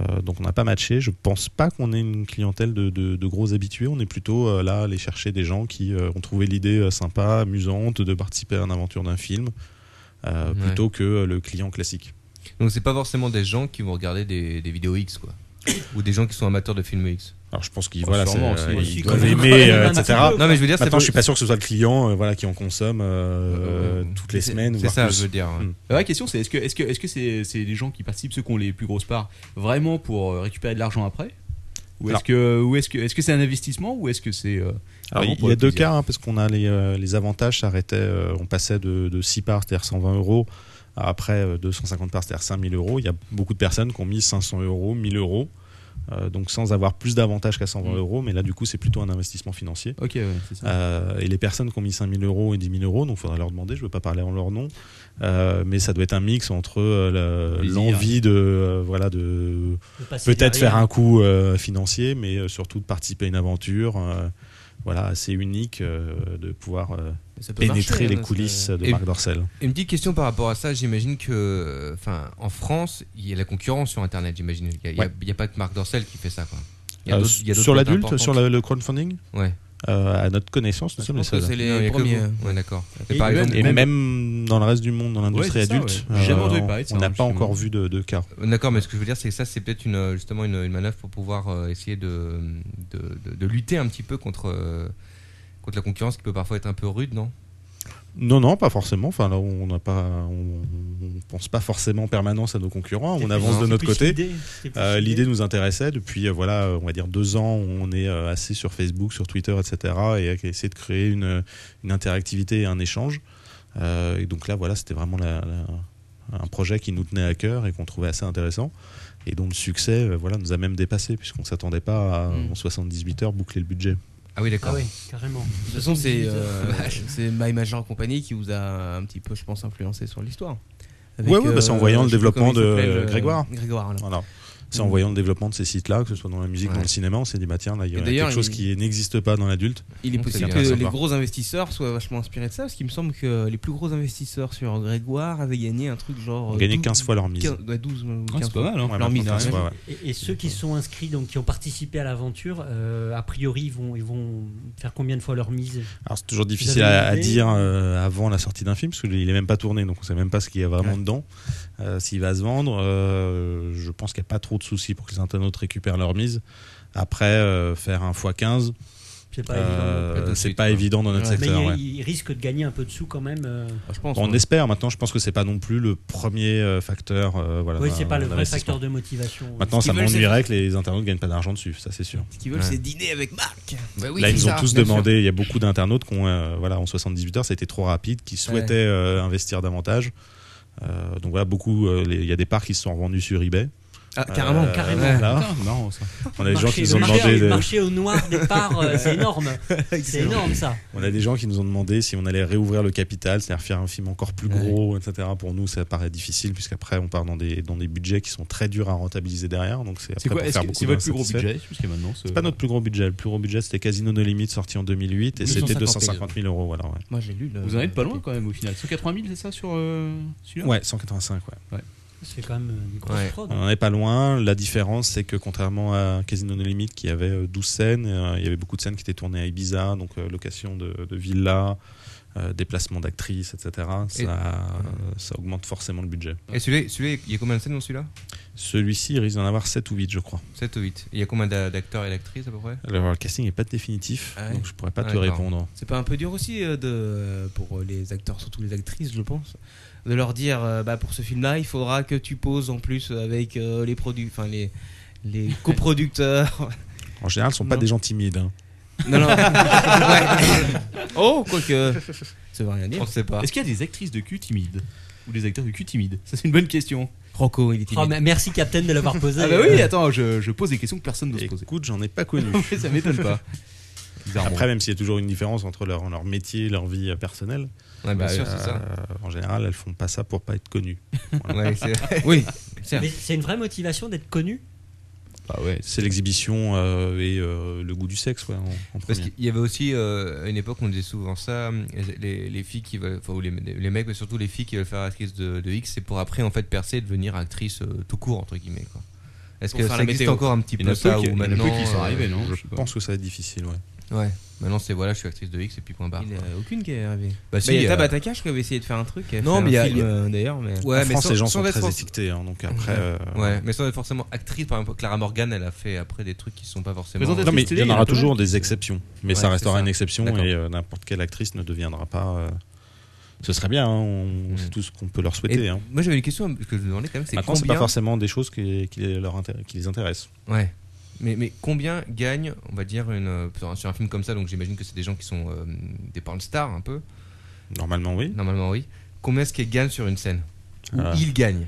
D: Euh, donc, on n'a pas matché. Je pense pas qu'on ait une clientèle de, de- de gros habitués. On est plutôt euh, là à aller chercher des gens qui euh, ont trouvé l'idée euh, sympa, amusante de participer à une aventure d'un film. euh,
H: Ouais.
D: plutôt que euh, le client classique.
H: Donc c'est pas forcément des gens qui vont regarder des, des vidéos X quoi. Ou des gens qui sont amateurs de films X.
D: Alors je pense qu'ils
C: Oh,
D: voilà,
C: sûrement
D: c'est- euh,
C: aussi.
D: ils
C: Quand
D: doivent
C: même.
D: aimer, euh,
F: Un petit
D: etc.
F: peu.
H: Non mais je veux dire c'est
D: Maintenant,
H: pas-
D: je suis pas sûr que ce soit le client euh, voilà, qui en consomme euh,
H: Euh,
D: toutes les
H: c'est-
D: semaines.
H: C'est
D: voire
H: ça
D: plus.
H: je veux dire. hein. ouais.
D: Mm.
C: La vraie question, c'est est-ce que est-ce que est-ce que c'est c'est les gens qui participent ceux qui ont les plus grosses parts vraiment pour euh, récupérer de l'argent après ou
D: Alors-
C: est-ce que ou est-ce que est-ce que c'est un investissement ou est-ce que c'est euh,
D: Alors,
C: vraiment
D: il
C: pour
D: y a
C: le
D: deux
C: plaisir
D: cas, hein, parce qu'on a les, euh, les avantages, ça arrêtait, euh, on passait de, de 6 parts, c'est-à-dire 120 euros, à après euh, 250 parts, c'est-à-dire 5000 euros. Il y a beaucoup de personnes qui ont mis 500 euros, 1000 euros, euh, donc sans avoir plus d'avantages qu'à 120
C: Mm.
D: euros, mais là, du coup, c'est plutôt un investissement financier.
C: Ok, ouais, c'est ça.
D: Euh, et les personnes qui ont mis 5000 euros et 10 000 euros, donc il faudra leur demander, je ne veux pas parler en leur nom, euh, mais ça doit être un mix entre euh, la-
C: Plaisir.
D: l'envie de, euh, voilà, de,
F: De passer
D: peut-être
F: derrière.
D: faire un coup euh, financier, mais euh, surtout de participer à une aventure. euh, voilà, assez unique euh, de pouvoir euh,
E: Ça peut marcher,
D: pénétrer
E: hein,
D: les
E: parce que-
D: coulisses de
H: Et-
D: Marc Dorcel.
H: Une petite question par rapport à ça, j'imagine que, euh, enfin, en France, il y a la concurrence sur Internet, j'imagine. Il n'y a, il y a-
D: Ouais.
H: il y a pas que Marc Dorcel qui fait ça, quoi. Il y a
D: Euh,
H: d'autres- il y a d'autres
D: sur
H: boîtes
D: l'adulte,
H: importantes.
D: sur la- le crowdfunding,
H: Ouais.
D: euh, à notre connaissance, nous
E: Je
D: sommes les
E: pense que
D: seuls.
E: c'est
H: Non, il y
E: les
H: a que vous.
E: premiers.
H: hein. Ouais, d'accord.
C: Et
H: Et par
C: même-
H: exemple,
D: Et même dans le reste du monde, dans l'industrie
C: Ouais, c'est ça,
D: adulte,
C: ouais. J'ai jamais entendu
D: on-
C: parler de ça,
D: on n'a
C: hein,
D: pas
C: justement.
D: encore vu de, de cas.
H: D'accord, mais ce que je veux dire, c'est que ça, c'est peut-être une, euh, justement une, une manœuvre pour pouvoir euh, essayer de, de, de- de lutter un petit peu contre, euh, contre la concurrence qui peut parfois être un peu rude, non
D: Non, non, pas forcément. Enfin, là, on n'a pas, on, on pense pas forcément en permanence à nos concurrents. On
F: C'est
D: avance
F: plus-
D: de
F: c'est
D: notre
F: plus
D: côté.
F: l'idée, c'est plus
D: Euh, L'idée nous intéressait depuis, euh, voilà, euh, on va dire deux ans, on est euh, assez sur Facebook, sur Twitter, etc. et à essayer de créer une, une interactivité et un échange. Euh, et donc là, voilà, c'était vraiment la- la- un projet qui nous tenait à cœur et qu'on trouvait assez intéressant. Et dont le succès, euh, voilà, nous a même dépassé puisqu'on ne s'attendait pas à,
E: Mm.
D: en 78 heures, boucler le budget.
H: Ah oui, d'accord.
F: Ah oui, carrément.
E: De toute façon, c'est euh, c'est My Major Company qui vous a un petit peu, je pense, influencé sur l'histoire. Avec, euh,
D: Ouais, ouais, bah, c'est en voyant le
E: je sais plus
D: développement
E: comment
D: de
E: il s'appelait,
D: Grégoire.
E: Grégoire, voilà.
D: Voilà. C'est en voyant le développement de ces sites-là, que ce soit dans la musique,
H: Ouais.
D: dans le cinéma, on s'est dit, bah tiens, là, il y
H: Et
D: a
H: d'ailleurs,
D: quelque chose
H: il-
D: qui n'existe pas dans l'adulte.
E: Il est
H: On
E: possible
H: sait
E: que
H: bien,
E: les
H: sympa.
E: gros investisseurs soient vachement inspirés de ça, parce qu'il me semble que les plus gros investisseurs sur Grégoire avaient gagné un truc genre.
D: On
E: euh,
D: gagnait
E: 12,
D: 15 fois leur mise.
E: 15, ouais, euh, 12 ou
C: Ah,
E: 15
C: c'est pas mal, hein.
D: Ouais,
E: leur mise,
D: 15
E: ouais.
D: fois, ouais.
F: Et, et ceux qui sont inscrits, donc qui ont participé à l'aventure, euh, a priori, ils vont, ils vont faire combien de fois leur mise
D: Alors c'est toujours difficile
F: avez
D: à, à
F: une idée
D: dire euh, avant la sortie d'un film parce qu'il est même pas tourné, donc on sait même pas ce qu'il y a vraiment dedans. Euh, S'il va se vendre, euh, je pense qu'il n'y a pas trop de soucis pour que les internautes récupèrent leur mise. Après, euh, faire un x15,
F: C'est pas évident.
D: euh,
H: Pas tout de
D: c'est
H: suite,
D: pas
H: quoi.
D: évident dans notre
E: Ouais.
F: Mais
D: secteur.
F: ils-
D: ouais.
F: ils risquent de gagner un peu de sous quand même. euh.
E: Ah, je pense.
D: On
E: ouais.
D: espère maintenant, je pense que c'est pas non plus le premier euh, facteur. euh, voilà,
F: oui,
D: d'un-
F: c'est pas le
D: d'un
F: vrai
D: investissement.
F: facteur de motivation.
D: Maintenant,
E: Ce
D: ça
E: qu'ils veulent, c'est-
D: m'ennuierait que les internautes gagnent pas d'argent dessus, ça c'est sûr.
E: Ce qu'ils veulent,
H: Ouais.
E: c'est dîner avec Marc.
H: Bah oui,
D: Là,
H: c'est
D: ils nous ont
H: ça,
D: tous
H: bien sûr.
D: demandé, il y a beaucoup d'internautes qui ont, euh, voilà, en 78 heures, ça a été trop rapide, qui souhaitaient euh, investir davantage. Euh, donc voilà, beaucoup, euh, les- il y a des parts qui se sont revendus sur eBay.
E: Ah, carrément,
D: Euh,
E: carrément.
D: voilà.
C: Non, ça.
D: On a des gens
F: Marché-
D: qui nous ont
F: le marché-
D: demandé,
F: le
D: de-
F: marché au noir des parts, euh, c'est énorme. C'est énorme ça.
D: on a des gens qui nous ont demandé si on allait réouvrir le capital, c'est-à-dire faire un film encore plus gros, etc. Pour nous, ça paraît difficile puisqu'après, on part dans des dans des budgets qui sont très durs à rentabiliser derrière. Donc c'est
C: C'est
D: après
C: quoi
D: pour
C: Est-ce
D: faire
C: que
D: beaucoup
C: C'est votre plus gros
D: d'insatisfaits.
C: budget jusqu'à maintenant ce-
D: C'est pas notre plus gros budget. Le plus gros budget, c'était Casino No Limit, sorti en 2008, et c'était
E: 250
D: 250 000 euros. Voilà, ouais.
E: Moi, j'ai lu le.
C: Vous en êtes pas loin quand même au final. 180 000, c'est ça sur euh, celui-là
D: ouais, 185, ouais.
F: C'est quand même une grosse
H: Ouais.
F: fraude.
D: On n'en est pas loin. La différence, c'est que contrairement à Casino No Limit, qui avait euh, 12 scènes, euh, il y avait beaucoup de scènes qui étaient tournées à Ibiza, donc euh, location de, de villa, euh, déplacement d'actrices, etc. Ça,
H: Et-
D: euh, ça augmente forcément le budget.
H: Et celui-là, celui-là, il y a combien de scènes dans celui-là
D: Celui-ci, il risque d'en avoir 7 ou 8, je crois.
H: 7 ou 8. Il y a combien d'a- d'acteurs et d'actrices à peu près
D: Alors, le casting n'est pas définitif,
E: Ah ouais.
D: donc je pourrais pas
H: Ah,
D: te
H: d'accord.
D: répondre.
E: C'est pas un peu dur aussi euh, de, euh, pour les acteurs, surtout les actrices, je pense, de leur dire euh, bah, pour ce film-là, il faudra que tu poses en plus avec euh, les produits, enfin les, les coproducteurs.
D: En général, ce sont pas
E: Non.
D: des gens timides. hein.
E: non, non. Ouais. Oh, quoique. Ça veut rien
H: On
E: dire.
H: sait pas.
C: Est-ce qu'il y a des actrices de cul timides Ou des acteurs de cul timides Ça, c'est une bonne question.
E: Rocco, il est
F: Oh,
E: timide.
F: mais merci Captain de l'avoir posé. Euh,
C: Ah bah oui, attends, je, je pose des questions que personne n'ose poser.
D: Écoute, j'en ai pas connu.
C: Ouais, ça m'étonne pas. Bizarrement.
D: Après, même s'il y a toujours une différence entre leur, leur métier, leur vie euh, personnelle,
H: Ouais, bien
D: euh,
H: sûr, c'est ça.
D: en général, elles font pas ça pour pas être connues.
H: Ouais, c'est-
E: Oui,
F: Mais c'est une vraie motivation d'être connu.
C: bah ouais.
D: C'est l'exhibition euh, et euh, le goût du sexe, ouais, en- en
H: Parce
D: premier.
H: qu'il y avait aussi, euh, à une époque, on disait souvent ça, les, les- les filles qui veulent, enfin, ou les, les mecs, mais surtout les filles qui veulent faire actrice de, de X, c'est pour après, en fait, percer et devenir actrice euh, tout court, entre guillemets, quoi. Est-ce
E: Pour
H: que
E: faire
H: ça
E: la
H: existe
E: météo.
H: encore un petit
C: Il y
H: peu
C: en a peu
H: ça
C: qui- il y
H: ou
C: en a
H: maintenant
C: peu qui sont
H: euh,
C: arrivés, non
D: Je pense que ça va être difficile, ouais.
H: Ouais. Maintenant, c'est voilà, je suis actrice de X et puis point barre.
E: il n'y a aucune qui est arrivée.
H: Bah,
E: Bah, il y
H: euh,
E: a Tabatakash qui avait essayé de faire un truc. qui
H: Non,
E: fait
H: mais il y
E: un
H: a-
E: film, euh, d'ailleurs, mais.
H: ouais,
D: en
H: mais
D: France,
H: sans-
D: les gens
H: sans
D: sont
H: être
D: très
H: forc-
D: étiquetés, hein, donc après. euh,
H: Ouais, mais sans être forcément actrice, par exemple, Clara Morgan, elle a fait après des trucs qui sont pas forcément.
C: Présentatrice
D: Non, mais il
C: télé,
D: y en
C: il y en
D: aura
C: a pas
D: toujours
C: mal.
D: des exceptions, mais
H: Ouais,
D: ça
H: c'est
D: restera
H: ça.
D: une exception
H: D'accord.
D: et euh, n'importe quelle actrice ne deviendra pas. euh, Ce serait bien, hein, on-
H: Mm.
D: c'est tout ce qu'on peut leur
H: Et
D: souhaiter. hein.
H: Moi, j'avais une question parce que je me demandais quand même, c'est
D: Maintenant, c'est
H: combien.
D: pas forcément des choses qui, qui leur intér- qui les intéressent.
H: Ouais. Mais, mais combien gagne, on va dire, une, euh, sur un- sur un film comme ça, donc j'imagine que c'est des gens qui sont euh, des porn stars un peu,
D: Normalement, oui.
H: normalement oui. Combien est-ce qu'ils gagnent sur une scène Ou
D: Ah.
H: ils gagnent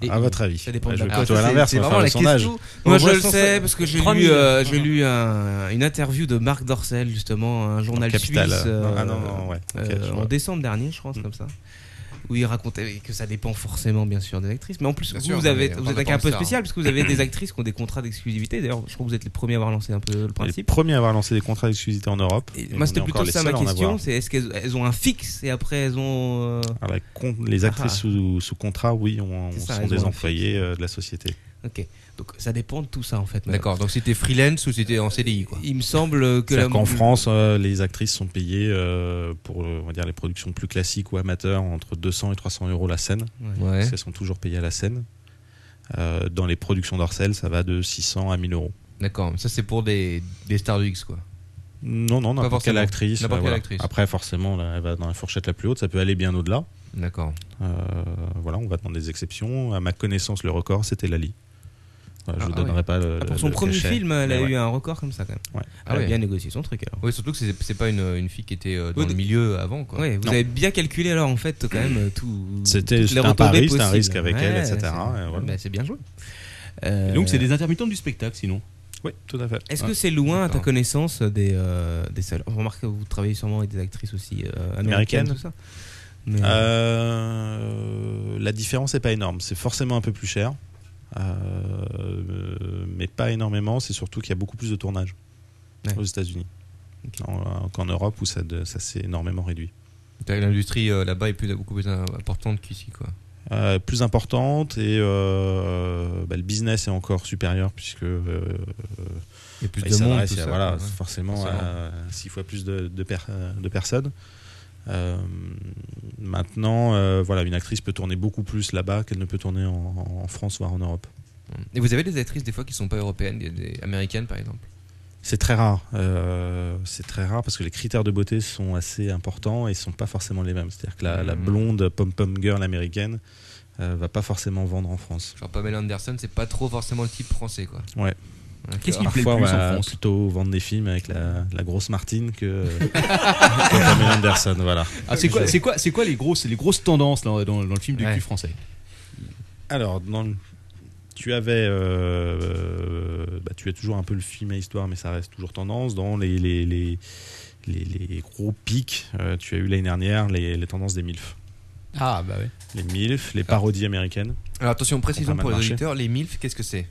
H: Et-
D: à votre avis.
E: Ça dépend
D: Ouais,
E: de
D: je vais
E: la-
H: Alors,
D: plutôt
H: ça,
D: à
H: c'est-
D: l'inverse,
H: c'est
D: on va
H: vraiment
D: faire le
H: la
D: sondage.
H: question.
E: Moi,
H: En
E: je
H: vrai,
E: le
H: sans-
E: sais parce que j'ai
F: Trois
E: lu,
F: mille.
E: euh, j'ai lu un- une interview de Marc Dorcel, justement, un journal
D: Capital.
E: suisse.
D: euh,
E: euh,
D: ah non, non, ouais. ok,
E: euh,
D: je
E: en
D: vois. Mm.
E: décembre dernier, je pense, comme ça. Où il racontait que ça dépend forcément, bien sûr, des actrices. Mais en plus,
H: Bien
E: vous,
H: sûr,
E: vous, avez,
H: mais on
E: vous
H: parle
E: êtes
H: de
E: un cas un peu
H: pornstar,
D: hein.
E: spécial parce que vous avez des actrices qui ont des contrats d'exclusivité. D'ailleurs, je crois que vous êtes les premiers à avoir lancé un peu le
D: Les
E: principe.
D: premiers à avoir lancé des contrats d'exclusivité en Europe.
E: Et
D: on est
E: moi, c'était plutôt
D: encore les
E: ça ma
D: seuls à en avoir.
E: question c'est est-ce qu'elles elles ont un fixe et après elles ont. euh,
D: Alors, la Ah bah, con- les actrices
E: Ah.
D: sous, sous contrat, oui, on,
E: C'est ça,
D: sont
E: elles
D: des
E: ont un
D: employés euh, de la société.
E: Ok. Donc ça dépend de tout ça en fait. mais-
H: D'accord, donc si t'es freelance ou si t'es en CDI quoi.
E: Il me semble que.
D: C'est-à-dire
E: la-
D: qu'en France, euh, les actrices sont payées euh, pour euh, on va dire, les productions plus classiques ou amateurs entre 200 et 300 euros la scène.
H: Ouais.
E: Euh,
D: Parce qu'elles sont toujours payées à la scène. Euh, dans les productions d'Orcel, ça va de 600 à 1000 euros.
H: D'accord, ça c'est pour des, des stars de X quoi.
D: Non, non, n'importe quelle
H: forcément.
D: actrice. euh,
H: N'importe quelle actrice.
D: Après, forcément, là, elle va dans la fourchette la plus haute, ça peut aller bien au-delà.
H: D'accord.
D: Euh, voilà, on va dans des exceptions. À ma connaissance, le record, c'était Lali. Voilà, je
E: Ah,
D: vous
E: ah
D: donnerai pas le.
E: Ah,
D: le-
E: pour son
D: le
E: premier
D: cachet.
E: film, elle a
D: Mais ouais,
E: eu un record comme ça quand même.
D: ouais.
E: Elle
H: Ah
E: a
H: ouais.
E: bien négocié son truc alors.
H: Oui, surtout que c'est c'est pas une, une fille qui était euh, dans
E: Oui,
H: le
E: de-
H: milieu avant quoi.
E: Ouais, vous
D: Non.
E: avez bien calculé alors en fait quand même euh, tout.
D: C'était
E: toutes
D: c'était
E: les
D: un
E: retombées
D: pari, c'était un
E: possibles.
D: risque avec elle,
E: Ouais,
D: etc.
E: c'est-
D: Et voilà.
E: bah, c'est bien joué.
C: Et
E: Euh,
C: donc, c'est des intermittents du spectacle sinon.
D: Oui, tout à fait.
E: Est-ce que c'est loin à ta
H: D'accord.
E: connaissance des euh, des salles On remarque que vous travaillez sûrement avec des actrices aussi euh, américaines,
D: Américaines.
E: tout ça. Mais, euh,
D: Euh, la différence n'est pas énorme. C'est forcément un peu plus cher. euh, mais pas énormément. C'est surtout qu'il y a beaucoup plus de tournages
G: Ouais.
D: aux États-Unis qu'en qu'en Europe où ça, de- ça s'est énormément réduit.
H: L'industrie euh, là-bas est plus, beaucoup plus importante qu'ici, quoi.
D: Euh, plus importante et euh, bah, le business est encore supérieur puisque euh,
H: Il y a plus
D: bah, il
H: de monde,
D: s'adresse
H: tout
D: à-
H: ça,
D: voilà,
H: quoi, ouais.
D: forcément, à six fois plus de, de per- de personnes. Euh, maintenant, euh, voilà, une actrice peut tourner beaucoup plus là-bas qu'elle ne peut tourner en, en France voire en Europe.
H: Mm. Et vous avez des actrices des fois qui sont pas européennes, des, des américaines par exemple.
D: C'est très rare. euh, c'est très rare parce que les critères de beauté sont assez importants et sont pas forcément les mêmes. C'est-à-dire que la, la
H: Mhm.
D: blonde pom-pom girl américaine euh, va pas forcément vendre en France.
H: Genre Pamela Anderson, c'est pas trop forcément le type français, quoi.
D: Ouais.
H: D'accord.
C: Qu'est-ce qui- plaît le
D: Parfois, on
C: plus en
D: va
C: France
D: plutôt vendre des films avec la, la grosse Martine que euh, que Pamela Anderson. Voilà.
C: Ah, c'est quoi, c'est quoi, c'est quoi les grosses, les grosses tendances là, dans, dans le film de
H: Ouais.
C: cul français
D: Alors, dans le- tu avais, euh, euh, bah, tu as toujours un peu le film à histoire, mais ça reste toujours tendance. Dans les les, les, les, les gros pics, euh, tu as eu l'année dernière les, les tendances des milf,
B: Ah, bah ouais.
D: les milf, les parodies américaines.
H: Alors attention, précision
D: Comprends
H: pour les
D: mal marché.
H: auditeurs, les MILF, qu'est-ce que c'est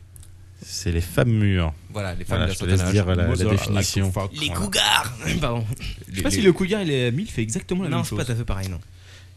D: C'est les femmes mûres.
H: Voilà, les femmes
D: Voilà,
H: d'un
D: je te
H: certain
D: laisse
H: âge.
D: dire la, la
C: Mother-
D: définition.
E: Les
D: Voilà.
E: cougars Pardon.
C: Je sais pas si le cougar et les mille fait exactement la
E: Non,
C: même
E: c'est
C: chose.
E: pas tout à fait pareil, non.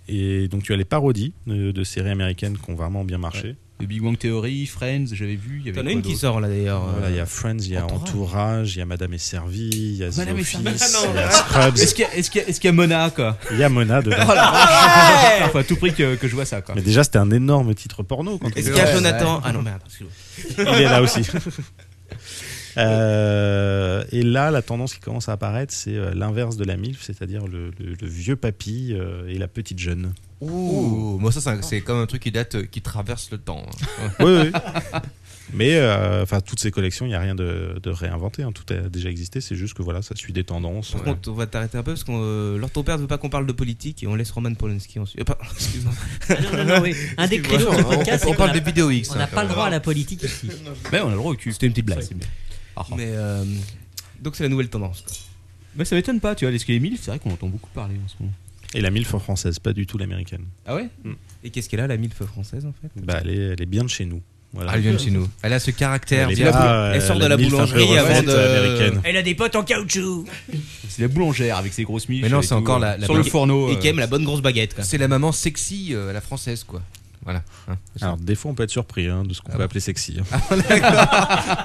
D: Et donc tu as les parodies de, de séries américaines qui ont vraiment bien marché.
C: Le Big Bang Theory, Friends, j'avais vu. Il y avait
E: T'en as
C: quoi
E: une qui
C: d'autre
E: sort là d'ailleurs. euh,
D: Voilà, il y a Friends, il y a
E: Entourage.
D: Entourage, il y a Madame est servie, il y a The
C: Madame est
D: Office,
C: servie.
E: Ah,
C: Ah
D: il y a Scrubs,
C: Est-ce qu'il y, a- est-ce qu'il y a- est-ce qu'il y a Mona quoi
D: il y a Mona
C: Oh
D: dedans.
C: Enfin, à tout prix que, que je vois ça quoi.
D: Mais déjà, c'était un énorme titre porno quand
E: Est-ce qu'il y a
H: Ouais,
E: Jonathan Ah non, merde, excuse-moi.
D: il est là aussi. Euh, et là, la tendance qui commence à apparaître, c'est euh, l'inverse de la MILF, c'est-à-dire le, le- le vieux papy euh, et la petite jeune.
H: Ouh, moi ça c'est un- c'est comme un truc qui date, euh, qui traverse le temps. hein.
D: Oui, oui. Mais euh, enfin, toutes ces collections, il n'y a rien de, de réinventé. hein. Tout a déjà existé. C'est juste que voilà, ça suit des tendances.
E: Par contre, on va t'arrêter un peu parce que euh, Lord ton père ne veut pas qu'on parle de politique et on laisse Roman Polanski ensuite. Euh, pardon, excuse-moi.
F: Non, non, non, oui. Un des
H: Ouais,
F: créneaux
H: on-
F: du podcast,
H: on,
F: c'est
H: on
F: qu'on
H: parle
F: a-
H: de vidéo X.
E: hein.
F: on n'a pas le droit à la politique ici.
C: Mais on a le droit au cul. C'était une petite blague.
E: Mais euh, donc c'est la nouvelle tendance. quoi.
C: Mais ça m'étonne pas, tu vois. Les les mille, c'est vrai qu'on entend beaucoup parler en ce moment.
D: Et la MILF française, pas du tout l'américaine.
E: Ah ouais
D: Mm.
E: Et qu'est-ce qu'elle a la milf française en fait
D: Bah, elle, est, elle est bien de chez nous. Voilà.
C: Ah,
H: Elle vient de chez nous. Elle a ce caractère.
D: Ah. Elle est
H: bien-
D: pas,
E: elle
D: euh,
E: sort de la
D: MILF un peu
E: boulangerie avant
D: recette
E: de-
D: euh, américaine.
E: Elle a des potes en caoutchouc
C: C'est la boulangère avec ses grosses milles.
H: Mais non,
C: et
H: c'est
C: tout,
H: encore
C: euh,
H: la- la
C: sur le
H: baguette.
C: fourneau.
E: Et
C: euh,
E: qui aime la bonne grosse
D: hein.
E: baguette quoi.
H: C'est la maman sexy euh, à la française, quoi. Voilà. hein.
D: Alors, des fois, on peut être surpris hein, de ce qu'on
E: Ah
D: peut appeler sexy. hein.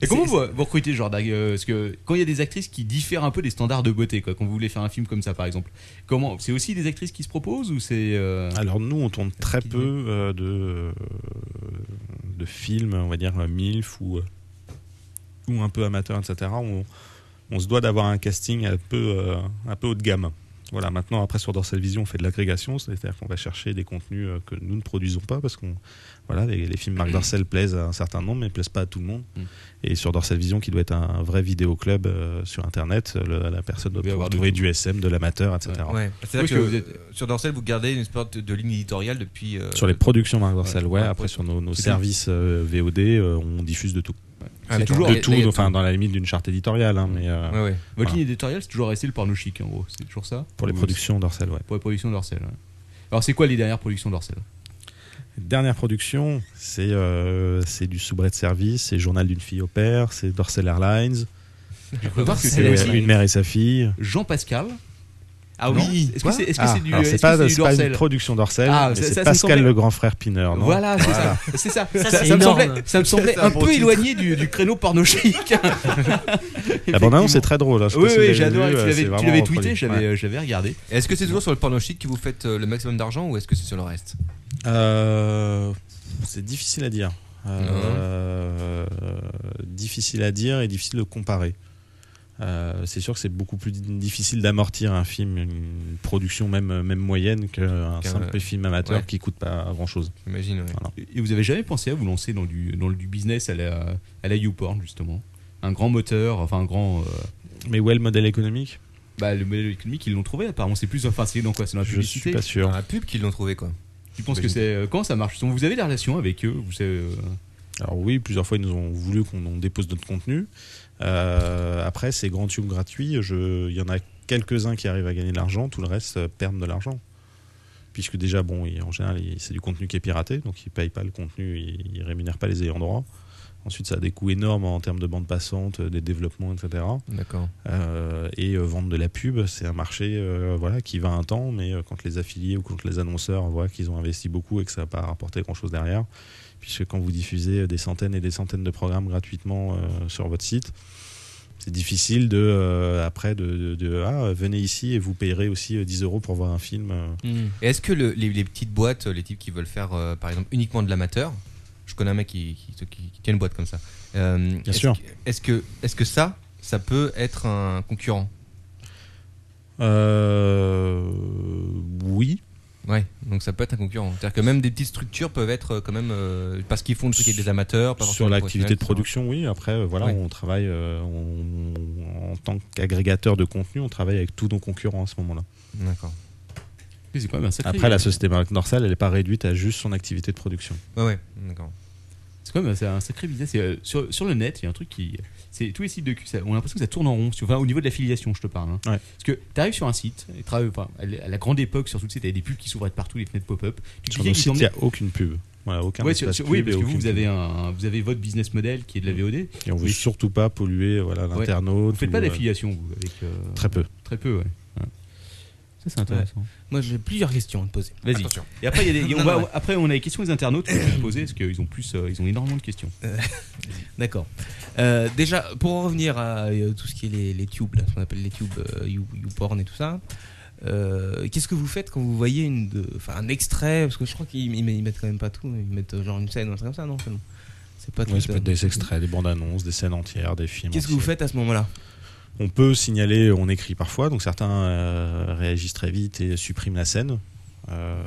C: Et comment vous, vous recrutez genre d'actrices parce que quand il y a des actrices qui diffèrent un peu des standards de beauté quoi quand vous voulez faire un film comme ça par exemple comment c'est aussi des actrices qui se proposent ou c'est euh,
D: Alors nous, on tourne très
E: qui
D: peu euh, de, euh, de films, on va dire euh, MILF ou, euh, ou un peu amateur, etc. On, on se doit d'avoir un casting un peu, euh, un peu haut de gamme. Voilà, maintenant, après sur Dorsal Vision, on fait de l'agrégation, c'est-à-dire qu'on va chercher des contenus euh, que nous ne produisons pas, parce qu'on voilà, les, les films Marc Dorcel plaisent à un certain nombre, mais ne plaisent pas à tout le monde.
C: Mm.
D: Et sur Dorsal Vision, qui doit être un vrai vidéoclub euh, sur Internet, le- la personne doit
C: Il doit y
D: pouvoir
C: avoir de
D: trouver
C: tout.
D: du SM, de l'amateur, etc.
H: Ouais.
C: Oui,
H: C'est-à-dire que,
C: parce que vous êtes-
H: euh, sur Dorsel, vous gardez une sorte de ligne éditoriale depuis. euh,
D: Sur les productions Marc Dorcel, ouais.
H: Ouais,
D: après,
H: ouais.
D: sur nos, nos
H: C'est
D: services euh, VOD, euh, on diffuse de tout.
H: Ah,
C: c'est
H: d'accord.
C: toujours- Mm.
D: de
H: Et-
D: tout,
H: et-
D: enfin, dans la limite d'une charte éditoriale, hein, mais euh,
H: Ouais, ouais.
C: votre
D: Voilà.
C: ligne éditoriale c'est toujours resté le porno chic en gros c'est toujours ça
D: pour les
C: Ou-
D: productions Dorcel, ouais.
C: pour les productions d'Orcel ouais. alors c'est quoi les dernières productions d'Orcel
D: Dernière production, c'est euh, c'est du soubret de service, c'est Journal d'une fille au père, c'est Dorcel Airlines,
C: je peux voir que
D: c'est
C: c'est aussi
D: Une mère et sa fille.
C: Jean Pascal
E: Ah
C: Non
E: oui
C: est-ce que c'est est-ce que
D: Ah,
C: c'est du
D: alors,
C: est-ce
D: c'est
C: que
D: pas,
C: c'est du
D: c'est pas une
C: Dorcel
D: production Dorcel,
C: Ah,
D: mais
C: ça-
D: c'est
C: ça, ça me
D: Pascal
C: semblait-
D: le grand frère Pineur, non
C: voilà, c'est ça, c'est ça.
F: Ça, c'est
C: me
F: énorme.
C: semblait, ça me semblait un, peu éloigné du, du créneau porno chic.
D: La bande-annonce est très drôle. hein, je sais
C: Oui,
D: pas si vous
C: oui,
D: l'avez
C: j'ai adoré.
D: vu,
C: Tu
D: euh, c'est
C: l'avais- tu
D: vraiment
C: l'avais
D: reproduit.
C: tweeté, j'avais
D: Ouais.
C: euh, j'avais regardé.
H: Est-ce que c'est toujours sur le porno chic que vous faites euh, le maximum d'argent ou est-ce que c'est sur le reste
D: Euh, c'est difficile à dire. Euh, difficile à dire et difficile de comparer. Euh, c'est sûr que c'est beaucoup plus difficile d'amortir un film, une production même, même moyenne qu'un
H: Qu'un,
D: simple
H: euh,
D: film amateur
H: ouais.
D: qui coûte pas grand chose.
H: J'imagine, ouais.
C: Et vous avez jamais pensé à vous lancer dans du, dans le- du business à la, à la YouPorn, justement Un grand moteur, enfin un grand. euh,
D: Mais où est le modèle économique
C: bah, le modèle économique, ils l'ont trouvé, apparemment. C'est plus. Enfin, c'est dans quoi C'est dans la
D: Je suis
C: publicité
D: pas
H: Dans
D: sûr.
H: la pub qu'ils l'ont trouvé, quoi.
C: Tu penses que c'est. euh, Comment ça marche Vous avez des relations avec eux vous savez, euh,
D: Alors oui, plusieurs fois ils nous ont voulu qu'on on dépose notre contenu. Euh, après, ces grands tubes gratuits, je- il y en a quelques-uns qui arrivent à gagner de l'argent, tout le reste euh, perdent de l'argent. puisque déjà, bon, il- en général, il- c'est du contenu qui est piraté, donc ils ne payent pas le contenu, ils ne rémunèrent pas les ayants droit. Ensuite, ça a des coûts énormes en termes de bande passante, euh, des développements, etc.
H: D'accord.
D: Euh, et euh, vendre de la pub, c'est un marché euh, voilà, qui va un temps, mais euh, quand les affiliés ou quand les annonceurs voient qu'ils ont investi beaucoup et que ça n'a pas rapporté grand-chose derrière, puisque quand vous diffusez des centaines et des centaines de programmes gratuitement euh, sur votre site, c'est difficile de euh, après de, de- de, ah venez ici et vous payerez aussi euh, 10 euros pour voir un film. euh.
H: Et est-ce que le- les, les petites boîtes, les types qui veulent faire euh, par exemple uniquement de l'amateur, je connais un mec qui, qui- qui- qui tient une boîte comme ça. Euh, est-ce
D: sûr.
H: que- Est-ce que, est-ce que ça, ça peut être un concurrent
D: Euh, oui,
H: Ouais, donc ça peut être un concurrent. C'est-à-dire que même des petites structures peuvent être euh, quand même. euh, parce qu'ils font le truc avec des amateurs, pas
D: sur
H: forcément des
D: l'activité de
H: professionnels,
D: production, oui. Après, euh, voilà,
H: Ouais.
D: on travaille euh, on- on- en tant qu'agrégateur de contenu, on travaille avec tous nos concurrents à ce moment-là.
H: etc. D'accord.
C: Mais C'est quand même un sacré.
D: Après, la société dorsale, elle n'est pas réduite à juste son activité de production.
H: Ouais, ouais, d'accord.
C: C'est quand même un- un sacré business. Et, euh, sur, sur le net, il y a un truc qui. C'est tous les sites de cul, ça- on a l'impression que ça tourne en rond. sur- Enfin, au niveau de l'affiliation, je te parle. hein.
D: Ouais.
C: Parce que tu arrives sur un site, et t'arrives- enfin, à l- à la grande époque, sur tout le site, il y avait des pubs qui s'ouvraient de partout, les fenêtres pop-up. Tu
D: Sur
C: cliquais,
D: nos
C: ils
D: sites, il n'y
C: t'emmenaient-
D: a aucune pub. Voilà, aucun
C: Ouais,
D: espace
C: sur- sur-
D: pub
C: oui,
D: et
C: parce que vous,
D: aucune
C: vous avez, un, vous avez votre business model qui est de la VOD.
D: pub. Et on veut
C: oui.
D: surtout pas polluer voilà, l'internaute.
C: Vous faites
D: ou,
C: pas
D: euh,
C: d'affiliation, vous, avec. euh,
D: Très peu.
C: Très peu, ouais. Ouais. Ça, c'est intéressant.
E: Moi, j'ai plusieurs questions à te poser.
C: Vas-y. Et après, il y a des- et on
E: Non,
C: va-
E: non, ouais.
C: après, on a les questions des internautes que je vais poser parce qu'ils ont plus, euh, ils ont énormément de questions.
E: D'accord. Euh, déjà, pour en revenir à euh, tout ce qui est les, les tubes, là, ce qu'on appelle les tubes euh, you, YouPorn et tout ça, euh, qu'est-ce que vous faites quand vous voyez une de, enfin, un extrait Parce que je crois qu'ils ils met- ils mettent quand même pas tout, ils mettent euh, genre une scène ou un truc comme ça, non seulement. C'est pas tout.
D: Ouais, ça peut
E: euh.
D: être des extraits, des bandes annonces, des scènes entières, des films.
E: Qu'est-ce que vous
D: entiers.
E: faites à ce moment-là
D: On peut signaler, on écrit parfois, donc certains euh, réagissent très vite et suppriment la scène. Euh,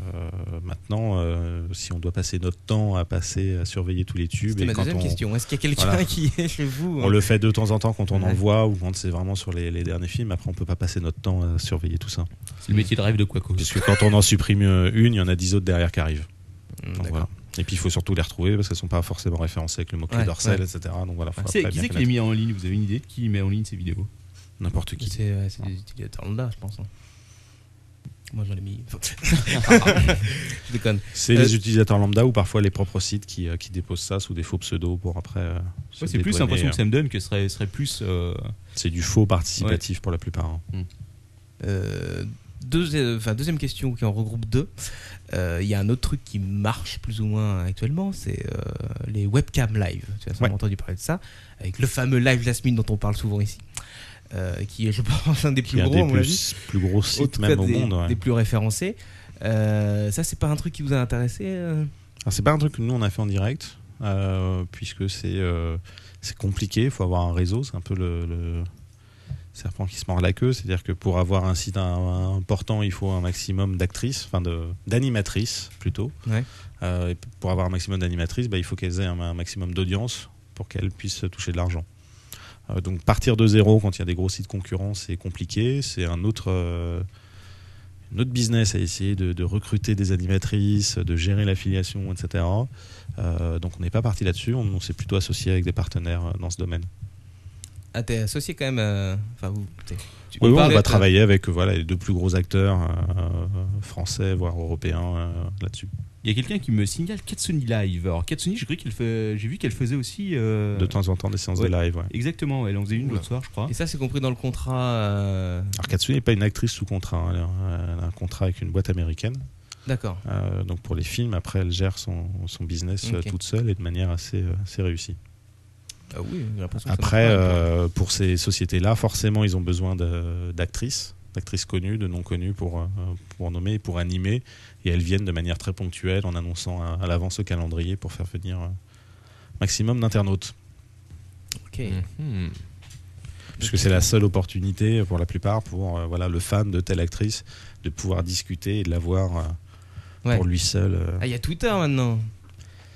D: maintenant, euh, si on doit passer notre temps à passer à surveiller tous les tubes,
E: C'était
D: et
E: ma
D: quand
E: deuxième
D: on,
E: question. Est-ce qu'il y a quelqu'un
D: Voilà.
E: qui est chez vous hein
D: on le fait de temps en temps quand on en
E: Ouais.
D: voit ou quand c'est vraiment sur les, les derniers films, après on peut pas passer notre temps à surveiller tout ça.
C: C'est le métier de rêve de Quaco.
D: Puisque quand on en supprime euh, une, il y en a dix autres derrière qui arrivent.
E: Hmm,
D: Donc
E: d'accord.
D: voilà. Et puis il faut surtout les retrouver parce qu'elles sont pas forcément référencées avec le mot-clé
E: Ouais,
D: dorsal,
E: ouais.
D: etc. Donc voilà, faut
C: C'est,
D: après
C: qui
D: bien
C: c'est qui les
D: connaître.
C: mis en ligne Vous avez une idée de qui met en ligne ces vidéos
D: N'importe qui. Ah.
E: C'est ouais, c'est des utilisateurs là, je pense. hein. Moi, j'en ai mis. je déconne.
D: C'est
E: Euh,
D: les utilisateurs lambda ou parfois les propres sites qui, euh, qui déposent ça sous des faux pseudos pour après. euh, se
C: c'est plus
D: dédouaner,
C: l'impression
E: hein.
D: euh.
C: que ça me donne que ce serait, serait plus. euh,
D: C'est du faux participatif pour la plupart. hein.
E: Euh, deuxi- enfin, deuxième question qui en regroupe deux. Euh, Il y a un autre truc qui marche plus ou moins actuellement, c'est euh, les webcam live. Tu as sûrement entendu parler de ça, avec le fameux live Jasmine dont on parle souvent ici, euh, qui est, je pense, un des
D: Qui
E: plus
D: est un
E: gros, à
D: des
E: mon avis.
D: plus, plus gros
E: En
D: sites
E: tout
D: même
E: cas,
D: au
E: des,
D: monde. ouais.
E: des plus référencés. Euh, ça, c'est pas un truc qui vous a intéressé euh
D: Alors, Ah, c'est pas un truc que nous on a fait en direct, euh, puisque c'est euh, c'est compliqué, il faut avoir un réseau, c'est un peu le, le serpent qui se mord la queue, c'est-à-dire que pour avoir un site un- important, il faut un maximum d'actrices, enfin de- d'animatrices plutôt.
E: Ouais.
D: Euh, et pour avoir un maximum d'animatrices, bah, il faut qu'elles aient un, un maximum d'audience pour qu'elles puissent toucher de l'argent. Euh, donc partir de zéro quand il y a des gros sites concurrents, c'est compliqué, c'est un autre... euh, notre business à essayer de, de recruter des animatrices, de gérer l'affiliation, etc. Euh, donc on n'est pas parti là-dessus, on, on s'est plutôt associé avec des partenaires euh, dans ce domaine.
E: Ah, t'es associé quand même. euh, Enfin, vous. t'es- tu-
D: Oui, oui, on
E: parlait
D: va
E: de-
D: travailler avec euh, voilà, les deux plus gros acteurs euh, français, voire européens euh, là-dessus.
C: Il y a quelqu'un qui me signale Katsuni Live. Alors Katsuni, j'ai cru qu'elle fait- j'ai vu qu'elle faisait aussi. euh,
D: De temps en temps des séances
C: ouais.
D: de live. ouais.
C: Exactement. Elle en faisait une l'autre soir, je crois.
E: euh, Et ça, c'est compris dans le contrat. euh,
D: Alors Katsune n'est pas une actrice sous contrat, hein, elle a- elle a un contrat avec une boîte américaine.
E: D'accord.
D: Euh, donc pour les films, après elle gère son, son business euh,
E: Ok.
D: toute seule et de manière assez, euh, assez réussie.
E: Ah oui, j'ai l'impression que ça
D: Après,
E: marche pas.
D: euh, pour ces sociétés-là, forcément, ils ont besoin de- d'actrices, d'actrices connues, de non connues pour, euh, pour nommer, et pour animer. Et elles viennent de manière très ponctuelle en annonçant à, à l'avance le calendrier pour faire venir euh, maximum d'internautes. euh,
E: Ok.
H: Mhm.
D: Puisque c'est la seule opportunité pour la plupart pour euh, voilà, le fan de telle actrice de pouvoir discuter et de la voir euh,
E: Ouais.
D: pour lui seul. euh.
E: Ah, il y a Twitter maintenant.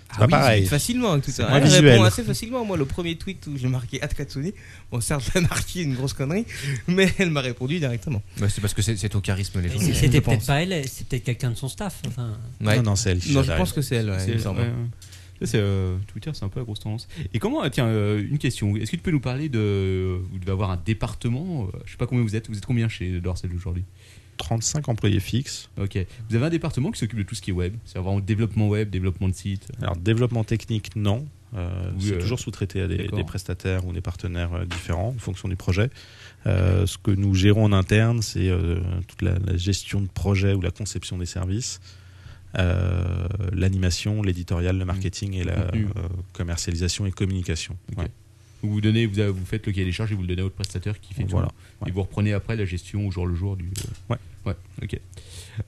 E: Ah
D: C'est pas pareil.
E: Facilement avec Twitter.
D: moins
E: Elle
D: visuel.
E: répond assez facilement. Moi, le premier tweet où j'ai marqué Atkatsuni, bon, certes, j'ai marqué une grosse connerie, mais elle m'a répondu directement.
H: Bah, c'est parce que c'est, c'est ton charisme, les
F: Et
H: gens.
F: c'est- C'était
E: Je pense.
F: peut-être pas elle, c'est peut-être quelqu'un de son staff. Enfin,
H: Ouais.
D: Non, non, c'est elle qui
E: Non,
D: gère
E: je pense que c'est elle. ouais, il
C: C'est-
E: me semble.
C: ouais,
H: Bah,
C: ouais. Ça, c'est, euh, Twitter, c'est un peu la grosse tendance. Et comment, euh, tiens, euh, une question. Est-ce que tu peux nous parler de. Vous devez avoir un département. euh, je sais pas combien vous êtes. Vous êtes combien chez Dorsel aujourd'hui
D: 35 employés fixes.
C: Ok. Vous avez un département qui s'occupe de tout ce qui est web, c'est vraiment développement web, développement de site.
D: Alors, développement technique, non. Euh,
C: Oui,
D: c'est
C: euh,
D: toujours sous-traité à des,
C: d'accord.
D: des prestataires ou des partenaires euh, différents en fonction du projet. Euh, ce que nous gérons en interne, c'est euh, toute la, la gestion de projet ou la conception des services, euh, l'animation, l'éditorial, le marketing et la
C: Mmh. Contenu.
D: euh, commercialisation et communication.
C: Ok.
D: Ouais.
C: Vous vous donnez, vous, avez- vous faites le cahier des charges et vous le donnez à votre prestataire qui fait tout.
D: Voilà.
C: Et
D: Ouais.
C: vous reprenez après la gestion au jour le jour du. euh,
D: Ouais.
C: Ouais, ok.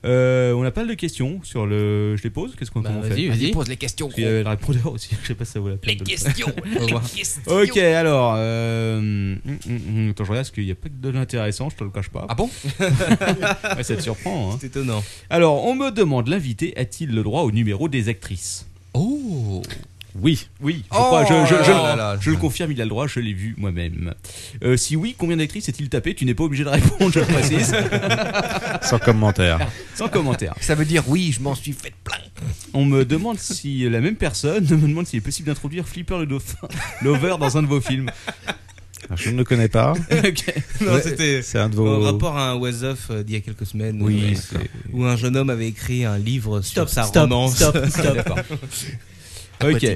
C: Euh, on a pas mal de questions sur le. Je les pose Qu'est-ce qu'on
H: Bah,
C: comment on fait
H: vas-y, vas-y.
B: Pose les questions,
C: Parce qu'il y
B: gros.
C: avait le répondeur aussi, je sais pas si ça vaut la peine.
B: Les
C: de le faire.
B: questions.
C: On va
B: Les
C: voir.
B: questions.
C: Ok, alors. euh, hum, hum, hum, attends, je regarde parce qu'il n'y a pas que de l'intéressant, je te le cache pas.
H: Ah bon
C: Ouais, ça te surprend. hein.
H: C'est étonnant.
C: Alors, on me demande l'invité a-t-il le droit au numéro des actrices
H: Oh
C: Oui. Oui, je
H: Oh
C: crois, je, je-
H: là
C: je-
H: là là.
C: je le confirme, il a le droit, je l'ai vu moi-même. Euh, si oui, combien d'actrices est-il tapé Tu n'es pas obligé de répondre, je le précise,
D: Sans commentaire.
C: sans commentaire.
G: Ça veut dire oui, je m'en suis fait plein.
C: On me demande si la même personne me demande s'il est possible d'introduire Flipper le dauphin, l'over, dans un de vos films.
D: Alors, je ne le connais pas.
C: Ok.
E: Non, c'était
D: C'est un de
E: au
D: vos.
E: rapport à un was of euh, d'il y a quelques semaines
H: Oui,
E: euh,
H: c'est-
E: où un jeune homme avait écrit un livre sur sa
F: stop,
E: romance.
F: stop, stop.
C: Ok.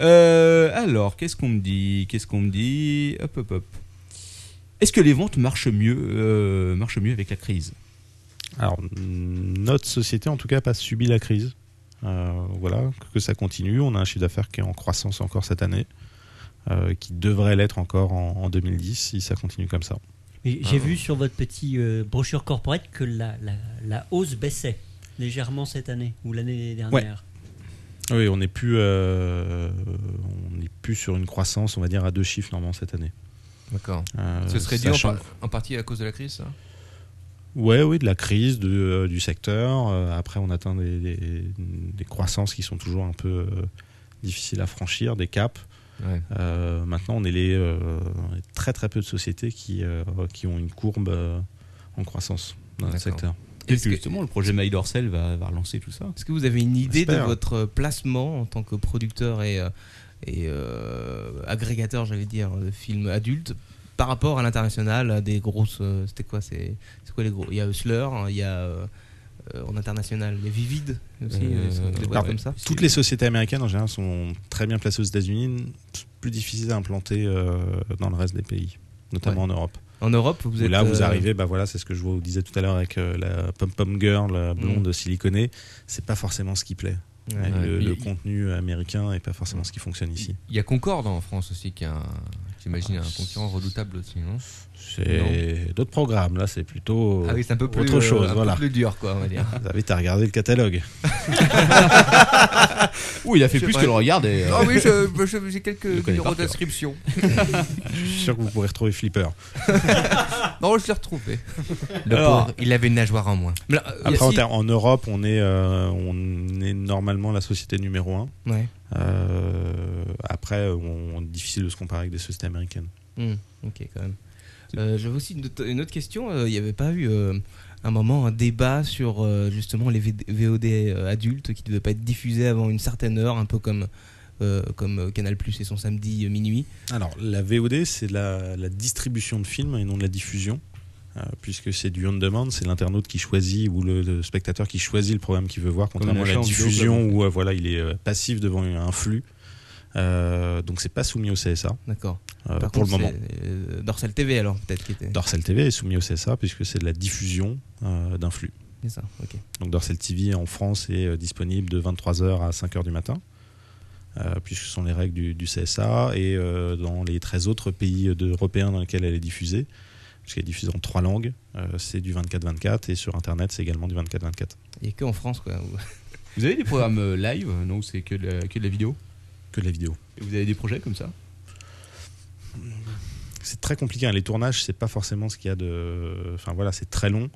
C: Euh, alors, qu'est-ce qu'on me dit Qu'est-ce qu'on me dit Hop, hop, hop. Est-ce que les ventes marchent mieux, euh, marchent mieux avec la crise
D: Alors, notre société, en tout cas, n'a pas subi la crise. Euh, voilà, que ça continue. On a un chiffre d'affaires qui est en croissance encore cette année, euh, qui devrait l'être encore en, en 2010 si ça continue comme ça.
F: Mais J'ai vu sur votre petit euh, brochure corporate que la, la- la hausse baissait légèrement cette année ou l'année dernière.
D: Oui, on n'est plus, euh, on n'est plus sur une croissance, on va dire, à deux chiffres normalement cette année.
H: D'accord.
D: Euh,
H: Ce serait dû en,
D: sachant
H: par- en partie à cause de la crise, ça
D: Ouais, oui, de la crise, de, euh, du secteur. Euh, après, on atteint des, des- des croissances qui sont toujours un peu euh, difficiles à franchir, des caps.
H: Ouais.
D: Euh, maintenant, on est les euh, très très peu de sociétés qui, euh, qui ont une courbe euh, en croissance dans le
H: D'accord.
D: secteur.
C: Peut-être
H: Est-ce
C: que
H: que-
C: justement le projet My Dorsel va, va relancer tout ça.
E: Est-ce que vous avez une idée de
D: J'espère.
E: votre placement en tant que producteur et, euh, et euh, agrégateur, j'allais dire, de films adultes par rapport à l'international, à des grosses. euh, C'était quoi C'est c'est quoi les gros Il y a Hustler, hein, il y a. euh, euh, en international, mais Vivid aussi,
H: Euh,
E: euh, des boîtes
D: alors,
E: comme ça.
D: Toutes les sociétés américaines en général sont très bien placées aux États-Unis, plus difficiles à implanter euh, dans le reste des pays, notamment en Europe.
E: En Europe, vous
D: Où
E: êtes.
D: là, vous
E: euh,
D: arrivez, bah voilà, c'est ce que je vous disais tout à l'heure avec euh, la pom pom girl, la blonde siliconée. C'est pas forcément ce qui plaît.
E: ouais.
D: Et
H: Ouais.
D: le,
H: Il-
D: le contenu américain est pas forcément ce qui fonctionne ici.
H: Il y a Concorde en France aussi qui est un. J'imagine un concurrent redoutable aussi, non
D: C'est d'autres programmes. Là, c'est plutôt.
H: Ah oui, c'est un peu plus,
D: Autre chose,
H: un peu
D: voilà.
H: plus dur, quoi, on va dire.
D: Vous avez à regarder le catalogue.
C: Ouh, il a fait plus
H: pas.
C: que le regard et, euh,
G: Oh.
H: Ah oui, je- je- j'ai quelques
C: le connais
H: numéros
C: par cœur.
H: d'inscription.
D: Je suis sûr que vous pourrez retrouver Flipper.
H: Non, je l'ai retrouvé. Le
C: Alors-
H: pauvre, il avait une nageoire en moins.
E: Mais là, euh,
D: Après,
E: si-
D: en, ter- en Europe, on est, euh, on est normalement la société numéro un.
E: Ouais.
D: Euh, après, on, difficile de se comparer avec des sociétés américaines.
E: Hmm, ok, quand même. Euh, J'avais aussi une autre, une autre question. Euh, Il n'y avait pas eu euh, un moment un débat sur euh, justement les VD VOD euh, adultes qui ne devaient pas être diffusés avant une certaine heure, un peu comme, euh, comme euh, Canal Plus et son samedi euh, minuit.
D: Alors, la VOD, c'est de la, la distribution de films et non de la diffusion, euh, puisque c'est du on-demand, c'est l'internaute qui choisit ou le, le spectateur qui choisit le programme qu'il veut voir, contrairement à
C: l'achat
D: la
C: en vidéo,
D: diffusion où euh, voilà, il est euh, passif devant un flux. Euh, donc, c'est pas soumis au CSA
E: D'accord.
D: euh,
E: Par
D: pour
E: contre,
D: le moment.
E: c'est, euh, Dorsal TV alors peut-être qui était.
D: Dorsal TV est soumis au CSA puisque c'est de la diffusion euh, d'un flux.
E: C'est ça. Ok.
D: Donc Dorsal TV en France est euh, disponible de 23h à 5h du matin, euh, puisque ce sont les règles du, du CSA, et euh, dans les 13 autres pays euh, de- européens dans lesquels elle est diffusée, puisqu'elle est diffusée en trois langues, euh, c'est du 24-24, et sur Internet, c'est également du 24-24.
E: Il n'y a que en France quoi.
D: Euh,
E: où-
C: Vous avez des programmes euh, live euh, Non, c'est que de, la, que de la vidéo.
D: Que de la vidéo.
C: Et vous avez des projets comme ça
D: C'est très compliqué, hein, les tournages, c'est pas forcément ce qu'il y a de... Enfin voilà, c'est très long.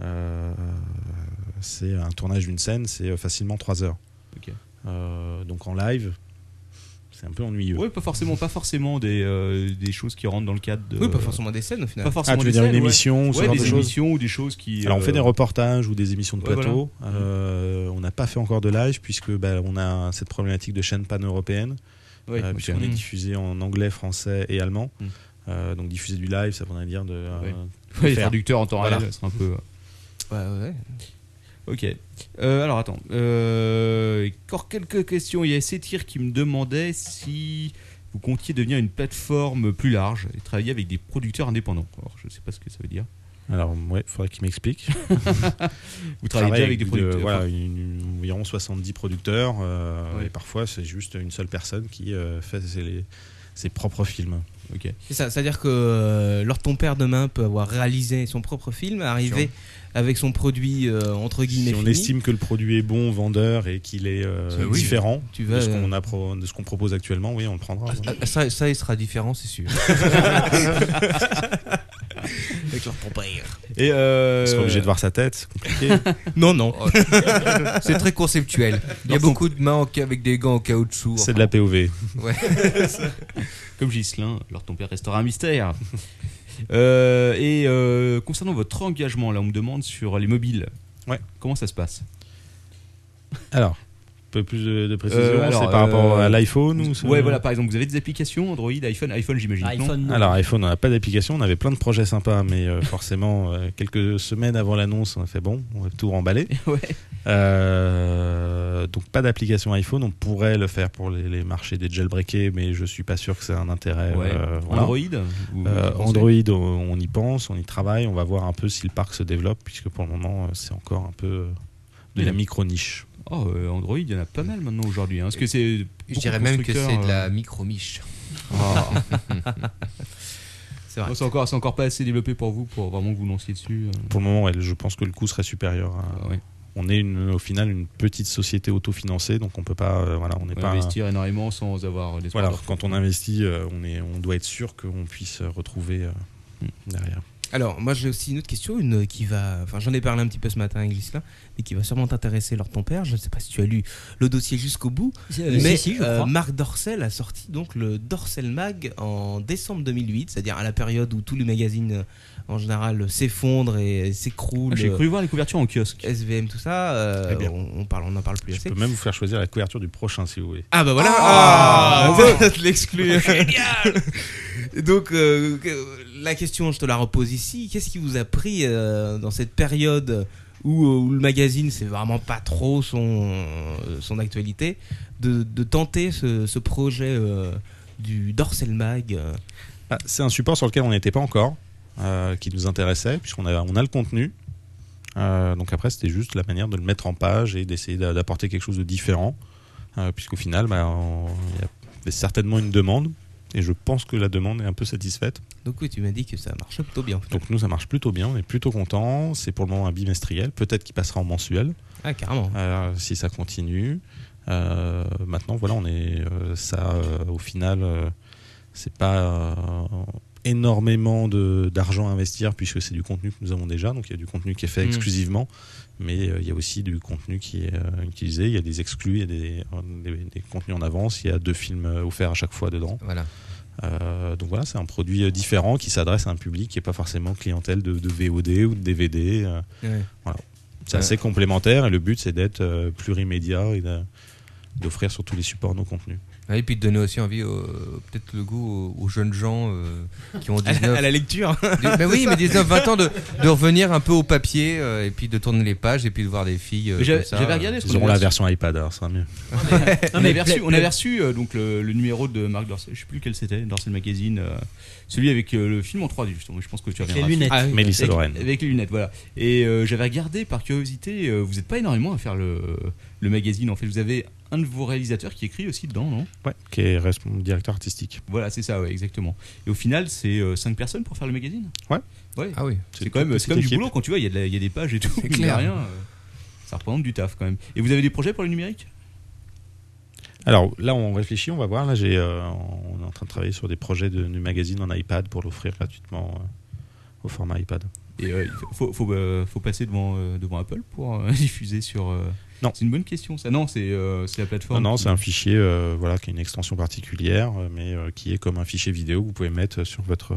D: Euh, c'est un tournage d'une scène, c'est euh, facilement 3 heures.
C: Ok.
D: Euh, donc en live, c'est un peu ennuyeux.
C: Oui, pas forcément, pas forcément des, euh, des choses qui rentrent dans le cadre de.
E: Oui, pas forcément des scènes au final.
C: Pas forcément
D: Ah, tu
C: des
D: veux dire une
C: scènes, ouais.
D: émission, ou ce
C: Ouais,
D: genre de
C: des
D: choses
C: émissions ou des choses qui.
D: Alors on
C: euh,
D: fait des reportages ou des émissions de
C: ouais, Mm.
D: plateau. Euh, on n'a pas fait encore de live puisque bah, on a cette problématique de chaîne pan-européenne,
C: ouais,
D: euh,
C: ok.
D: puisqu'on est
E: Mm.
D: diffusé en anglais, français et allemand.
C: Mm.
D: Euh, donc diffuser du live, ça voudrait dire de... euh,
C: Ouais.
D: de
C: Ouais, les
D: faire.
C: traducteurs en temps
D: Voilà.
C: réel, c'est un peu. euh,
E: ouais.
C: Ok. Euh, alors attends. Euh, encore quelques questions. Il y a Sétir qui me demandait si vous comptiez devenir une plateforme plus large et travailler avec des producteurs indépendants. Alors je ne sais pas ce que ça veut dire.
D: Alors, ouais, faudrait qu'il m'explique.
C: Vous travaillez déjà avec des
D: de-
C: producteurs.
D: voilà,
C: enfin,
D: une- une- environ 70 producteurs. euh,
C: Ouais.
D: Et parfois, c'est juste une seule personne qui euh, fait ses, ses propres films.
C: ok.
E: C'est ça, c'est-à-dire que euh, lors de ton père demain peut avoir réalisé son propre film, arriver avec son produit euh, entre guillemets
D: Si on
E: fini,
D: estime que le produit est bon, vendeur et qu'il est euh,
H: C'est- oui.
D: différent
E: tu
D: de
E: vas
D: ce qu'on a pro- de ce qu'on propose actuellement, oui, on le prendra. ouais.
H: Ah, Ça, ça, il sera différent, c'est sûr.
E: avec leur propre air.
C: Et euh,
D: On sera obligé de voir sa tête, c'est compliqué.
E: Non non,
F: Oh,
H: c'est très conceptuel. Il y a beaucoup de mains en ca- avec des gants en caoutchouc.
D: c'est de la POV.
C: comme Ghislain, alors ton père restera un mystère. Euh, et euh, concernant votre engagement, là, on me demande sur les mobiles.
D: Ouais.
C: Comment ça se passe
D: Alors, un peu plus de, de précision,
C: Euh, alors,
D: c'est par rapport
C: euh,
D: à l'iPhone ou c'est-
C: Ouais, voilà. Par exemple, vous avez des applications Android, iPhone, iPhone, j'imagine. non
F: iPhone. non.
D: Alors iPhone, on n'a pas d'application, on avait plein de projets sympas, mais euh, forcément, euh, quelques semaines avant l'annonce, on a fait bon, on va tout remballer.
C: Ouais.
D: Euh, donc pas d'application iPhone, on pourrait le faire pour les, les marchés des jailbreakés, mais je suis pas sûr que c'est un intérêt.
C: Ouais.
D: euh, voilà.
C: Android vous-
D: Euh,
C: vous pensez
D: Android, on, on y pense, on y travaille, on va voir un peu si le parc se développe, puisque pour le moment, euh, c'est encore un peu euh, de la
C: Oui.
D: micro-niche.
C: Oh, euh, Android, il y en a pas mal maintenant aujourd'hui. hein. Est-ce que c'est.
H: Je
C: beaucoup
H: dirais même que
C: constructeurs,
H: c'est de
C: euh,
H: la Oh. micro-miche.
E: c'est
C: non,
E: vrai.
C: Oh, C'est encore, c'est encore pas assez développé pour vous pour vraiment que vous lanciez dessus. euh.
D: Pour le moment, ouais, je pense que le coût serait supérieur. à-
C: Ah ouais.
D: On est une- au final une petite société autofinancée, donc on peut pas, euh, voilà, on n'est
C: Ouais,
D: pas.
C: Investir énormément sans avoir des
D: Voilà, quand on investit, euh, on, est, on doit être sûr qu'on puisse euh, retrouver euh, derrière.
E: Alors moi j'ai aussi une autre question, une euh, qui va, enfin j'en ai parlé un petit peu ce matin avec Ghislain, mais qui va sûrement t'intéresser lors de ton père. Je ne sais pas si tu as lu le dossier jusqu'au bout,
F: Euh,
E: mais
F: si, si, je
E: euh,
F: crois.
E: Marc Dorcel a sorti donc le Dorcel Mag en décembre 2008, c'est-à-dire à la période où tous les magazines euh, en général s'effondrent et s'écroulent.
F: Ah,
C: J'ai
E: euh,
C: cru voir les couvertures en kiosque.
E: SVM, tout ça,
F: Eh
E: euh,
D: Très bien.
E: on, on parle, on en parle plus
D: Je
E: assez.
D: peux même vous faire choisir la couverture du prochain si vous voulez.
E: Ah bah voilà,
H: Ah,
E: on va te l'exclure. Donc euh, que- la question, je te la repose ici. Qu'est-ce qui vous a pris euh, dans cette période où, euh, où le magazine c'est vraiment pas trop son euh, son actualité de, de tenter ce, ce projet euh, du Dorsel Mag euh,
D: Ah, c'est un support sur lequel on n'était pas encore, euh, qui nous intéressait, puisqu'on a, on a le contenu. Euh, donc après, c'était juste la manière de le mettre en page et d'essayer d'a- d'apporter quelque chose de différent, euh, puisqu'au final, bah, on- il y avait certainement une demande, et je pense que la demande est un peu satisfaite.
E: Donc oui, tu m'as dit que ça marche plutôt bien. en fait.
D: Donc nous, ça marche plutôt bien, on est plutôt content. C'est pour le moment un bimestriel, peut-être qu'il passera en mensuel.
E: Ah carrément.
D: Euh, si ça continue. Euh, maintenant, voilà, on est euh, ça. euh, au final, euh, c'est pas euh, énormément de- d'argent à investir puisque c'est du contenu que nous avons déjà. Donc il y a du contenu qui est fait
E: Mm.
D: exclusivement, mais euh, il y a aussi du contenu qui est euh, utilisé. Il y a des exclus, il y a des, euh, des- des contenus en avance. Il y a deux films euh, offerts à chaque fois dedans.
H: Voilà.
D: Euh, donc voilà, c'est un produit euh, différent qui s'adresse à un public qui n'est pas forcément clientèle de, de VOD ou de DVD. euh,
E: Ouais.
C: Euh.
D: c'est assez complémentaire et le but c'est d'être euh, plurimédia et de- d'offrir sur tous les supports nos contenus.
H: Ouais, et puis de donner aussi envie, au- peut-être le goût aux, aux jeunes gens euh, qui ont
E: À
H: 19,
E: la lecture.
H: des- ben oui, mais 19, 20 ans, de, de revenir un peu au papier euh, et puis de tourner les pages et puis de voir des filles. euh,
C: Mais J'avais
H: comme ça,
C: j'avais
H: euh.
C: regardé ce
D: Ils auront la version iPad, alors ça sera mieux.
C: On avait reçu, on avait reçu, euh, donc le, le numéro de Marc Dorcel, je sais plus lequel c'était, Dorcel Magazine, euh, celui avec euh, le film en 3D justement, je pense que tu
F: Avec les
C: reviendras.
F: lunettes.
E: Ah oui.
D: Mélissa
C: avec,
D: Lorraine.
C: avec les lunettes, voilà. Et euh, j'avais regardé par curiosité, euh, vous n'êtes pas énormément à faire le, le magazine en fait, vous avez un de vos réalisateurs qui écrit aussi dedans, non
D: Ouais, qui est responsable directeur artistique.
C: Voilà, c'est ça, ouais, exactement. Et au final, c'est 5 personnes pour faire le magazine
D: Ouais.
C: Ouais.
H: Ah oui.
C: C'est quand
D: une
C: même, c'est
D: petite
C: quand même du
D: équipe.
C: boulot quand tu vois, il y, a de la- il y a des pages et tout, mine de
H: clair.
C: rien. euh, Ça représente du taf quand même. Et vous avez des projets pour le numérique
D: Alors là, on réfléchit, on va voir. Là, j'ai, euh, on est en train de travailler sur des projets de, du magazine en iPad pour l'offrir gratuitement euh, au format iPad.
C: Et euh, il faut, faut, euh, faut passer devant, euh, devant Apple pour euh, diffuser sur. euh,
D: Non.
C: C'est une bonne question, ça. Non, c'est euh, c'est la plateforme.
D: Non, non,
C: qui-
D: c'est un fichier euh, voilà, qui a une extension particulière, euh, mais euh, qui est comme un fichier vidéo que vous pouvez mettre sur votre, euh,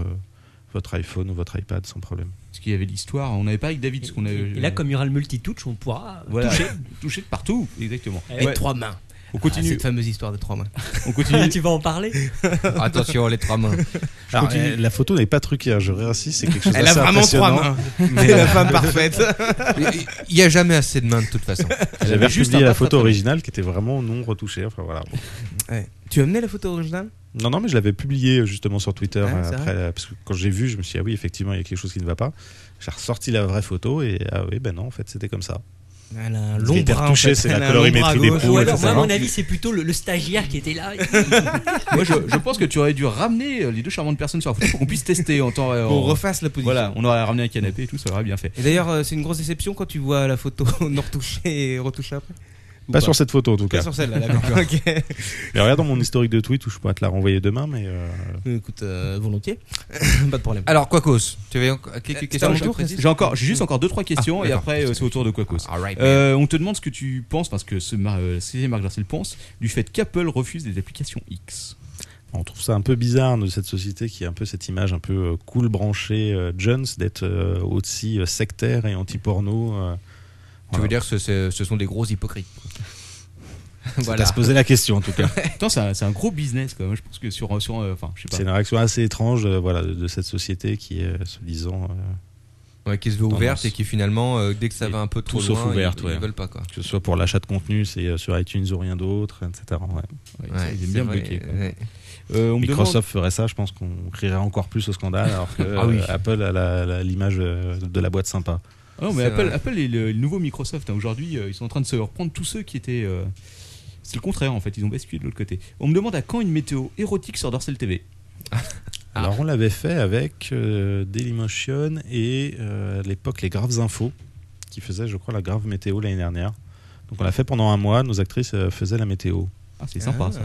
D: votre iPhone ou votre iPad sans problème.
C: Parce qu'il y avait l'histoire. On n'avait pas avec David
F: Et,
C: ce qu'on euh, avait. euh,
F: et là, comme il y aura le multitouch, on pourra
C: Voilà.
F: toucher.
C: touché de partout, exactement.
F: Eh
C: Ouais.
E: Avec trois mains.
C: On
E: Ah,
C: continue.
E: cette fameuse histoire des trois mains.
C: on continue.
F: Ah, tu vas en parler
H: Attention, les trois mains.
D: Alors,
C: continue.
D: elle- la photo n'est pas truquée, hein, je réinsiste, c'est quelque chose
E: Elle a
D: d'assez
E: vraiment trois
D: impressionnant.
E: mains. C'est la femme parfaite.
H: Il n'y a jamais assez de mains de toute façon.
D: Elle avait juste la photo originale qui était vraiment non retouchée. Enfin, voilà.
E: Tu as amené la photo originale
D: Non, non, mais je l'avais publié justement sur Twitter
E: Ah,
D: euh,
E: c'est
D: après, euh, parce que quand j'ai vu, je me suis dit, ah oui, effectivement, il y a quelque chose qui ne va pas. J'ai ressorti la vraie photo et ah oui, ben non, en fait, c'était comme ça.
E: Elle a un
D: Ce qui
E: long
D: était
E: bras. en
D: retouché,
E: fait.
D: c'est la
E: Elle a un
D: colorimétrie
E: long bras à
D: des
E: gauche.
D: peaux,
F: Ou
D: Ouais,
F: alors,
D: ça,
F: moi, à
D: ça
F: mon
D: va.
F: avis, c'est plutôt le, le stagiaire qui était là.
C: Moi, je, je pense que tu aurais dû ramener euh, les deux charmantes personnes sur la photo pour qu'on puisse tester en temps.
E: Qu'on
C: en-
E: refasse la position.
C: Voilà, on aurait ramené un canapé et tout, ça aurait bien fait.
E: Et d'ailleurs, euh, c'est une grosse déception quand tu vois la photo non retouchée et retouchée après. Ou
D: Pas sur cette photo en tout
E: bah, Pas
D: cas.
E: sur celle-là, d'accord. Euh, ok.
D: Et regarde dans mon historique de tweet où je pourrais te la renvoyer demain, mais euh,
E: Écoute, euh, volontiers. Pas de problème.
H: Alors, quoi cause Tu avais encore-
E: c'est
H: quelques
E: à
H: questions
E: mon
H: je
E: tour,
H: précise
C: J'ai encore, j'ai juste encore deux trois questions
H: Ah,
C: et
H: d'accord.
C: après euh, c'est au tour de Quacos.
G: Ah,
H: All right, man.
C: Euh, on te demande ce que tu penses, parce que ce Mar- euh, c'est Marc Garcel pense, du fait qu'Apple refuse des applications X.
D: on trouve ça un peu bizarre de cette société qui a un peu cette image un peu euh, cool branchée euh, Jones d'être euh, aussi euh, sectaire et anti-porno. euh.
H: Tu veux dire que ce- ce, ce sont des gros hypocrites.
D: C'est
H: voilà.
D: à se poser la question en tout cas.
C: Putain, c'est un, c'est un gros business quoi. Moi, je pense que sur, sur euh, enfin, je
D: C'est
C: sais pas.
D: une réaction assez étrange euh, voilà, de, de cette société qui est, euh, se disant, euh,
H: Ouais, qui se veut ouverte
D: Tendance.
H: et qui finalement, euh, dès que ça
D: Et
H: va un peu
D: tout
H: trop
D: sauf
H: loin, ils-
D: ouverte,
H: ils,
D: ouais.
H: veulent pas quoi.
D: que ce soit pour l'achat de contenu, c'est euh, sur iTunes ou rien d'autre, etc. ouais.
C: Ouais,
H: Ouais,
C: ils
H: c'est
C: aiment bien
H: vrai,
C: bloquer. quoi.
H: ouais.
C: Euh, on me demande-
D: Microsoft ferait ça, je pense qu'on crierait encore plus au scandale, alors que
H: Ah oui.
D: euh, Apple a la- la- l'image euh, de la boîte sympa.
C: Ah non, mais
H: C'est
C: Apple,
H: vrai.
C: Apple est le, le nouveau Microsoft. hein. Aujourd'hui, euh, ils sont en train de se reprendre tous ceux qui étaient. euh, C'est le contraire en fait, ils ont basculé de l'autre côté. On me demande à quand une météo érotique sur Dorsel TV. Ah.
D: Alors on l'avait fait avec euh, Dailymotion et euh, à l'époque les Graves Infos, qui faisaient, je crois, la grave météo l'année dernière. Donc on l'a fait pendant un mois, nos actrices euh, faisaient la météo.
C: Ah, c'est sympa
H: Ah.
C: ça.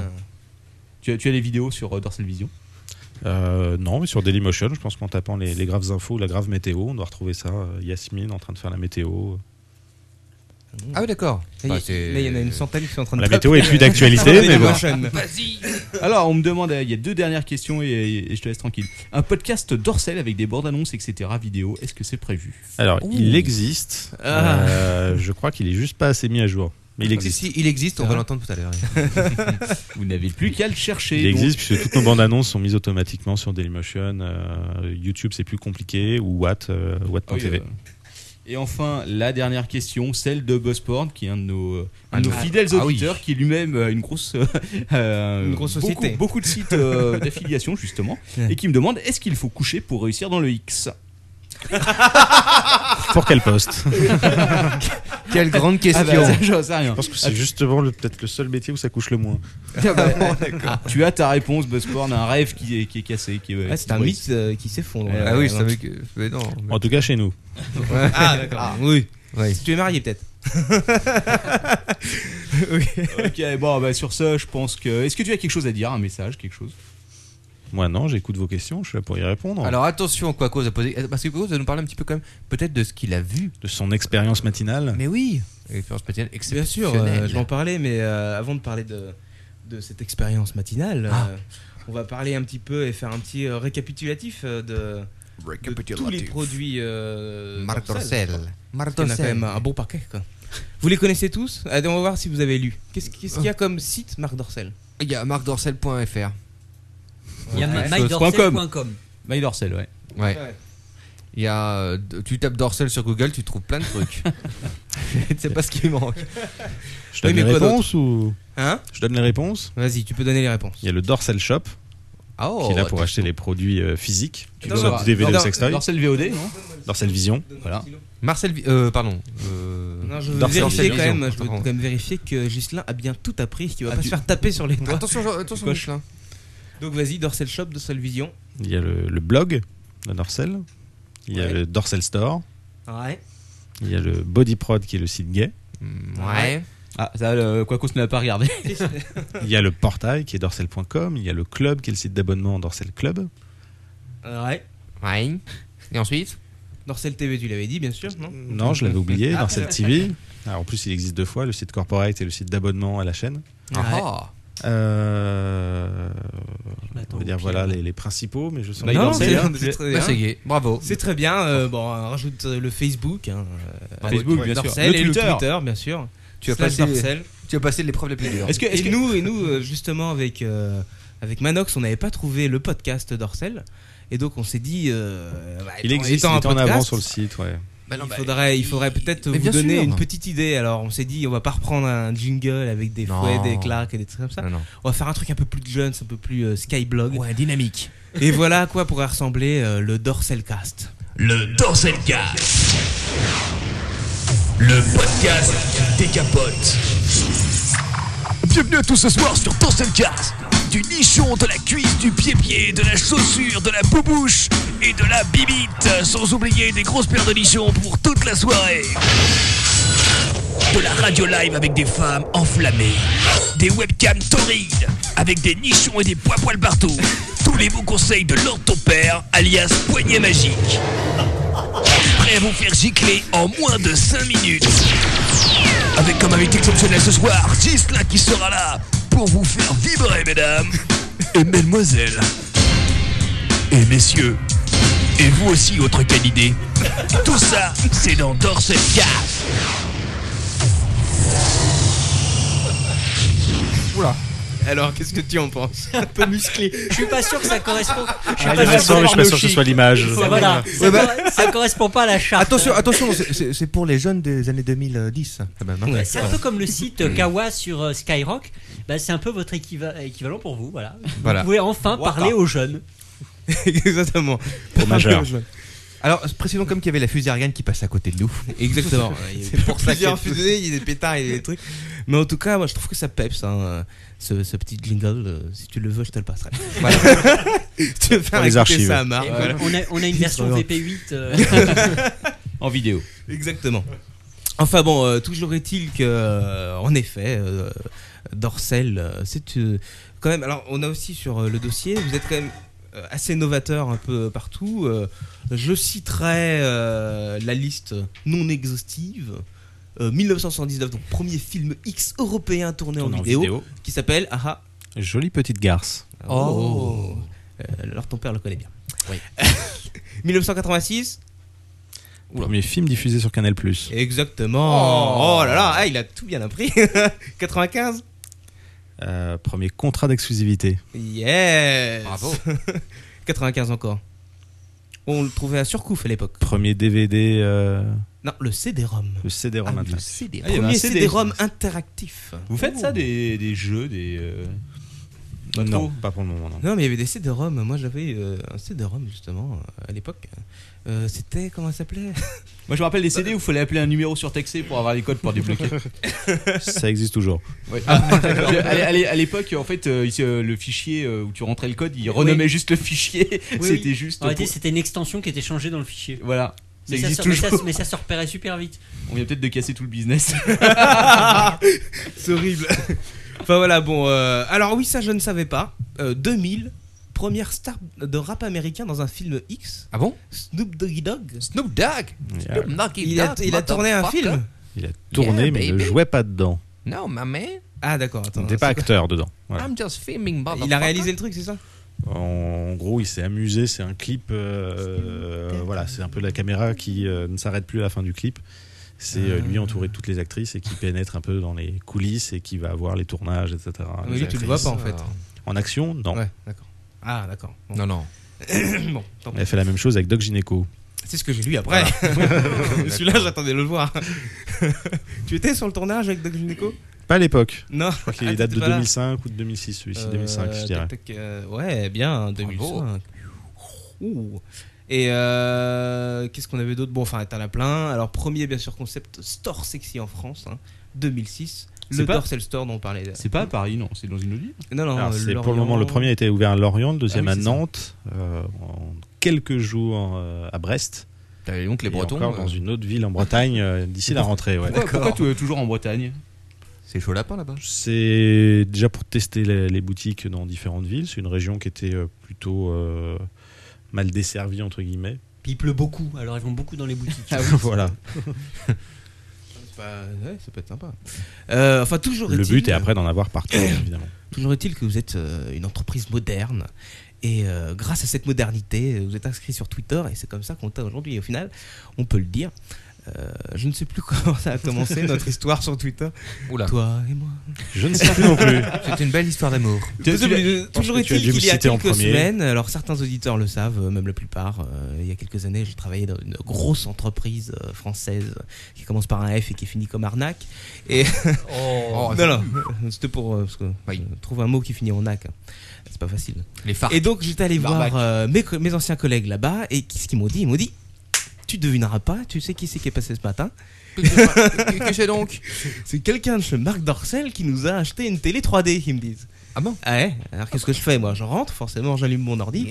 C: Tu as, tu as les vidéos sur euh, Dorsel Vision
D: Euh, non, mais sur Dailymotion, je pense qu'en tapant les, les Graves Infos, la grave météo, on doit retrouver ça. euh, Yasmine en train de faire la météo. Euh,
H: Ah oui, d'accord.
E: Là, il
H: Bah, c'est-
E: là, il y en a une centaine qui sont en train
D: La
E: de
D: météo est plus d'actualité, mais bon.
B: Vas-y
C: Alors, on me demande, euh, il y a deux dernières questions et, et je te laisse tranquille. Un podcast Dorsel avec des bandes annonces, etc. vidéo, est-ce que c'est prévu
D: Alors, il existe. Euh, je crois qu'il est juste pas assez mis à jour. Mais il
E: Ah,
H: Si,
D: existe.
H: si, il existe, on va l'entendre tout à l'heure.
C: Vous n'avez plus qu'à le chercher.
D: Il
C: donc.
D: existe puisque toutes nos bandes annonces sont mises automatiquement sur Dailymotion. euh, YouTube, c'est plus compliqué. Ou Watt, euh,
C: Ah oui,
D: Watt.tv.
C: euh. Et enfin, la dernière question, celle de Buzzporn, qui est un de nos, euh, un de nos
H: Ah,
C: fidèles
H: ah oui.
C: auditeurs, qui est lui-même euh, une grosse, euh,
E: Une grosse
C: beaucoup-
E: société.
C: Beaucoup, de sites euh, d'affiliation, justement,
E: Ouais.
C: et qui me demande est-ce qu'il faut coucher pour réussir dans le X
D: Pour quel poste
H: Quelle grande
C: Ah,
H: question.
C: bah, ça, j'en sais rien.
D: Je pense que c'est justement le- peut-être le seul métier où ça couche le moins.
C: Ah, Tu as ta réponse, Buzzporn, un rêve qui est, qui est cassé. Qui est,
E: Ah, c'est
C: qui
E: un
C: brise.
E: mythe euh, qui s'effondre.
C: Ah
H: ah
E: Euh,
H: oui, je savais que. Mais non.
D: En tout cas, chez nous.
E: Ah, d'accord. oui.
H: Oui.
E: Tu es marié peut-être.
C: Ok, bon, bah, sur ce, je pense que. Est-ce que tu as quelque chose à dire, un message, quelque chose
D: Moi, non, j'écoute vos questions. Je suis là pour y répondre.
H: Alors attention, quoi cause à poser. Parce que Quacos va nous parler un petit peu quand même, peut-être de ce qu'il a vu.
D: De son expérience matinale.
H: Mais oui. Expérience matinale
E: Bien sûr,
H: exceptionnelle.
E: euh, je vais en parler, mais euh, avant de parler de, de cette expérience matinale, euh, on va parler un petit peu et faire un petit euh, récapitulatif euh, de, de tous les produits. euh,
H: Marc
E: Dorsal.
H: Dorcel. Marc
E: Il y en a quand
H: Dorcel.
E: même un beau parquet. Quoi. Vous les connaissez tous Allez, on va voir si vous avez lu. Qu'est-ce qu'est-ce qu'il y a comme site Marc Dorcel
H: Il y a marcdorsel.fr.
F: Il y a
H: Ouais.
F: mydorcel.com.
C: MyDorsel, Bah, ouais.
H: Ouais. Il y a, euh, tu tapes Dorsel sur Google, tu trouves plein de trucs. tu sais pas ce qui manque.
D: Je donne
E: Oui, mais
D: les
E: quoi d'autre
D: réponses ou
E: Hein
D: Je donne les réponses.
E: Vas-y, tu peux donner les réponses.
D: Il y a le Dorsal Shop
H: Ah, oh,
D: qui est là pour acheter les produits euh, physiques.
C: Tu
D: Dorsal
C: dois-
D: DVD
C: Dor-
D: sextoy.
C: Dorsel VOD, non
D: Dorsal Vision.
C: Voilà.
H: Marcel, Vi- euh, pardon. euh,
E: Non, je veux
D: Dorsal
E: vérifier quand
H: Vision.
E: même, je veux
H: Attends.
E: quand même vérifier que Gislin a bien tout appris, qu'il va
C: Ah,
E: pas
C: tu-
E: se faire taper sur les doigts.
H: Attention, je- attention,
C: coches.
H: Michelin.
E: Donc vas-y, Dorsel Shop, Dorsel Vision.
D: Il y a le, le blog de Dorsel. Il y a
E: Ouais.
D: le Dorsel Store.
F: Ouais.
D: Il y a le Body Prod qui est le site gay.
H: Mm, Ouais.
C: Ah, ça, le Quacos ne l'a pas regardé.
D: Il y a le portail qui est dorsel.com. Il y a le club qui est le site d'abonnement Dorsel Club.
E: Ouais.
H: Ouais. Et ensuite
E: Dorsel TV, tu l'avais dit, bien sûr, non
D: Non, je l'avais oublié.
E: Ah.
D: Dorsel TV. Alors, en plus, il existe deux fois le site corporate et le site d'abonnement à la chaîne.
E: Bah,
H: Ah,
D: Euh,
F: Je m'attends
D: on va
F: au
D: dire
F: pire.
D: voilà les, les principaux, mais je sens
C: Bah,
D: que-
C: il y a
E: Non,
C: Dorsel,
E: c'est
C: hein.
E: c'est très
H: Bah, c'est
E: bien.
H: gay. Bravo.
E: C'est très bien. euh, bon, on rajoute euh, le Facebook, hein, euh,
C: Facebook,
E: avec
C: bien sûr.
E: Dorsel
C: Le
E: et
C: Twitter.
E: le Twitter, bien sûr.
G: Tu as
E: Slash
G: passé-
E: Marcel.
G: Tu as passé l'épreuve la plus dure.
E: Est-ce que, et nous, et nous euh, justement, avec, euh, avec Manox, on n'avait pas trouvé le podcast d'Orcel. Et donc, on s'est dit. euh, bah,
D: Il
E: étant-
D: existe,
E: étant
D: il
E: un
D: est en avant
E: podcast,
D: sur le site, ouais.
H: Bah non,
E: il
H: bah,
E: faudrait, il faudrait peut-être
H: Mais
E: vous
H: bien
E: donner
H: sûr.
E: une petite idée. Alors, on s'est dit, on va pas reprendre un jingle avec des
H: Non.
E: fouets, des claques et des trucs comme ça.
H: Non, non.
E: On va faire un truc un peu plus jeunes, un peu plus euh, skyblog.
H: Ouais, dynamique.
E: Et voilà à quoi pourrait ressembler euh, le Dorselcast.
A: Le Dorselcast. Le podcast qui décapote. Bienvenue à tous ce soir sur Dorselcast. Du nichon, de la cuisse, du pied-pied, de la chaussure, de la boubouche et de la bibite. Sans oublier des grosses paires de nichons pour toute la soirée. De la radio live avec des femmes enflammées. Des webcams torrides avec des nichons et des poids-poils partout. Tous les bons conseils de Lord Ton Père, alias Poignée Magique prêt à vous faire gicler en moins de 5 minutes. Avec comme invité exceptionnel ce soir, Gisla qui sera là pour vous faire vibrer, mesdames et mesdemoiselles. Et messieurs. Et vous aussi, autre canidé. Tout ça, c'est dans Dorset Cast.
E: Alors, qu'est-ce que tu en penses
F: un peu musclé. Je suis pas sûr que ça correspond. Je suis
D: Ah,
F: pas
D: il est récent,
F: sûr
D: mais je suis pas sûr que ce
F: Pornochi.
D: soit l'image.
F: Ça, voilà. ça, cor- ça correspond pas à la charte.
G: Attention, attention, c'est- c'est c'est pour les jeunes des années 2010.
H: Ah
G: quand
H: bah,
G: même, hein.
F: Ouais, c'est un peu comme le site euh, Kawa sur euh, Skyrock. Bah, c'est un peu votre équiva- équivalent pour vous. Voilà.
H: Voilà.
F: Vous pouvez enfin
H: Waka.
F: parler aux jeunes.
E: Exactement.
D: Pour majeur.
G: Alors, précisons comme qu'il y avait la fusée Ariane qui passe à côté de nous.
E: Exactement.
G: C'est pour ça
E: plusieurs
G: qu'il y a-
E: fusées, il y a des pétards, il y a des trucs. Mais en tout cas, moi, je trouve que ça peps, hein, euh, ce, ce petit jingle. euh, Si tu le veux, je te le passerai.
G: Voilà.
E: tu veux faire
D: les
E: écouter
D: archives.
E: ça à Marc,
F: Et
E: Ah,
F: euh,
E: voilà.
F: on, a, on a une version VP8. euh,
C: En vidéo. Ah,
E: Exactement. Enfin bon, euh, toujours est-il que, euh, en effet, euh, Dorcel, euh, c'est euh, quand même. Alors, on a aussi sur euh, le dossier, vous êtes quand même euh, assez novateur un peu partout. Euh, je citerai euh, la liste non exhaustive. Euh, 1979, donc premier film X européen tourné en,
D: Tourné en
E: vidéo,
D: vidéo.
E: qui s'appelle ah Aha.
D: Jolie petite garce.
E: Oh. alors ton père le connaît bien.
H: Oui.
E: 1986,
D: Premier film diffusé sur Canal+.
E: Exactement. Oh, là là, ah, il a tout bien appris. 95
D: Euh, premier contrat d'exclusivité.
E: Yes.
H: Bravo.
E: 95 encore. On le trouvait à surcouf à l'époque.
D: Premier DVD, euh,
E: Non, le CD-ROM.
D: le CD-ROM.
E: Ah, le
D: maintenant.
E: CD-ROM.
C: Ah, il y avait un
E: Premier
C: CD.
E: CD-ROM interactif.
C: Vous faites ça des, des jeux, des. euh, pas
D: non,
C: trop
D: pas pour le moment. Non.
E: Non, mais il y avait des CD-ROM. Moi, j'avais euh, un CD-ROM justement euh, à l'époque. Euh, C'était comment ça s'appelait
C: Moi je me rappelle des CD où il fallait appeler un numéro surtaxé pour avoir les codes pour débloquer.
D: ça existe toujours.
C: Je- à l'é- à l'é- à l'époque, en fait, euh, il- euh, le fichier euh, où tu rentrais le code, il renommait juste le fichier.
F: oui.
C: C'était juste.
F: en réalité,
C: pour-
F: c'était une extension qui était changée dans le fichier.
C: Voilà. Ça
F: Mais ça,
C: existe
F: se, mais, ça,
C: toujours.
F: mais ça se repérait super vite.
C: On vient peut-être de casser tout le business.
E: C'est horrible. enfin voilà, bon. euh, alors oui, ça je ne savais pas. Euh, 2000, première star de rap américain dans un film X.
H: Ah bon
E: Snoop Doggy Dog.
H: Snoop Dogg
D: Il a,
H: Snoop Doggy
E: Il a,
H: Dogg,
E: il a tourné un
H: motherfucker.
E: film
D: il a tourné,
H: Yeah,
D: mais ne
H: baby.
D: jouait pas dedans.
H: Non, ma man.
E: Ah d'accord,
D: Il
E: attends.
D: n'était pas
E: c'est quoi
D: acteur dedans. Voilà.
H: I'm just filming,
D: Ah, bah,
E: Il a réalisé le truc, c'est ça
D: En gros, il s'est amusé. C'est un clip. euh, euh, voilà, c'est un peu la caméra qui euh, ne s'arrête plus à la fin du clip. C'est euh, lui
E: Ah.
D: entouré de toutes les actrices et qui pénètre un peu dans les coulisses et qui va voir les tournages, etc.
E: Ah
D: Les
E: Oui, lui, tu le
D: actrices.
E: vois pas en fait.
D: En action, non.
E: Ouais, d'accord. Ah d'accord. Bon.
H: Non, non.
E: Bon, tant
D: On
E: pis.
D: a fait la même chose avec Doc Gineco.
E: C'est ce que j'ai lu après. Celui-là, j'attendais de le voir. tu étais sur le tournage avec Doug Gineco
D: Pas à l'époque.
E: Non.
D: Je crois qu'il
E: Ah,
D: date de
E: t'étais pas là.
D: 2005 ou de 2006, celui-ci, 2005, je
E: Euh,
D: dirais.
E: tac, tac, euh, ouais, bien, 2005. Ouh. Et euh, qu'est-ce qu'on avait d'autre Bon, enfin, t'en as plein. Alors, premier, bien sûr, concept Store Sexy en France, hein, 2006.
C: C'est
E: Le
C: pas-
E: Dorsel Store dont on parlait.
C: C'est pas à Paris, non, c'est dans une autre ville.
E: Non, non,
D: Alors,
E: euh,
D: Ah, c'est pour
E: Lorient.
D: le moment, le premier a été ouvert à Lorient, le deuxième
E: Ah oui,
D: à
E: c'est ça.
D: Nantes, euh, en quelques jours euh, à Brest,
H: T'avais donc les
D: et
H: Bretons.
D: encore dans
H: euh,
D: une autre ville en Bretagne euh, d'ici la rentrée. ouais.
C: Pourquoi, pourquoi tu es toujours en Bretagne
H: C'est chaud lapin là-bas.
D: C'est déjà pour tester les, les boutiques dans différentes villes. C'est une région qui était euh, plutôt euh, mal desservie entre guillemets.
F: Puis il pleut beaucoup, alors ils vont beaucoup dans les boutiques.
D: voilà.
E: C'est pas- ouais, ça peut être sympa. Euh, enfin, toujours
D: Le
E: est-il-
D: but est après d'en avoir partout, évidemment.
E: Toujours est-il que vous êtes euh, une entreprise moderne. Et euh, grâce à cette modernité, euh, vous êtes inscrit sur Twitter et c'est comme ça qu'on t'a aujourd'hui. Et au final, on peut le dire. Euh, je ne sais plus comment ça a commencé notre histoire sur Twitter.
D: Ah.
H: Oula.
E: Toi et moi.
D: Je ne sais plus non plus.
H: C'était une belle histoire d'amour.
D: Tu- tu-
E: Toujours-
D: pense
E: Toujours
D: que tu as
E: est-il
D: dû me
E: qu'il y a
D: citer en
E: quelques
D: premier.
E: semaines, alors certains auditeurs le savent, euh, même la plupart, euh, il y a quelques années, j'ai travaillé dans une grosse entreprise euh, française euh, qui commence par un F et qui finit comme arnaque. Et
H: Oh,
E: non, non, c'était pour euh, parce que,
H: Oui.
E: euh, trouve un mot qui finit en ac. C'est pas facile.
H: Les phares.
E: Et donc j'étais allé voir
H: Barbac.
E: euh, mes, co- mes anciens collègues là-bas et qu'est-ce qu'ils m'ont dit Ils m'ont dit Tu devineras pas, tu sais qui c'est qui est passé ce matin
H: Qu'est-ce que c'est donc
E: C'est quelqu'un de chez Marc Dorcel qui nous a acheté une télé 3D, ils me disent.
H: Ah bon
E: Ah ouais Alors qu'est-ce que je fais Moi je rentre, forcément j'allume mon ordi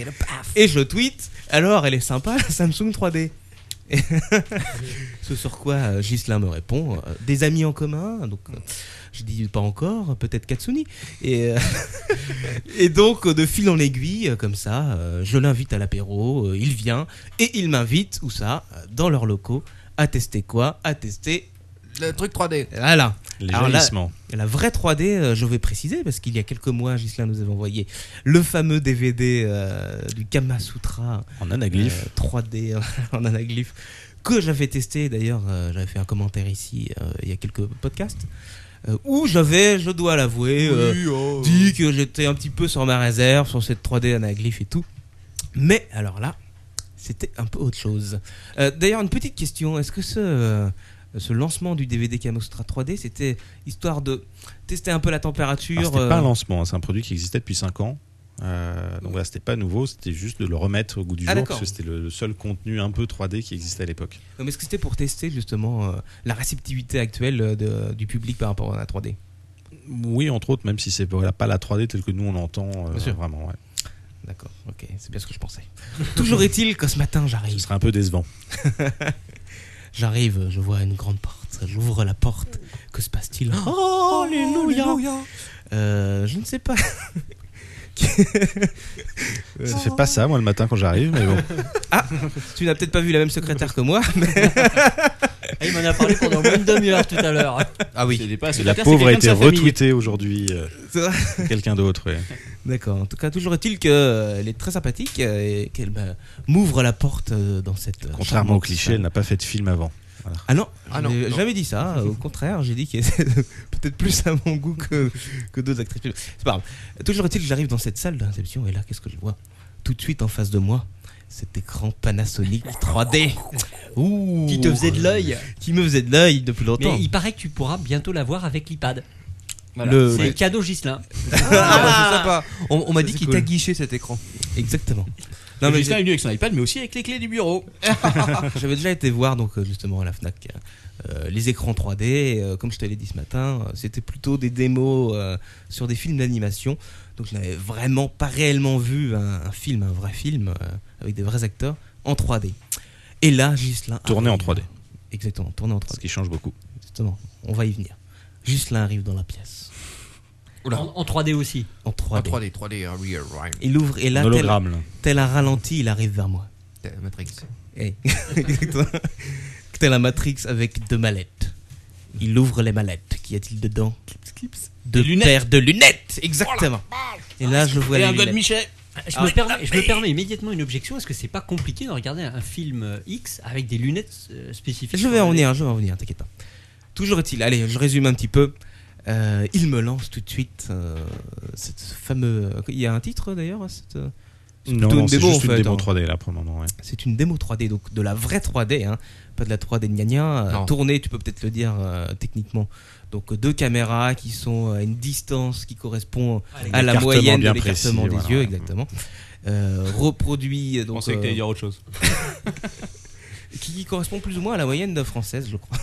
E: et je tweet Alors elle est sympa la Samsung 3D Et Ce sur quoi euh, Ghislain me répond euh, Des amis en commun Donc euh, je dis pas encore, peut-être Katsuni. Et, euh, et donc euh, de fil en aiguille, euh, comme ça, euh, je l'invite à l'apéro, euh, il vient et il m'invite, où ça Euh, Dans leurs locaux, à tester quoi À tester.
H: Le truc 3D.
E: Voilà
D: Les
E: Alors là-
D: jaillissements.
E: et La vraie 3D, euh, je vais préciser, parce qu'il y a quelques mois, Gislain nous avait envoyé le fameux DVD euh, du Kama Sutra
D: En
E: euh,
D: anaglyphe.
E: 3D en anaglyphe, que j'avais testé, d'ailleurs, euh, j'avais fait un commentaire ici, euh, il y a quelques podcasts, euh, où j'avais, je dois l'avouer, euh,
D: oh.
E: dit que j'étais un petit peu sur ma réserve, sur cette 3D anaglyphe et tout. Mais alors là, c'était un peu autre chose. Euh, D'ailleurs, une petite question. Est-ce que ce, euh, ce lancement du DVD Kamostra 3D, c'était histoire de tester un peu la température
D: Alors, c'était
E: euh,
D: pas un lancement, hein, c'est un produit qui existait depuis 5 ans. Euh, donc voilà, c'était pas nouveau, c'était juste de le remettre au goût du
E: Ah,
D: jour parce
E: d'accord.
D: que c'était le le seul contenu un peu 3D qui existait à l'époque.
E: non, mais Est-ce que c'était pour tester justement euh, la réceptivité actuelle euh, de- du public par rapport à la 3D
D: Oui, entre autres, même si c'est voilà, pas la 3D telle que nous on l'entend euh,
E: Bien sûr.
D: vraiment. ouais.
E: D'accord, ok, c'est bien ce que je pensais. Toujours est-il que ce matin,
D: Ce
E: j'arrive.
D: serait un peu décevant.
E: J'arrive, je vois une grande porte. J'ouvre la porte. Que se passe-t-il oh, Alléluia Euh, Je ne sais pas.
D: Ça fait pas ça, moi, le matin quand j'arrive, mais bon.
E: Tu n'as peut-être pas vu la même secrétaire que moi.
F: Ah, il m'en a parlé pendant moins une demi-heure tout à l'heure.
H: Ah oui.
C: C'est pas- c'est
D: la
C: quelqu'un,
D: pauvre
C: c'est
D: a été
C: quelqu'un de sa famille.
D: retweetée aujourd'hui. euh,
E: C'est vrai
D: Quelqu'un d'autre, ouais.
E: D'accord. En tout cas, toujours est-il qu'elle est très sympathique euh, et qu'elle me- m'ouvre la porte euh, dans cette. euh,
D: Contrairement au
E: charmante
D: cliché, elle n'a pas fait de film avant.
E: Ah non,
H: Ah
E: je
H: non,
E: n'ai
H: non.
E: jamais dit ça. Au contraire, j'ai dit qu'elle était peut-être plus à mon goût que, que d'autres actrices. C'est pas grave. Toujours est-il que j'arrive dans cette salle d'inception et là, qu'est-ce que je vois Tout de suite en face de moi, cet écran Panasonic 3D. Ouh
F: Qui te faisait de l'œil.
E: Qui me faisait de l'œil depuis
F: Mais
E: longtemps.
F: il paraît que tu pourras bientôt la voir avec l'iPad.
E: Le-
F: C'est
E: ouais.
F: cadeau Gislin.
H: Ah, c'est sympa. On, on m'a
E: Ça,
H: dit
E: c'est
H: qu'il
E: cool.
H: t'a guiché cet écran.
E: Exactement.
C: Non, mais
E: j'ai-
C: Justin est venu avec son iPad, mais aussi avec les clés du bureau.
E: J'avais déjà été voir donc euh, justement à la Fnac euh, les écrans 3D. euh, comme je te l'ai dit ce matin, euh, c'était plutôt des démos euh, sur des films d'animation. Donc je n'avais vraiment pas réellement vu un, un film, un vrai film euh, avec des vrais acteurs en 3D. Et là, Gislain
D: Tourné en
E: arrive.
D: 3D.
E: Exactement, tourné en
D: Ce
E: 3D.
D: qui change beaucoup.
E: Justement, on va y venir. Gislain arrive dans la pièce
H: Oula.
F: En, en 3D aussi.
E: en
H: En 3D,
E: 3D.
H: 3D, euh, real, right.
E: Il ouvre et là,
D: Un
E: tel,
D: hologramme, là.
E: tel un ralenti, il arrive vers moi.
H: T'as- euh, Matrix.
E: Eh, Exactement. T'as la Matrix avec deux mallettes. Il ouvre les mallettes. Qu'y a-t-il dedans Deux
C: lunettes.
E: paires de lunettes, exactement. Et là, je vois
C: Et
E: les
C: un God
E: lunettes.
C: Michet.
F: Ah, Je,
E: Ah.
F: me, permets, je me permets immédiatement une objection. Est-ce que c'est pas compliqué de regarder un film euh, X avec des lunettes euh, spécifiques
E: Je vais en venir, je vais en venir, t'inquiète pas. Toujours est-il, allez, je résume un petit peu. Euh, il me lance tout de suite euh, cette fameux. Il y a un titre d'ailleurs à cette. euh, c'est
D: Non,
E: plutôt
D: non, c'est
E: démo, en
D: juste une
E: fait,
D: démo
E: hein.
D: 3D là pour le moment. ouais.
E: C'est une démo 3D, donc de la vraie 3D, hein, pas de la 3D gna gna. Euh,
H: Non.
E: Tournée, tu peux peut-être le dire euh, techniquement. Donc euh, deux caméras qui sont euh, à une distance qui correspond à la
D: L'écartement
E: moyenne
D: bien
E: de l'écartement
D: précis,
E: des
D: voilà.
E: yeux, exactement. Euh, reproduit euh,
C: On
E: donc
C: pensait que
E: euh,
C: t'allais dire autre chose.
E: qui, qui correspond plus ou moins à la moyenne de française, je crois.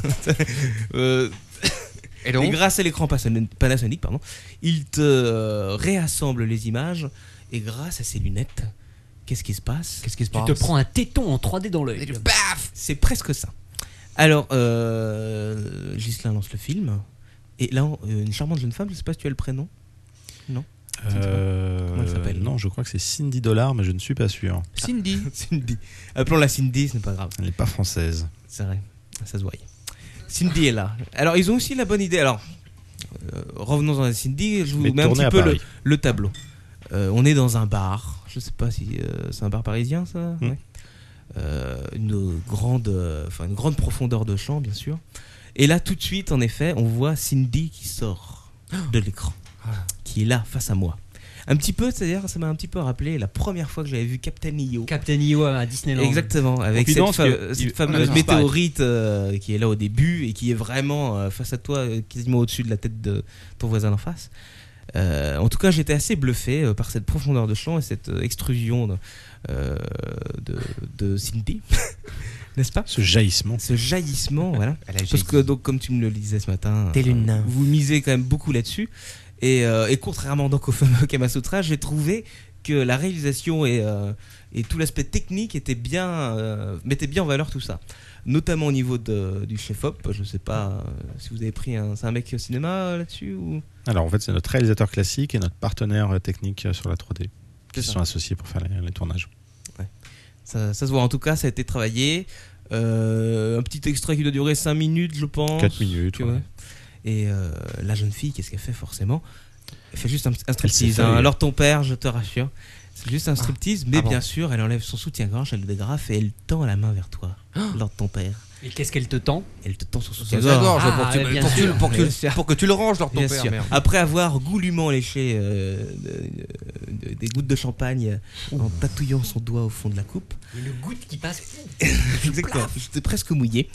E: Euh,
H: Et
E: et
H: donc,
E: grâce à l'écran Pason- Panasonic, pardon, il te euh, réassemble les images et grâce à ses lunettes, qu'est-ce qui se passe
H: qu'est-ce qui se
F: Tu
H: passe
F: te prends un téton en 3D dans
H: Et
F: l'œil.
H: tu- Paf
E: C'est presque ça. Alors, euh, Ghislain lance le film. Et là, on- euh, une charmante jeune femme, je sais pas si tu as le prénom.
D: Euh,
E: Comment elle s'appelle
D: Non, je crois que c'est Cindy Dollar, mais je ne suis pas sûr.
H: Cindy.
E: Cindy. Appelons-la Cindy, ce n'est pas grave.
D: Elle n'est pas française.
E: C'est vrai, ça se voit. Cindy est là. Alors, ils ont aussi la bonne idée. Alors, euh, revenons-en à Cindy. Je vous
D: Mais
E: mets un
D: tournée
E: petit
D: à
E: peu le,
D: Paris.
E: le tableau. Euh, on est dans un bar. Je sais pas si euh, c'est un bar parisien, ça.
D: Hmm.
E: ouais. Euh, euh, une, grande, euh, enfin, une grande profondeur de champ, bien sûr. Et là, tout de suite, en effet, on voit Cindy qui sort de l'écran,
D: Ah.
E: qui est là, face à moi. Un petit peu, c'est-à-dire, ça m'a un petit peu rappelé la première fois que j'avais vu Captain EO.
F: Captain IO à Disneyland.
E: Exactement, avec cette,
C: Confidence,
E: fa-
C: il-
E: cette
C: il-
E: fameuse
C: il-
E: météorite euh, qui est là au début et qui est vraiment euh, face à toi, euh, quasiment au-dessus de la tête de ton voisin d'en face. Euh, en tout cas, j'étais assez bluffé euh, par cette profondeur de champ et cette euh, extrusion de, euh, de, de Cindy, n'est-ce pas
D: Ce jaillissement.
E: Ce jaillissement, voilà.
H: Elle a
E: Parce
H: jailli.
E: que donc comme tu me le disais ce matin,
G: Telle une
E: euh,
G: nymphe.
E: vous misez quand même beaucoup là-dessus. Et, euh, et contrairement donc au fameux Kamasutra, j'ai trouvé que la réalisation et, euh, et tout l'aspect technique était bien, euh, mettait bien en valeur tout ça. Notamment au niveau de- du chef-op. Je sais pas euh, si vous avez pris un. C'est un mec au cinéma euh, là-dessus ou...
D: Alors en fait, c'est notre réalisateur classique et notre partenaire euh, technique euh, sur la 3D qui se sont associés pour faire les, les tournages.
E: ça, ça se voit en tout cas, ça a été travaillé. Euh, un petit extrait qui doit durer 5 minutes, je pense.
D: 4 minutes.
E: Tu
D: ouais.
E: vois. Et euh, la jeune fille, qu'est-ce qu'elle fait forcément Elle fait juste un, un
D: s'est
E: striptease.
D: fait,
E: hein.
D: oui.
E: Alors ton père, je te rassure, c'est juste un striptease, mais
G: Ah bon.
E: bien sûr, elle enlève son soutien-gorge, elle le dégrafe et elle tend la main vers toi, lors de ton père.
F: Et qu'est-ce qu'elle te tend
E: Elle te tend son
H: Tiens,
E: soutien-gorge.
H: gorge,
F: Ah,
H: pour, que
F: ouais,
H: tu,
F: bien
H: Eh ben, pour, que tu- pour que tu-
F: sûr.
E: Bien sûr.
H: pour que tu le ranges leur ton
E: Bien
H: père.
E: sûr.
H: merde.
E: Après avoir goulûment léché euh, euh, euh, des gouttes de champagne en tatouillant son doigt au fond de la coupe,
F: Il y a une goutte qui passe.
E: Exactement. J'étais presque mouillé.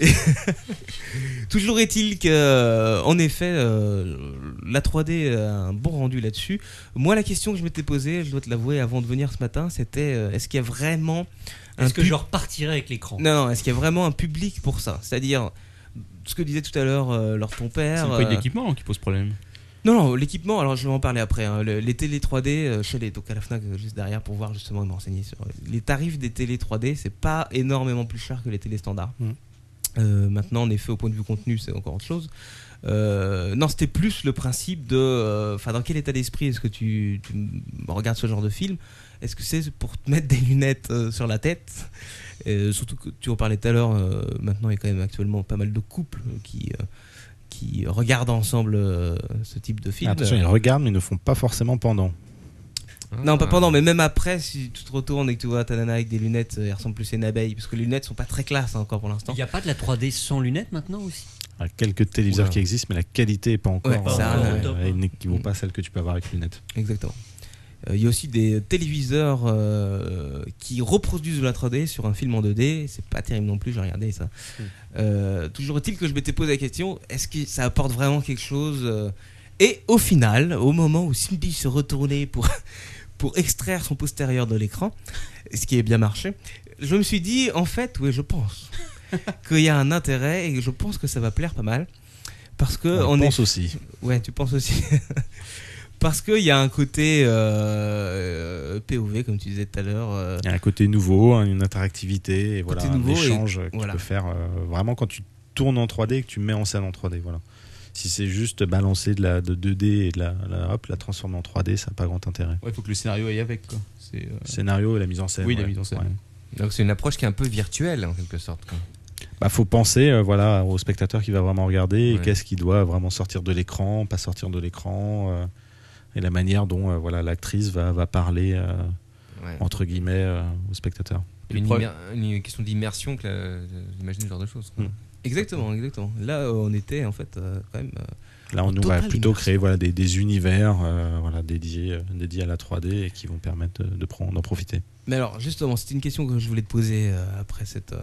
E: Et- Toujours est-il que, euh, en effet, euh, la 3D a un bon rendu là-dessus. Moi, la question que je m'étais posée, je dois te l'avouer, avant de venir ce matin, c'était euh, est-ce qu'il y a vraiment un
F: Est-ce que
E: pub-
F: je repartirai avec l'écran
E: non, non, est-ce qu'il y a vraiment un public pour ça C'est-à-dire ce que disait tout à l'heure euh, leur ton
C: C'est
E: père.
C: le prix de
E: euh,
C: l'équipement hein, qui pose problème.
E: non, non, l'équipement, alors je vais en parler après. hein. Le- les télé 3D, euh, chez les, donc à la Fnac, euh, juste derrière, pour voir justement et me renseigner sur euh, les tarifs des télé 3D, c'est pas énormément plus cher que les télé standards.
D: Mhm.
E: Euh, maintenant, en effet, au point de vue contenu, c'est encore autre chose. Euh, non, c'était plus le principe de. euh, Enfin, dans quel état d'esprit est-ce que tu, tu m- regardes ce genre de film Est-ce que c'est pour te mettre des lunettes euh, sur la tête Euh, Surtout que tu en parlais tout à l'heure, euh, maintenant, il y a quand même actuellement pas mal de couples euh, qui. euh, qui regardent ensemble euh, ce type de film. euh,
D: Attention, ils regardent mais ils ne font pas forcément pendant.
E: Non,
H: Ah.
E: pas pendant, mais même après, si tu te retournes et que tu vois ta nana avec des lunettes, euh, elle ressemble plus à une abeille, parce que les lunettes sont pas très classe hein, encore pour l'instant.
F: Il n'y a pas de la 3D sans lunettes maintenant aussi
D: Il y a quelques téléviseurs
H: Oula.
D: qui existent, mais la qualité n'est pas encore.
E: Ouais, ça,
D: euh,
E: ouais.
D: euh, elle n'équivaut pas à celle que tu peux avoir avec les lunettes.
E: Exactement. Euh, Il y a aussi des téléviseurs euh, qui reproduisent de la 3D sur un film en 2D. C'est pas terrible non plus, j'ai regardé ça.
D: Hmm.
E: Euh, toujours est-il que je m'étais posé la question est-ce que ça apporte vraiment quelque chose euh, Et au final, au moment où Cindy se retournait pour, pour extraire son postérieur de l'écran, ce qui est bien marché, je me suis dit en fait, oui, je pense qu'il y a un intérêt et je pense que ça va plaire pas mal. Parce que
D: On
E: Euh, on est
D: pense aussi.
E: Ouais, tu penses aussi. Parce qu'il y a un côté euh, euh, POV, comme tu disais tout à l'heure. euh,
D: Il y a un côté nouveau, hein, une interactivité, et voilà,
E: Côté nouveau
D: un
E: et-
D: échange que
E: voilà.
D: tu peux faire euh, vraiment quand tu tournes en 3D et que tu mets en scène en 3D. Voilà. Si c'est juste balancer de la de 2D et de la, la- hop, la transformer en 3D, ça n'a pas grand intérêt.
C: Ouais, il faut que le scénario aille avec. Quoi. C'est, euh,
D: Scénario et la mise en scène.
C: Oui, la
D: ouais.
C: mise en scène.
D: Ouais.
H: Donc c'est une approche qui est un peu virtuelle en quelque sorte. quoi.
D: Bah, faut penser euh, voilà, au spectateur qui va vraiment regarder et
H: Ouais.
D: qu'est-ce qui doit vraiment sortir de l'écran, pas sortir de l'écran, euh, et la manière dont euh, voilà, l'actrice va, va parler, euh,
H: Ouais.
D: entre guillemets, euh, au spectateur.
C: le
H: Une,
C: problème-
H: immer- une question d'immersion que la- j'imagine ce genre de choses. quoi.
D: Mm.
E: Exactement, exactement. Là, euh, on était en fait euh, quand même. euh,
D: Là, on nous va
E: Total
D: plutôt
E: immersion.
D: créer voilà, des, des univers euh, voilà, dédiés, euh, dédiés à la 3D et qui vont permettre de, de prendre- d'en profiter.
E: Mais alors, justement, c'était une question que je voulais te poser euh, après cette, euh,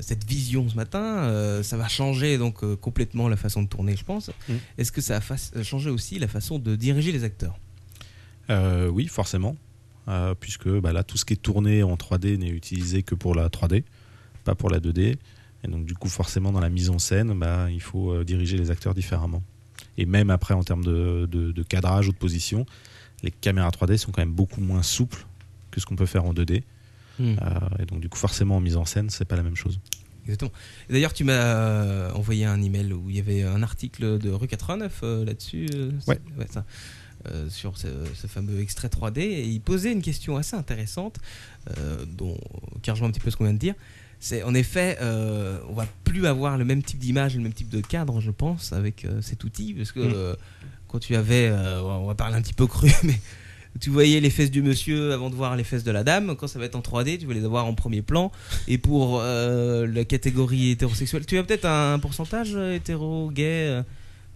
E: cette vision ce matin. Euh, ça va changer donc euh, complètement la façon de tourner, je pense.
D: Mm.
E: Est-ce que ça va fa- changer aussi la façon de diriger les acteurs
D: Euh, oui, forcément, euh, puisque bah, là, tout ce qui est tourné en 3D n'est utilisé que pour la 3D, pas pour la 2D. Et donc, du coup, forcément, dans la mise en scène, bah, il faut euh, diriger les acteurs différemment. Et même après, en termes de, de- de cadrage ou de position, les caméras 3D sont quand même beaucoup moins souples que ce qu'on peut faire en 2D.
E: Mm.
D: Euh, et donc, du coup, forcément, en mise en scène, c'est pas la même chose.
E: Exactement. Et D'ailleurs, tu m'as euh, envoyé un email où il y avait un article de Rue 89 euh, là-dessus. euh, c'est-
D: Ouais.
E: ça. Euh, sur ce, ce fameux extrait 3D. Et il posait une question assez intéressante, euh, dont, qui rejoint un petit peu ce qu'on vient de dire. C'est en effet, euh, on va plus avoir le même type d'image, le même type de cadre, je pense, avec euh, cet outil, parce que
D: Mm.
E: euh, quand tu avais, euh, on va parler un petit peu cru, mais tu voyais les fesses du monsieur avant de voir les fesses de la dame. Quand ça va être en 3D, tu vas les avoir en premier plan. Et pour euh, la catégorie hétérosexuelle, tu as peut-être un pourcentage euh, hétéro, gay, euh,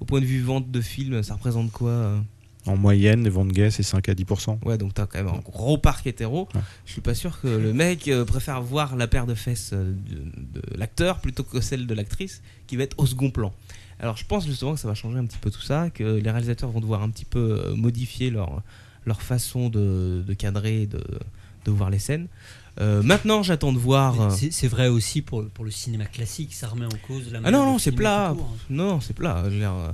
E: au point de vue vente de films, ça représente quoi euh
D: En moyenne, les ventes gays, c'est 5 à 10%.
E: Ouais, donc t'as quand même un gros parc hétéro.
D: Ouais.
E: Je suis pas sûr que le mec euh, préfère voir la paire de fesses euh, de, de l'acteur plutôt que celle de l'actrice qui va être au second plan. Alors je pense justement que ça va changer un petit peu tout ça, que les réalisateurs vont devoir un petit peu euh, modifier leur, leur façon de, de cadrer, de, de voir les scènes. Euh, maintenant, j'attends de voir. euh,
F: C'est c'est vrai aussi pour, le- pour le cinéma classique, ça remet en cause la
E: Ah
F: manière
E: non,
F: de
E: non, c'est
F: filmer
E: plat.
F: tout court, hein.
E: Non, non, c'est plat. Je veux dire, euh,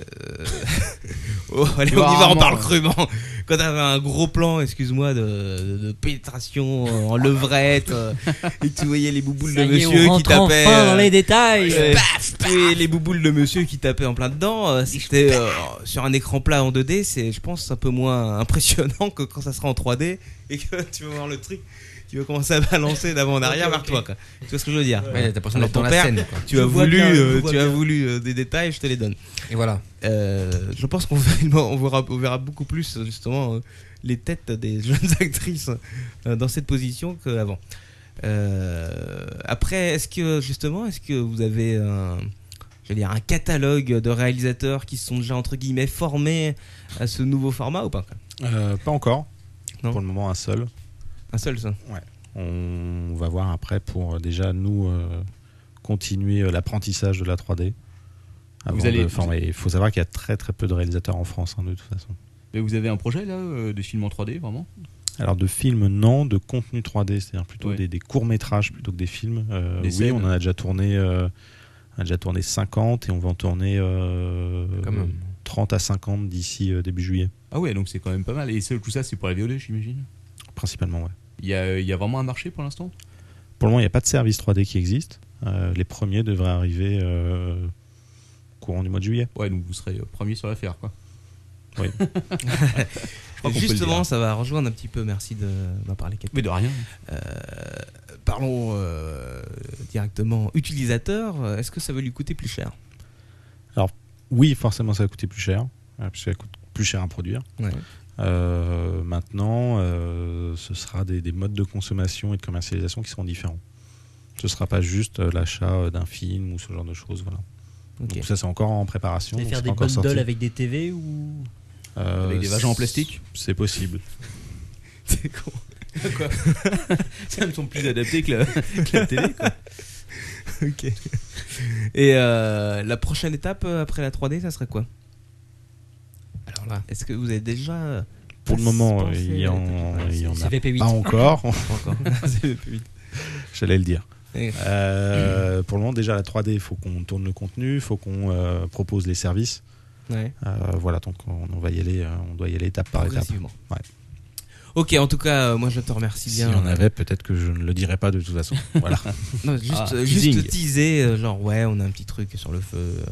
E: euh, oh, allez, on y va, on
C: Rarement,
E: parle
F: hein.
C: ouais.
E: crûment. Quand t'avais un gros plan, excuse-moi, de, de- de pénétration euh, en levrette, euh, et que tu voyais les bouboules
F: Ça
E: de
F: y est, on
E: monsieur qui
F: rentre
E: tapaient.
F: enfin dans
E: euh,
F: les détails.
E: euh, et les bouboules de monsieur qui tapaient en plein dedans, euh, c'était euh, sur un écran plat en 2D, c'est je pense un peu moins impressionnant que quand ça sera en 3D et que tu vas voir le truc, tu vas commencer à balancer d'avant en arrière vers toi. Quoi. Tu vois ce que je veux dire
H: Ouais, t'as l'impression
E: Alors,
H: d'être dans
E: ton
H: la
E: père-
H: scène. quoi.
E: tu as
F: vois
E: voulu,
F: bien, je
E: euh,
F: vois
E: tu as
F: bien.
E: voulu euh, des détails, je te les donne.
H: Et voilà.
E: Euh, je pense qu'on verra, on verra, on verra beaucoup plus euh, justement euh, les têtes des jeunes actrices euh, dans cette position qu'avant. Euh, après, est-ce que justement, est-ce que vous avez un, je veux dire, un catalogue de réalisateurs qui sont déjà entre guillemets formés à ce nouveau format ou pas quoi
D: Euh, pas encore.
E: Non.
D: Pour le moment, un seul.
E: Un seul, ça.
D: On va voir après pour euh, déjà nous euh, continuer euh, l'apprentissage de la 3D. Avant
C: Vous allez-
D: de former. Il faut savoir qu'il y a très très peu de réalisateurs en France hein, de toute façon.
C: Mais vous avez un projet là, euh, des films en 3D vraiment
D: Alors de films non, de contenu 3D, c'est-à-dire plutôt
C: Ouais.
D: des, des courts métrages plutôt que des films. Euh,
C: Des
D: oui,
C: scènes.
D: on en a déjà tourné, euh, on a déjà tourné 50 et on va en tourner euh,
H: Quand même.
D: 30 à 50 d'ici euh, début juillet,
C: Ah ouais, donc c'est quand même pas mal. Et ça, tout ça, c'est pour la VOD, j'imagine.
D: principalement. ouais.
C: Il y, a, euh, il y a vraiment un marché pour l'instant
D: Pour le moment, il n'y a pas de service 3D qui existe. Euh, les premiers devraient arriver euh, courant du mois de juillet.
C: Ouais, donc vous serez euh, premier sur l'affaire, quoi.
D: Oui.
C: Je crois qu'on peut le
E: Justement,
C: dire.
E: ça va rejoindre un petit peu. Merci de m'en parler. Kate.
C: Mais de rien.
E: Parlons euh, directement utilisateur. Est-ce que ça va lui coûter plus cher
D: Oui, forcément, ça va coûter plus cher, euh, puisque ça coûte plus cher à produire.
E: Ouais.
D: Euh, maintenant, euh, ce sera des, des modes de consommation et de commercialisation qui seront différents. Ce sera pas juste euh, l'achat euh, d'un film ou ce genre de choses. Voilà.
E: Ok.
D: Donc ça, c'est encore en préparation.
F: Vous allez
D: donc
F: faire
D: c'est
F: des
D: pas encore sorti.
F: bundles avec des TV ou
D: Euh,
C: Avec des vagins en plastique
D: C'est possible.
E: C'est con.
C: Ça me semble plus adapté que la, que la télé, quoi.
E: Ok. Et euh, la prochaine étape euh, après la 3D, ça serait quoi
H: Alors là.
E: Est-ce que vous avez déjà euh,
D: Pour le moment,
E: pensé
D: il y
E: à
D: en,
E: l'étape
D: il y en
F: C'est
D: a Bah,
F: VP8.
D: pas encore.
E: Pas encore C'est plus vite.
D: J'allais le dire.
E: Et-
D: Euh, pour le moment, déjà la 3D, il faut qu'on tourne le contenu, il faut qu'on euh, propose les services.
E: Ouais.
D: Euh, voilà, donc on, on va y aller, euh, on doit y aller étape par étape.
E: Progressivement.
D: Ouais.
E: Ok, en tout cas, euh, moi je te remercie bien.
D: S'il y en avait, peut-être que je ne le dirais pas de toute façon. voilà.
E: Non, juste,
C: Ah,
E: euh, juste
C: teasing.
E: teaser, euh, genre ouais, on a un petit truc sur le feu. euh.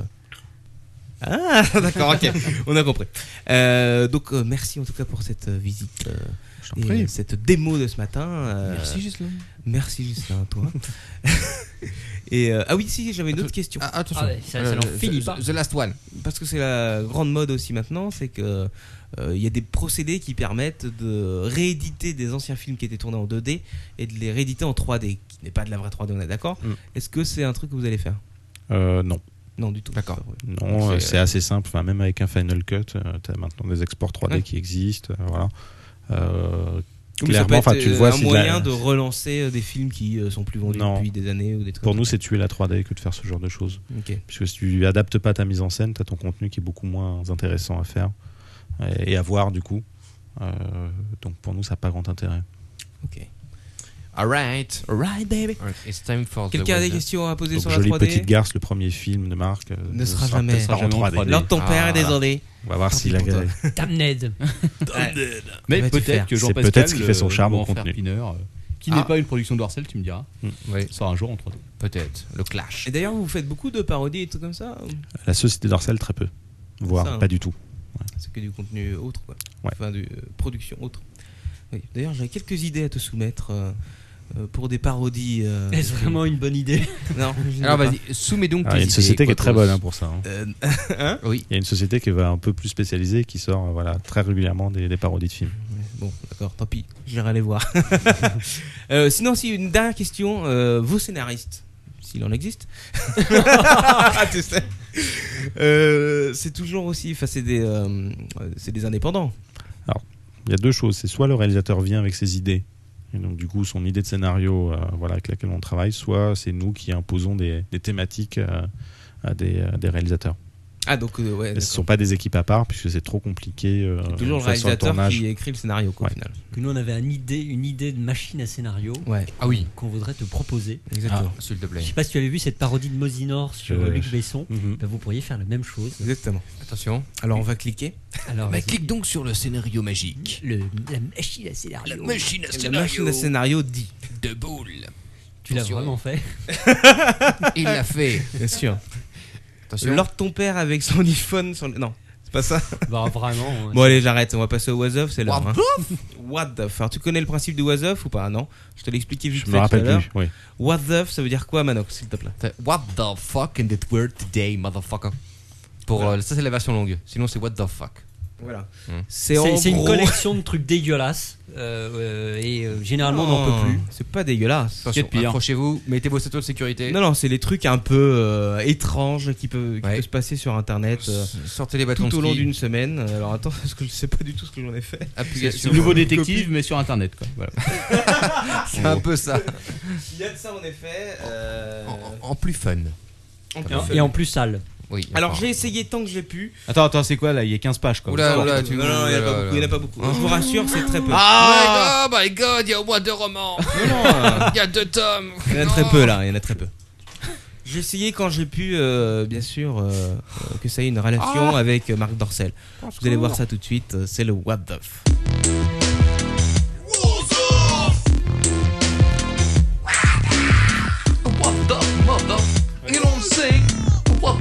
E: Ah, d'accord, ok, on a compris. Euh, donc euh, merci en tout cas pour cette euh, visite euh,
D: Je t'en
E: et
D: prie.
E: cette démo de ce matin. euh,
H: Merci, Gislain.
E: Merci Justin, toi. Et euh, ah oui, si, j'avais une autre question.
H: Ah, attention.
F: Ah ouais, ça- ça n'en
H: Euh,
F: finit
H: the-
F: pas.
H: The Last One.
E: Parce que c'est la grande mode aussi maintenant, c'est que euh, il y a des procédés qui permettent de rééditer des anciens films qui étaient tournés en 2D et de les rééditer en 3D, qui n'est pas de la vraie 3D, on est d'accord
D: Mm.
E: Est-ce que c'est un truc que vous allez faire
D: Euh, non,
E: Non, du tout.
H: D'accord.
D: non,
E: C'est-
D: euh, c'est assez simple. Enfin, même avec un Final Cut, tu as maintenant des exports 3D
E: Ouais.
D: qui existent. euh, voilà. Euh,
E: Oui, ça peut
D: clairement, enfin,
E: être,
D: tu le
E: euh,
D: vois,
E: un
D: c'est de
E: moyen
D: la-
E: de relancer euh, des films qui euh, sont plus vendus
D: Non.
E: depuis des années ou des trucs.
D: pour nous, c'est tuer la 3D que de faire ce genre de choses.
E: Ok.
D: Puisque si tu adaptes pas ta mise en scène, tu as ton contenu qui est beaucoup moins intéressant à faire et- et à voir du coup. Euh, donc pour nous, ça n'a pas grand intérêt.
E: Ok.
H: Alright.
E: Alright, baby.
H: It's time for the
E: Quelqu'un a des
H: winner.
E: questions à poser
D: Donc
E: sur la
D: Jolie
E: 3D
D: Petite Garce, le premier film de Marc, euh,
E: Ne sera jamais-
D: peut-être pas
E: ne
C: sera
D: en
C: jamais en
D: 3D.
C: 3D.
E: L'ordre de ton père
H: Ah.
E: est désolé.
D: On va voir s'il a
E: pour toi.
F: Damned
E: Vas-tu
C: Mais
E: faire
C: peut-être que Jean-Pascal.
D: C'est peut-être ce qui fait son
C: euh,
D: charme au
C: doit en faire
D: contenu.
C: Pineur, euh, qui
H: Ah.
C: n'est pas une production de Dorsel, tu me diras.
H: Oui,
C: Ça sera un jour en 3D.
H: peut-être. Le clash.
E: Et d'ailleurs, vous faites beaucoup de parodies et tout comme ça ou-
D: La société dorsale, très peu. Voire
E: Ça, hein.
D: pas du tout.
E: C'est que du contenu autre, quoi.
D: Ouais.
E: Enfin, de euh, production autre. Oui. D'ailleurs, j'avais quelques idées à te soumettre. euh, euh, pour des parodies. euh,
F: Est-ce vraiment une bonne idée
E: Non. je ne
H: Alors
E: l'ai pas.
H: vas-y, soumets donc
D: Ah,
H: tes
D: Il y a une
H: idées,
D: société qui est très
H: Quatos.
D: bonne hein, pour ça. hein.
E: Euh,
H: Oui,
D: Il y a une société qui va un peu plus spécialisée, qui sort euh, voilà, très régulièrement des, des parodies de films.
E: Bon, d'accord, tant pis, j'irai les voir. Euh, sinon, si une dernière question, euh, vos scénaristes, s'il en existe. Ah, Tu sais. Euh, c'est toujours aussi, enfin, c'est des, euh, c'est des indépendants.
D: Il y a deux choses. C'est soit le réalisateur vient avec ses idées, et donc du coup son idée de scénario euh, voilà, avec laquelle on travaille, soit c'est nous qui imposons des, des thématiques euh, à des, euh, des réalisateurs.
E: Ah donc euh,
D: Et ce
E: ouais.
D: ne
E: d'accord.
D: sont pas des équipes à part, puisque c'est trop compliqué. euh,
E: C'est toujours le
D: faire sur
E: réalisateur
D: tournage.
E: qui écrit le scénario quoi, au
D: Ouais.
E: final.
F: Que nous, on avait une idée, une idée de machine à scénario
E: Ouais,
H: ah oui,
F: qu'on voudrait te proposer.
E: exactement.
D: hein.
H: s'il te
F: Je
H: plaît.
F: sais pas si tu avais vu cette parodie de Mosinor sur
D: Euh,
F: Luc Besson.
D: Mhm.
F: Ben, vous pourriez faire la même chose.
E: Exactement.
H: Attention.
E: Alors on va cliquer.
F: Alors,
H: Bah,
F: vas-y.
H: clique donc sur le scénario magique.
F: Le- la machine à scénario.
B: La machine à
E: La machine
B: scénario
E: à scénario dit.
B: de boule.
F: tu l'as
B: attention.
F: vraiment fait
H: Il l'a fait.
E: Bien sûr.
H: Attention.
E: Lors de ton père avec son iPhone sur le- Non, c'est pas ça.
F: Bah vraiment. ouais.
E: Bon allez, j'arrête, on va passer au was Off, c'est l'heure.
H: What
E: hein. What the f- Alors, tu connais le principe du was Off ou pas Non Je te l'ai expliqué vite
D: Je
E: fait
D: me
E: tout à
D: rappelle
E: l'heure.
D: plus. Oui.
E: What the f- ça veut dire quoi Manox, s'il te plaît
H: Fait, What the fuck in the word today, motherfucker. Pour, euh, ça, c'est la version longue. Sinon, c'est what the fuck.
E: Voilà.
H: Hmm.
F: C'est
E: en
F: c'est une
E: gros-
F: collection de trucs dégueulasses. euh, euh, et euh, généralement, on n'en
E: Non,
F: peut plus.
E: C'est pas dégueulasse.
H: Attention,
C: de pire.
H: accrochez-vous, mettez vos ceinturons de sécurité.
E: Non, non, c'est les trucs un peu euh, étranges qui peuvent qui
H: Ouais.
E: peuvent se passer sur internet. euh,
H: S- Sortez les bâtons
E: tout au
H: de
E: long
H: ski,
E: d'une semaine. Alors attends, parce que je sais pas du tout ce que j'en ai fait.
C: C'est c'est
H: application.
C: le nouveau détective, mais sur internet. Quoi. Voilà.
H: C'est un peu ça.
E: Il y a de ça en effet. euh,
G: Oh,
H: En, en plus fun.
F: Et en plus sale.
H: Oui.
E: Alors
H: enfin.
E: j'ai essayé tant que j'ai pu.
C: Attends, attends, c'est quoi là Il y a 15 pages. Quoi.
H: Oula,
C: Bon.
H: oula, tu.
E: non, non, il n'y en a
H: oula,
E: pas beaucoup. Il y en a
H: oula.
E: pas beaucoup. Je vous rassure, c'est très peu.
B: Ah oh my god, il y a au moins deux romans.
E: non, non, euh,
B: Il y a deux tomes.
E: il y en a très peu là. Il y en a très peu. J'ai essayé quand j'ai pu, euh, bien sûr, euh, euh, que ça ait une relation avec euh, Marc Dorcel. Vous allez voir ça tout de suite. euh, C'est le What the F.
B: What the mother? You don't say what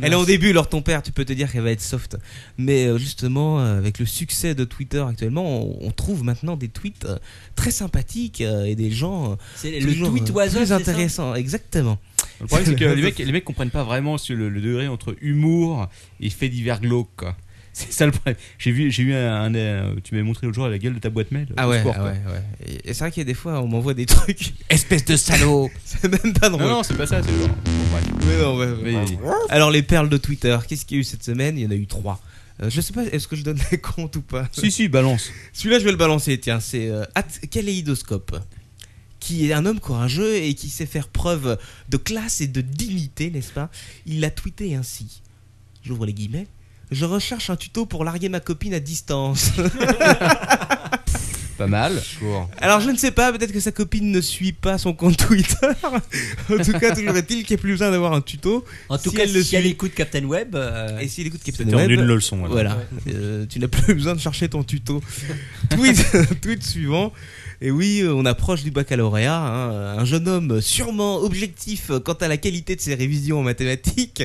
E: Elle est au début, alors ton père, tu peux te dire qu'elle va être soft. Mais euh, justement, euh, avec le succès de Twitter actuellement, on, on trouve maintenant des tweets euh, très sympathiques euh, et des gens euh,
F: C'est
E: toujours,
F: le tweet
E: euh,
F: oiseau.
E: plus
F: c'est ça
E: intéressants. Exactement.
C: Le problème, c'est que les mecs, les mecs comprennent pas vraiment sur le, le degré entre humour et fait divers glauque. quoi. C'est ça le problème. J'ai vu, j'ai eu un, un, euh, tu m'avais montré l'autre jour la gueule de ta boîte mail.
E: Ah
C: au
E: ouais,
C: sport,
E: ah
C: quoi.
E: ouais, ouais. Et, et c'est vrai qu'il y a des fois, on m'envoie des trucs.
H: Espèce de salaud.
E: c'est même pas drôle.
C: Non, Ah. non, c'est pas ça. C'est genre. Bon, bref.
E: Mais non, ouais, ouais.
C: Mais-
E: Alors les perles de Twitter, qu'est-ce qu'il y a eu cette semaine Il y en a eu trois. Euh, je sais pas, est-ce que je donne les comptes ou pas
C: si, si, balance.
E: Celui-là, je vais le balancer. Tiens, c'est euh, At Kaléidoscope, qui est un homme courageux et qui sait faire preuve de classe et de dignité, n'est-ce pas Il a tweeté ainsi. J'ouvre les guillemets. Je recherche un tuto pour larguer ma copine à distance.
C: Pas mal.
H: Sure.
E: Alors je ne sais pas, peut-être que sa copine ne suit pas son compte Twitter. en tout cas, toujours est-il qu'il n'y a plus besoin d'avoir un tuto.
F: En tout
E: Si
F: cas,
E: elle le
F: si elle
E: suit.
F: écoute Captain Web, euh,
E: Et s'il écoute Captain
D: C'était en
E: Web,
D: une leçon. voilà.
E: bah, Voilà, Euh, tu n'as plus besoin de chercher ton tuto. tweet, tweet suivant. Et oui, euh, on approche du baccalauréat. hein. Un jeune homme sûrement objectif euh, quant à la qualité de ses révisions en mathématiques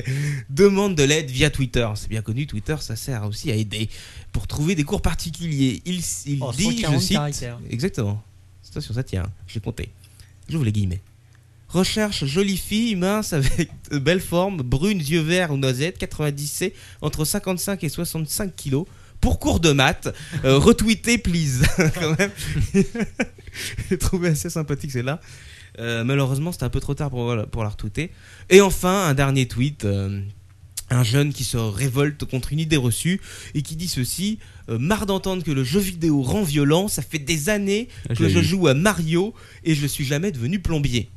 E: demande de l'aide via Twitter. C'est bien connu, Twitter, ça sert aussi à aider pour trouver des cours particuliers. Il, s- il
F: Oh,
E: dit, je
F: 140
E: cite,
F: caractères.
E: exactement. Attention, ça tient. J'ai compté. J'ouvre les guillemets. Recherche jolie fille, mince, avec de belle forme, brune, yeux verts ou noisettes, 90C, entre 55 et 65 kilos. Pour cours de maths, euh, retweeter please. Quand même, j'ai trouvé assez sympathique celle-là. Euh, malheureusement, c'était un peu trop tard pour, voilà, pour la retweeter. Et enfin, un dernier tweet. euh, un jeune qui se révolte contre une idée reçue et qui dit ceci euh, Marre d'entendre que le jeu vidéo rend violent, ça fait des années
C: Ah, je
E: que
C: l'ai
E: je
C: eu.
E: joue à Mario et je suis jamais devenu plombier.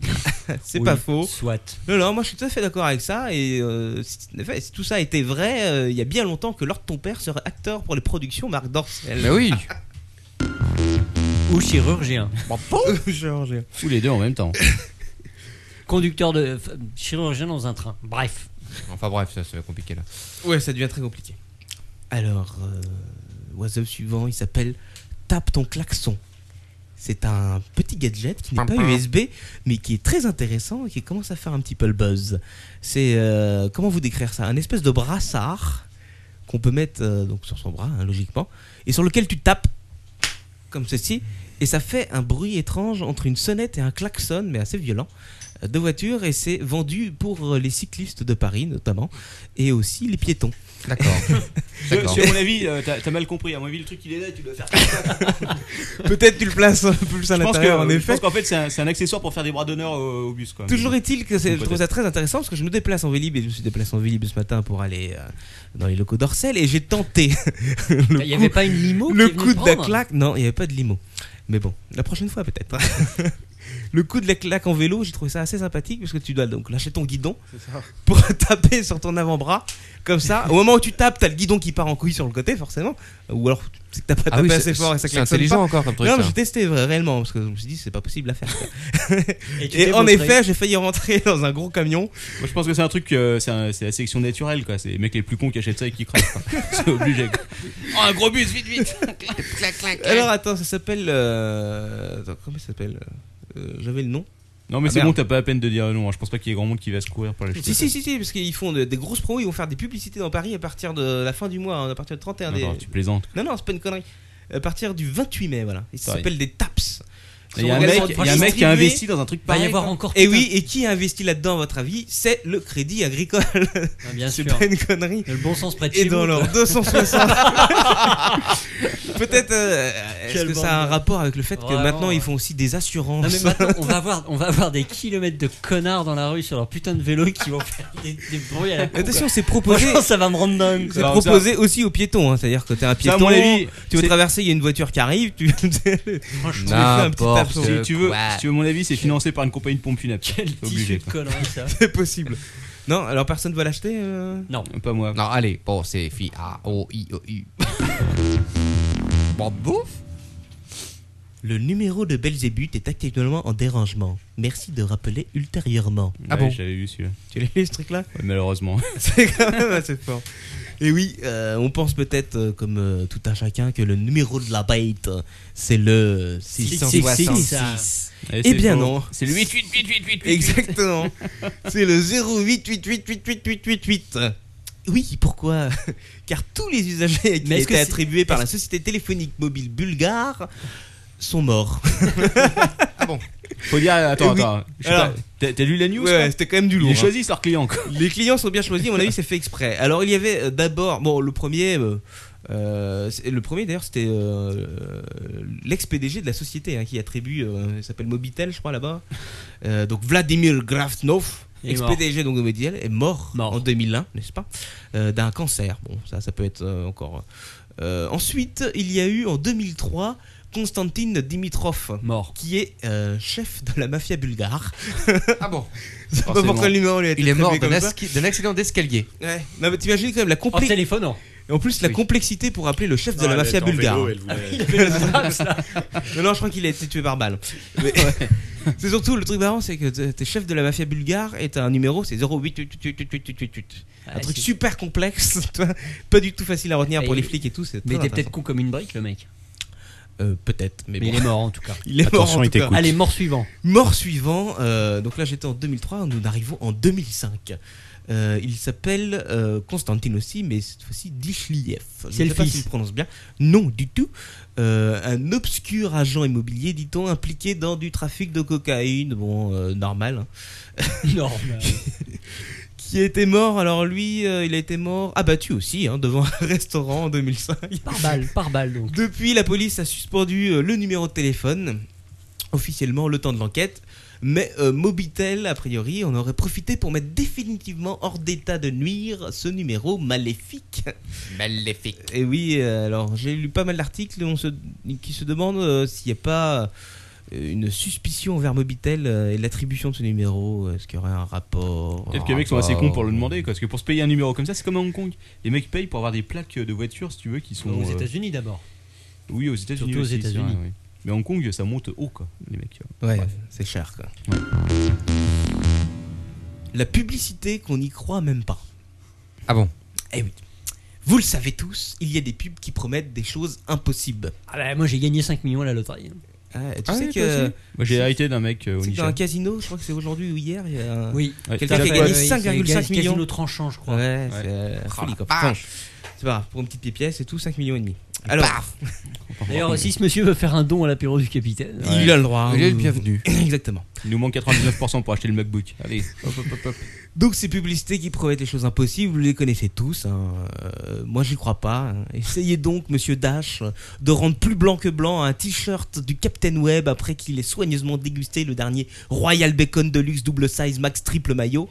E: c'est
F: oui,
E: pas faux.
F: Soit.
E: Non, non, moi je suis tout à fait d'accord avec ça. Et euh, si, en fait, si tout ça était vrai, euh, il y a bien longtemps que Lord Ton Père serait acteur pour les productions Marc Dorcel.
H: Mais oui.
F: Ou chirurgien.
E: Georges.
C: Tous les deux en même temps.
F: Conducteur de. f- chirurgien dans un train. Bref.
H: Enfin bref, ça, ça va être compliqué là.
E: Ouais, ça devient très compliqué. Alors, euh, oiseau suivant, il s'appelle Tape ton klaxon. C'est un petit gadget qui n'est pas USB, mais qui est très intéressant et qui commence à faire un petit peu le buzz. C'est euh, comment vous décrire ça Un espèce de brassard qu'on peut mettre euh, donc sur son bras, hein, logiquement, et sur lequel tu tapes comme ceci, et ça fait un bruit étrange entre une sonnette et un klaxon, mais assez violent, euh, de voiture, et c'est vendu pour euh, les cyclistes de Paris notamment, et aussi les piétons.
G: D'accord. D'accord.
C: Monsieur, à mon avis, euh, t'as t'as mal compris. À mon avis, le truc il est là, tu dois faire.
E: Peut-être tu le places un peu plus à
C: Je pense que-
E: l'intérieur, en
C: je
E: effet.
C: pense qu'en fait, c'est un, c'est un accessoire pour faire des bras d'honneur au, au bus. Quoi.
E: Toujours est-il que c'est- je
C: Peut-être.
E: trouve ça très intéressant parce que je me déplace en Vélib et je me suis déplacé en Vélib ce matin pour aller euh, dans les locaux d'Orcel et j'ai tenté le
F: Il n'y avait
E: coup,
F: pas une limo qui
E: le
F: est venue
E: coup de la
F: prendre
E: claque. Non, il n'y avait pas de limo. Mais bon, la prochaine fois peut-être. hein. le coup de la claque en vélo, j'ai trouvé ça assez sympathique parce que tu dois donc lâcher ton guidon pour taper sur ton avant-bras comme ça. Au moment où tu tapes, t'as le guidon qui part en couille sur le côté forcément. Ou alors c'est que t'as pas
H: Ah
E: tapé
H: oui,
E: assez
H: c'est-
E: fort et ça
H: c'est
E: klaxonne
H: intelligent
E: pas.
H: encore comme truc.
E: Non, mais
H: ça.
E: j'ai testé vra- réellement parce que je me suis dit c'est pas possible à faire.
F: Et tu
E: Et
F: t'es
E: en
F: montré.
E: effet, j'ai failli rentrer dans un gros camion.
C: Moi, je pense que c'est un truc, euh, c'est un- c'est la sélection naturelle. quoi. C'est les mecs les plus cons qui achètent ça et qui craquent. quoi. c'est obligé. quoi. Oh, un gros bus, vite, vite.
E: Alors attends, ça s'appelle. euh, Attends, comment ça s'appelle Euh, J'avais le nom.
C: Non, mais
E: Ah,
C: c'est
E: merde.
C: bon, t'as pas la peine de dire non. hein. Je pense pas qu'il y ait grand monde qui va se courir pour l'acheter.
E: Si, si, si, si, parce qu'ils font de- des grosses promos, ils vont faire des publicités dans Paris à partir de la fin du mois, hein, à partir du
F: Ah
E: 31
C: Non,
E: des...
F: bah,
C: non, tu plaisantes.
E: Non, non, c'est pas une connerie. À partir du 28 mai, voilà. Ils
C: Ça va.
E: s'appellent des TAPS.
C: Il y a un
E: Ils
C: mec,
E: sont
C: il y a un mec qui a
E: distribués.
C: investi dans un truc
F: Il va y
C: pareil.
F: avoir
C: quoi.
F: encore.
E: Et
F: tout un-
E: Eh oui, et qui a investi là-dedans, à votre avis C'est le crédit agricole.
F: Ah, bien
E: c'est
F: sûr.
E: pas une connerie.
F: Le bon sens près de
E: Et
F: chez
E: dans
F: vous,
E: leur
F: quoi.
E: 260. Peut-être. euh, Est-ce
F: Quelle
E: que
F: bande
E: ça a un
F: de-
E: rapport avec le fait que
F: Vraiment,
E: maintenant ils
F: ouais.
E: font aussi des assurances
F: Non mais maintenant on va avoir on va avoir des kilomètres de connards dans la rue sur leur putain de vélo qui vont faire des, des bruits à la con.
E: Attention, c'est
F: quoi.
E: proposé.
F: Franchement, ça va me rendre dingue.
E: C'est
C: Alors,
E: proposé aussi aux piétons, hein. c'est-à-dire que t'es un
C: Ça,
E: piéton,
C: à mon avis,
E: tu veux
C: c'est-
E: traverser, il y a une voiture qui arrive, tu, tu fais un petit
H: N'importe.
E: absent.
C: Si tu veux,
H: Quoi
C: si tu veux mon avis, c'est financé par une compagnie de pompes funèbres.
F: Quel
C: C'est obligé,
F: tissu de conneries ça.
E: C'est possible. Non, alors personne ne va l'acheter euh
F: Non.
C: Pas moi.
H: Non, allez, bon, c'est fi a o i o u. Bon, bouffe
E: Le numéro de Belzébuth est actuellement en dérangement. Merci de rappeler ultérieurement.
H: Ah
C: Ouais,
H: bon
C: J'avais vu celui-là.
E: Tu l'as lu ce truc-là
C: Ouais, malheureusement.
E: C'est quand même assez fort. Et oui, euh, on pense peut-être, euh, comme euh, tout un chacun, que le numéro de la bête, euh, c'est le
F: 666.
E: 666.
C: Et
E: Eh
C: c'est
E: bien
C: faux.
E: non.
C: C'est le 8
E: Exactement. C'est le 088888888. Oui, pourquoi Car tous les usagers qui
F: Mais est-ce que
E: étaient
F: c'est-
E: attribués par la société téléphonique mobile bulgare sont morts.
C: Faut dire, attends,
E: Eh oui.
C: attends. je sais
E: Alors.
C: pas, T'as t'as lu la news quoi
E: c'était quand même du hein.
C: Ils choisissent leurs clients. quoi.
E: Les clients sont bien choisis, à mon avis, c'est fait exprès. Alors, il y avait euh, d'abord, bon, le premier, euh, euh, c'est- le premier d'ailleurs, c'était euh, euh, l'ex-PDG de la société hein, qui attribue, euh, il s'appelle Mobitel, je crois, là-bas. Euh, donc, Vladimir Grafnov,
F: Il est mort.
E: ex-PDG donc, de Mobitel, est mort,
F: Mort.
E: en 2001, n'est-ce pas euh, D'un cancer. Bon, ça, ça peut être euh, encore. euh, ensuite, il y a eu en 2003 Konstantin Dimitrov.
F: Mort.
E: Qui est euh, chef de la mafia bulgare.
H: Ah bon
E: Je sais pas
C: Forcément.
E: pourquoi le numéro lui a été
H: Il est mort
E: attribué
H: d'un
E: comme ça.
H: asqui- d'un accident d'escalier.
E: Ouais. Non, mais t'imagines quand même la
F: En
E: complexité.
F: téléphonant.
E: En plus, la
H: Oui.
E: complexité pour appeler le chef de la
D: elle
E: mafia
D: était en
E: bulgare.
D: vélo, elle voulait-
E: Non, non, je crois qu'il a été tué par balle. Mais- c'est surtout le truc marrant, c'est que t'es t'es chef de la mafia bulgare et t'as un numéro, c'est 08888888. Un
F: Ouais,
E: truc
F: c'est-
E: super complexe, tu vois, pas du tout facile à retenir
F: Et-
E: pour les flics et tout. c'est
F: Mais il
E: très
F: était peut-être
E: intéressant.
F: con comme une brique le mec.
E: Euh, peut-être, mais,
F: Mais,
E: bon.
F: il est mort en tout cas.
E: Il est mort.
D: Attention,
E: en
D: il
E: tout cas.
D: t'écoute.
F: Allez, mort suivant.
E: Mort suivant, euh, donc là j'étais en 2003, nous arrivons en 2005. Euh, il s'appelle euh, Constantine aussi, mais cette fois-ci Dishliev. Je
F: C'est
E: ne
F: le
E: sais pas
F: fils.
E: s'il prononce bien. Non, du tout. Euh, un obscur agent immobilier, dit-on, impliqué dans du trafic de cocaïne, bon, euh, normal, hein,
F: Non.
E: qui était mort. Alors lui, euh, il a été mort, abattu aussi, hein, devant un restaurant en 2005.
F: Par balle, par balle donc.
E: Depuis, la police a suspendu euh, le numéro de téléphone, officiellement le temps de l'enquête. Mais euh, Mobitel, a priori, en aurait profité pour mettre définitivement hors d'état de nuire ce numéro maléfique.
H: Maléfique.
E: Et oui, euh, alors j'ai lu pas mal d'articles on se- qui se demandent euh, s'il n'y a pas euh, une suspicion envers Mobitel euh, et l'attribution de ce numéro. euh, Est-ce qu'il y aurait un rapport
C: Peut-être que les mecs sont assez cons pour le demander. quoi, Parce que pour se payer un numéro comme ça, c'est comme à Hong Kong. Les mecs payent pour avoir des plaques de voitures, si tu veux, qui sont.
F: Aux
C: euh,
F: États-Unis d'abord.
C: Oui, aux États-Unis.
F: Surtout aux
C: aussi, c'est vrai,
F: États-Unis.
C: oui. Mais Hong Kong, ça monte haut, quoi, les mecs.
E: Ouais,
C: Bref.
E: c'est cher quoi.
C: Ouais.
E: La publicité qu'on n'y croit même pas.
H: Ah bon
E: Eh oui. Vous le savez tous, il y a des pubs qui promettent des choses impossibles.
F: Ah bah, moi j'ai gagné 5 millions à la loterie. hein.
E: Ah, tu
C: Ah
E: sais
C: oui, toi
E: que,
C: aussi. Moi, j'ai hérité d'un mec euh, au
E: tu sais que dans
C: Niger.
E: un casino, je crois que c'est aujourd'hui ou hier, il y a un-
F: Oui,
C: Ouais,
E: quelqu'un
C: t'as
E: qui a
C: pas-
E: gagné 5,5 millions.
F: Casino tranchant, je crois.
E: Ouais, c'est euh, la folie, quoi. Putain. C'est pas grave, pour une petite pièce, c'est tout 5 millions et demi. Alors,
F: D'ailleurs, si ce monsieur veut faire un don à l'apéro du capitaine, euh,
C: Ouais.
E: il a le droit.
H: Il est le bienvenu.
E: Exactement.
C: Il nous manque 99% pour acheter le MacBook. Allez, hop, hop, hop, hop.
E: Donc ces publicités qui promettent les choses impossibles, vous les connaissez tous. hein. Euh, moi, j'y crois pas. hein. Essayez donc, Monsieur Dash, euh, de rendre plus blanc que blanc un t-shirt du Captain Web après qu'il ait soigneusement dégusté le dernier Royal Bacon Deluxe double size max triple maillot.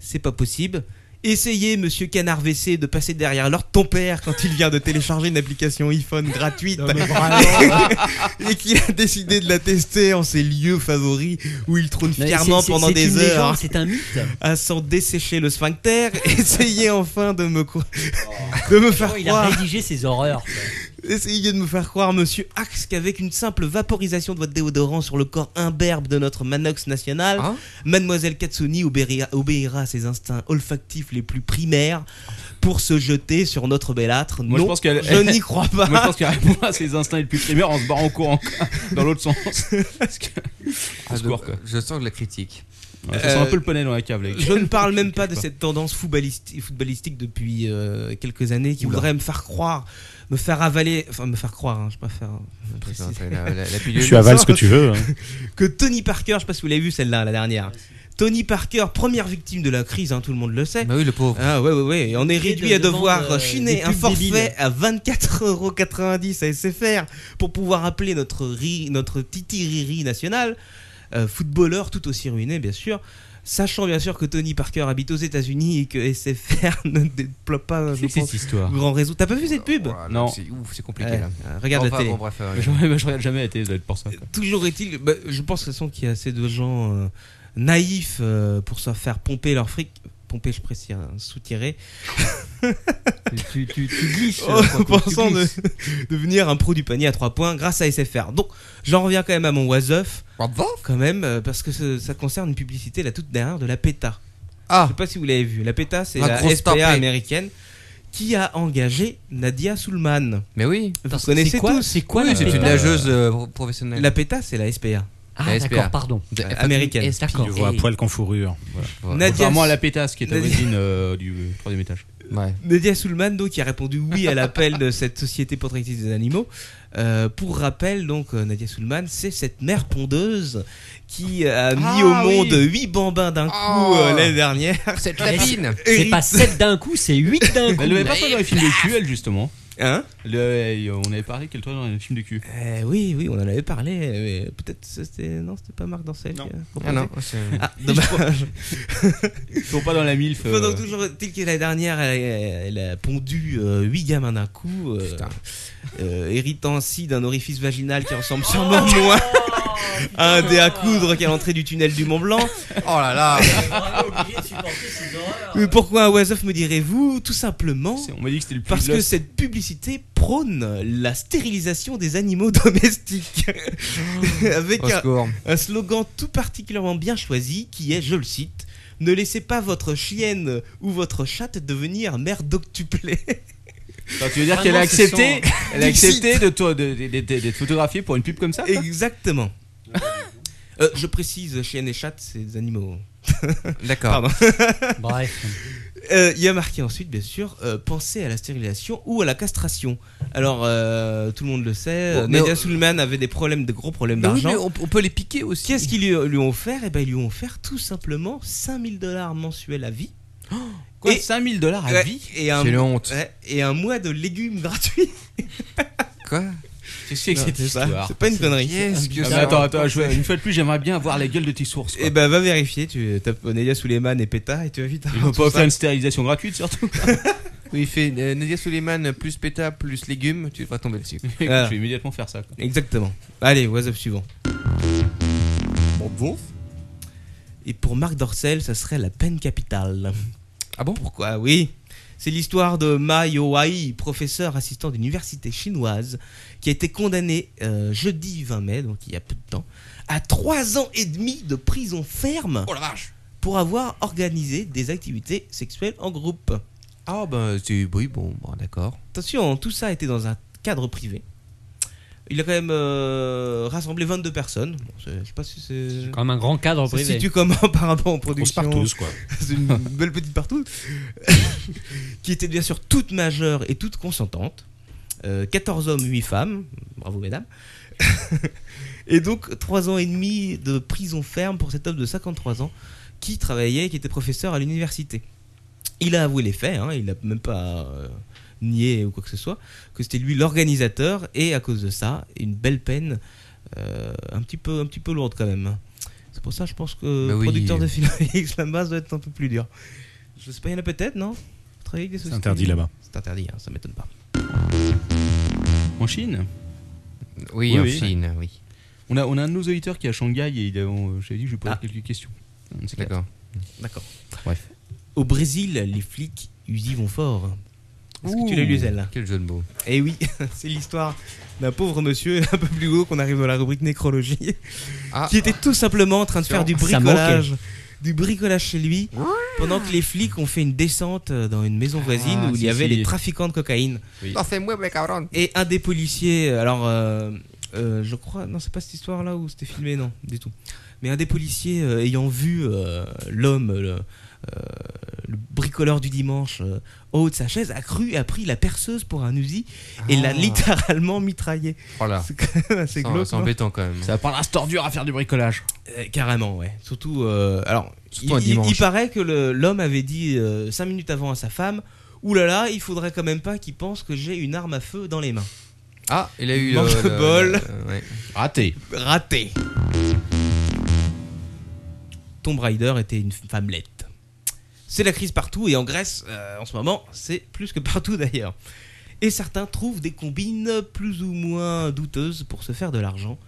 E: C'est pas possible. Essayez, Monsieur Canard WC, de passer derrière leur ton père quand il vient de télécharger une application iPhone gratuite et qu'il a décidé de la tester en ses lieux favoris où il trône
F: Mais
E: fièrement
F: c'est- c'est-
E: pendant
F: c'est
E: des
F: une
E: heures
F: légende, C'est un mythe.
E: à s'en dessécher le sphincter, essayez enfin de me cro- de me
C: Oh,
E: faire
F: Il a
E: croire,
F: rédigé ses horreurs.
E: essayez de me faire croire monsieur Axe qu'avec une simple vaporisation de votre déodorant sur le corps imberbe de notre Manox national,
H: Hein
E: mademoiselle Katsuni obéira, obéira à ses instincts olfactifs les plus primaires pour se jeter sur notre belâtre.
C: Moi,
E: non,
C: je pense qu'elle-
E: je n'y crois pas.
C: Moi, je pense qu'il répond à ses instincts les plus primaires en se barrant en courant quoi, dans l'autre sens. Parce que...
H: Ah,
C: Au secours,
H: de-
C: quoi.
H: Je sens de la critique.
C: Ouais, ça sent un peu le poney dans la cave, les gars.
E: Euh, Je ne parle même pas de
C: pas.
E: cette tendance footballisti- footballistique depuis euh, quelques années qui voudrait me faire croire, me faire avaler, enfin me faire croire, hein, je préfère euh,
H: Putain,
E: préciser,
H: t'as La, la, la pilule.
D: Tu avales ce que tu veux. hein.
E: que Tony Parker, je sais pas si vous l'avez vu celle-là, la dernière. Tony Parker, première victime de la crise, hein, tout le monde le sait.
H: Bah oui, le pauvre.
E: Ah ouais ouais ouais, et on est
F: Et de
E: réduit à
F: devant,
E: devoir
F: euh, des
E: chiner un
F: pubs débiles.
E: forfait à 24,90€ à SFR pour pouvoir appeler notre ri, notre titi riri national, euh, footballeur tout aussi ruiné bien sûr. Sachant bien sûr que Tony Parker habite aux États-Unis et que SFR ne déploie pas je
C: C'est
E: pense,
C: cette histoire.
E: grand réseau. T'as pas vu cette pub
H: Voilà,
C: Non.
H: C'est ouf, c'est compliqué
E: Ouais,
H: là.
E: euh, Regarde
H: Enfin,
E: la télé.
H: bon, bref, euh,
C: Ah, Je, je regarde jamais la télé, ça doit être pour ça. quoi.
E: Toujours est-il, bah, je pense de toute façon qu'il y a assez de gens euh, naïfs euh, pour se faire pomper leur fric. Pomper, je précise, hein, soutirer.
F: tu, tu, tu glisses.
E: en pensant de, devenir un pro du panier à 3 points grâce à SFR. Donc, j'en reviens quand même à mon was off,
H: bravo.
E: quand même, euh, parce que ce- ça concerne une publicité, la toute dernière, de la PETA. Je
H: Ah,
E: sais pas si vous l'avez vu. La PETA, c'est
H: La
E: la,
H: grosse
E: SPA
H: tapée.
E: américaine qui a engagé Nadia Soulman.
H: mais oui.
E: Vous connaissez
F: c'est quoi,
E: tous.
F: C'est quoi
H: Oui,
F: la
H: c'est
F: PETA
H: une nageuse euh, pro- professionnelle.
E: La PETA, c'est la SPA.
F: Ah,
H: SPA.
F: d'accord, pardon.
H: De-
E: américaine.
D: Tu
F: D'accord.
D: vois à
F: Et-
D: poil qu'en fourrure. Voilà.
H: Ouais.
E: Nadia,
C: Contrairement à la pétasse qui est ta
E: Nadia-
C: voisine euh, du euh, troisième étage.
H: Ouais.
E: Nadia Soulman donc, qui a répondu oui à l'appel de cette société protectrice des animaux. Euh, pour rappel, donc euh, Nadia Soulman, c'est cette mère pondeuse qui euh, a mis
H: Ah,
E: au monde
H: oui.
E: huit bambins d'un coup
H: Oh.
E: euh, l'année dernière.
H: Cette
F: lapine.
H: lapine.
F: C'est pas 7 d'un coup, c'est 8 d'un coup.
C: Elle devait pas faire dans les films de cul, elle, justement.
E: Hein
C: Le- euh, on avait parlé qu'elle tournait dans les films de cul.
E: Euh, Oui, oui, on en avait parlé. Mais peut-être c'était non, c'était pas Marc Dancel.
D: Non.
E: qui a proposé.
H: Ah non, c'est-
E: Ah, dommage.
C: Ils sont pas dans la MILF. euh,
E: Pendant toujours est-il que la dernière, elle, a- elle a pondu euh, huit gamins d'un coup, euh, euh, héritant ainsi d'un orifice vaginal qui ressemble sûrement moins à un dé à coudre qu'à l'entrée du tunnel du Mont Blanc.
H: Oh là là.
E: Mais pourquoi un was-off me direz-vous Tout simplement
C: c'est- on m'a dit que c'était le plus
E: Parce
C: de
E: que
C: l'os.
E: cette publicité prône la stérilisation des animaux domestiques avec
H: Au
E: un,
H: secours.
E: un slogan tout particulièrement bien choisi qui est, je le cite, Ne laissez pas votre chienne ou votre chatte devenir mère d'octuplé.
C: Enfin, tu veux
E: Ah
C: dire qu'elle a
H: Vraiment, ce
C: accepté, elle a
E: Du site.
C: accepté de toi- de- de- de- de- d'être photographiée pour une pub comme ça quoi
E: Exactement. Euh, je précise, chienne et chatte, c'est des animaux.
H: D'accord.
F: Bref.
E: Euh, Il y a marqué ensuite, bien sûr, euh, pensez à la stérilisation ou à la castration. Alors, euh, tout le monde le sait,
H: Oh, mais
E: Nadia
H: on-
E: Soulman avait des problèmes, de gros problèmes
H: Mais oui,
E: d'argent.
H: mais on, on peut les piquer aussi.
E: Qu'est-ce qu'ils lui, lui ont offert Eh ben, ils lui ont offert tout simplement 5000 dollars mensuels à vie.
C: Quoi
E: Et-
C: 5000 dollars à
E: Ouais,
C: vie
E: et un,
H: C'est une honte.
E: ouais, et un mois de légumes gratuits.
H: Quoi
C: Qu'est-ce que c'est que cette
E: C'est ça,
C: histoire
E: c'est pas une connerie.
H: Qu'est-ce que
C: Ah, mais
H: ça
C: attends, attends, je- une fois de plus, j'aimerais bien avoir la gueule de tes sources. quoi.
E: Et ben va vérifier, tu tapes Nadia Souleyman et PETA et tu vas vite
C: Ils
E: avoir
C: vont
E: tout
C: pas
E: ça.
C: faire une stérilisation gratuite, surtout.
H: Oui, il fait euh, Nadia Suleiman plus péta plus légumes, tu vas tomber dessus.
C: Écoute,
E: Voilà.
C: Je vais immédiatement faire ça. quoi.
E: Exactement. Allez, WhatsApp suivant. Et pour Marc Dorcel, ça serait la peine capitale.
H: Ah bon
E: Pourquoi Oui. C'est l'histoire de Ma Youai, professeur assistant d'université chinoise, qui a été condamné euh, jeudi 20 mai, donc il y a peu de temps, à 3 ans et demi de prison ferme
H: Oh la vache
E: pour avoir organisé des activités sexuelles en groupe.
H: Ah bah c'est oui bon, bon d'accord.
E: Attention, tout ça était dans un cadre privé. Il a quand même euh, rassemblé 22 personnes. Bon, c'est- je sais pas si c'est.
J: Quand même un grand cadre
E: Ça se
J: privé.
E: situe comment par rapport
D: On
E: aux
D: se
E: productions
D: part tous, quoi.
E: C'est une belle petite partout, qui était bien sûr toute majeure et toute consentante. Euh, 14 hommes, 8 femmes, bravo mesdames. et donc 3 ans et demi de prison ferme pour cet homme de 53 ans qui travaillait, qui était professeur à l'université. Il a avoué les faits, hein, il n'a même pas euh, nié ou quoi que ce soit, que c'était lui l'organisateur et à cause de ça, une belle peine euh, un, petit peu, un petit peu lourde quand même. C'est pour ça je pense que
H: Bah oui.
E: producteur de films X, la masse doit être un peu plus dur. Je sais pas, il y en a peut-être, non Vous travaillez avec des
D: C'est
E: sociétés
D: interdit là-bas.
E: C'est interdit, hein, ça m'étonne pas.
C: En Chine
H: Oui,
C: Oui,
H: en
C: oui.
H: Chine, oui.
C: on a, on a un de nos auditeurs qui est à Shanghai et il a- on- j'avais dit que je lui posais
E: Ah.
C: quelques questions. C'est clair.
H: D'accord.
E: D'accord.
C: Bref.
E: Au Brésil, les flics, ils y vont fort. Est-ce que tu l'as lu celle-là
H: Quel jeu de mots.
E: Eh oui, c'est l'histoire d'un pauvre monsieur, un peu plus haut qu'on arrive dans la rubrique nécrologie,
H: Ah.
E: qui était tout simplement en train de faire du
J: Ça manquait.
E: bricolage. Du bricolage chez lui, pendant que les flics ont fait une descente dans une maison voisine
C: Ah,
E: où il
C: si,
E: y avait
C: si.
E: les trafiquants de cocaïne.
H: Non, c'est moi, mais cabron.
E: Et un des policiers, alors euh, euh, je crois, non, c'est pas cette histoire-là où c'était filmé, non, du tout. Mais un des policiers euh, ayant vu euh, l'homme, le, euh, le bricoleur du dimanche, euh, en haut de sa chaise, a cru, a pris la perceuse pour un Uzi et
H: Ah.
E: l'a littéralement mitraillé.
H: Voilà.
E: C'est quand même assez
H: C'est
E: glauque. non
H: embêtant quand même.
C: Ça parle à se tordure à faire du bricolage.
E: Euh, carrément, ouais. Surtout, euh, alors,
H: Surtout
E: il-
H: un
E: il,
H: dimanche.
E: il paraît que le- l'homme avait dit 5 minutes avant à sa femme Ouh là là, il faudrait quand même pas qu'il pense que j'ai une arme à feu dans les mains.
H: Ah, il a eu
E: Manque
H: le-
E: de
H: le-
E: bol.
H: le- ouais.
C: Raté.
E: raté. Tomb Raider était une femmelette. C'est la crise partout et en Grèce, euh, en ce moment, c'est plus que partout d'ailleurs. Et certains trouvent des combines plus ou moins douteuses pour se faire de l'argent,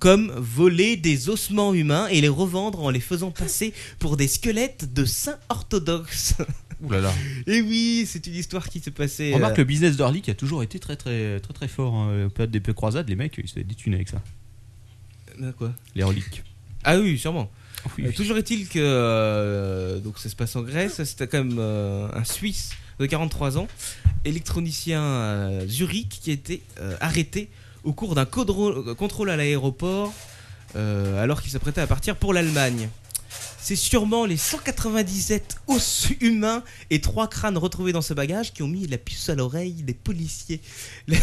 E: comme voler des ossements humains et les revendre en les faisant passer pour des squelettes de saints orthodoxes.
C: Ouh là là.
E: Et oui, c'est une histoire qui s'est passée.
C: Remarque
E: euh,
C: le business d'Orly qui a toujours été très très très très fort. hein. Période des croisades, les mecs, ils se détunaient avec ça.
E: euh, quoi
C: Les reliques.
E: Ah oui, sûrement. Euh, toujours est-il que euh, donc ça se passe en Grèce, c'était quand même euh, un Suisse de 43 ans, électronicien à Zurich, qui a été euh, arrêté au cours d'un codro- euh, contrôle à l'aéroport euh, alors qu'il s'apprêtait à partir pour l'Allemagne. C'est sûrement les 197 os humains et trois crânes retrouvés dans ce bagage qui ont mis la puce à l'oreille des policiers.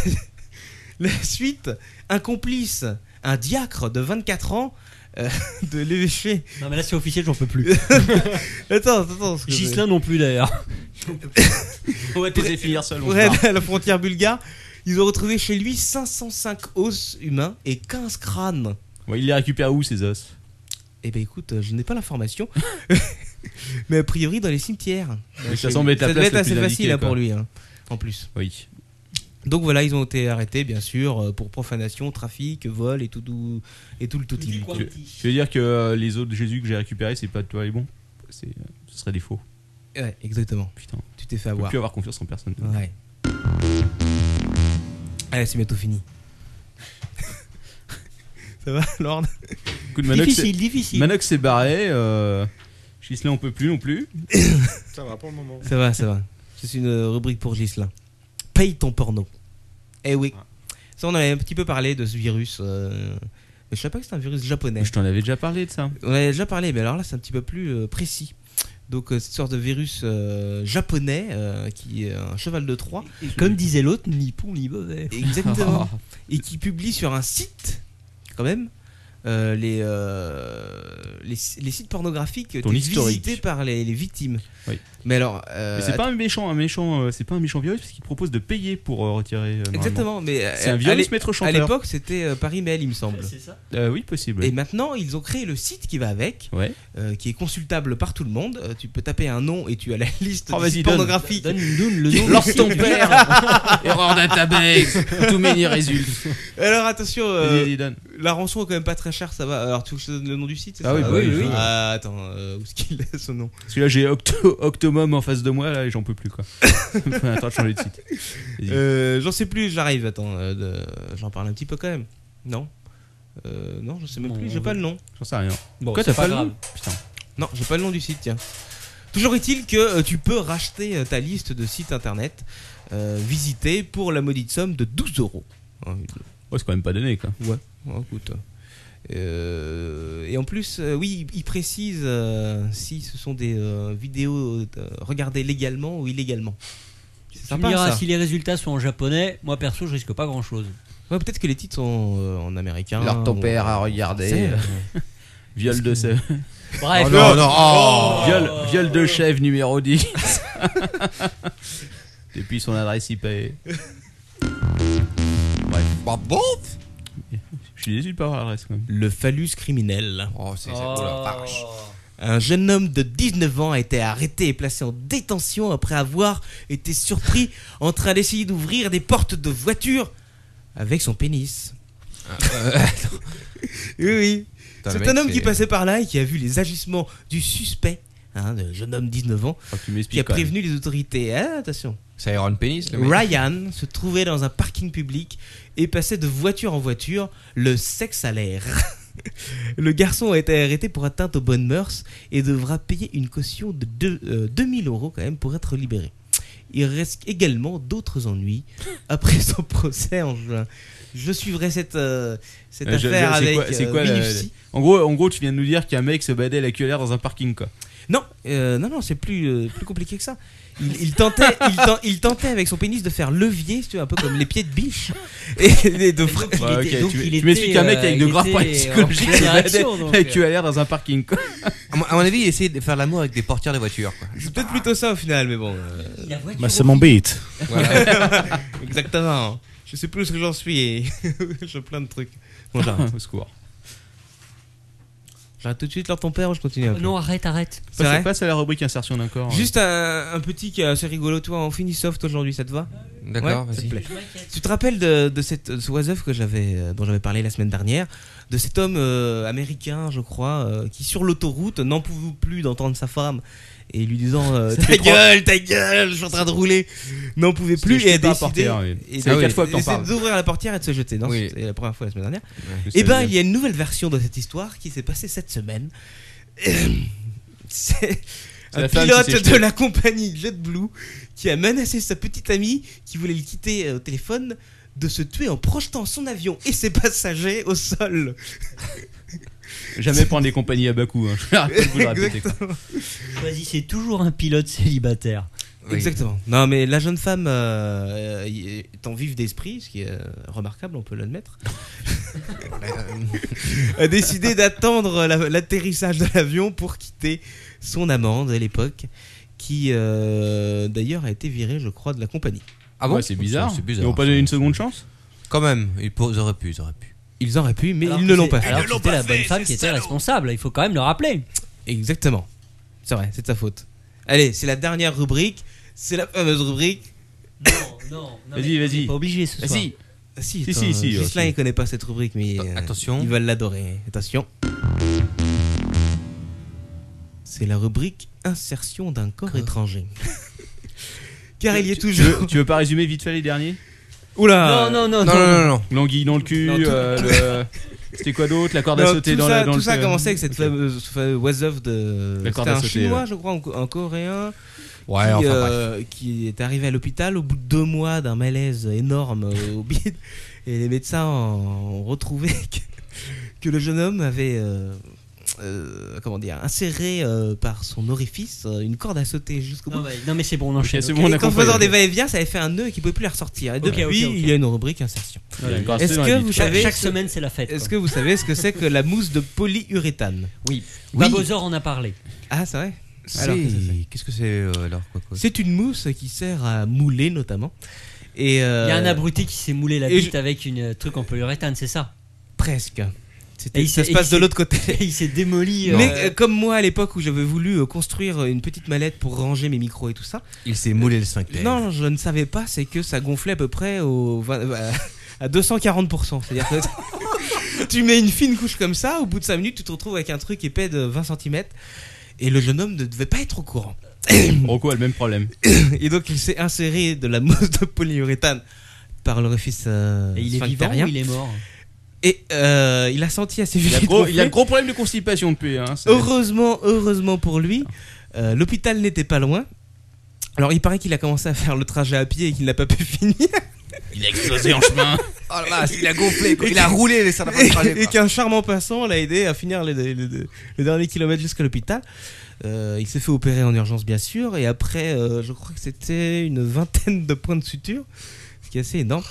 E: La, la suite, un complice, un diacre de 24 ans euh, de l'évêché
F: Non, mais là, c'est officiel, j'en peux plus.
E: Attends, attends. ce que
J: Gislain non plus d'ailleurs.
C: On va te laisser finir seul.
E: j'ai- Ouais, à la frontière bulgare, ils ont retrouvé chez lui 505 os humains et 15 crânes.
C: il les récupère où ces os
E: Eh ben écoute, euh, je n'ai pas l'information. Mais a priori dans les cimetières.
C: De toute façon, mettre
E: Ça
C: la
E: devait
C: place
E: être
C: le
E: assez
C: plus indiqué,
E: facile hein, pour
C: quoi.
E: lui, hein, en plus.
C: Oui.
E: Donc voilà, ils ont été arrêtés, bien sûr, euh, pour profanation, trafic, vol et tout, dou- et tout le tout.
C: Tu, tu veux dire que euh, les os de Jésus que j'ai récupérés, c'est pas toi les bons C'est, euh, Ce serait des faux.
E: Ouais, exactement.
C: Putain. Je
E: Tu t'es
C: peux
E: fait avoir.
C: plus avoir confiance en personne.
E: Ouais. Allez, c'est bientôt fini. Ça va, Lord
C: Coup de Manox,
F: difficile, difficile.
C: c'est- Manox s'est barré. Euh... Gisley, on peut plus non plus.
D: Ça va pour le moment.
E: Ça va, ça va. C'est une euh, rubrique pour Gislin. Paye ton porno. Eh oui.
C: Ah.
E: Ça, on avait un petit peu parlé de ce virus. euh, Mais je savais pas que c'était un virus japonais.
C: Je t'en avais déjà parlé de ça.
E: On en avait déjà parlé, mais alors là, c'est un petit peu plus euh, précis. Donc, euh, cette sorte de virus euh, japonais euh, qui est un cheval de Troie.
F: Comme disait l'autre, ni pont ni mauvais.
E: Exactement.
C: Ah.
E: et qui publie sur un site, quand même, euh, les, euh, les, les sites pornographiques
C: Ton
E: étaient
C: historique.
E: visités par les, les victimes.
C: Oui.
E: Mais alors. euh,
C: Mais c'est pas un méchant, un méchant, euh, c'est pas un méchant virus parce qu'il propose de payer pour euh, retirer. euh, normalement.
E: Exactement, mais
C: C'est un
E: euh, allez-
C: virus maître
E: À
C: chanteur.
E: l'époque, c'était euh, Paris Mail, il me semble.
C: Euh, oui, possible.
E: Et maintenant, ils ont créé le site qui va avec,
C: Ouais.
E: euh, qui est consultable par tout le monde. Euh, tu peux taper un nom et tu as la liste
C: Oh,
E: des
C: vas-y,
E: sites
C: donne.
E: pornographiques.
F: Donne-nous le nom.
C: Lance ton père Erreur database Tout mini résulte.
E: Alors attention, euh,
C: Vas-y, vas-y, donne.
E: la rançon est quand même pas très chère, ça va. Alors tu veux que je te donne le nom du site c'est
C: Ah
E: ça
C: oui, bah oui, oui.
E: Ah, attends, euh, où est-ce qu'il est ce nom
C: Parce que là, j'ai Octo- Octomum en face de moi, là, et j'en peux plus, quoi. Enfin, attends, de changer de site. Vas-y.
E: Euh, J'en sais plus, j'arrive, attends, euh, de- j'en parle un petit peu quand même. Non Euh, Non, je sais même
J: Bon,
E: plus,
J: on
E: j'ai pas
J: va-
E: le nom.
C: J'en sais rien.
J: Bon,
C: Quoi,
J: c'est
C: t'as pas, le
J: grave.
C: nom Putain.
E: Non, j'ai pas le nom du site, tiens. Toujours est-il que euh, tu peux racheter euh, ta liste de sites internet euh, visités pour la maudite somme de 12 euros. Hein,
C: Ouais, c'est quand même pas donné, quoi.
E: Ouais, ouais, écoute. Euh, et en plus, euh, oui, il il précise euh, si ce sont des euh, vidéos euh, regardées légalement ou illégalement. C'est
F: Tu me
E: sympa
F: diras
E: ça.
F: si les résultats sont en japonais. Moi perso, je risque pas grand chose.
E: Ouais, peut-être que les titres sont euh, en américain.
G: Alors ton
E: ou- euh,
G: père a
E: C'est-
G: regardé.
C: Viol de, ce-
F: Bref,
G: non, non, oh
C: viol, viol de chèvre numéro 10. Depuis son adresse IP. Bref.
H: Ah
G: Bah bon
C: Je suis déçu de pas avoir l'adresse, quand même.
E: Le phallus criminel.
H: Oh, c'est ça.
F: Oh.
H: Oh la vache.
E: Un jeune homme de 19 ans a été arrêté et placé en détention après avoir été surpris en train d'essayer d'ouvrir des portes de voiture avec son pénis. oui, oui.
H: Ah, Putain, le
E: C'est
H: mec,
E: un homme qui
H: c'est-
E: passait par là et qui a vu les agissements du suspect, hein, le jeune homme 19 ans,
C: Faut que tu
E: qui a
C: m'expliques. quand même.
E: prévenu les autorités. Ah, attention.
H: Ça Iron Penis, le mec.
E: Ryan se trouvait dans un parking public et passait de voiture en voiture, le sexe à l'air. Le garçon a été arrêté pour atteinte aux bonnes mœurs et devra payer une caution de deux- euh, 2000 euros quand même pour être libéré. Il reste également d'autres ennuis après son procès en juin. Je suivrai cette, euh, cette
C: Euh, je- je-
E: affaire
C: c'est
E: avec
C: quoi- c'est
E: euh,
C: quoi la-
E: minutie.
C: En gros, en gros, tu viens de nous dire qu'un mec se badait la cuillère dans un parking, quoi.
E: Non, euh, non, non, c'est plus, euh, plus compliqué que ça. Il, il tentait, il, ten- il tentait avec son pénis de faire levier, si tu veux, un peu comme les pieds de biche. Et, et de fra-
F: Il
C: Ouais,
F: était-
C: ok,
F: donc
C: tu
F: il
C: tu
F: était,
C: m'expliques qu'un mec avec
F: euh,
C: de
F: il
C: graves
F: était
C: problèmes psychologiques
F: en
C: se
F: pleine
C: badait
F: érection, donc,
C: la
F: euh.
C: cuillère dans un parking, quoi.
H: À mon- à mon avis, il essayait de faire l'amour avec des portières de voiture. Quoi.
E: C'est peut-être plutôt ça au final, mais bon. euh,
F: La voiture
D: Bah, c'est mon beat.
H: Voilà.
E: exactement. Je sais plus où est-ce que j'en suis et je plein de trucs. Bon, j'arrête.
C: Au secours.
E: J'arrête tout de suite, alors ton père, ou je continue un peu
F: Non, arrête, arrête.
E: c'est vrai
C: Passe, passe à la rubrique insertion d'un corps. hein.
E: Juste un, un petit qui est assez rigolo, toi, on finit soft aujourd'hui, ça te va
H: D'accord,
E: Ouais, s'il te
H: vas-y.
E: plaît. Tu te rappelles de, de cette de ce oiseuf que j'avais euh, dont j'avais parlé la semaine dernière, de cet homme euh, américain, je crois, euh, qui sur l'autoroute n'en pouvait plus d'entendre sa femme et lui disant euh, ta gueule, ta gueule, je suis en train de rouler, n'en pouvait
C: C'était
E: plus
C: jeté
E: et a
C: par la
E: décidé
C: portière, oui.
E: et
C: C'est la
E: hein, oui,
C: quatre fois que t'en
E: d'essayer
C: parles.
E: d'ouvrir la portière et de se jeter. Non,
H: Oui.
E: c'était la première fois la semaine dernière.
C: Je sais
E: Eh ben,
C: bien.
E: il y a une nouvelle version de cette histoire qui s'est passée cette semaine. C'est un
C: la femme
E: pilote
C: qui s'est
E: de
C: jetée.
E: la compagnie JetBlue qui a menacé sa petite amie qui voulait le quitter euh, au téléphone de se tuer en projetant son avion et ses passagers au sol.
C: Jamais prendre des compagnies à bas coût. hein. Je vais vous le répéter, quoi.
E: Exactement.
F: Choisissez toujours un pilote célibataire.
H: Oui.
E: Exactement. Non, mais la jeune femme euh, euh, y- est en vive d'esprit, ce qui est euh, remarquable, on peut l'admettre. a décidé d'attendre la- l'atterrissage de l'avion pour quitter son amant de l'époque, qui euh, d'ailleurs a été virée, je crois, de la compagnie.
H: Ah bon
C: Ouais, c'est bizarre.
H: C'est
C: Ils n'ont pas donné une seconde chance
H: Quand même, ils pour- ils auraient pu, ils auraient pu.
E: Ils auraient pu, mais
F: Alors
E: ils
F: que
E: ne l'ont
F: c'est-
E: pas fait.
F: Alors que c'était la bonne femme qui était responsable. Il faut quand même le rappeler.
E: Exactement. C'est vrai, c'est de sa faute. Allez, c'est la dernière rubrique. C'est la fameuse rubrique.
F: Non, non, non.
C: Vas-y,
F: mais on
C: vas-y.
F: n'est Pas obligé ce soir.
C: Vas-y.
E: Ah, Si,
C: Si,
E: attends,
C: si, si,
E: Ghislain,
C: aussi.
E: il connaît pas cette rubrique, mais
H: Atten-
E: euh,
H: attention.
E: ils veulent l'adorer. Attention. C'est la rubrique insertion d'un corps étranger. Car il y est
C: Tu
E: toujours.
C: veux, tu veux pas résumer vite fait les derniers
E: Oula.
F: Non, non, non,
H: Non,
F: non.
H: non, non, non.
C: L'anguille dans le cul,
E: Non, tout-
C: euh, le- c'était quoi d'autre La corde à
E: Non,
C: sauter
E: tout
C: dans
E: ça,
C: la. Dans
E: tout
C: le
E: ça a
C: euh,
E: commencé avec cette
C: ok.
E: fameuse, fameuse was-of de.
C: La corde
E: C'était
C: à
E: un
C: sauter,
E: chinois,
C: ouais.
E: je crois, un, un coréen,
H: Ouais,
E: qui,
H: enfin bref.
E: euh, qui est arrivé à l'hôpital au bout de deux mois d'un malaise énorme euh, au bide. Et les médecins ont ont retrouvé que, que le jeune homme avait euh, euh, comment dire, inséré euh, par son orifice euh, une corde à sauter jusqu'au bout.
F: Non, mais, non, mais c'est bon, Ah on
C: Ok,
F: enchaîne.
C: c'est
F: ok.
C: bon, on a
E: Et qu'en
C: compris.
E: faisant des va-et-vient, ça avait fait un nœud et qu'il ne pouvait plus la ressortir. Et
F: Ok,
E: depuis,
F: ok, ok.
E: il y a une rubrique insertion.
C: Il y a une corde à
E: Est-ce
C: sauter dans
E: que
C: la
E: vous
C: bite.
F: Chaque,
E: savez
F: chaque
E: ce-
F: semaine, c'est la fête.
E: Est-ce que
F: quoi.
E: vous savez ce que c'est que la mousse de polyuréthane
F: Oui.
E: Oui.
F: Babozor Bah, en a parlé.
E: Ah, c'est vrai Alors, qu'est-ce que ça
H: C'est- Qu'est-ce que c'est euh, alors quoi, quoi
E: C'est une mousse qui sert à mouler notamment. Et euh,
F: Il y a un
E: abruti
F: abruti qui s'est moulé la
E: et
F: bite avec une euh, truc en polyuréthane, c'est ça
E: Presque. C'était-
F: Et il
E: ça
F: s'est-
E: se passe
F: et
E: de
F: il
E: l'autre côté.
F: Et il s'est démoli. euh,
E: Mais euh, comme moi à l'époque où j'avais voulu euh, construire une petite mallette pour ranger mes micros et tout ça,
H: Il s'est moulé le sphincter.
E: non, je ne savais pas, c'est que ça gonflait à peu près au 20 euh, à 240%. C'est-à-dire que tu mets une fine couche comme ça, au bout de 5 minutes, tu te retrouves avec un truc épais de 20 cm. Et le jeune homme ne devait pas être au courant.
C: Rocco a le même problème.
E: Et donc il s'est inséré de la mousse de polyuréthane par l'orifice euh,
F: et il est vivant
E: sphinctérien.
F: ou il est mort
E: Et euh, il a senti assez vite.
C: Il a, gros, il a
E: gonfler.
C: le gros problème de constipation depuis. Hein, c'est-
E: Heureusement, heureusement pour lui, euh, l'hôpital n'était pas loin. Alors il paraît qu'il a commencé à faire le trajet à pied et qu'il n'a pas pu finir.
C: Il a explosé en chemin.
G: Oh la vache, il a gonflé, quoi. il a roulé, ça n'a pas de trajet.
F: bah.
E: et
G: quoi.
E: qu'un charmant passant l'a aidé à finir les, les- les- les derniers kilomètres jusqu'à l'hôpital. Euh, il s'est fait opérer en urgence, bien sûr, et après, euh, je crois que c'était une vingtaine de points de suture, ce qui est assez énorme.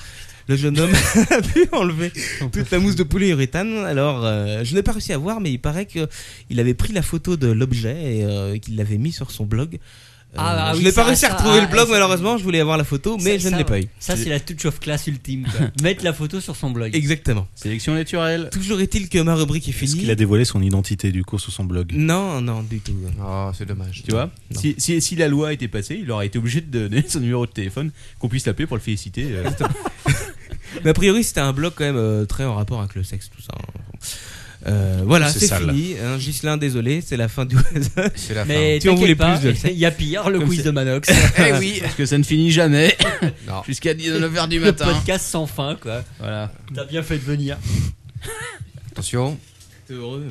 E: Le jeune homme a pu enlever toute la mousse de polyuréthane. Alors, euh, je n'ai pas réussi à voir, mais il paraît qu'il avait pris la photo de l'objet et euh, qu'il l'avait mis sur son blog. Euh,
F: Ah, ah
E: je
F: oui,
E: n'ai pas
F: ça,
E: réussi à
F: ça,
E: retrouver
F: ah,
E: le blog,
F: ça-
E: malheureusement. Je voulais avoir la photo,
F: Ça-
E: mais je ne
F: ça,
E: l'ai pas eu.
F: Ça, c'est la touch of class ultime. quoi. Mettre la photo sur son blog.
E: Exactement.
C: Sélection naturelle.
E: Toujours est-il que ma rubrique est
D: Est-ce
E: finie.
D: qu'il a dévoilé son identité du coup sur son blog
E: Non, non, du tout.
G: Oh, c'est dommage.
C: Tu vois
E: Non.
C: si, si, si la loi était passée, il aurait été obligé de donner son numéro de téléphone, qu'on puisse l'appeler pour le féliciter. euh.
E: Mais a priori, c'était un blog quand même euh, très en rapport avec le sexe, tout ça. hein. Euh, voilà,
D: C'est
E: c'est
D: sale.
E: fini. Hein, Ghislain, désolé, c'est la fin du.
G: C'est la
F: Mais
E: Si on voulait
F: t'inquiète pas,
E: plus de-
F: il y a pire, le
C: Comme
F: quiz
C: c'est-
F: de Manox.
G: fin. Eh oui
C: Parce que ça ne finit jamais.
G: Non.
C: Jusqu'à 19h du
F: le
C: matin.
F: podcast sans fin, quoi.
C: Voilà.
F: T'as bien fait de venir.
G: Attention.
E: heureux.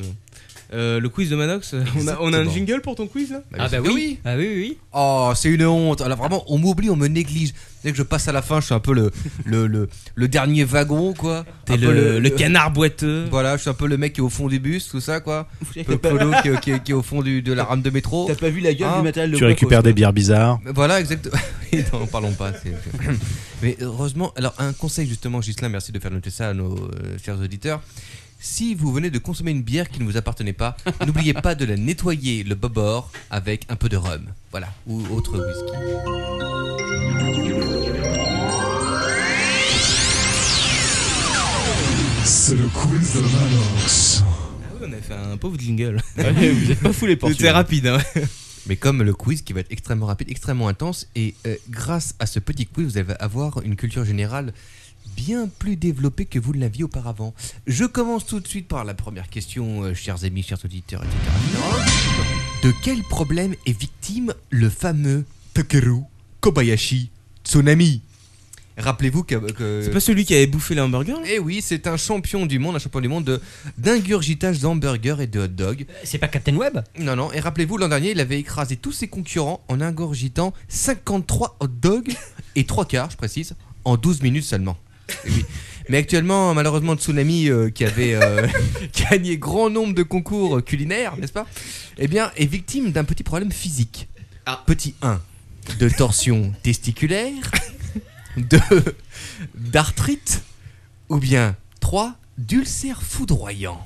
E: Euh, le quiz de Manox, on a, on a un
G: Exactement.
E: jingle pour ton quiz là
G: Ah bah oui
F: Ah oui, oui, oui.
G: Oh, c'est une honte. Alors vraiment, on m'oublie, on me néglige. Dès que je passe à la fin, je suis un peu le, le, le, le dernier wagon, quoi.
E: T'es
G: Un
E: le,
G: peu
E: le canard boiteux.
G: Voilà, je suis un peu le mec qui est au fond du bus, tout ça, quoi. Un
C: Eh
G: peu
C: ben.
G: colo qui, qui- qui est au fond du, de la rame de métro.
C: pas vu la
G: gueule
E: Ah.
G: du
C: matériel
D: Tu récupères des bières bizarres.
G: Voilà, exactement. non, parlons pas. c'est- c'est- Mais heureusement, alors un conseil justement, Gislain, merci de faire noter ça à nos euh, chers auditeurs. Si vous venez de consommer une bière qui ne vous appartenait pas, n'oubliez pas de la nettoyer le bobord avec un peu de rhum, voilà, ou autre whisky.
K: C'est le quiz de Manox.
E: Ah oui, on a fait un pauvre jingle.
C: Vous êtes pas fous les
E: C'était
C: portugais.
E: rapide. Hein.
G: Mais comme le quiz qui va être extrêmement rapide, extrêmement intense, et euh, grâce à ce petit quiz, vous allez avoir une culture générale bien plus développée que vous ne l'aviez auparavant. Je commence tout de suite par la première question, euh, chers amis, chers auditeurs, etc. De quel problème est victime le fameux Takeru Kobayashi Tsunami Rappelez-vous que... que-
E: C'est pas celui qui avait bouffé les hamburgers là
G: Eh oui, c'est un champion du monde, un champion du monde de- d'ingurgitage d'hamburgers et de hot dogs.
F: C'est pas Captain Web
G: Non, non, et rappelez-vous, l'an dernier, il avait écrasé tous ses concurrents en ingorgitant 53 hot dogs et 3 quarts, je précise, en 12 minutes seulement. Et oui. Mais actuellement, malheureusement, Tsunami, euh, qui avait euh, gagné grand nombre de concours culinaires, n'est-ce pas Eh bien, est victime d'un petit problème physique. Petit 1, de torsion testiculaire, de d'arthrite, ou bien 3, d'ulcère foudroyant.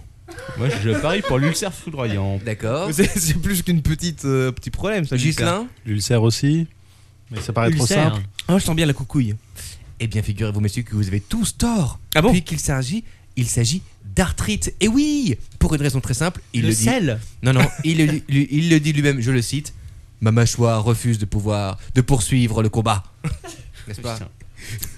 C: Moi je parie pour l'ulcère foudroyant.
G: D'accord
E: C'est c'est plus qu'une petite euh, petit problème ça. Lucas.
G: Gislain
D: L'ulcère aussi. Mais ça paraît trop simple.
E: Ah, je sens bien la coucouille.
G: Eh bien, figurez-vous, messieurs, que vous avez tous tort.
E: Ah bon
G: Puisqu'il s'agit, il s'agit d'arthrite. Et oui, pour une raison très simple, il le,
F: le
G: dit.
F: sel
G: Non, non, il le, lui- il le dit lui-même. Je le cite. Ma mâchoire refuse de pouvoir de poursuivre le combat. N'est-ce pas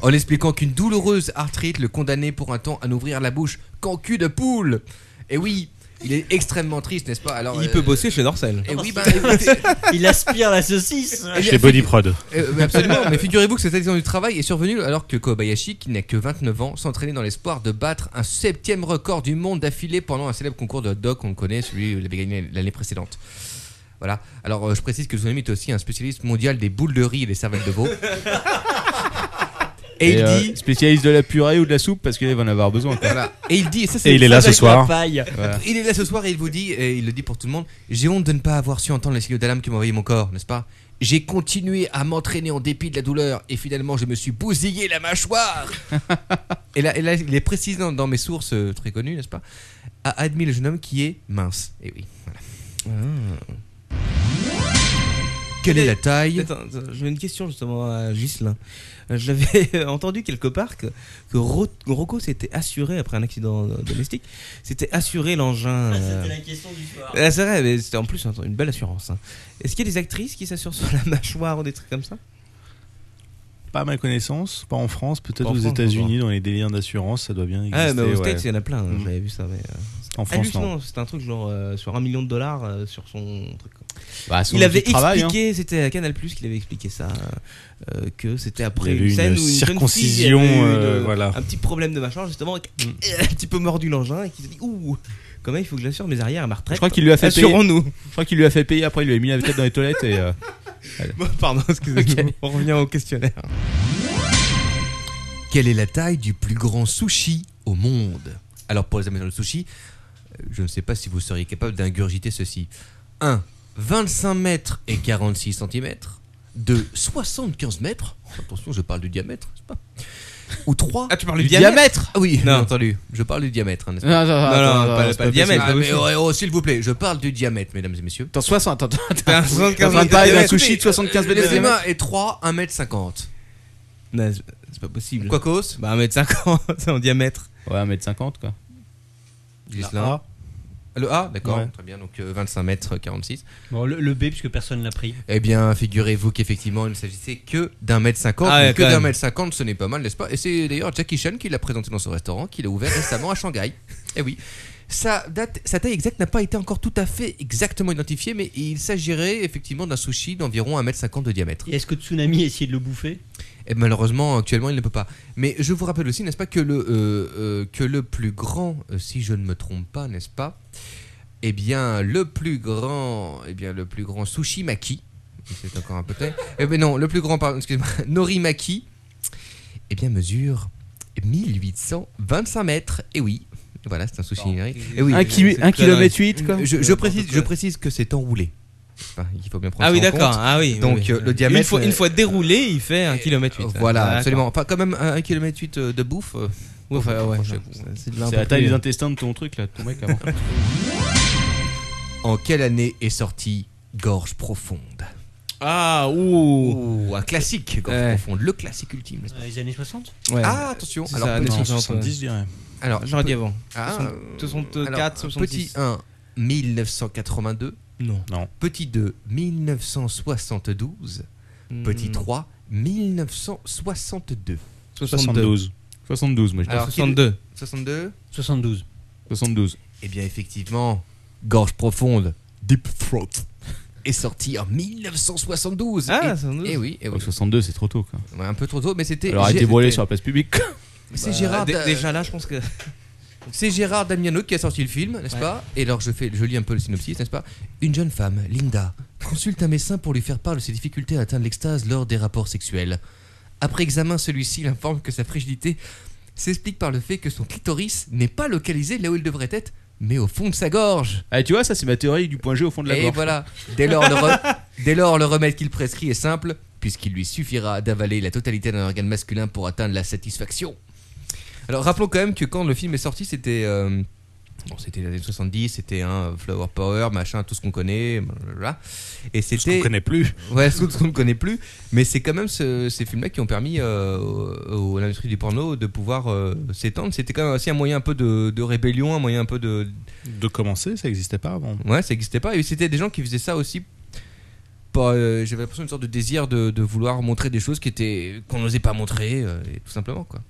G: En expliquant qu'une douloureuse arthrite le condamnait pour un temps à n'ouvrir la bouche qu'en cul de poule. Et oui, il est extrêmement triste, n'est-ce pas Alors,
E: Il
G: euh,
E: peut bosser chez Dorsel.
G: Eh oui, bah, écoutez,
F: Il aspire la saucisse
G: eh bien,
D: Chez Bodyprod.
G: euh, mais absolument, mais figurez-vous que cette accident du travail est survenue alors que Kobayashi, qui n'a que 29 ans, s'entraînait dans l'espoir de battre un septième record du monde d'affilée pendant un célèbre concours de hot dog qu'on connaît, celui où il avait gagné l'année précédente. Voilà, alors euh, je précise que Tsunami est aussi un spécialiste mondial des boules de riz et des cervelles de veau. Et, il
C: euh,
G: dit,
C: spécialiste de la purée ou de la soupe parce qu'il va en avoir besoin. quoi.
G: voilà, et il dit, et ça c'est
D: Et il est là ce
F: Avec la
D: soir.
F: paille.
C: Voilà.
G: il est là ce soir et il vous dit, et il le dit pour tout le monde, j'ai honte de ne pas avoir su entendre les signaux d'alarme que m'envoyait mon corps, n'est-ce pas J'ai continué à m'entraîner en dépit de la douleur et finalement je me suis bousillé la mâchoire. et, là, et là, il est précis dans, dans mes sources euh, très connues, n'est-ce pas A admis le jeune homme qui est mince. Et oui, voilà. Quelle est la taille
E: Attends, attends, j'avais une question justement à Gislin. J'avais entendu quelque part que, que Ro- Rocco s'était assuré, après un accident euh, domestique, s'était assuré l'engin. euh,
F: Ah, C'était la question du soir.
E: ah, c'est vrai, mais c'était en plus un- une belle assurance. hein. Est-ce qu'il y a des actrices qui s'assurent sur la mâchoire ou des trucs comme ça
D: Pas à ma connaissance, pas en France, peut-être
E: Pas en
D: aux
E: France,
D: États-Unis, dans les délires d'assurance, ça doit bien
E: Ah,
D: exister.
E: mais aux
D: ouais.
E: States, il y en a plein, hein,
D: Mm.
E: j'avais vu ça. Mais, euh,
D: En France, non.
E: hallucinant, c'était un truc genre euh, sur un million de dollars euh, sur son truc.
C: Bah, son
E: Il avait
C: petit travail, hein.
E: expliqué, c'était à Canal Plus qu'il avait expliqué ça, euh, que c'était après
D: Il y
E: une,
D: avait une
E: scène où une
D: circoncision,
E: jeune fille avait eu
D: euh,
E: une-
D: voilà. Mm.
E: un petit problème de machin justement, et qui- un petit peu mordu l'engin et qui s'est dit ouh, quand même il faut que j'assure mes arrières à ma retraite.
C: Je crois qu'il lui a fait payer.
E: Assurons-nous.
C: Je crois qu'il lui a fait payer après il lui a mis la tête dans les toilettes et euh,
E: Bon, Pardon, excusez-moi. On revient au questionnaire.
G: Quelle est la taille du plus grand sushi au monde Alors pour les amateurs de sushi, euh, je ne sais pas si vous seriez capable d'ingurgiter ceci. 1. 25 mètres et 46 cm. 2. 75 mètres. Oh, Attention, je parle du diamètre, c'est pas. Ou 3.
E: Ah, tu parles du diamètre
G: Ah oui,
E: Non.
G: bien entendu. Je parle du diamètre, hein, n'est-ce
J: Non,
G: pas
J: non, non,
E: Non,
J: attends,
E: non,
J: attends,
E: pas-
J: c'est
E: pas
J: pas
E: le diamètre.
G: Ah,
E: pas
G: mais
E: possible.
G: ouais, oh, s'il vous plaît, je parle du diamètre, mesdames et messieurs.
J: Attends, 60, attends, attends.
E: T'as un
J: T'es en
E: 75
J: train de parler d'un
E: mètres.
J: sushi de 75 mètres de
G: Les
J: diamètre.
G: humains et 3, 1m50.
E: Non, c'est- C'est pas possible.
G: Quacos
E: Bah 1m50 en diamètre. Ah,
C: Ouais, 1m50 quoi. Ah,
G: Gislain. Le A, d'accord,
D: Ouais.
G: très bien, donc euh, 25 mètres 46.
F: Bon, le, le B, puisque personne l'a pris.
G: Eh bien, figurez-vous qu'effectivement, il ne s'agissait que d'un mètre cinquante.
E: Ah ouais,
G: mais que
E: quand
G: d'un
E: même.
G: mètre cinquante, ce n'est pas mal, n'est-ce pas Et c'est d'ailleurs Jackie Chan qui l'a présenté dans son restaurant, qu'il a ouvert récemment à Shanghai. Eh oui. Sa, date, sa taille exacte n'a pas été encore tout à fait exactement identifiée, mais il s'agirait effectivement d'un sushi d'environ 1m50 de diamètre.
F: Et est-ce que Tsunami a essayé de le bouffer
G: Et malheureusement, actuellement, il ne peut pas. Mais je vous rappelle aussi, n'est-ce pas, que le, euh, euh, que le plus grand, euh, si je ne me trompe pas, n'est-ce pas Eh bien, le plus grand, eh bien, le plus grand sushi maki. C'est encore un peu tôt. Eh bien non, le plus grand, pardon, excusez-moi, nori maki. Eh bien, mesure 1825 mètres. Et oui, voilà, c'est un sushi nori. Eh oui.
E: euh,
J: 1
G: C'est-
J: km 8 quoi.
G: Je, je précise, je précise que c'est enroulé. Enfin, il faut bien prendre
E: Ah
G: ça
E: oui,
G: en compte.
E: d'accord. Ah oui.
G: Donc,
E: oui, oui.
G: euh, le diamètre,
E: Une fois, une
G: euh,
E: fois déroulé, il fait 1 km 8.
G: Voilà, absolument. Enfin, quand même, 1,8 km de bouffe. euh,
E: Ouais, enfin, ouais,
G: Bon,
E: non,
G: je-
E: c'est de l'un
C: C'est
E: peu
C: la taille
E: plus-
C: des intestins de ton truc là, de ton mec avant.
G: En quelle année est sorti Gorge Profonde
E: Ah, ouh.
G: Ouh, un classique, Gorge
E: Ouais.
G: Profonde, le classique ultime. n'est-ce pas
F: Dans les années 60
E: Ouais.
G: Ah, attention,
E: C'est
G: alors,
E: ça,
G: petit-
E: non.
D: En
E: 70,
D: 70, je dirais.
G: alors,
E: euh, J'aurais dit avant.
G: ah,
E: soixante-
G: euh,
E: 64,
G: alors,
E: 70.
G: Petit 1, 1982.
E: Non.
G: Petit 2, 1972.
E: Hmm.
G: Petit 3, 1962.
D: 72.
C: 72, moi je dis.
G: Alors,
E: 62.
G: 62
F: 72.
C: 72.
G: Eh bien, effectivement, Gorge Profonde, Deep Throat, est sorti en 1972.
E: Ah,
G: et,
E: 72.
G: eh oui, eh oui.
C: Oh, 62, c'est trop tôt quoi.
G: Ouais, un peu trop tôt, mais c'était.
C: Alors, arrêtez
G: Gé-
C: de brûler sur la place publique.
G: C'est Gérard.
E: Bah,
G: euh, Da-
E: Dé- Déjà là, je pense que.
G: C'est Gérard Damiano qui a sorti le film, n'est-ce pas Et alors je, fais, je lis un peu le synopsis, n'est-ce pas Une jeune femme, Linda, consulte un médecin pour lui faire part de ses difficultés à atteindre l'extase lors des rapports sexuels. Après examen, celui-ci l'informe que sa fragilité s'explique par le fait que son clitoris n'est pas localisé là où il devrait être, mais au fond de sa gorge.
C: Ah, tu vois, ça c'est ma théorie du point G au fond de la
G: Et
C: gorge.
G: voilà, dès lors, le re- dès lors, le remède qu'il prescrit est simple, puisqu'il lui suffira d'avaler la totalité d'un organe masculin pour atteindre la satisfaction. Alors rappelons quand même que quand le film est sorti, c'était... euh, Bon, c'était les années 70, c'était un Flower Power, machin, tout ce qu'on connaît, blablabla. Et
D: Tout ce qu'on
G: c'était.
D: connaît plus.
G: Ouais, tout ce qu'on ne connaît plus. Mais c'est quand même ce- ces films-là qui ont permis euh, au- au- à l'industrie du porno de pouvoir euh, s'étendre. C'était quand même aussi un moyen un peu de- de rébellion, un moyen un peu de,
D: De commencer, ça n'existait pas avant.
G: Ouais, ça n'existait pas. Et c'était des gens qui faisaient ça aussi. par, euh, J'avais l'impression d'une sorte de désir de, de vouloir montrer des choses qui étaient qu'on n'osait pas montrer, euh, et tout simplement quoi.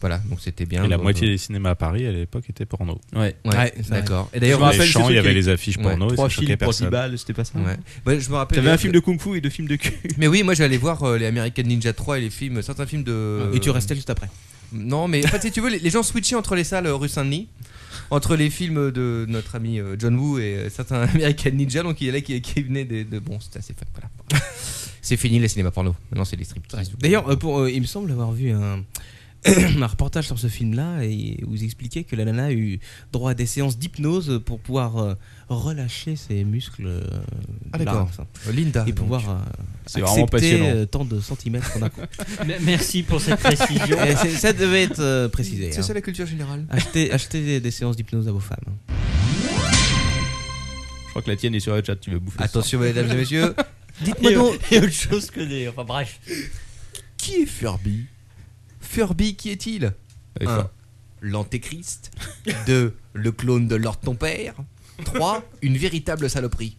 G: Voilà, donc c'était bien.
D: Et la
G: Bon,
D: moitié
G: euh,
D: des cinémas à Paris à l'époque étaient porno.
C: Ouais.
G: Ouais,
E: Ouais, c'est
G: d'accord. Et
D: Je
G: d'ailleurs,
C: me
D: me
C: rappelle,
D: rappelle,
C: c'est
D: il
C: ceux
D: y avait
C: qui-
D: les affiches
G: Ouais,
D: porno et ça
C: 3 films
D: choquait
C: pour 10
D: personne.
C: balles, c'était pas ça.
G: ouais. Bah, je me rappelle.
C: T'avais un film de kung fu et deux films de cul.
G: Mais oui, moi j'allais voir euh, les American Ninja 3 et les films, certains films de.
E: Ah, Et tu restais juste après.
G: Non, mais en fait, si tu veux, les, les gens switchaient entre les salles euh, rue Saint-Denis, entre les films de notre ami euh, John Woo et euh, certains American Ninja, donc il y en a qui, qui venaient des- de. Bon, c'était assez fun, voilà. C'est fini les cinémas porno. Maintenant, c'est les strips.
E: D'ailleurs, euh, pour, euh, il me semble avoir vu un, un reportage sur ce film-là et où ils expliquaient que la nana a eu droit à des séances d'hypnose pour pouvoir euh, relâcher ses muscles euh,
G: Ah,
E: larynx,
G: d'accord.
E: hein,
G: Linda.
E: et
G: donc.
E: pouvoir euh,
C: C'est vraiment
E: accepter
C: passionnant.
E: euh, tant de centimètres en un coup.
F: M- Merci pour cette précision.
E: Et c'est- ça devait être euh, précisé.
G: C'est
E: hein.
G: ça la culture générale.
E: Acheter, acheter des, des séances d'hypnose à vos femmes.
C: Je crois que la tienne est sur le chat, tu veux bouffer.
G: Attention, mesdames et messieurs. Dites-moi
F: Et,
G: donc,
F: et autre chose que des. Enfin bref.
G: qui est Furby Furby, qui est-il
C: ça. Ouais,
G: 1. L'antéchrist. 2. Le clone de Lord ton père. 3. Une véritable saloperie.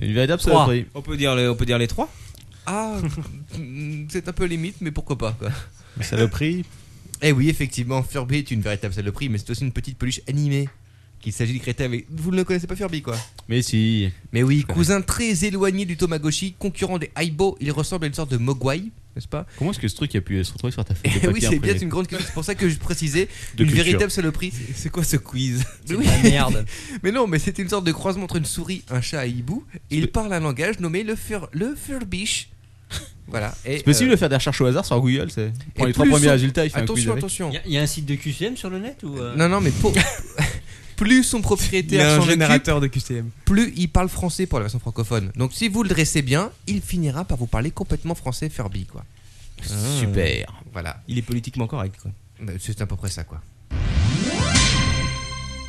C: Une véritable
E: Trois.
C: saloperie.
E: On peut dire les, on peut dire les trois.
G: Ah, mm, c'est un peu limite, mais pourquoi pas quoi.
D: Mais saloperie,
G: Eh oui, effectivement, Furby est une véritable saloperie, mais c'est aussi une petite peluche animée qu'il s'agit de créer avec. Vous ne connaissez pas Furby quoi
C: Mais si.
G: Mais oui, cousin très éloigné du Tomagoshi, concurrent des Haibo, il ressemble à une sorte de Mogwai, n'est-ce pas
C: Comment est-ce que ce truc a pu se retrouver sur ta feuille de
G: Eh oui,
C: papier
G: c'est bien
C: imprimée
G: c'est une grande question. C'est pour ça que je précisais
D: de
G: une
D: culture.
G: véritable saloperie.
E: C'est quoi ce quiz
G: Mais,
F: Ah, merde.
G: mais non, mais c'était une sorte de croisement entre une souris, un chat et un hibou. Et il parle un langage nommé le, fur, le furbish. Voilà. Et,
J: C'est possible
G: euh,
J: de faire des recherches au hasard sur Google. C'est prends
G: et
J: les trois
G: plus
J: premiers
G: on-
J: résultats, il fait
G: Attention,
J: un quiz.
G: attention.
F: Il y, a un site de QCM sur le net ou euh,
G: Non, non, mais pour- plus son
E: Il y
G: propriétaire
E: a un
G: s'en occupe,
E: générateur de QCM.
G: plus il parle français pour la version francophone. Donc si vous le dressez bien, il finira par vous parler complètement français Furby, quoi.
E: Super.
G: Voilà,
E: Ah. Il est politiquement correct. quoi.
G: Mais c'est à peu près ça, quoi.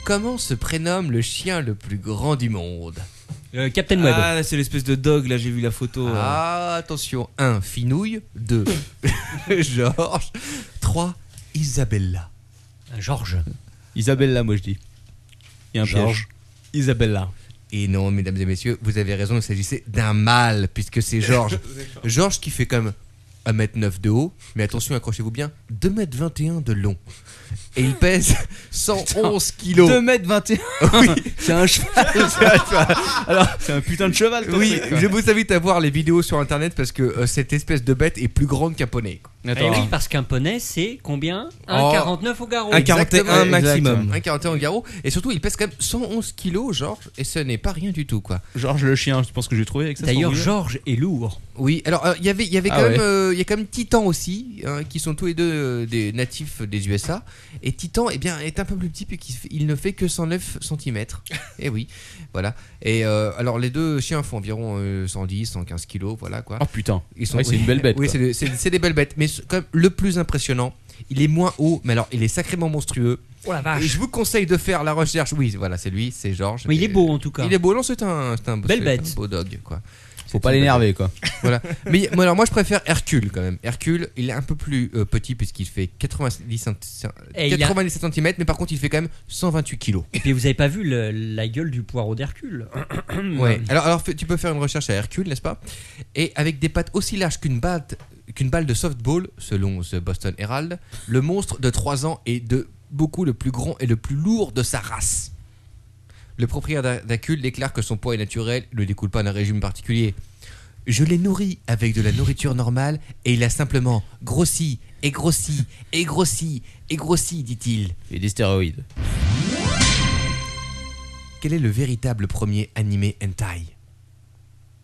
G: Comment se prénomme le chien le plus grand du monde
F: euh, Captain Web.
E: Ah, là, c'est l'espèce de dog. Là, j'ai vu la photo. euh.
G: Ah, attention 1. Finouille 2. Georges 3. Isabella.
F: Euh, Georges.
J: Isabella, moi je dis. Il y a un piège.
D: Georges.
J: Isabella.
G: Et non, mesdames et messieurs, vous avez raison, il s'agissait d'un mâle, puisque c'est Georges. Georges qui fait comme 1m9 de haut, mais attention, accrochez-vous bien, 2m21 de long. Et il pèse 111 kilos.
J: 2m21
G: Oui.
J: C'est un cheval Alors, c'est un putain de cheval toi,
G: Oui,
J: ce truc, quoi.
G: je vous invite à voir les vidéos sur internet parce que euh, cette espèce de bête est plus grande qu'un poney. quoi.
J: Attends,
F: Eh oui, parce qu'un poney, c'est combien
G: Oh.
F: 1,49 au garrot.
E: Un 41
G: Exactement,
E: maximum.
G: exactement. Un 41 au garrot. Et surtout, il pèse quand même 111 kilos, Georges, et ce n'est pas rien du tout, quoi.
J: Georges le chien, je pense que j'ai trouvé avec ça.
F: D'ailleurs,
J: sur Google.
F: Georges est lourd.
G: Oui, alors euh, il y avait, il y avait
J: Ah
G: quand
J: ouais.
G: même, euh, il y a quand même Titan aussi, hein, qui sont tous les deux euh, des natifs des USA. Et Titan, eh bien, est un peu plus petit puisqu'il fait- il ne fait que 109 cm. et Eh oui, voilà. Et euh, alors les deux chiens font environ euh, 110, 115 kilos, voilà quoi.
J: Oh putain.
G: Ils
J: Ouais, c'est une belle bête,
G: Oui,
J: quoi.
G: c'est des- c'est c'est des belles bêtes. Mais ce- quand même, le plus impressionnant, il est moins haut, mais alors il est sacrément monstrueux.
F: Oh la
J: Ah.
G: Et je vous conseille de faire la recherche. Oui, voilà, c'est lui, c'est Georges.
F: Mais il est
G: Et- euh,
F: beau en tout cas.
G: Il est beau, non, c'est un, c'est un, beau-
F: Belle
G: c'est un
F: bête.
G: beau dog, quoi.
J: Faut pas l'énerver quoi.
G: Voilà. Mais moi, alors moi je préfère Hercule quand même. Hercule, il est un peu plus euh, petit puisqu'il fait 90 centi-
F: Et il a-
G: 97 cm, mais par contre il fait quand même 128 kg.
F: Et puis vous avez pas vu le- la gueule du poireau d'Hercule
G: Ah. Ouais. Alors, alors fais- tu peux faire une recherche à Hercule, n'est-ce pas Et avec des pattes aussi larges qu'une batte qu'une balle de softball, selon The Boston Herald, le monstre de 3 ans est de beaucoup le plus grand et le plus lourd de sa race. Le propriétaire d'Hercule déclare que son poids est naturel, ne découle pas d'un régime particulier. Je l'ai nourri avec de la nourriture normale et il a simplement grossi et grossi et grossi et grossi, dit-il.
J: Et des stéroïdes.
G: Quel est le véritable premier animé hentai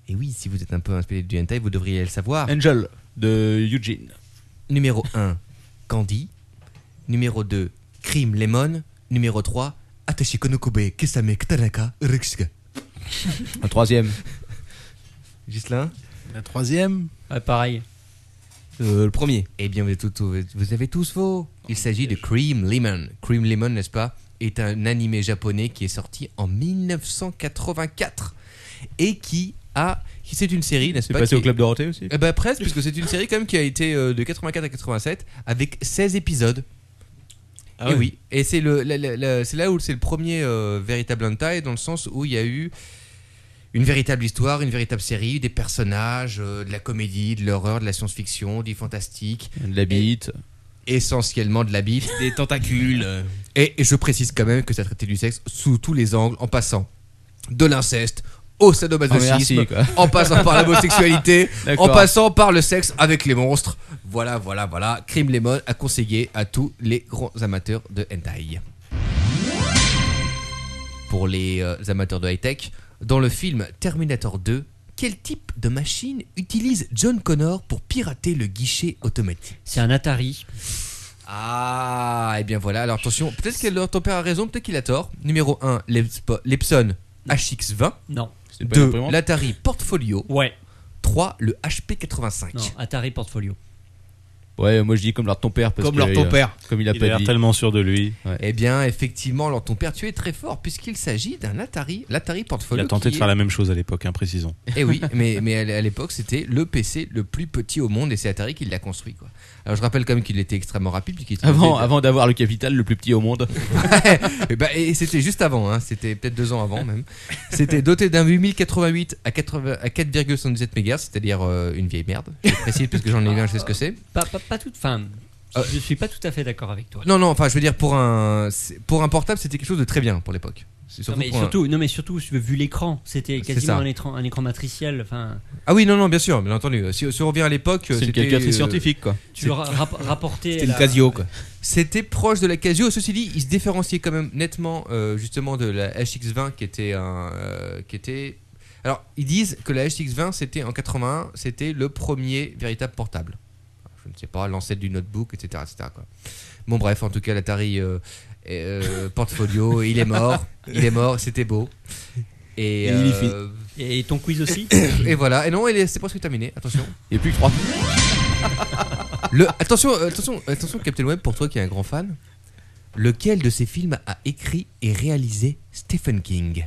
G: Et oui, si vous êtes un peu inspiré du hentai, vous devriez le savoir.
J: Angel de Eugene.
G: Numéro 1, Candy. Numéro 2, Crime Lemon. Numéro 3, Atashi Konokube Kesame Katanaka Rikusuke.
J: Un troisième.
G: Gislain
D: La troisième.
F: Ouais, pareil.
E: Euh, le premier.
G: Eh bien, vous, êtes tous- vous avez tous faux. Il s'agit de Cream Lemon. Cream Lemon, n'est-ce pas, est un animé japonais qui est sorti en 1984 et qui a. qui- C'est une série, n'est-ce
J: C'est
G: pas
J: passé
G: qui-
J: au club Dorothée aussi
G: Eh ben, presque, puisque c'est une série quand même qui a été euh, de 84 à 87 avec 16 épisodes.
E: Ah
G: et
E: ouais.
G: oui, et c'est le, la- la- la- c'est là où c'est le premier euh, véritable hentai dans le sens où il y a eu une véritable histoire, une véritable série, des personnages, euh, de la comédie, de l'horreur, de la science-fiction, du fantastique,
J: De la bite.
G: essentiellement de la bite.
E: Des tentacules. euh.
G: Et je précise quand même que ça traitait du sexe sous tous les angles, en passant de l'inceste au sadomasochisme,
J: Oh, merci, quoi.
G: en passant par l'homosexualité, en
J: D'accord.
G: passant par le sexe avec les monstres. Voilà, voilà, voilà. Crime Lemon a conseillé à tous les grands amateurs de hentai. Pour les euh, amateurs de high-tech, dans le film Terminator 2, quel type de machine utilise John Connor pour pirater le guichet automatique
F: C'est un Atari.
G: ah, et bien voilà, alors attention, peut-être que leur- ton père a raison, peut-être qu'il a tort. Numéro 1, l'Epson HX20.
F: Non.
J: C'est pas une
G: 2,
J: imprimante
G: l'Atari Portfolio.
F: Ouais.
G: 3, le
F: Non,
G: HP85.
F: Atari Portfolio.
J: Ouais, moi je dis comme leur ton père. Parce
E: Comme
J: que,
E: leur ton
J: euh,
E: père.
J: Comme il a
D: Il a
J: pas
D: l'air
J: dit.
D: tellement sûr de lui.
G: Eh bien, effectivement, alors ton père, tu es très fort, puisqu'il s'agit d'un Atari, l'Atari
D: Il
G: Portfolio.
D: a tenté
G: qui
D: de
G: est-
D: faire la même chose à l'époque, hein, précisons.
G: Eh oui, mais, mais à l- à l'époque, c'était le PC le plus petit au monde, et c'est Atari qui l'a construit, quoi. Alors je rappelle quand même qu'il était extrêmement rapide, puisqu'il était-
C: Ah
J: Avant, avant d'avoir le capital le plus petit au monde.
G: et bah, et c'était juste avant, hein, c'était peut-être deux ans avant même. C'était doté d'un 8088 à, 80 à 4,77 MHz, c'est-à-dire euh, une vieille merde. Je précise parce que j'en ai eu un, je sais ce que c'est.
F: Pas, pas, pas toute fin.
G: Euh,
F: Je suis pas tout à fait d'accord avec toi.
G: Non, non, enfin je veux dire, pour un, c'est- pour un portable, c'était quelque chose de très bien pour l'époque. C'est
F: Non
G: surtout
F: mais,
G: pour un-
F: surtout, non mais surtout, vu l'écran, c'était
G: C'est
F: quasiment
G: ça.
F: un écran, un écran matriciel. Enfin,
G: Ah oui, non, non, bien sûr, bien entendu. Si, si on revient à l'époque,
J: C'est une
G: c'était,
J: calculatrice
G: euh,
J: scientifique quoi.
F: tu le ra- rap- rapportais.
E: C'était une
F: la-
E: Casio, quoi.
G: C'était proche de la Casio. Ceci dit, il se différenciait quand même nettement euh, justement de la HX20 qui était un, euh, qui était Alors, ils disent que la HX20, c'était en 81, c'était le premier véritable portable. Je ne sais pas, l'ancêtre du notebook, etc. etc. quoi. Bon, bref, en tout cas, l'Atari euh, euh, Portfolio, il est mort. Il est mort, c'était beau. Et, euh,
E: Il y fit.
F: Et ton quiz aussi
G: et voilà. Et non, il est- c'est presque terminé. Attention.
J: Il n'y a plus que 3.
G: Le, attention, euh, attention, attention, Captain Web, pour toi qui es un grand fan, lequel de ces films a écrit et réalisé Stephen King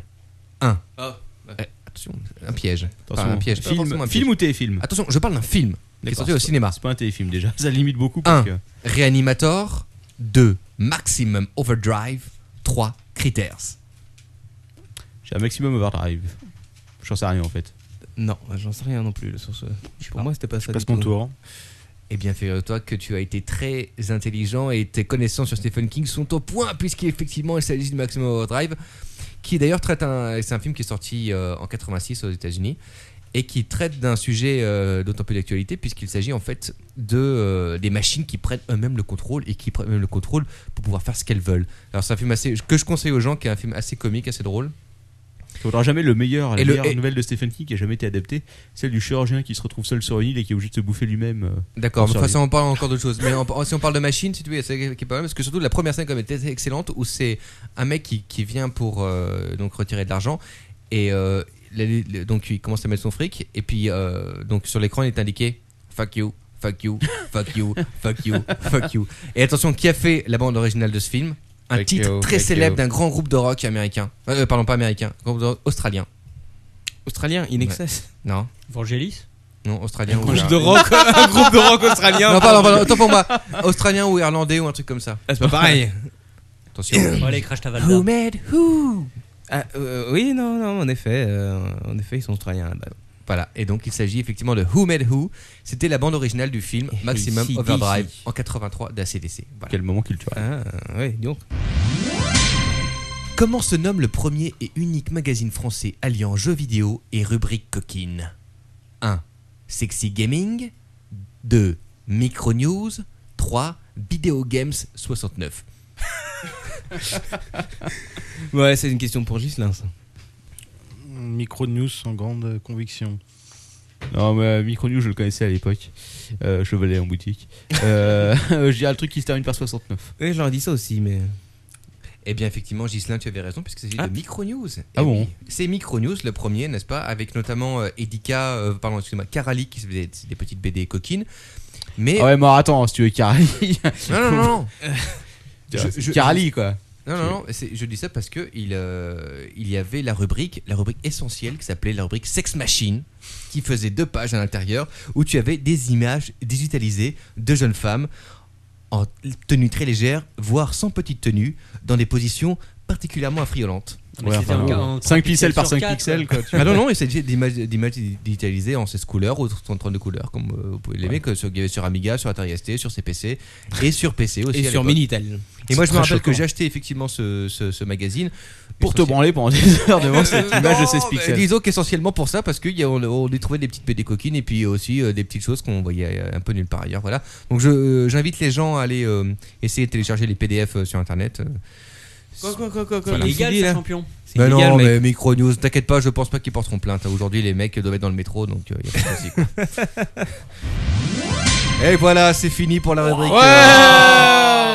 G: Un.
E: Ah, ouais.
G: Euh, attention, un piège. Enfin,
C: Attention,
G: un piège. pas forcément
C: Film,
G: un
C: film
G: piège.
C: ou téléfilm
J: Ah,
G: Attention, je parle d'un film qui est
C: D'accord,
G: sorti au
C: c'est-
G: cinéma.
C: C'est pas un téléfilm déjà. Ça limite beaucoup.
G: Un.
C: Parce que...
G: Réanimator. 2. Maximum Overdrive. 3. Critters.
C: J'ai un maximum overdrive. J'en sais rien en fait.
E: Non, j'en sais rien non plus sur ce. Pour moi, c'était pas ça.
D: Passe
E: du
D: mon
E: tout.
D: tour.
G: Eh bien, figure-toi que tu as été très intelligent et tes connaissances sur Stephen King sont au point, puisqu'effectivement, il s'agit de Maximum Overdrive, qui d'ailleurs traite un. C'est un film qui est sorti euh, en 86 aux États-Unis et qui traite d'un sujet euh, d'autant plus d'actualité, puisqu'il s'agit en fait de, euh, des machines qui prennent eux-mêmes le contrôle et qui prennent eux-mêmes le contrôle pour pouvoir faire ce qu'elles veulent. Alors, c'est un film assez. que je conseille aux gens, qui est un film assez comique, assez drôle.
C: Il faudra jamais le meilleur. La
G: Et le-
C: meilleure
G: et-
C: nouvelle de Stephen King qui a jamais été adaptée, celle du chirurgien qui se retrouve seul sur une île et qui est obligé de se bouffer lui-même. euh,
G: D'accord,
C: Pour
G: mais de toute façon,
C: survivre.
G: on parle encore d'autre chose. Mais en- si on parle de machine, si tu veux, c'est ça qui est pas mal. Parce que surtout, la première scène, comme était excellente, où c'est un mec qui, qui vient pour euh, donc retirer de l'argent. Et euh, la- le- donc, il commence à mettre son fric. Et puis, euh, donc, sur l'écran, il est indiqué Fuck you, fuck you, fuck you, fuck you, fuck you. Et attention, qui a fait la bande originale de ce film Un
H: Fuck
G: titre
H: you,
G: très
H: fuck
G: célèbre
H: you.
G: d'un grand groupe de rock américain. Euh, euh, pardon, pas américain, groupe de rock australien.
E: Australien, In Excess.
G: Non,
F: Vangelis
G: non, australien. ou
E: Groupe de rock, un groupe de rock australien.
G: Non, pardon, pardon, autant pour moi. Australien ou irlandais ou un truc comme ça.
E: Ah, c'est pas pareil.
G: Attention.
F: Oh, Allez, crash ta
G: Who
F: valda.
G: made who
E: Ah, euh, oui, non, non, en effet, euh, en effet, ils sont australiens là-bas.
G: Voilà, et donc il s'agit effectivement de Who Made Who. C'était la bande originale du film Maximum
E: ACDC.
G: Overdrive en 83 d'ACDC. Voilà.
C: Quel moment culturel.
E: Ah, oui, dis donc.
G: Comment se nomme le premier et unique magazine français alliant jeux vidéo et rubrique coquine 1. Sexy Gaming 2. Micro News 3. Video Games 69.
E: Ouais, c'est une question pour Gislin, ça.
D: Micro news sans grande conviction.
C: Non, mais euh, Micro News, je le connaissais à l'époque. Euh, je volais en boutique. Euh, je dirais le truc qui se termine par 69.
E: Oui, j'aurais dit ça aussi, mais.
G: Eh bien, effectivement, Gislain, tu avais raison, puisque c'est
E: Ah.
G: de Micro News.
C: Ah
G: Eh
C: bon
G: oui. C'est Micro News, le premier, n'est-ce pas Avec notamment euh, Edika, euh, pardon, excusez-moi, Karali, qui faisait des- des petites BD coquines. Mais. euh,
C: Ah ouais, mais attends, si tu veux Carly.
G: Non, non, non, non.
C: C'est
G: je-
C: Carly, quoi.
G: Non, non, non, c'est- je dis ça parce que il, euh, il y avait la rubrique, la rubrique essentielle qui s'appelait la rubrique Sex Machine, qui faisait deux pages à l'intérieur où tu avais des images digitalisées de jeunes femmes en tenue très légère, voire sans petite tenue, dans des positions particulièrement affriolantes.
C: Ouais, enfin, bon. 5 pixels par 5 pixels, quoi.
G: Ah non, non, il s'agit d'images d'images digitalisées en 16 couleurs ou 32 couleurs, comme euh, vous pouvez l'aimer, que sur- qu'il y avait sur Amiga, sur Atari ST, sur CPC et sur PC aussi.
E: Et
G: à
E: sur
G: l'époque.
E: Minitel.
G: Et moi, je me
C: Très
G: rappelle que
C: choquant.
G: j'ai acheté effectivement ce, ce- ce magazine.
C: Pour te
G: Essentiel-
C: branler pendant des heures devant cette
G: Euh,
C: image de
G: non,
C: 16
G: mais
C: pixels.
G: Disons qu'essentiellement pour ça, parce qu'on on y trouvait des petites BD coquines et puis aussi euh, des petites choses qu'on voyait euh, un peu nulle part ailleurs. Voilà. Donc je, euh, j'invite les gens à aller euh, essayer de télécharger les PDF euh, sur internet. euh.
E: Quoi, quoi, quoi, quoi, quoi
G: Voilà.
E: il
F: Légal,
E: dit,
F: ça,
E: là.
F: champion.
E: C'est illégal, mec.
G: Micro News, t'inquiète pas, je pense pas qu'ils porteront plainte. hein. Aujourd'hui, les mecs doivent être dans le métro, donc il a pas de souci. quoi. et voilà, c'est fini pour la rubrique. euh,
E: Ah.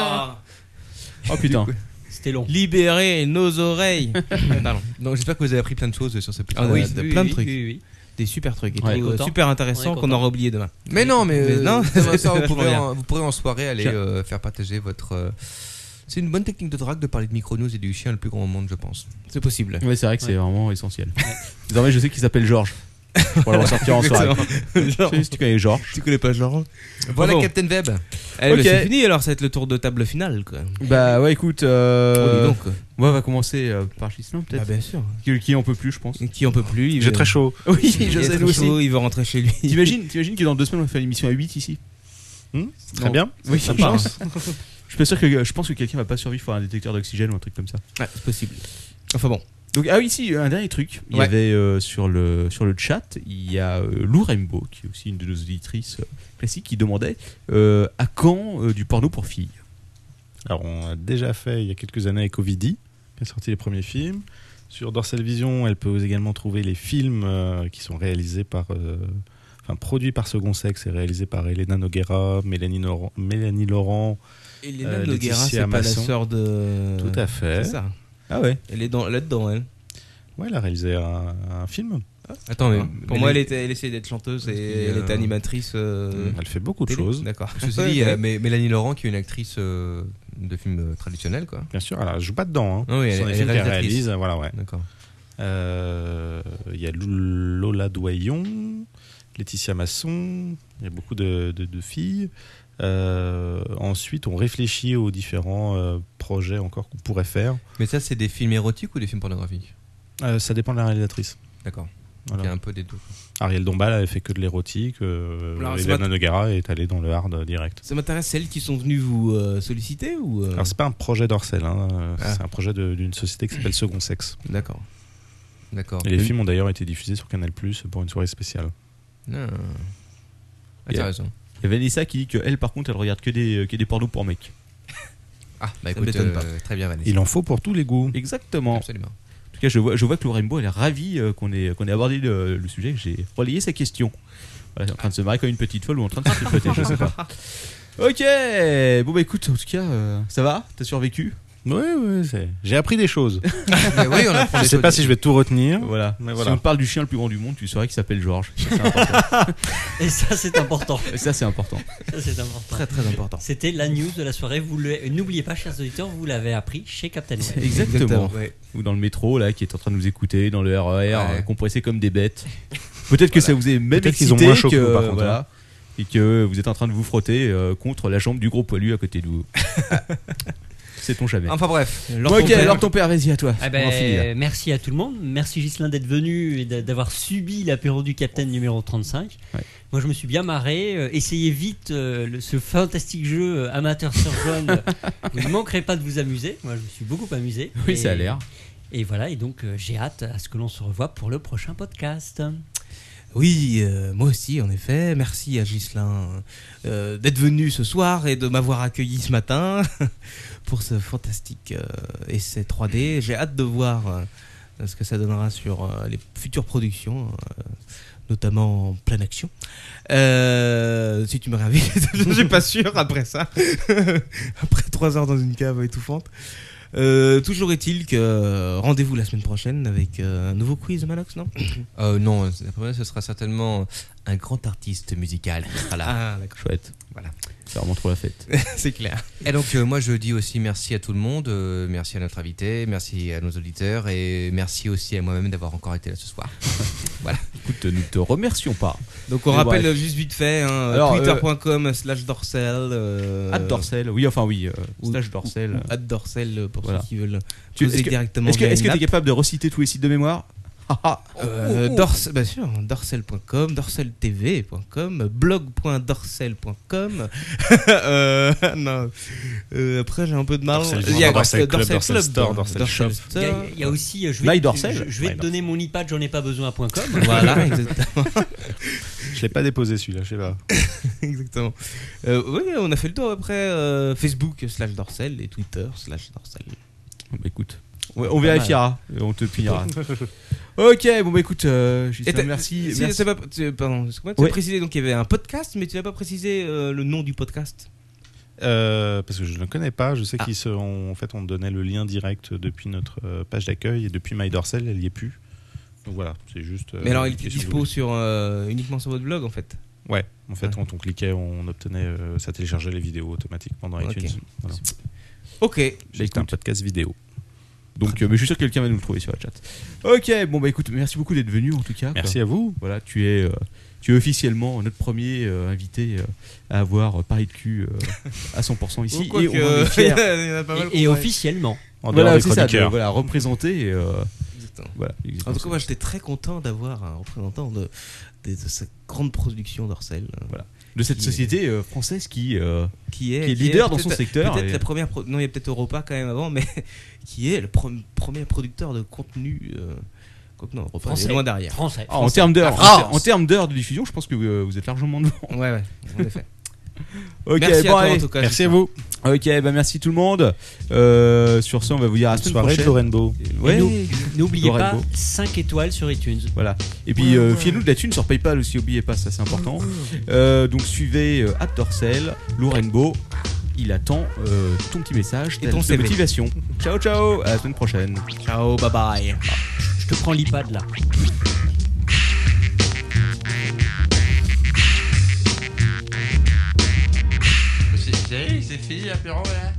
C: Oh putain.
F: Ah, C'était long.
E: Libérer nos oreilles. Pardon.
G: Non, j'espère que vous avez appris plein de choses sur ce petit.
E: Ah oui,
G: euh,
E: de
G: de-
E: plein de
F: oui,
E: trucs.
F: oui, oui.
E: Des super trucs. et
C: On est
E: tout, euh,
F: content.
E: super
F: On
E: intéressants
F: est
E: qu'on
F: content.
E: aura oublié demain.
G: Mais non, mais,
E: Mais
G: euh,
E: non,
G: ça va,
E: c'est
G: ça, vous,
E: vachement
G: pourrez
E: bien.
G: en, vous pourrez en soirée aller
E: Tiens.
G: euh, faire partager votre. euh, C'est une bonne technique de drague de parler de micro-news et du chien le plus grand au monde, je pense.
E: C'est possible.
C: Ouais, c'est vrai que c'est vraiment essentiel. Désormais, je sais qu'il s'appelle Georges. Pour le ressortir en soirée.
E: Genre,
C: Tu sais, si tu connais Georges.
E: tu connais pas Laurent
G: Voilà,
E: Bravo.
G: Captain Web.
E: Eh, ben,
C: Ok.
E: C'est fini alors, ça va être le tour de table final. Quoi.
C: Bah ouais, écoute,
E: Oh, dis
C: euh,
E: donc. quoi.
C: ouais, on va commencer euh, par Gislin
E: Ah,
C: peut-être.
E: bien sûr.
C: Qui, qui en peut plus, je pense.
E: Qui en peut plus il
D: J'ai
E: veut-
D: très chaud.
C: Oui,
E: Il est très chaud, Il veut rentrer chez lui.
C: T'imagines, t'imagines que dans deux semaines on va faire une émission à 8 ici
E: Hmm
D: Très bien.
C: Oui,
D: Ça
C: je
D: part.
C: pense. Je suis pas sûr que je pense que quelqu'un va pas survivre à un détecteur d'oxygène ou un truc comme ça.
E: Ouais, c'est possible. Enfin bon.
C: Donc ah oui, si un dernier truc. Il
E: Ouais.
C: y avait euh, sur le sur le chat, il y a euh, Lou Rainbow qui est aussi une de nos auditrices euh, classiques qui demandait euh, à quand euh, du porno pour filles.
D: Alors, on a déjà fait il y a quelques années avec Ovidi, qui a sorti les premiers films. Sur Dorsal Vision, elle peut également trouver les films euh, qui sont réalisés par. euh, Enfin, produits par Second Sexe et réalisés par Elena Noguera, Mélanie, Nor- Mélanie Laurent.
E: Elena
D: Euh,
E: Noguera,
D: Laetitia
E: c'est pas la
D: Masson.
E: sœur de.
D: Tout à fait.
E: Euh, C'est ça.
D: Ah ouais
E: Elle est dans- là-dedans, elle.
D: Ouais, elle a réalisé un, un film.
G: Attends, mais.
E: Pour
G: mais
E: moi,
G: les-
E: elle, était, elle essayait d'être chanteuse et
G: Puis,
E: elle
G: euh,
E: était animatrice. euh,
D: Elle fait beaucoup de
E: télé.
D: choses.
E: D'accord.
G: Ceci dit, euh, mais- Mélanie Laurent, qui est une actrice euh, de films euh, traditionnels, quoi.
D: Bien sûr, elle joue pas dedans. Hein.
G: Ah oui,
D: Ce sont
G: elle- elle est
D: des films qu'elle
G: réalisatrice.
D: réalise. Voilà, ouais.
G: D'accord.
D: Euh, Il y a Lou- Lola Doyon, Laetitia Masson, il y a beaucoup de, de- de filles. Euh, ensuite, on réfléchit aux différents euh, projets encore qu'on pourrait faire.
G: Mais ça, c'est des films érotiques ou des films pornographiques
D: Euh, ça dépend de la réalisatrice.
G: D'accord.
D: Voilà.
G: Il y a un peu des deux.
D: Ariel Dombal avait fait que de l'érotique. Euh,
E: Alors, c'est
D: Elena Noguera est allée dans le hard euh, direct.
E: Ça m'intéresse, celles qui sont venues vous euh, solliciter ou. euh,
D: Alors, c'est pas un projet d'Orcel, hein, euh,
E: Ah.
D: c'est un projet de- d'une société qui s'appelle Second Sexe.
E: D'accord.
G: D'accord.
D: Et les films ont d'ailleurs été diffusés sur Canal pour une soirée spéciale.
G: Ah. Intéressant.
C: Il y a Vanessa qui dit que elle, par contre, elle regarde que des, euh, que des pornos pour mecs.
G: Ah, bah
E: Ça
G: écoute,
E: m'étonne
G: euh, très bien, Vanessa.
D: Il en faut pour tous les goûts.
C: Exactement. En
G: Absolument.
C: tout cas, je vois, je vois que Laura Rainbow, elle est ravie euh, qu'on ait, qu'on ait abordé le, le sujet, que j'ai relayé sa question. Voilà, elle est en train de se marier comme une petite folle ou en train de se tripoter, je sais pas. Ok, bon bah écoute, en tout cas, euh, ça va T'as survécu
D: Oui, oui, c'est- j'ai appris des choses.
G: Mais oui, on apprend
D: Ah, Je
G: des
D: sais
G: choses.
D: pas si je vais tout retenir.
C: Voilà.
D: Mais
C: Si
D: voilà.
C: on parle du chien le plus grand du monde, tu saurais qu'il s'appelle Georges. Ça, c'est important.
F: Et ça, c'est important.
C: Et Ça, c'est important.
F: Ça, c'est important.
E: Très très important.
F: C'était la news de la soirée. Vous le- N'oubliez pas, chers auditeurs, vous l'avez appris chez Captain Web.
C: Exactement.
G: Ouais.
C: Ou dans le métro, là, qui est en train de nous écouter, dans le RER,
G: Ouais.
C: euh, compressé comme des bêtes. Peut-être que ça vous est même
D: Peut-être
C: excité
D: qu'ils ont moins chaud que
C: que,
D: nous, par contre, hein.
C: voilà, et que vous êtes en train de vous frotter euh, contre la jambe du gros poilu à côté de vous. Sait-on jamais.
G: Enfin bref,
E: Leur
C: ok,
E: ton père. Ah
C: alors ton père, vas-y à toi.
F: Eh
C: On en finit là.
F: ben, merci à tout le monde. Merci Gislin d'être venu et d'a- d'avoir subi l'apéro du Captain numéro 35.
C: Ouais.
F: Moi, je me suis bien marré. Euh, Essayez vite euh, le- ce fantastique jeu euh, amateur sur jaune. vous ne manquerez pas de vous amuser. Moi, je me suis beaucoup amusé.
C: Oui,
F: Et-
C: ça a l'air.
F: Et voilà, et donc euh, j'ai hâte à ce que l'on se revoie pour le prochain podcast.
E: Oui, euh, moi aussi, en effet. Merci à Ghislain euh, d'être venu ce soir et de m'avoir accueilli ce matin pour ce fantastique euh, essai 3D. J'ai hâte de voir euh, ce que ça donnera sur euh, les futures productions, euh, notamment en pleine action. Euh, si tu me réinvites, je suis pas sûr après ça. après trois heures dans une cave étouffante. Euh, toujours est-il que euh, rendez-vous la semaine prochaine avec euh, un nouveau quiz, Manox, non
G: euh, non, la première, ce sera certainement un grand artiste musical qui sera là.
E: Ah, d'accord,
C: Chouette.
G: Voilà.
C: C'est vraiment trop la fête.
E: c'est clair.
G: Et donc, euh, moi, je dis aussi merci à tout le monde, euh, merci à notre invité, merci à nos auditeurs et merci aussi à moi-même d'avoir encore été là ce soir.
C: Écoute, nous te remercions pas.
E: Donc on
C: Mais
E: rappelle
C: bref.
E: juste vite fait, hein,
C: Alors,
E: twitter.com slash dorsel. euh,
C: Ad Dorsel, oui, enfin oui, euh,
E: ou-
C: slash Dorsel.
E: ou- ou at dorsel euh, pour
C: Voilà.
E: ceux qui veulent
C: Tu-
E: poser
C: est-ce que-
E: directement.
C: Est-ce que
E: via
C: est-ce que
E: une
C: t'es
E: app.
C: capable de reciter tous les sites de mémoire Ah, ah.
E: Euh, Dorse- bien sûr, dorsel.com, dorseltv.com, blog.dorsel.com. euh, non. Euh, après, j'ai un peu de marre.
D: Dorsel
E: Il y a
D: Journal, Dorsel
E: euh,
D: Club,
E: Dorsel
D: Dorsel
E: Club,
D: Store, Dorsel Shop.
F: Il
E: Store.
F: y a, il y a aussi, euh, je
C: Nike
F: vais,
C: Dorsel.
F: je, je vais
D: Nike
F: te donner mon iPad, j'en ai pas besoin.com.
E: Voilà, exactement.
D: Je l'ai pas déposé celui-là, je sais pas.
E: Exactement. Euh, oui, on a fait le tour après euh, Facebook slash dorsel et Twitter slash dorsel.
C: Bah, écoute, on, on vérifiera, et on te punira. ok, bon bah écoute, euh, Gislain,
E: Et t'as-
C: merci.
E: Si,
C: merci.
E: c'est pas- tu- pardon, excuse-moi, tu
C: Ouais.
E: as précisé donc qu'il y avait un podcast, mais tu n'as pas précisé euh, le nom du podcast.
D: Euh, parce que je ne le connais pas. Je sais
E: Ah.
D: qu'ils se- on- en fait, on donnait le lien direct depuis notre euh, page d'accueil et depuis MyDorsel, elle y est plus. Donc voilà, c'est juste. euh,
E: mais alors, il
D: une
E: était
D: question
E: dispo sur, euh, uniquement sur votre blog en fait.
D: de- Ouais, en fait,
E: Ouais.
D: quand on cliquait, on obtenait, euh, ça téléchargeait les vidéos automatiquement dans
E: Ok.
D: iTunes. Voilà.
E: Ok.
D: Juste un podcast vidéo.
C: Donc, euh, mais je suis sûr que quelqu'un va nous le trouver sur la chat. Ok, bon bah écoute, merci beaucoup d'être venu en tout cas. quoi.
D: Merci à vous.
C: Voilà, tu es, euh, tu es officiellement notre premier euh, invité euh, à avoir euh, parlé de cul euh, à 100% ici.
E: Ou quoi
C: et on en
E: que-
C: est fiers.
E: il y en a pas mal qu'on
F: Et, et
E: pourrait-
F: officiellement.
D: En dehors
C: voilà,
D: des
C: c'est ça, de-
D: chroniqueurs.
C: voilà, représenté. et, euh,
E: Exactement.
C: voilà,
E: En tout cas, moi j'étais très content d'avoir un représentant de, de- de cette grande production d'Orcel euh,
C: de cette
E: qui est-
C: société euh, française qui, euh,
E: qui est,
C: qui est leader dans
E: peut-être
C: son
E: la-
C: secteur.
E: Peut-être
C: et-
E: la première. pro- non, il y a peut-être Europa quand même avant, mais qui est le pro- premier producteur de contenu. euh, quoique non, Europa est
F: Français.
E: loin derrière.
F: Français.
C: Ah, en termes d'heures,
F: France.
C: en termes d'heures de diffusion, je pense que euh, vous êtes largement devant.
E: Ouais, ouais, en effet.
C: Ok,
E: Merci
C: bon,
E: à toi en
C: allez.
E: tout cas.
D: Merci à
E: Justin.
D: vous.
C: Ok, bah merci tout le monde. Euh, sur ce, on va vous dire à la semaine
D: Soirée de
C: prochaine.
D: Lorenbo.
C: Ouais.
F: Et nous- N'oubliez
C: Laura
F: pas
C: Elbo.
F: 5 étoiles sur iTunes.
C: Voilà. Et puis, euh, filez-nous de la thune sur PayPal aussi, oubliez pas, ça c'est important. Euh, donc, suivez euh, Aptorcel, Lorenbo. Il attend euh, ton petit message
E: Et
C: ta
E: ton
C: liste de
E: CV.
C: motivation. Ciao, ciao, à la semaine prochaine.
E: Ciao, bye bye.
F: Je te prends l'iPad là.
B: C'est c'est fini l'apéro là